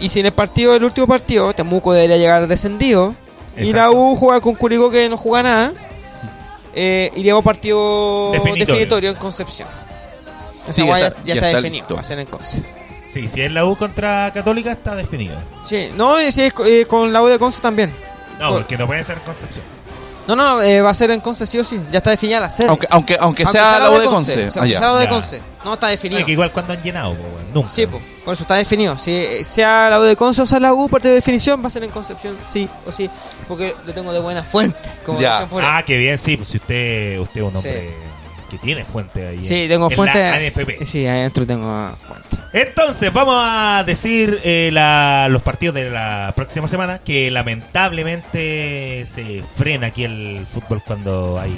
S8: Y si en el partido, el último partido, Temuco debería llegar descendido. Y
S5: Exacto.
S8: la U juega con Curicó que no juega nada. Eh, iríamos partido
S5: Definitorio.
S8: definitorio. en Concepción. Esa
S6: Sí, ya
S8: weá ya,
S6: está-
S8: ya
S6: ya
S8: está,
S6: está
S8: definido,
S6: listo.
S8: va a ser en Conce.
S5: Sí, si es la U contra Católica está definido.
S8: Sí, no, y si es co- eh, con la U de Conce también.
S5: No,
S8: Por-
S5: porque no puede ser Concepción.
S8: No, no, eh, va a ser en Conce sí o sí. Ya está definida la sede.
S6: Aunque, aunque, aunque, sea la U de Conce.
S8: o
S6: Ah,
S8: sea, aunque
S6: ya.
S8: sea la U de
S5: Ya.
S8: Conce. No está definido.
S5: Oye, que igual cuando han llenado, po, weón, nunca.
S8: Sí, po, por eso está definido. Si eh, sea la U de Conce o sea la U, partido de definición, va a ser en Concepción, sí o sí, porque lo tengo de buena fuente. Como
S6: Ya.
S8: dicen por ahí.
S5: Ah, qué bien, sí, pues si usted, usted es un
S8: Sí.
S5: hombre que tiene fuente ahí.
S8: sí,
S5: en-
S8: tengo
S5: en
S8: fuente.
S5: la ANFP.
S8: Sí, ahí adentro tengo ah, fuente.
S5: Entonces, vamos a decir eh, la- los partidos de la próxima semana, que lamentablemente se frena aquí el fútbol cuando hay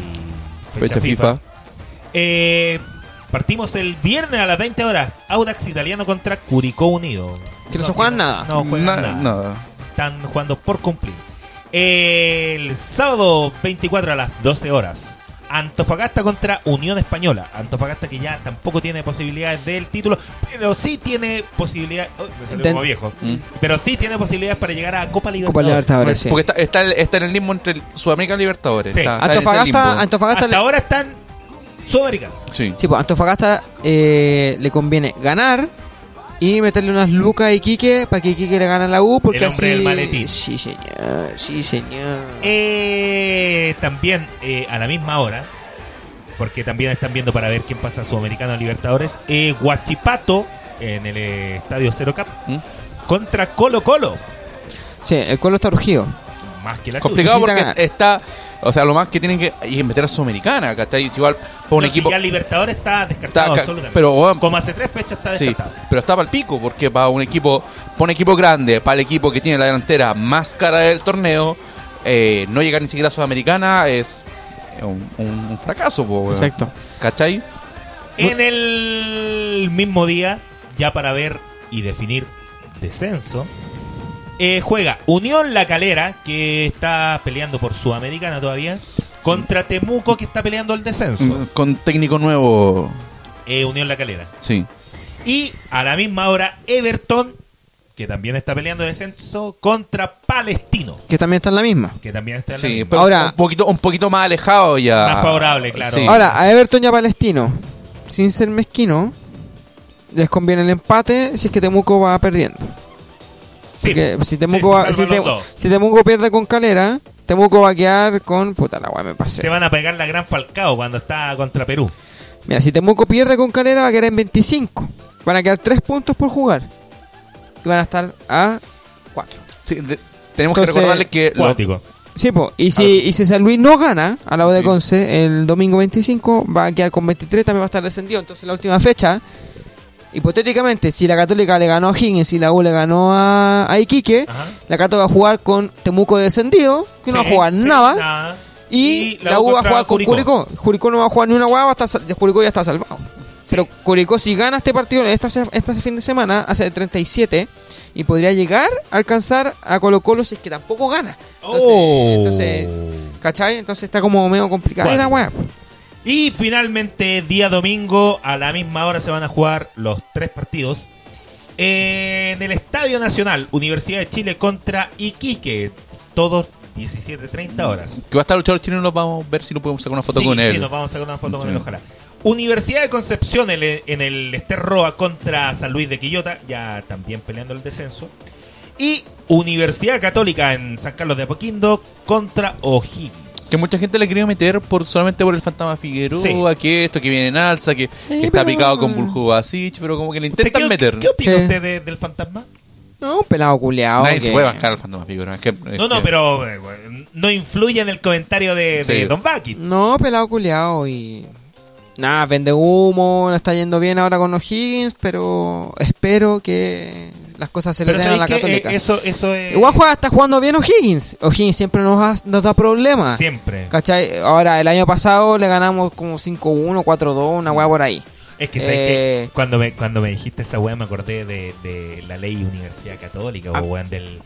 S5: fecha,
S6: Fecha
S5: FIFA.
S6: FIFA.
S5: Eh, partimos el viernes a las 20 horas, Audax Italiano contra Curicó Unido.
S8: Que no se juegan
S5: tiene-
S8: nada.
S5: No juegan
S6: Na-
S5: nada.
S6: nada.
S5: Están jugando por cumplir. El sábado 24 a las 12 horas. Antofagasta contra Unión Española. Antofagasta que ya tampoco tiene posibilidades del título, pero sí tiene posibilidades. Uy, me salió
S8: Ten-
S5: como viejo.
S6: Mm.
S5: Pero sí tiene posibilidades para llegar a Copa Libertadores.
S8: Copa Libertadores, sí.
S6: Porque está, está, el- está en el limbo entre el- Sudamérica y Libertadores.
S5: Pues Sí.
S6: Está- está en ese
S8: Antofagasta,
S6: limbo.
S8: Antofagasta,
S5: este Hasta
S8: le, pues,
S5: ahora están sudamericanos.
S6: Sí.
S8: sí, po, Antofagasta eh, le conviene ganar y meterle unas lucas a Iquique para que Iquique le gane a la U porque
S5: El hombre
S8: así...
S5: del maletín.
S8: Sí, señor, sí, señor.
S5: Eh, también eh, a la misma hora, porque también están viendo para ver quién pasa a Sudamericano a Libertadores, eh, Huachipato en el eh, Estadio Cero Cap
S6: ¿Mm?
S5: contra Colo Colo.
S8: Sí, el cuello está urgido.
S5: Más que la
S6: Complicado
S8: Necesita
S6: porque
S8: ganar.
S6: está. O sea, lo más que tienen que. Y meter a Sudamericana, ¿cachai? Si Igual fue
S5: chucha.
S6: un
S5: No, si
S6: equipo.
S5: ya Libertadores está descartado
S6: Está ca-
S5: absolutamente.
S6: pero, weón,
S5: Como hace tres fechas está
S6: Sí,
S5: descartado.
S6: pero está para el pico, porque para un equipo, para un equipo grande, para el equipo que tiene la delantera más cara del torneo, eh, no llegar ni siquiera a Sudamericana es un, un- un fracaso, po, weón.
S8: Exacto.
S6: ¿Cachai?
S5: En el mismo día, ya para ver y definir descenso, eh, juega Unión La Calera, que está peleando por Sudamericana todavía, contra Temuco, que está peleando el descenso.
S6: Con técnico nuevo,
S5: Eh, Unión La Calera.
S6: sí.
S5: Y a la misma hora, Everton, que también está peleando descenso, contra Palestino,
S8: Que también está en la misma.
S5: que también está en la
S6: Sí,
S5: misma.
S6: pero
S8: Ahora-
S6: un poquito, un poquito más alejado ya.
S5: Más favorable, claro.
S6: Sí.
S8: Ahora, a Everton y a Palestino, sin ser mezquino, les conviene el empate si es que Temuco va perdiendo.
S5: Sí.
S8: Porque si
S5: Sí, se
S8: Temuco, va-
S5: salvan
S8: si
S5: los
S8: Temu-
S5: dos.
S8: si Temuco pierde con Calera, Temuco va a quedar con... Puta la weá, me pasé.
S5: Se van a pegar la gran Falcao cuando está contra Perú.
S8: Mira, si Temuco pierde con Calera va a quedar en 25. Van a quedar 3 puntos por jugar. Y van a estar a 4.
S6: Sí, de- tenemos que
S8: Entonces,
S6: recordarles
S8: Eh,
S6: que los-
S5: Cuático.
S8: Sí, po. Y si, y si San Luis no gana a la U de Conce el domingo 25, va a quedar con 23, también va a estar descendido. Entonces, la última fecha, hipotéticamente, si la Católica le ganó a Higgins y la U le ganó a, a Iquique,
S5: Ajá.
S8: la Cato va a jugar con Temuco descendido, que no va a jugar
S5: Sí, sí,
S8: nada. Y, la, U va a
S5: contra
S8: jugar con Curicó. Curicó no va a jugar ni una hueá, va a estar sal- Curicó ya está salvado. Pero Curicó, si gana este partido esta, se- este fin de semana, hace 37, y podría llegar a alcanzar a Colo Colo si es que tampoco gana. Entonces,
S5: Oh.
S8: entonces, ¿cachai? Entonces está como medio complicada la hueá.
S5: Y finalmente, día domingo, a la misma hora se van a jugar los tres partidos. eh, En el Estadio Nacional, Universidad de Chile contra Iquique. Todos 17.30 horas.
S6: que va a estar luchador chino, nos vamos a ver si no podemos sacar una foto
S5: Sí,
S6: con él.
S5: Sí, nos vamos a sacar una foto con
S6: Sí.
S5: él, ojalá. Universidad de Concepción en el, en el Esterroa contra San Luis de Quillota, ya también peleando el descenso. Y Universidad Católica en San Carlos de Apoquindo contra O'Higgins.
S6: Que mucha gente le quería meter por solamente por el fantasma Figueroa,
S5: Sí. mm.
S6: que esto, que viene en alza, que, que
S8: pero-
S6: está picado con Buljo Basich, pero como que le
S5: ¿Usted
S6: intentan
S5: qué-
S6: meter.
S5: ¿Qué opina
S8: Sí.
S5: usted de- del fantasma?
S8: No, un pelado culeado.
S6: Nadie
S8: que-
S6: se puede bancar al fantasma Figueroa. es que- es
S5: No, no,
S6: que-
S5: pero eh, bueno, no influye en el comentario de, de
S6: Sí.
S5: Don Bucky.
S8: No, pelado culeado y... Nada, vende humo, no está yendo bien ahora con O'Higgins, pero espero que las cosas se le
S5: Pero
S8: den a la
S5: ¿sabéis qué?
S8: Católica.
S5: Eh, eso, eso es...
S8: Igual juega, está jugando bien O'Higgins. O'Higgins siempre nos, ha- nos da problemas.
S5: Siempre.
S8: ¿Cachai? Ahora, el año pasado le ganamos como 5-1, 4-2, una weá por ahí.
S5: Es que, ¿sabéis
S8: Eh.
S5: qué? Cuando, me, cuando me dijiste esa weá me acordé de, de la ley Universidad Católica, o
S8: Ah.
S5: weón, del,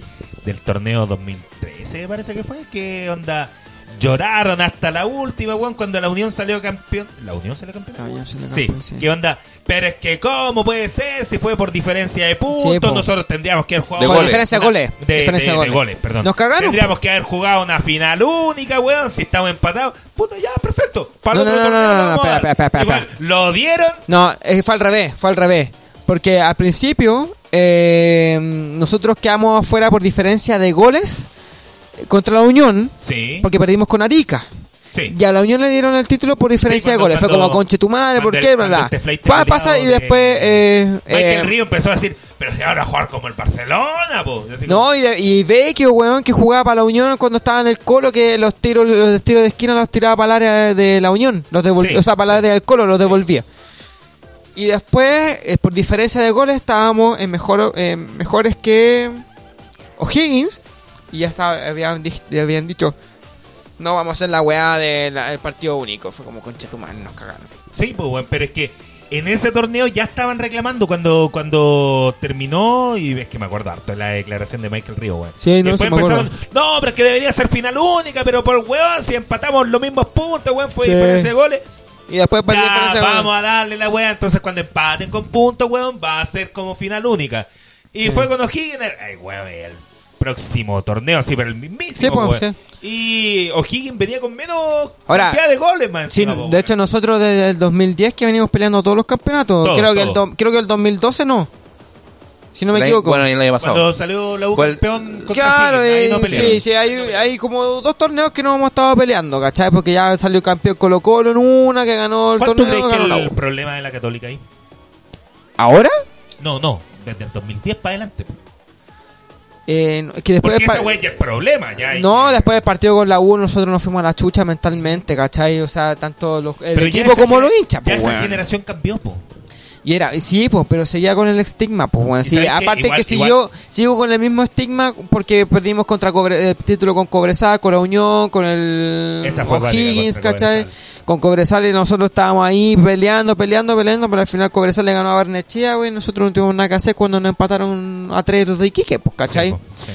S5: del torneo 2013, me parece que fue. Que onda... Lloraron hasta la última, weón, cuando la Unión salió campeón. ¿La Unión salió campeón?
S8: La Unión salió
S5: sí.
S8: campeón, sí.
S5: ¿Qué onda? Pero es que, ¿cómo puede ser? Si fue por diferencia de puntos,
S8: po.
S5: nosotros tendríamos que haber jugado...
S6: De
S5: una-
S8: Con
S6: goles.
S8: diferencia
S5: una-
S8: de goles.
S5: De,
S8: diferencia
S5: de- de goles, perdón.
S8: Nos cagaron. po.
S5: Tendríamos que haber jugado una final única, weón. Si estamos empatados. Puta, ya, perfecto. Para
S8: No,
S5: el
S8: no,
S5: otro
S8: no, no,
S5: torneo
S8: no,
S5: lo
S8: no,
S5: vamos a
S8: espera,
S5: dar.
S8: espera, espera,
S5: Igual, Lo dieron.
S8: No, eh, fue al revés, fue al revés. Porque al principio eh, nosotros quedamos afuera por diferencia de goles eh, contra la Unión,
S5: Sí.
S8: porque perdimos con Arica.
S5: sí.
S8: Y a la Unión le dieron el título por diferencia
S5: Sí,
S8: de
S5: cuando-
S8: goles. Fue
S5: cuando-
S8: como conche tu madre, ¿por
S5: cuando
S8: qué?
S5: el-
S8: Bla,
S5: cuando
S8: bla.
S5: este flight
S8: Pa-
S5: culiao
S8: pasa y
S5: de-
S8: después. eh, eh,
S5: Michael Río empezó a decir, pero si ahora a jugar como el Barcelona, po. Yo así como,
S8: No, y, de- y Vecchio, weón, que jugaba para la Unión cuando estaba en el Colo, que los tiros, los tiros de esquina los tiraba para el área de la Unión, los devolvía,
S5: Sí.
S8: o sea, para el área del Colo los devolvía. Y después, eh, por diferencia de goles, estábamos en mejor, eh, mejores que O'Higgins, y ya estaba, habían, di- habían dicho, no vamos a hacer la weá del partido único. Fue como, concha tu madre, nos cagaron.
S5: Sí, po, weón. Pero es que en ese torneo ya estaban reclamando cuando, cuando terminó. Y es que me acuerdo harto de la declaración de Michael Río, weón.
S8: Sí, no,
S5: Después
S8: sí me
S5: empezaron,
S8: acuerdo.
S5: no, pero es que debería ser final única, pero por weón, si empatamos los mismos puntos, weón, fue
S8: Sí.
S5: diferencia de goles.
S8: Y después perdió
S5: Ya,
S8: diferencia de goles.
S5: vamos a darle la weá. Entonces, cuando empaten con puntos, weón, va a ser como final única. Y fue con O'Higgins. el- Ay, weón, el próximo torneo, sí, pero el mismísimo.
S8: Sí, po,
S5: weón. Y O'Higgins venía con menos
S8: Ahora,
S5: cantidad de goles, man.
S8: Sí,
S5: encima, po,
S8: de
S5: weón.
S8: hecho nosotros desde el 2010 que venimos peleando todos los campeonatos.
S5: Todos,
S8: creo, Que el
S5: todos.
S8: do- creo que el 2012 no. Si no me
S6: El año-
S8: equivoco.
S6: Bueno, el año
S5: Cuando
S6: pasado.
S5: salió la U
S6: ¿Cuál?
S5: campeón contra
S8: Claro,
S5: Chile, ahí
S8: eh,
S5: no pelearon.
S8: sí, sí, hay, hay como dos torneos que no hemos estado peleando, ¿cachai? Porque ya salió campeón Colo Colo en una, que ganó el
S5: ¿Cuánto
S8: torneo.
S5: crees que
S8: ganó la
S5: el
S8: U.
S5: problema de la Católica ahí?
S8: ¿Ahora?
S5: No, no, desde el 2010 para adelante.
S8: Eh, no, es que después
S5: Porque
S8: del
S5: esa
S8: par-
S5: wey ya es problema. Ya hay-
S8: No, después del partido con la U nosotros nos fuimos a la chucha mentalmente, ¿cachai? O sea, tanto los, el
S5: Pero ya
S8: equipo
S5: esa
S8: como
S5: gener-
S8: los hinchas,
S5: Ya
S8: pues,
S5: esa
S8: weón.
S5: generación cambió, po.
S8: Y era, y sí, pues, pero seguía con el estigma, pues, weón.
S5: ¿Y
S8: Sí,
S5: sabes qué?
S8: aparte
S5: Igual-
S8: que si
S5: igual-
S8: yo sigo con el mismo estigma porque perdimos contra Cobre- el título con Cobresal, con la Unión, con el
S5: Esa fue válida
S8: O'Higgins,
S5: contra
S8: ¿cachai?
S5: Cobresal.
S8: Con Cobresal y nosotros estábamos ahí peleando, peleando, peleando, pero al final Cobresal le ganó a Barnechea, güey. Nosotros no tuvimos nada que hacer cuando nos empataron a tres los de Iquique, pues, ¿cachai?
S5: Sí, po, sí.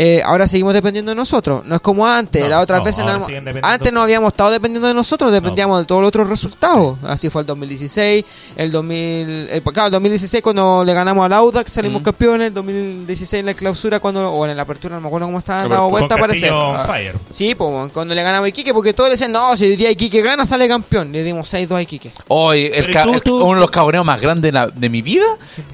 S8: Eh, ahora seguimos dependiendo de nosotros. No es como antes.
S5: No,
S8: Las otras
S5: no,
S8: veces
S5: ahora
S8: no-
S5: siguen dependiendo.
S8: antes no habíamos estado dependiendo de nosotros, dependíamos de todos los otros resultados. Así fue el 2016, el 2000, eh, pues claro, el 2016 cuando le ganamos al Audax
S5: Mm.
S8: salimos campeones, el 2016 en la clausura cuando o en la apertura, no me acuerdo cómo estaba dado
S5: Con
S8: vuelta parece.
S5: Castillo on fire.
S8: Sí, pues bueno, cuando le ganamos a Iquique porque todos le decían, "No, si hoy día Iquique gana sale campeón." Le dimos 6-2 a Iquique.
S6: Hoy, el
S5: Pero
S6: ca-
S5: tú-
S6: el-
S5: tú-
S6: uno de los cabroneos más grandes de, la- de mi vida,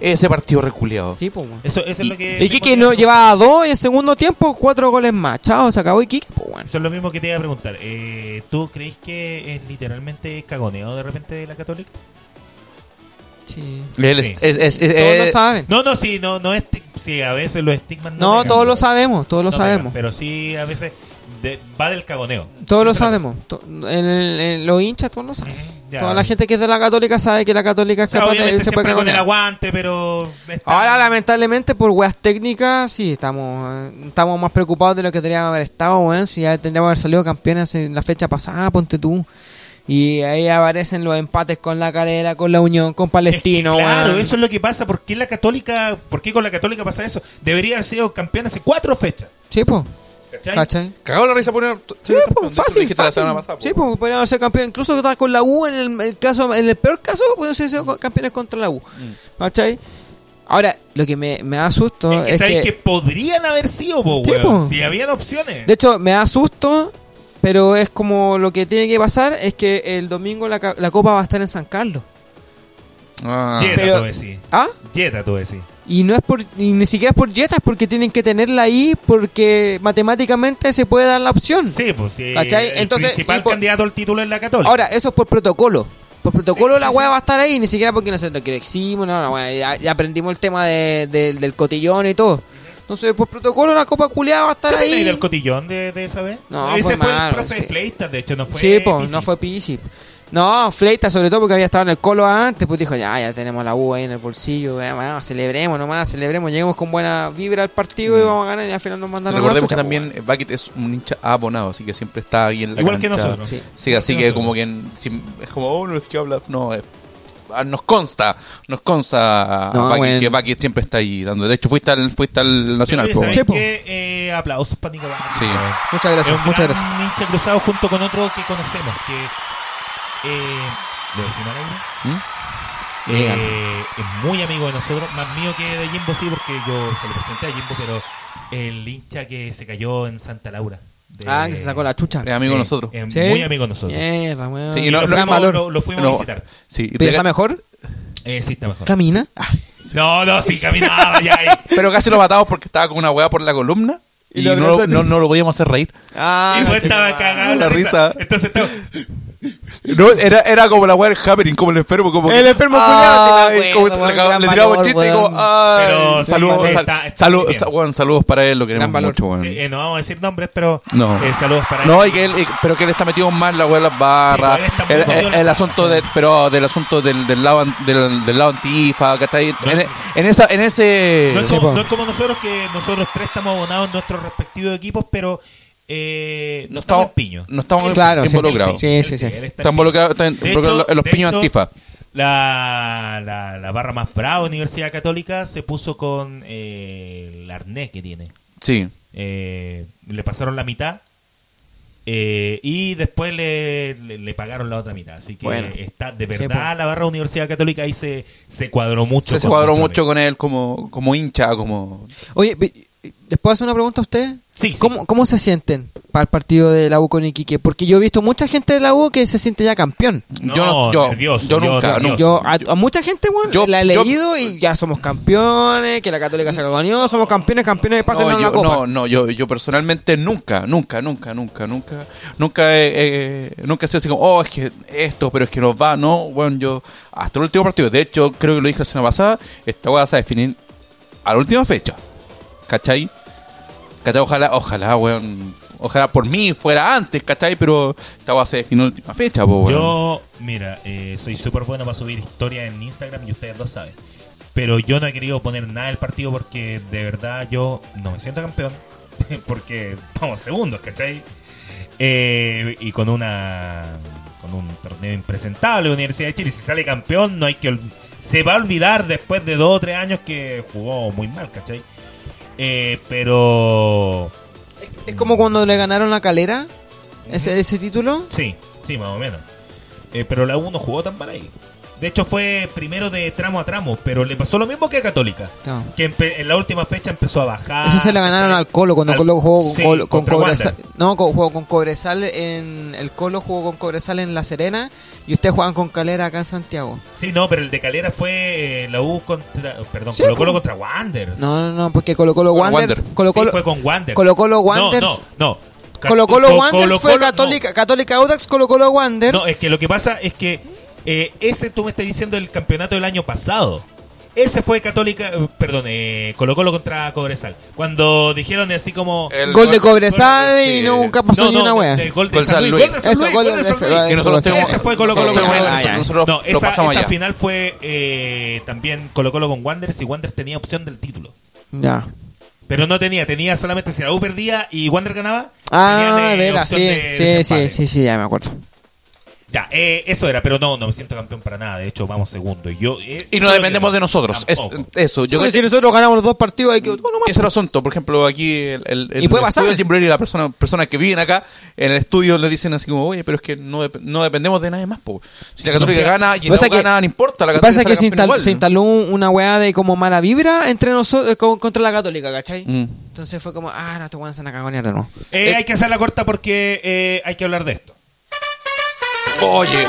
S6: ese partido reculeado.
S8: Sí, pues bueno.
S5: Eso, eso es lo que.
S8: Iquique no llevaba dos y en segundo tiempo cuatro goles más. Chao, se acabó Iquique, pues bueno.
S5: Eso es lo mismo que te iba a preguntar. Eh, ¿Tú crees que es literalmente cagoneo de repente de la Católica?
S8: Sí.
S6: Él es-
S5: Sí.
S6: es- es- es-
S8: Todos
S6: eh,
S8: lo saben.
S5: No, no, sí, no, no es. ti- Sí, a veces los estigmas.
S8: No,
S5: pegan,
S8: todos lo
S5: weón.
S8: sabemos, todos lo
S5: No pegan,
S8: sabemos.
S5: Pero sí, a veces de- va del cagoneo.
S8: Todos lo
S5: Eso es cosa.
S8: sabemos. To- en el- en los hinchas todos lo saben.
S5: Ujú, Eh, ya.
S8: Toda la gente que es de la católica sabe que la católica
S5: O
S8: es
S5: sea,
S8: capaz de-
S5: obviamente
S8: se puede
S5: siempre con el
S8: cagonear.
S5: aguante, pero. está-
S8: Ahora, lamentablemente, por weas técnicas, sí, estamos eh, estamos más preocupados de lo que tendríamos que haber estado, weón. Si ya tendríamos que haber salido campeones en la fecha pasada, ponte tú. Y ahí aparecen los empates con la carrera, con la unión, con
S5: Es que,
S8: Palestino,
S5: claro,
S8: weón.
S5: eso es lo que pasa. ¿Por qué la Católica, por qué con la Católica pasa eso? Debería haber sido campeón hace cuatro fechas.
S8: Sí, po.
S5: ¿Cachai?
S8: ¿Cachai?
S6: Cagado la risa poner.
S8: Sí, pues, fácil, fácil. sí, pues, podrían ser campeones. Incluso estar con la U, en el, el caso, en el peor caso, pueden ser ser campeones contra la U. ¿Cachai? Ahora, lo que me, me da susto
S5: Es que
S8: es,
S5: sabéis
S8: que,
S5: que... podrían haber sido, po,
S8: Sí,
S5: weón,
S8: po.
S5: Si habían opciones.
S8: De hecho, me da susto, pero es como lo que tiene que pasar es que el domingo la, ca- la Copa va a estar en San Carlos.
S5: pues. Yeta,
S8: Ah. pero-
S5: tú decís.
S8: ¿Ah?
S5: Yeta, tú decís.
S8: Y no es por, y ni siquiera es por yetas, porque tienen que tenerla ahí, porque matemáticamente se puede dar la opción.
S5: Sí, pues sí.
S8: ¿Cachai?
S5: El
S8: Entonces,
S5: principal
S8: y por-
S5: candidato al título es la Católica.
S8: Ahora, eso es por protocolo. Por protocolo
S5: Sí,
S8: la
S5: sí,
S8: weá
S5: sí.
S8: va a estar ahí, ni siquiera porque nosotros que lo eximos, no, no, weá, ya, ya aprendimos el tema de- de- del cotillón y todo. Entonces, por protocolo la copa culiada va a estar
S5: ¿Qué opináis
S8: ahí.
S5: del cotillón de, de esa vez?
S8: No,
S5: Ese
S8: fue
S5: fue, el
S8: malo,
S5: profe
S8: sí.
S5: Fleitas, de hecho, no fue.
S8: Sí, pues,
S5: Pizzi.
S8: no fue Pisi. No, Fleita sobre todo porque había estado en el colo antes, pues dijo, ya, ya tenemos la U ahí en el bolsillo, weá, weá, celebremos nomás, celebremos, lleguemos con buena vibra al partido
S5: Mm.
S8: y vamos a ganar y al final nos mandaron a la
S6: Recordemos que
S8: chucha, pues,
S6: también eh, Bucket es un hincha abonado, así que siempre está ahí en la
S5: Igual que
S6: cancha.
S5: nosotros.
S8: Sí.
S6: Sí, así
S5: Igual
S6: que
S5: nosotros.
S6: como que en- si- es como, oh, no es que habla. No, es- ah, nos consta, nos consta
S8: No,
S6: a Bucket
S8: bueno.
S6: que Bucket siempre está ahí dando. De hecho, fuiste al, fuiste al Nacional.
S5: Oye,
S6: po.
S5: ¿sabéis
S8: Sí, po.
S5: qué? Eh, aplausos para Nicolás.
S6: Sí.
S8: weá. Muchas gracias,
S5: es un
S8: muchas
S5: gran
S8: gracias.
S5: hincha cruzado junto con otro que conocemos, que... Eh, ¿Lo decimos al aire?
S8: Dígalo.
S5: Eh, es muy amigo de nosotros, más mío que de Jimbo, sí, porque yo se lo presenté a Jimbo, pero el hincha que se cayó en Santa Laura. de-
S8: Ah, que se sacó la chucha.
S6: Es amigo de nosotros.
S5: Es
S8: Sí.
S5: eh, muy amigo de nosotros.
S8: Mierda, weón.
S6: Sí,
S5: Y
S6: no-
S5: lo,
S6: no-
S5: fuimos,
S6: valor.
S5: lo- lo fuimos
S6: No.
S5: a visitar.
S6: Sí,
S8: ¿Pero está
S6: de-
S8: mejor?
S5: Eh, sí, está mejor.
S8: ¿Camina? Ah.
S5: No, no, sí, caminaba ya. ahí.
S6: Pero casi lo matamos porque estaba con una weá por la columna
S8: Y
S6: y,
S8: lo
S6: no, lo,
S8: abrazaste.
S6: no, no lo podíamos hacer reír.
S8: Ah,
S5: y pues
S8: sí.
S5: estaba cagado en
S6: la
S5: la risa.
S6: risa.
S5: Entonces estaba...
S6: No, era, era como la weá del happening, como el enfermo. Como
S8: El enfermo culiao, sí me
S6: Ay, como
S8: acuerdo,
S6: se- le,
S8: weón,
S6: cagamos- le
S8: gran
S6: tiramos
S8: valor,
S6: chiste y como.
S8: weón.
S6: Ay,
S5: Pero sí,
S6: saludos,
S5: sí,
S6: sal-
S5: está- está
S6: saludos,
S5: muy bien.
S6: sa- weón, saludos para él, lo queremos
S8: Gran valor.
S6: mucho, weón.
S5: Eh, no vamos a decir nombres, pero
S6: Mm. No.
S5: eh, saludos para
S6: No,
S5: él.
S6: y que él, y- pero que él está metido más en la weá de las barras.
S5: Sí, pues, él está muy
S6: el,
S5: metido en
S6: el-
S5: las
S6: el
S5: barras,
S6: asunto
S5: sí.
S6: de, pero del asunto del, del lado an- del, del lado antifa, que está ahí.
S5: No.
S6: En, en esa, en ese.
S5: No es,
S8: Eh, Sí,
S5: como,
S8: po.
S5: no es como nosotros que nosotros tres estamos abonados en nuestros respectivos equipos, pero eh, no, estamos en piño.
S6: No estamos
S8: Claro, sí.
S6: involucrados.
S8: Sí, sí, sí.
S5: él está
S6: Está
S5: en piño.
S6: involucrado está
S5: De
S6: involucrado
S5: hecho-
S6: en los
S5: de
S6: piños
S5: hecho,
S6: antifa.
S5: La, la, la barra más brava de Universidad Católica se puso con eh, el arnés que tiene.
S6: Sí.
S5: Eh, le pasaron la mitad eh, y después le, le, le pagaron la otra mitad. Así que
S8: Bueno.
S5: está de
S8: Sí,
S5: verdad
S8: po.
S5: la barra de Universidad Católica ahí se, se cuadró mucho.
S6: Se
S5: con
S6: cuadró
S5: nuestra
S6: mucho
S5: amiga.
S6: con él como, como hincha, como...
S8: Oye, pe- ¿Les puedo hacer una pregunta a ustedes?
S5: Sí, sí.
S8: ¿Cómo, ¿Cómo se sienten para el partido de la U con Iquique? Porque yo he visto mucha gente de la U que se siente ya campeón.
S5: No,
S6: Yo no- yo-
S5: nervioso,
S6: yo nunca,
S5: nervioso.
S8: Yo a, a mucha gente, bueno,
S6: Yo-
S8: la he
S6: yo-
S8: leído y ya somos campeones, que la Católica se ganó, somos campeones, campeones de pasen
S6: no,
S8: en
S6: yo,
S8: la Copa.
S6: no, no, yo, yo personalmente nunca, nunca, nunca, nunca, nunca, nunca he, he- nunca he sido así como, oh, es que esto, pero es que nos va, no, bueno, yo, hasta el último partido, de hecho, creo que lo dije la semana pasada, esta weá se va a definir a la última fecha, ¿cachai? ¿Cachai? Ojalá, ojalá, weón, ojalá por mí fuera antes, ¿cachai? Pero esta weá se definió a la última fecha, po, weón.
S5: Yo, mira, eh, soy súper bueno para subir historias en Instagram y ustedes lo saben. Pero yo no he querido poner nada del partido porque de verdad yo no me siento campeón. Porque vamos segundos, ¿cachai? Eh, y con una con un torneo impresentable de Universidad de Chile. Si sale campeón, no hay que ol- se va a olvidar después de dos o tres años que jugó muy mal, ¿cachai? Eh, pero
S8: Es como cuando le ganaron la calera, ese, ese título.
S5: Sí, sí, más o menos. Eh, pero la U no jugó tan mal ahí. De hecho, fue primero de tramo a tramo, pero le pasó lo mismo que a Católica.
S8: No.
S5: Que empe- en la última fecha empezó a bajar.
S8: Ese se la ganaron
S5: ¿cachai?
S8: al Colo cuando
S5: Al-
S8: Colo jugó con,
S5: Ah, sí,
S8: Colo- con
S5: contra
S8: Cobresal.
S5: Wander.
S8: No, co- jugó con Cobresal en. El Colo jugó con Cobresal en La Serena y ustedes juegan con Calera acá en Santiago.
S5: Sí, no, pero el de Calera fue eh, la U contra. Perdón,
S8: Sí,
S5: Colo
S8: pues.
S5: Colo contra Wander.
S8: No, no, no, porque Colo Colo
S6: Con
S8: Wanderers.
S6: Wander.
S8: Colo Colo,
S5: Sí, fue con Wander.
S8: Colo Colo Wanderers.
S5: No, no, no. Ca-
S8: Colo Colo
S5: Co-
S8: Wanderers
S5: Colo
S8: fue
S5: Colo- no.
S8: Católica, Católica Audax, Colo Colo Wanderers.
S5: No, es que lo que pasa es que eh, ese tú me estás diciendo el campeonato del año pasado. Ese fue Católica, eh, perdón, eh, Colo Colo contra Cobresal. Cuando dijeron así como...
S6: El
S8: gol de
S6: gol
S8: Cobresal
S6: de-
S8: y
S6: sí,
S8: nunca pasó
S5: no,
S8: ni
S5: no,
S8: una
S5: de-
S8: wea.
S5: del gol de
S6: Gol
S5: San
S6: San
S5: Luis.
S6: Luis.
S5: Gol de San
S8: Eso,
S5: Luis, gol
S8: gol
S5: de
S8: de-
S5: San
S8: eso,
S5: Luis.
S6: que nosotros tenemos-
S5: Ese fue Colo Colo
S6: nosotros
S5: con
S6: tenemos-
S5: Wander.
S6: nosotros-
S5: No,
S6: lo
S5: esa,
S6: pasamos
S5: esa
S6: allá.
S5: final fue eh, también Colo Colo con Wanderers y Wanderers tenía opción del título.
S8: Ya.
S5: Pero no tenía, tenía solamente si la U perdía y Wander ganaba.
S8: Ah,
S5: tenían, eh,
S8: vera,
S5: opción
S8: sí,
S5: de
S8: sí, sí,
S5: desempate.
S8: sí, sí, ya me acuerdo.
S5: Ya, eh, eso era, pero no, no me siento campeón para nada. De hecho, vamos segundo. Y, yo, eh,
S6: Y
S5: yo
S6: no
S5: creo
S6: dependemos
S5: que
S6: de nosotros, es, eh,
S5: Tampoco.
S6: eso, yo
S8: Yo
S6: creo
S8: si nosotros ganamos los dos partidos hay que uno
S6: Ese es el asunto. Por ejemplo, aquí el, el, el
S8: Y puede pasar.
S6: estudio del Jim Brady, la persona, personas que viven acá, en el estudio le dicen así como, oye, pero es que no, dep- no dependemos de nadie más, po. Si la Católica
S5: No,
S6: gana y la
S8: Lo que pasa
S6: U
S8: que-
S6: gana, no importa, la
S8: Lo que
S6: Católica
S8: pasa es que
S6: sale
S8: se,
S6: campeón
S8: instal-
S6: igual.
S8: se instaló un- una weá de como mala vibra entre nosotros contra la católica, ¿cachai?
S6: Mm.
S8: Entonces fue como, ah, no, estos weones se van a cagonear de nuevo.
S5: Eh, hay que hacer la corta porque eh, hay que hablar de esto.
S6: Oye,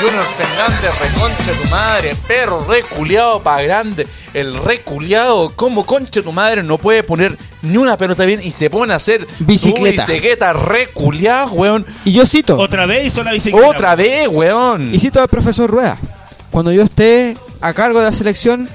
S6: Junior Fernández, reconcha tu madre, perro reculeado pa' grande, el reculeado, como concha tu madre no puede poner ni una pelota bien y se pone a hacer
S8: Bicicleta.
S6: su Bicicleta reculeado, weón.
S8: Y yo cito,
S5: Otra vez hizo la bicicleta.
S6: Otra vez, weón.
S8: y cito al profesor Rueda, cuando yo esté a cargo de la selección,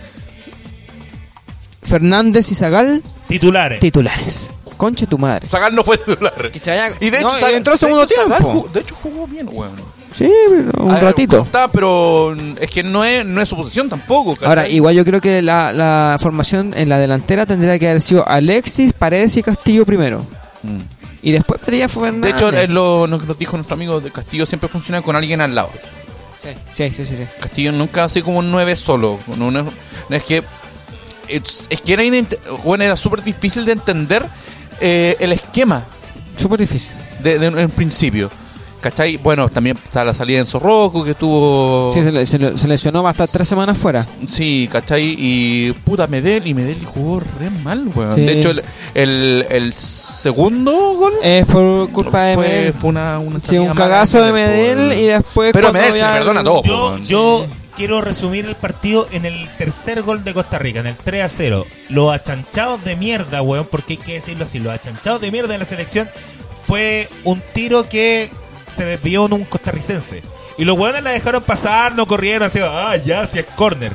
S8: Fernández y Zagal,
S5: Titulares.
S8: titulares. Conche tu madre.
S6: Sagan no fue titular.
S8: Que se vaya-
S6: Y de hecho,
S8: no,
S6: Sagan-
S8: y entró
S6: de
S8: segundo
S6: hecho, Sagan
S8: tiempo.
S6: ju- Ah, de hecho, jugó bien, weón.
S8: Sí, un
S6: A ver,
S8: ratito.
S6: Está, pero mm, es que no es, no es su posición tampoco. ¿cachai?
S8: Ahora, igual yo creo que la, la formación en la delantera tendría que haber sido Alexis, Paredes y Castillo primero.
S6: Mm.
S8: Y después pedía Fernández.
S6: De hecho, es lo lo que nos dijo nuestro amigo de Castillo siempre funciona con alguien al lado.
S8: Sí, sí, sí, sí, sí.
S6: Castillo nunca así como un 9 solo. No, no- no es que. Es, es que era, inent- bueno, era súper difícil de entender eh, el esquema
S8: Súper difícil.
S6: de, de- en principio. ¿Cachai? Bueno, también está la salida en Zorroco que tuvo.
S8: Sí, se, le- se le- se lesionó hasta tres semanas fuera.
S6: Sí, ¿cachai? Y puta, Medel y Medel jugó re mal, weón.
S8: Sí.
S6: De hecho, el, el, el segundo gol
S8: Es por Eh, culpa de
S6: fue,
S8: Medel.
S6: fue una, una
S8: Sí, un
S6: salida mala
S8: cagazo de
S6: Medel,
S8: Medel
S6: weón.
S8: y después.
S6: Pero
S8: cuando
S6: Medel se
S8: ya-
S6: le perdona todo,
S5: Yo,
S6: weón.
S5: yo quiero resumir el partido en el tercer gol de Costa Rica, en el 3 a 0. Los achanchados de mierda, weón, porque hay que decirlo así, los achanchados de mierda de la selección fue un tiro que se desvió en un costarricense. Y los weones la dejaron pasar, no corrieron, así, ah, ya, si es corner.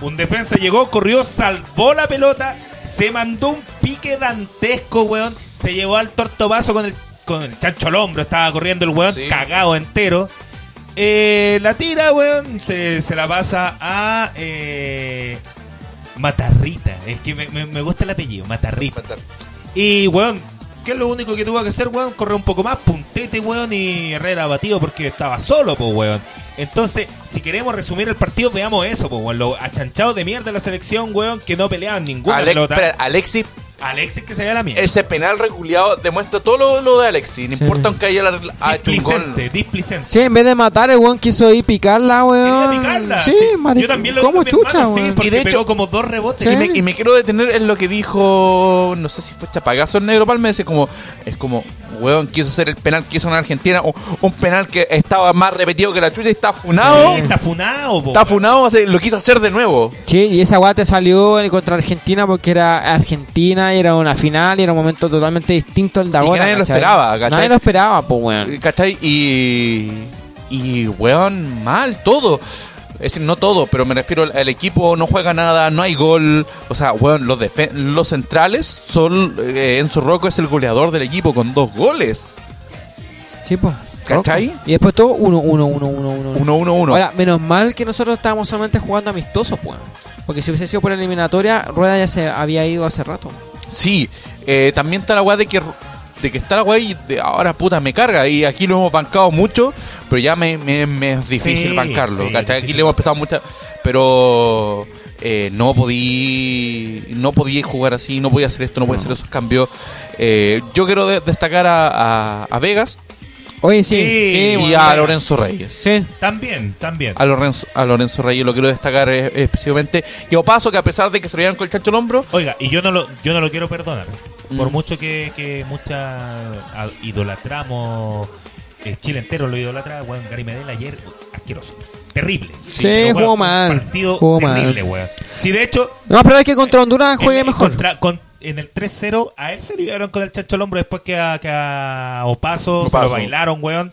S5: Un defensa llegó, corrió, salvó la pelota, se mandó un pique dantesco, weón, se llevó al tortobazo con el, con el chancho al hombro, estaba corriendo el weón,
S6: Sí.
S5: cagado entero. Eh, la tira, weón, se, se la pasa a eh, Matarrita. Es que me, me- me gusta el apellido, Matarrita. Y, weón, ¿qué es lo único que tuvo que hacer, weón? Correr un poco más, puntete, weón, y Herrera batido porque estaba solo, pues, weón. Entonces, si queremos resumir el partido, veamos eso, pues, weón. Los achanchados de mierda de la selección, weón, que no peleaban ninguna
S6: Alex-
S5: pelota.
S6: espera, Alexis
S5: Alexis que se vea la mierda.
S6: Ese penal reculeado demuestra todo lo, lo de Alexis. No
S8: Sí.
S6: importa aunque haya la- ha hecho un gol.
S5: displicente, displicente.
S8: Sí, en vez de matar, el weón quiso ir picarla, weón.
S5: Quería picarla.
S8: Ah, Sí, marico.
S5: Yo también lo
S8: ¿Cómo
S5: con mis
S8: chucha,
S5: manos, sí,
S8: weón?
S5: porque
S6: Y de
S5: pegó
S6: hecho-
S5: como dos rebotes.
S8: Sí.
S6: Y, me, y me quiero detener en lo que dijo, no sé si fue Chapagazo el Negro Palme, dice como, es como, weón, quiso hacer el penal que hizo en Argentina, un, un penal que estaba más repetido que la chucha y está funado,
S5: Sí, está funado, po.
S6: está funado, o sea, lo quiso hacer de nuevo.
S8: Sí, y esa guata salió en- contra Argentina porque era Argentina y era una final y era un momento totalmente distinto al de
S6: Y que
S8: ahora.
S6: nadie lo
S8: ¿cachai?
S6: esperaba, ¿cachai? Eh,
S8: Nadie lo esperaba, pues, weón.
S6: ¿Cachai? Y. Y, weón, mal, todo. Es decir, no todo, pero me refiero al, al equipo, no juega nada, no hay gol. O sea, weón, los, defen- los centrales son. eh, Enzo Rocco es el goleador del equipo con dos goles.
S8: Sí, pues.
S6: ¿Cachai?
S8: Loco. Y después todo 1 1 1 1 1
S6: 1-1-1.
S8: Ahora, menos mal que nosotros estábamos solamente jugando amistosos, pues. Porque si hubiese sido por eliminatoria, Rueda ya se había ido hace rato.
S6: Sí, eh, también está la weá de que, de que está la weá y de ahora puta me carga. Y aquí lo hemos bancado mucho, pero ya me, me- me es difícil
S5: Sí,
S6: bancarlo.
S5: sí,
S6: ¿cachai? Aquí
S5: difícil
S6: le hemos prestado mucha. Pero eh, no podí no podía jugar así, no podía hacer esto, no podía hacer esos cambios. Eh, yo quiero de- destacar a, a- a Vegas
S8: Oye, sí.
S5: Sí,
S8: Sí,
S6: y
S8: weón.
S6: a Lorenzo Reyes.
S8: Sí.
S5: También, también.
S6: A Lorenzo, a Lorenzo Reyes lo quiero destacar eh, específicamente. Y a paso que a pesar de que se lo llevan con el chancho al hombro,
S5: Oiga, y yo no lo, yo no lo quiero perdonar.
S8: Mm.
S5: Por mucho que, que mucha a- idolatramos, eh, Chile entero lo idolatra, weón, Gary Medel ayer, asqueroso. Terrible.
S8: Sí,
S5: pero,
S8: jugó
S5: un
S8: mal.
S5: Partido
S8: Jugó mal.
S5: terrible, weón. Sí, de hecho,
S8: No, pero es que contra Honduras
S5: en
S8: juegue
S5: el
S8: mejor.
S5: contra- con- en el 3-0, a él se lo llevaron con el chacho al hombro después que a, que a Opaso, se
S6: Opaso.
S5: lo bailaron, weón.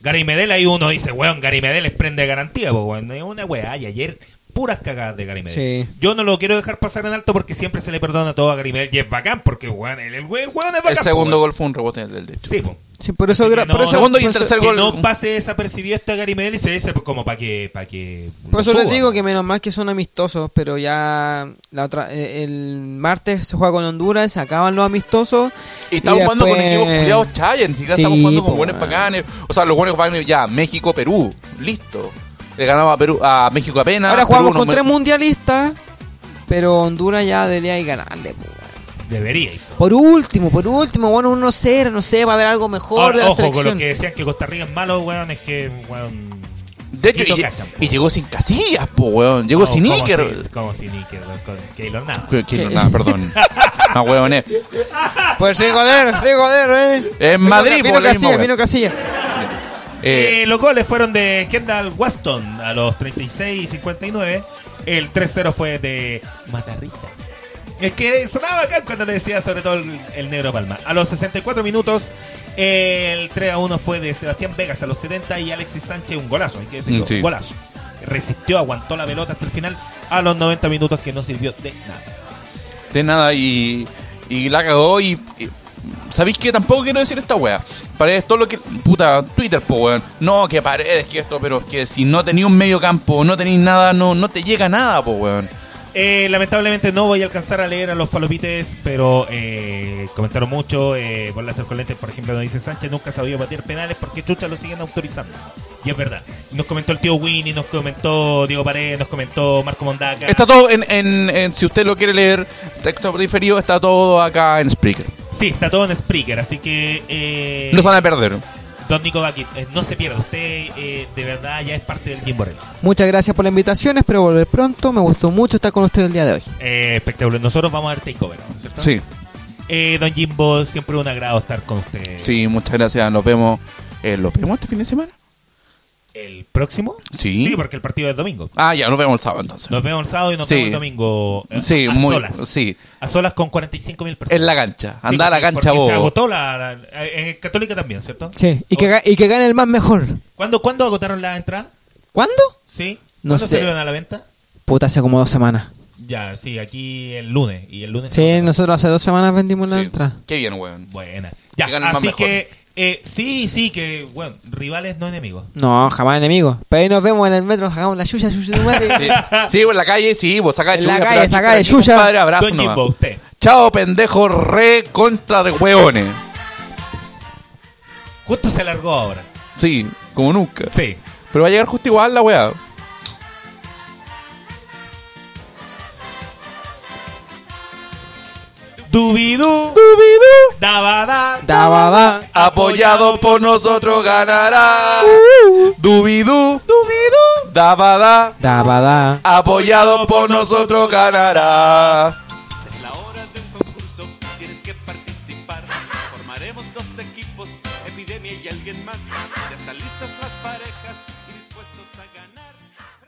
S5: Gary Medel, ahí uno dice, weón, Gary Medel es prende de garantía, po, weón. Es una weá, y ayer puras cagadas de Gary Medel.
S8: Sí.
S5: Yo no lo quiero dejar pasar en alto porque siempre se le perdona todo a Gary Medel y es bacán porque, weón, el, el we- el weón es bacán.
S6: el
S5: po,
S6: segundo
S5: weón.
S6: gol fue un rebote del derecho.
S5: Sí, po.
S8: Sí, por eso,
S5: Así que
S8: gra-
S5: no,
S8: por eso- pues,
S6: segundo y
S8: por eso-
S6: tercer
S5: Que
S6: gol.
S5: no pase desapercibido esto a Gary Medel y se dice, pues, como para que, para que.
S8: Por
S5: lo
S8: eso les
S5: suba,
S8: digo
S5: po.
S8: que menos mal que son amistosos, pero ya la otra eh, el martes se juega con Honduras, se acaban los amistosos.
S6: Y estamos jugando con
S8: después-
S6: equipos culiados chayas, ni siquiera
S8: Sí,
S6: estamos jugando
S8: po,
S6: con buenos
S8: weón.
S6: bacanes. O sea, los buenos bacanes ya, México, Perú, listo. Le ganaba a, Perú, a México apenas.
S8: Ahora jugamos
S6: Perú
S8: con
S6: no me-
S8: tres mundialistas, pero Honduras ya debería ir ganarle. po, weón.
S5: Debería.
S8: Por último, por último, bueno, 1-0, no sé, va a haber algo mejor
S5: Ahora,
S8: de la
S5: ojo
S8: selección.
S5: con lo que decían que Costa Rica es malo, weón, es que, weón.
S6: De hecho,
S5: Quito
S6: y,
S5: cachan, po.
S6: y llegó sin casillas, po, weón. Llegó
S5: No,
S6: sin
S5: como
S6: Iker.
S5: si- Como sin Iker, weón, con Keylor nada.
S6: Que- que no, nada, perdón. Ah, weón, eh.
S8: Pues sí, joder, sí, joder, eh.
S6: En
S8: Vino-
S6: Madrid,
S8: vino
S5: pues,
S6: por lo mismo,
S8: Casilla,
S6: weón.
S8: vino Casilla.
S6: Eh,
S5: Eh, los goles fueron de Kendall Waston a los 36 y 59. El 3-0 fue de Matarrita. Es que sonaba acá cuando le decía sobre todo el, el negro Palma. A los 64 minutos, el 3-1 fue de Sebastián Vegas. A los 70 y Alexis Sánchez, un golazo. Hay que decirlo,
S6: Mm, sí.
S5: un golazo. Resistió, aguantó la pelota hasta el final. A los 90 minutos que no sirvió de nada.
S6: de nada y, y la cagó y, y- sabéis que tampoco quiero decir esta wea paredes todo lo que puta Twitter po weón no que paredes que esto pero es que si no tenéis un medio campo no tenéis nada no no te llega nada po weón
S5: Eh, lamentablemente no voy a alcanzar a leer a los falopites, pero eh, comentaron mucho. Eh, por las circulantes, por ejemplo, nos dice Sánchez nunca ha sabido batear penales porque chucha lo siguen autorizando. Y es verdad. Nos comentó el tío Winnie, nos comentó Diego Paredes, nos comentó Marco Mondaca.
S6: está todo en, en, en- si usted lo quiere leer texto diferido está todo acá en Spreaker
S5: Sí, está todo en Spreaker, así que. eh,
S6: no se van a perder
S5: Don Nico Bakit, eh, no se pierda. Usted eh, de verdad ya es parte del Jimbo Rey.
S8: Muchas gracias por la invitación, espero volver pronto. Me gustó mucho estar con ustedes el día de hoy.
S5: Eh, espectacular. Nosotros vamos a ver Takeover, ¿no? ¿cierto?
S6: sí
S5: Eh, don Jimbo, siempre un agrado estar con usted.
S6: sí muchas gracias nos vemos eh, ¿los vemos este fin de semana?
S5: ¿El próximo?
S6: Sí.
S5: Sí, porque el partido es domingo.
S6: ah ya nos vemos el sábado entonces
S5: Nos vemos el sábado y nos
S6: Sí.
S5: vemos el domingo. eh,
S6: Sí,
S5: a
S6: muy-
S5: solas.
S6: sí.
S5: A solas con 45 mil personas.
S6: en la cancha
S5: Sí,
S6: anda a la
S5: porque-
S6: cancha
S5: porque Se
S6: vos
S5: agotó la. la- eh, eh, Católica también, ¿cierto?
S8: Sí, y que, ga- y que gane el más mejor.
S5: ¿Cuándo, ¿Cuándo agotaron la entrada?
S8: ¿Cuándo?
S5: ¿Sí?
S8: No
S5: ¿Cuándo
S8: sé.
S5: salieron a la venta?
S8: Puta, hace como dos semanas.
S5: Ya, sí, aquí el lunes. Y el lunes. se
S8: Sí,
S5: agotó.
S8: nosotros hace dos semanas vendimos la
S6: Sí.
S8: entrada.
S6: qué bien weón
S5: Buena. Ya,
S6: Que gane el más
S5: así
S6: mejor.
S5: que. eh, sí, sí, que. Bueno, rivales no enemigos.
S8: No, jamás enemigos. Pero ahí nos vemos en el metro, nos hagamos la yuya, yuya de madre.
S6: Sí, sí, pues en la calle, sí, vos acá
S8: En la
S6: chucha,
S8: calle,
S6: pero
S8: en la
S6: aquí-
S8: calle,
S6: aquí,
S8: chucha.
S6: compadre, abrazo
S5: don
S6: nomás.
S5: Jimbo, usted.
S6: Chao, pendejo, re contra de hueones.
S5: Justo se alargó ahora.
S6: Sí, como nunca.
S5: Sí.
S6: Pero va a llegar justo igual la weá.
S5: Dubidú, dabada,
S8: Dabada.
S6: Apoyado por nosotros ganará. Dubidú, dabada.
S8: Dabada.
S6: Apoyado por nosotros ganará.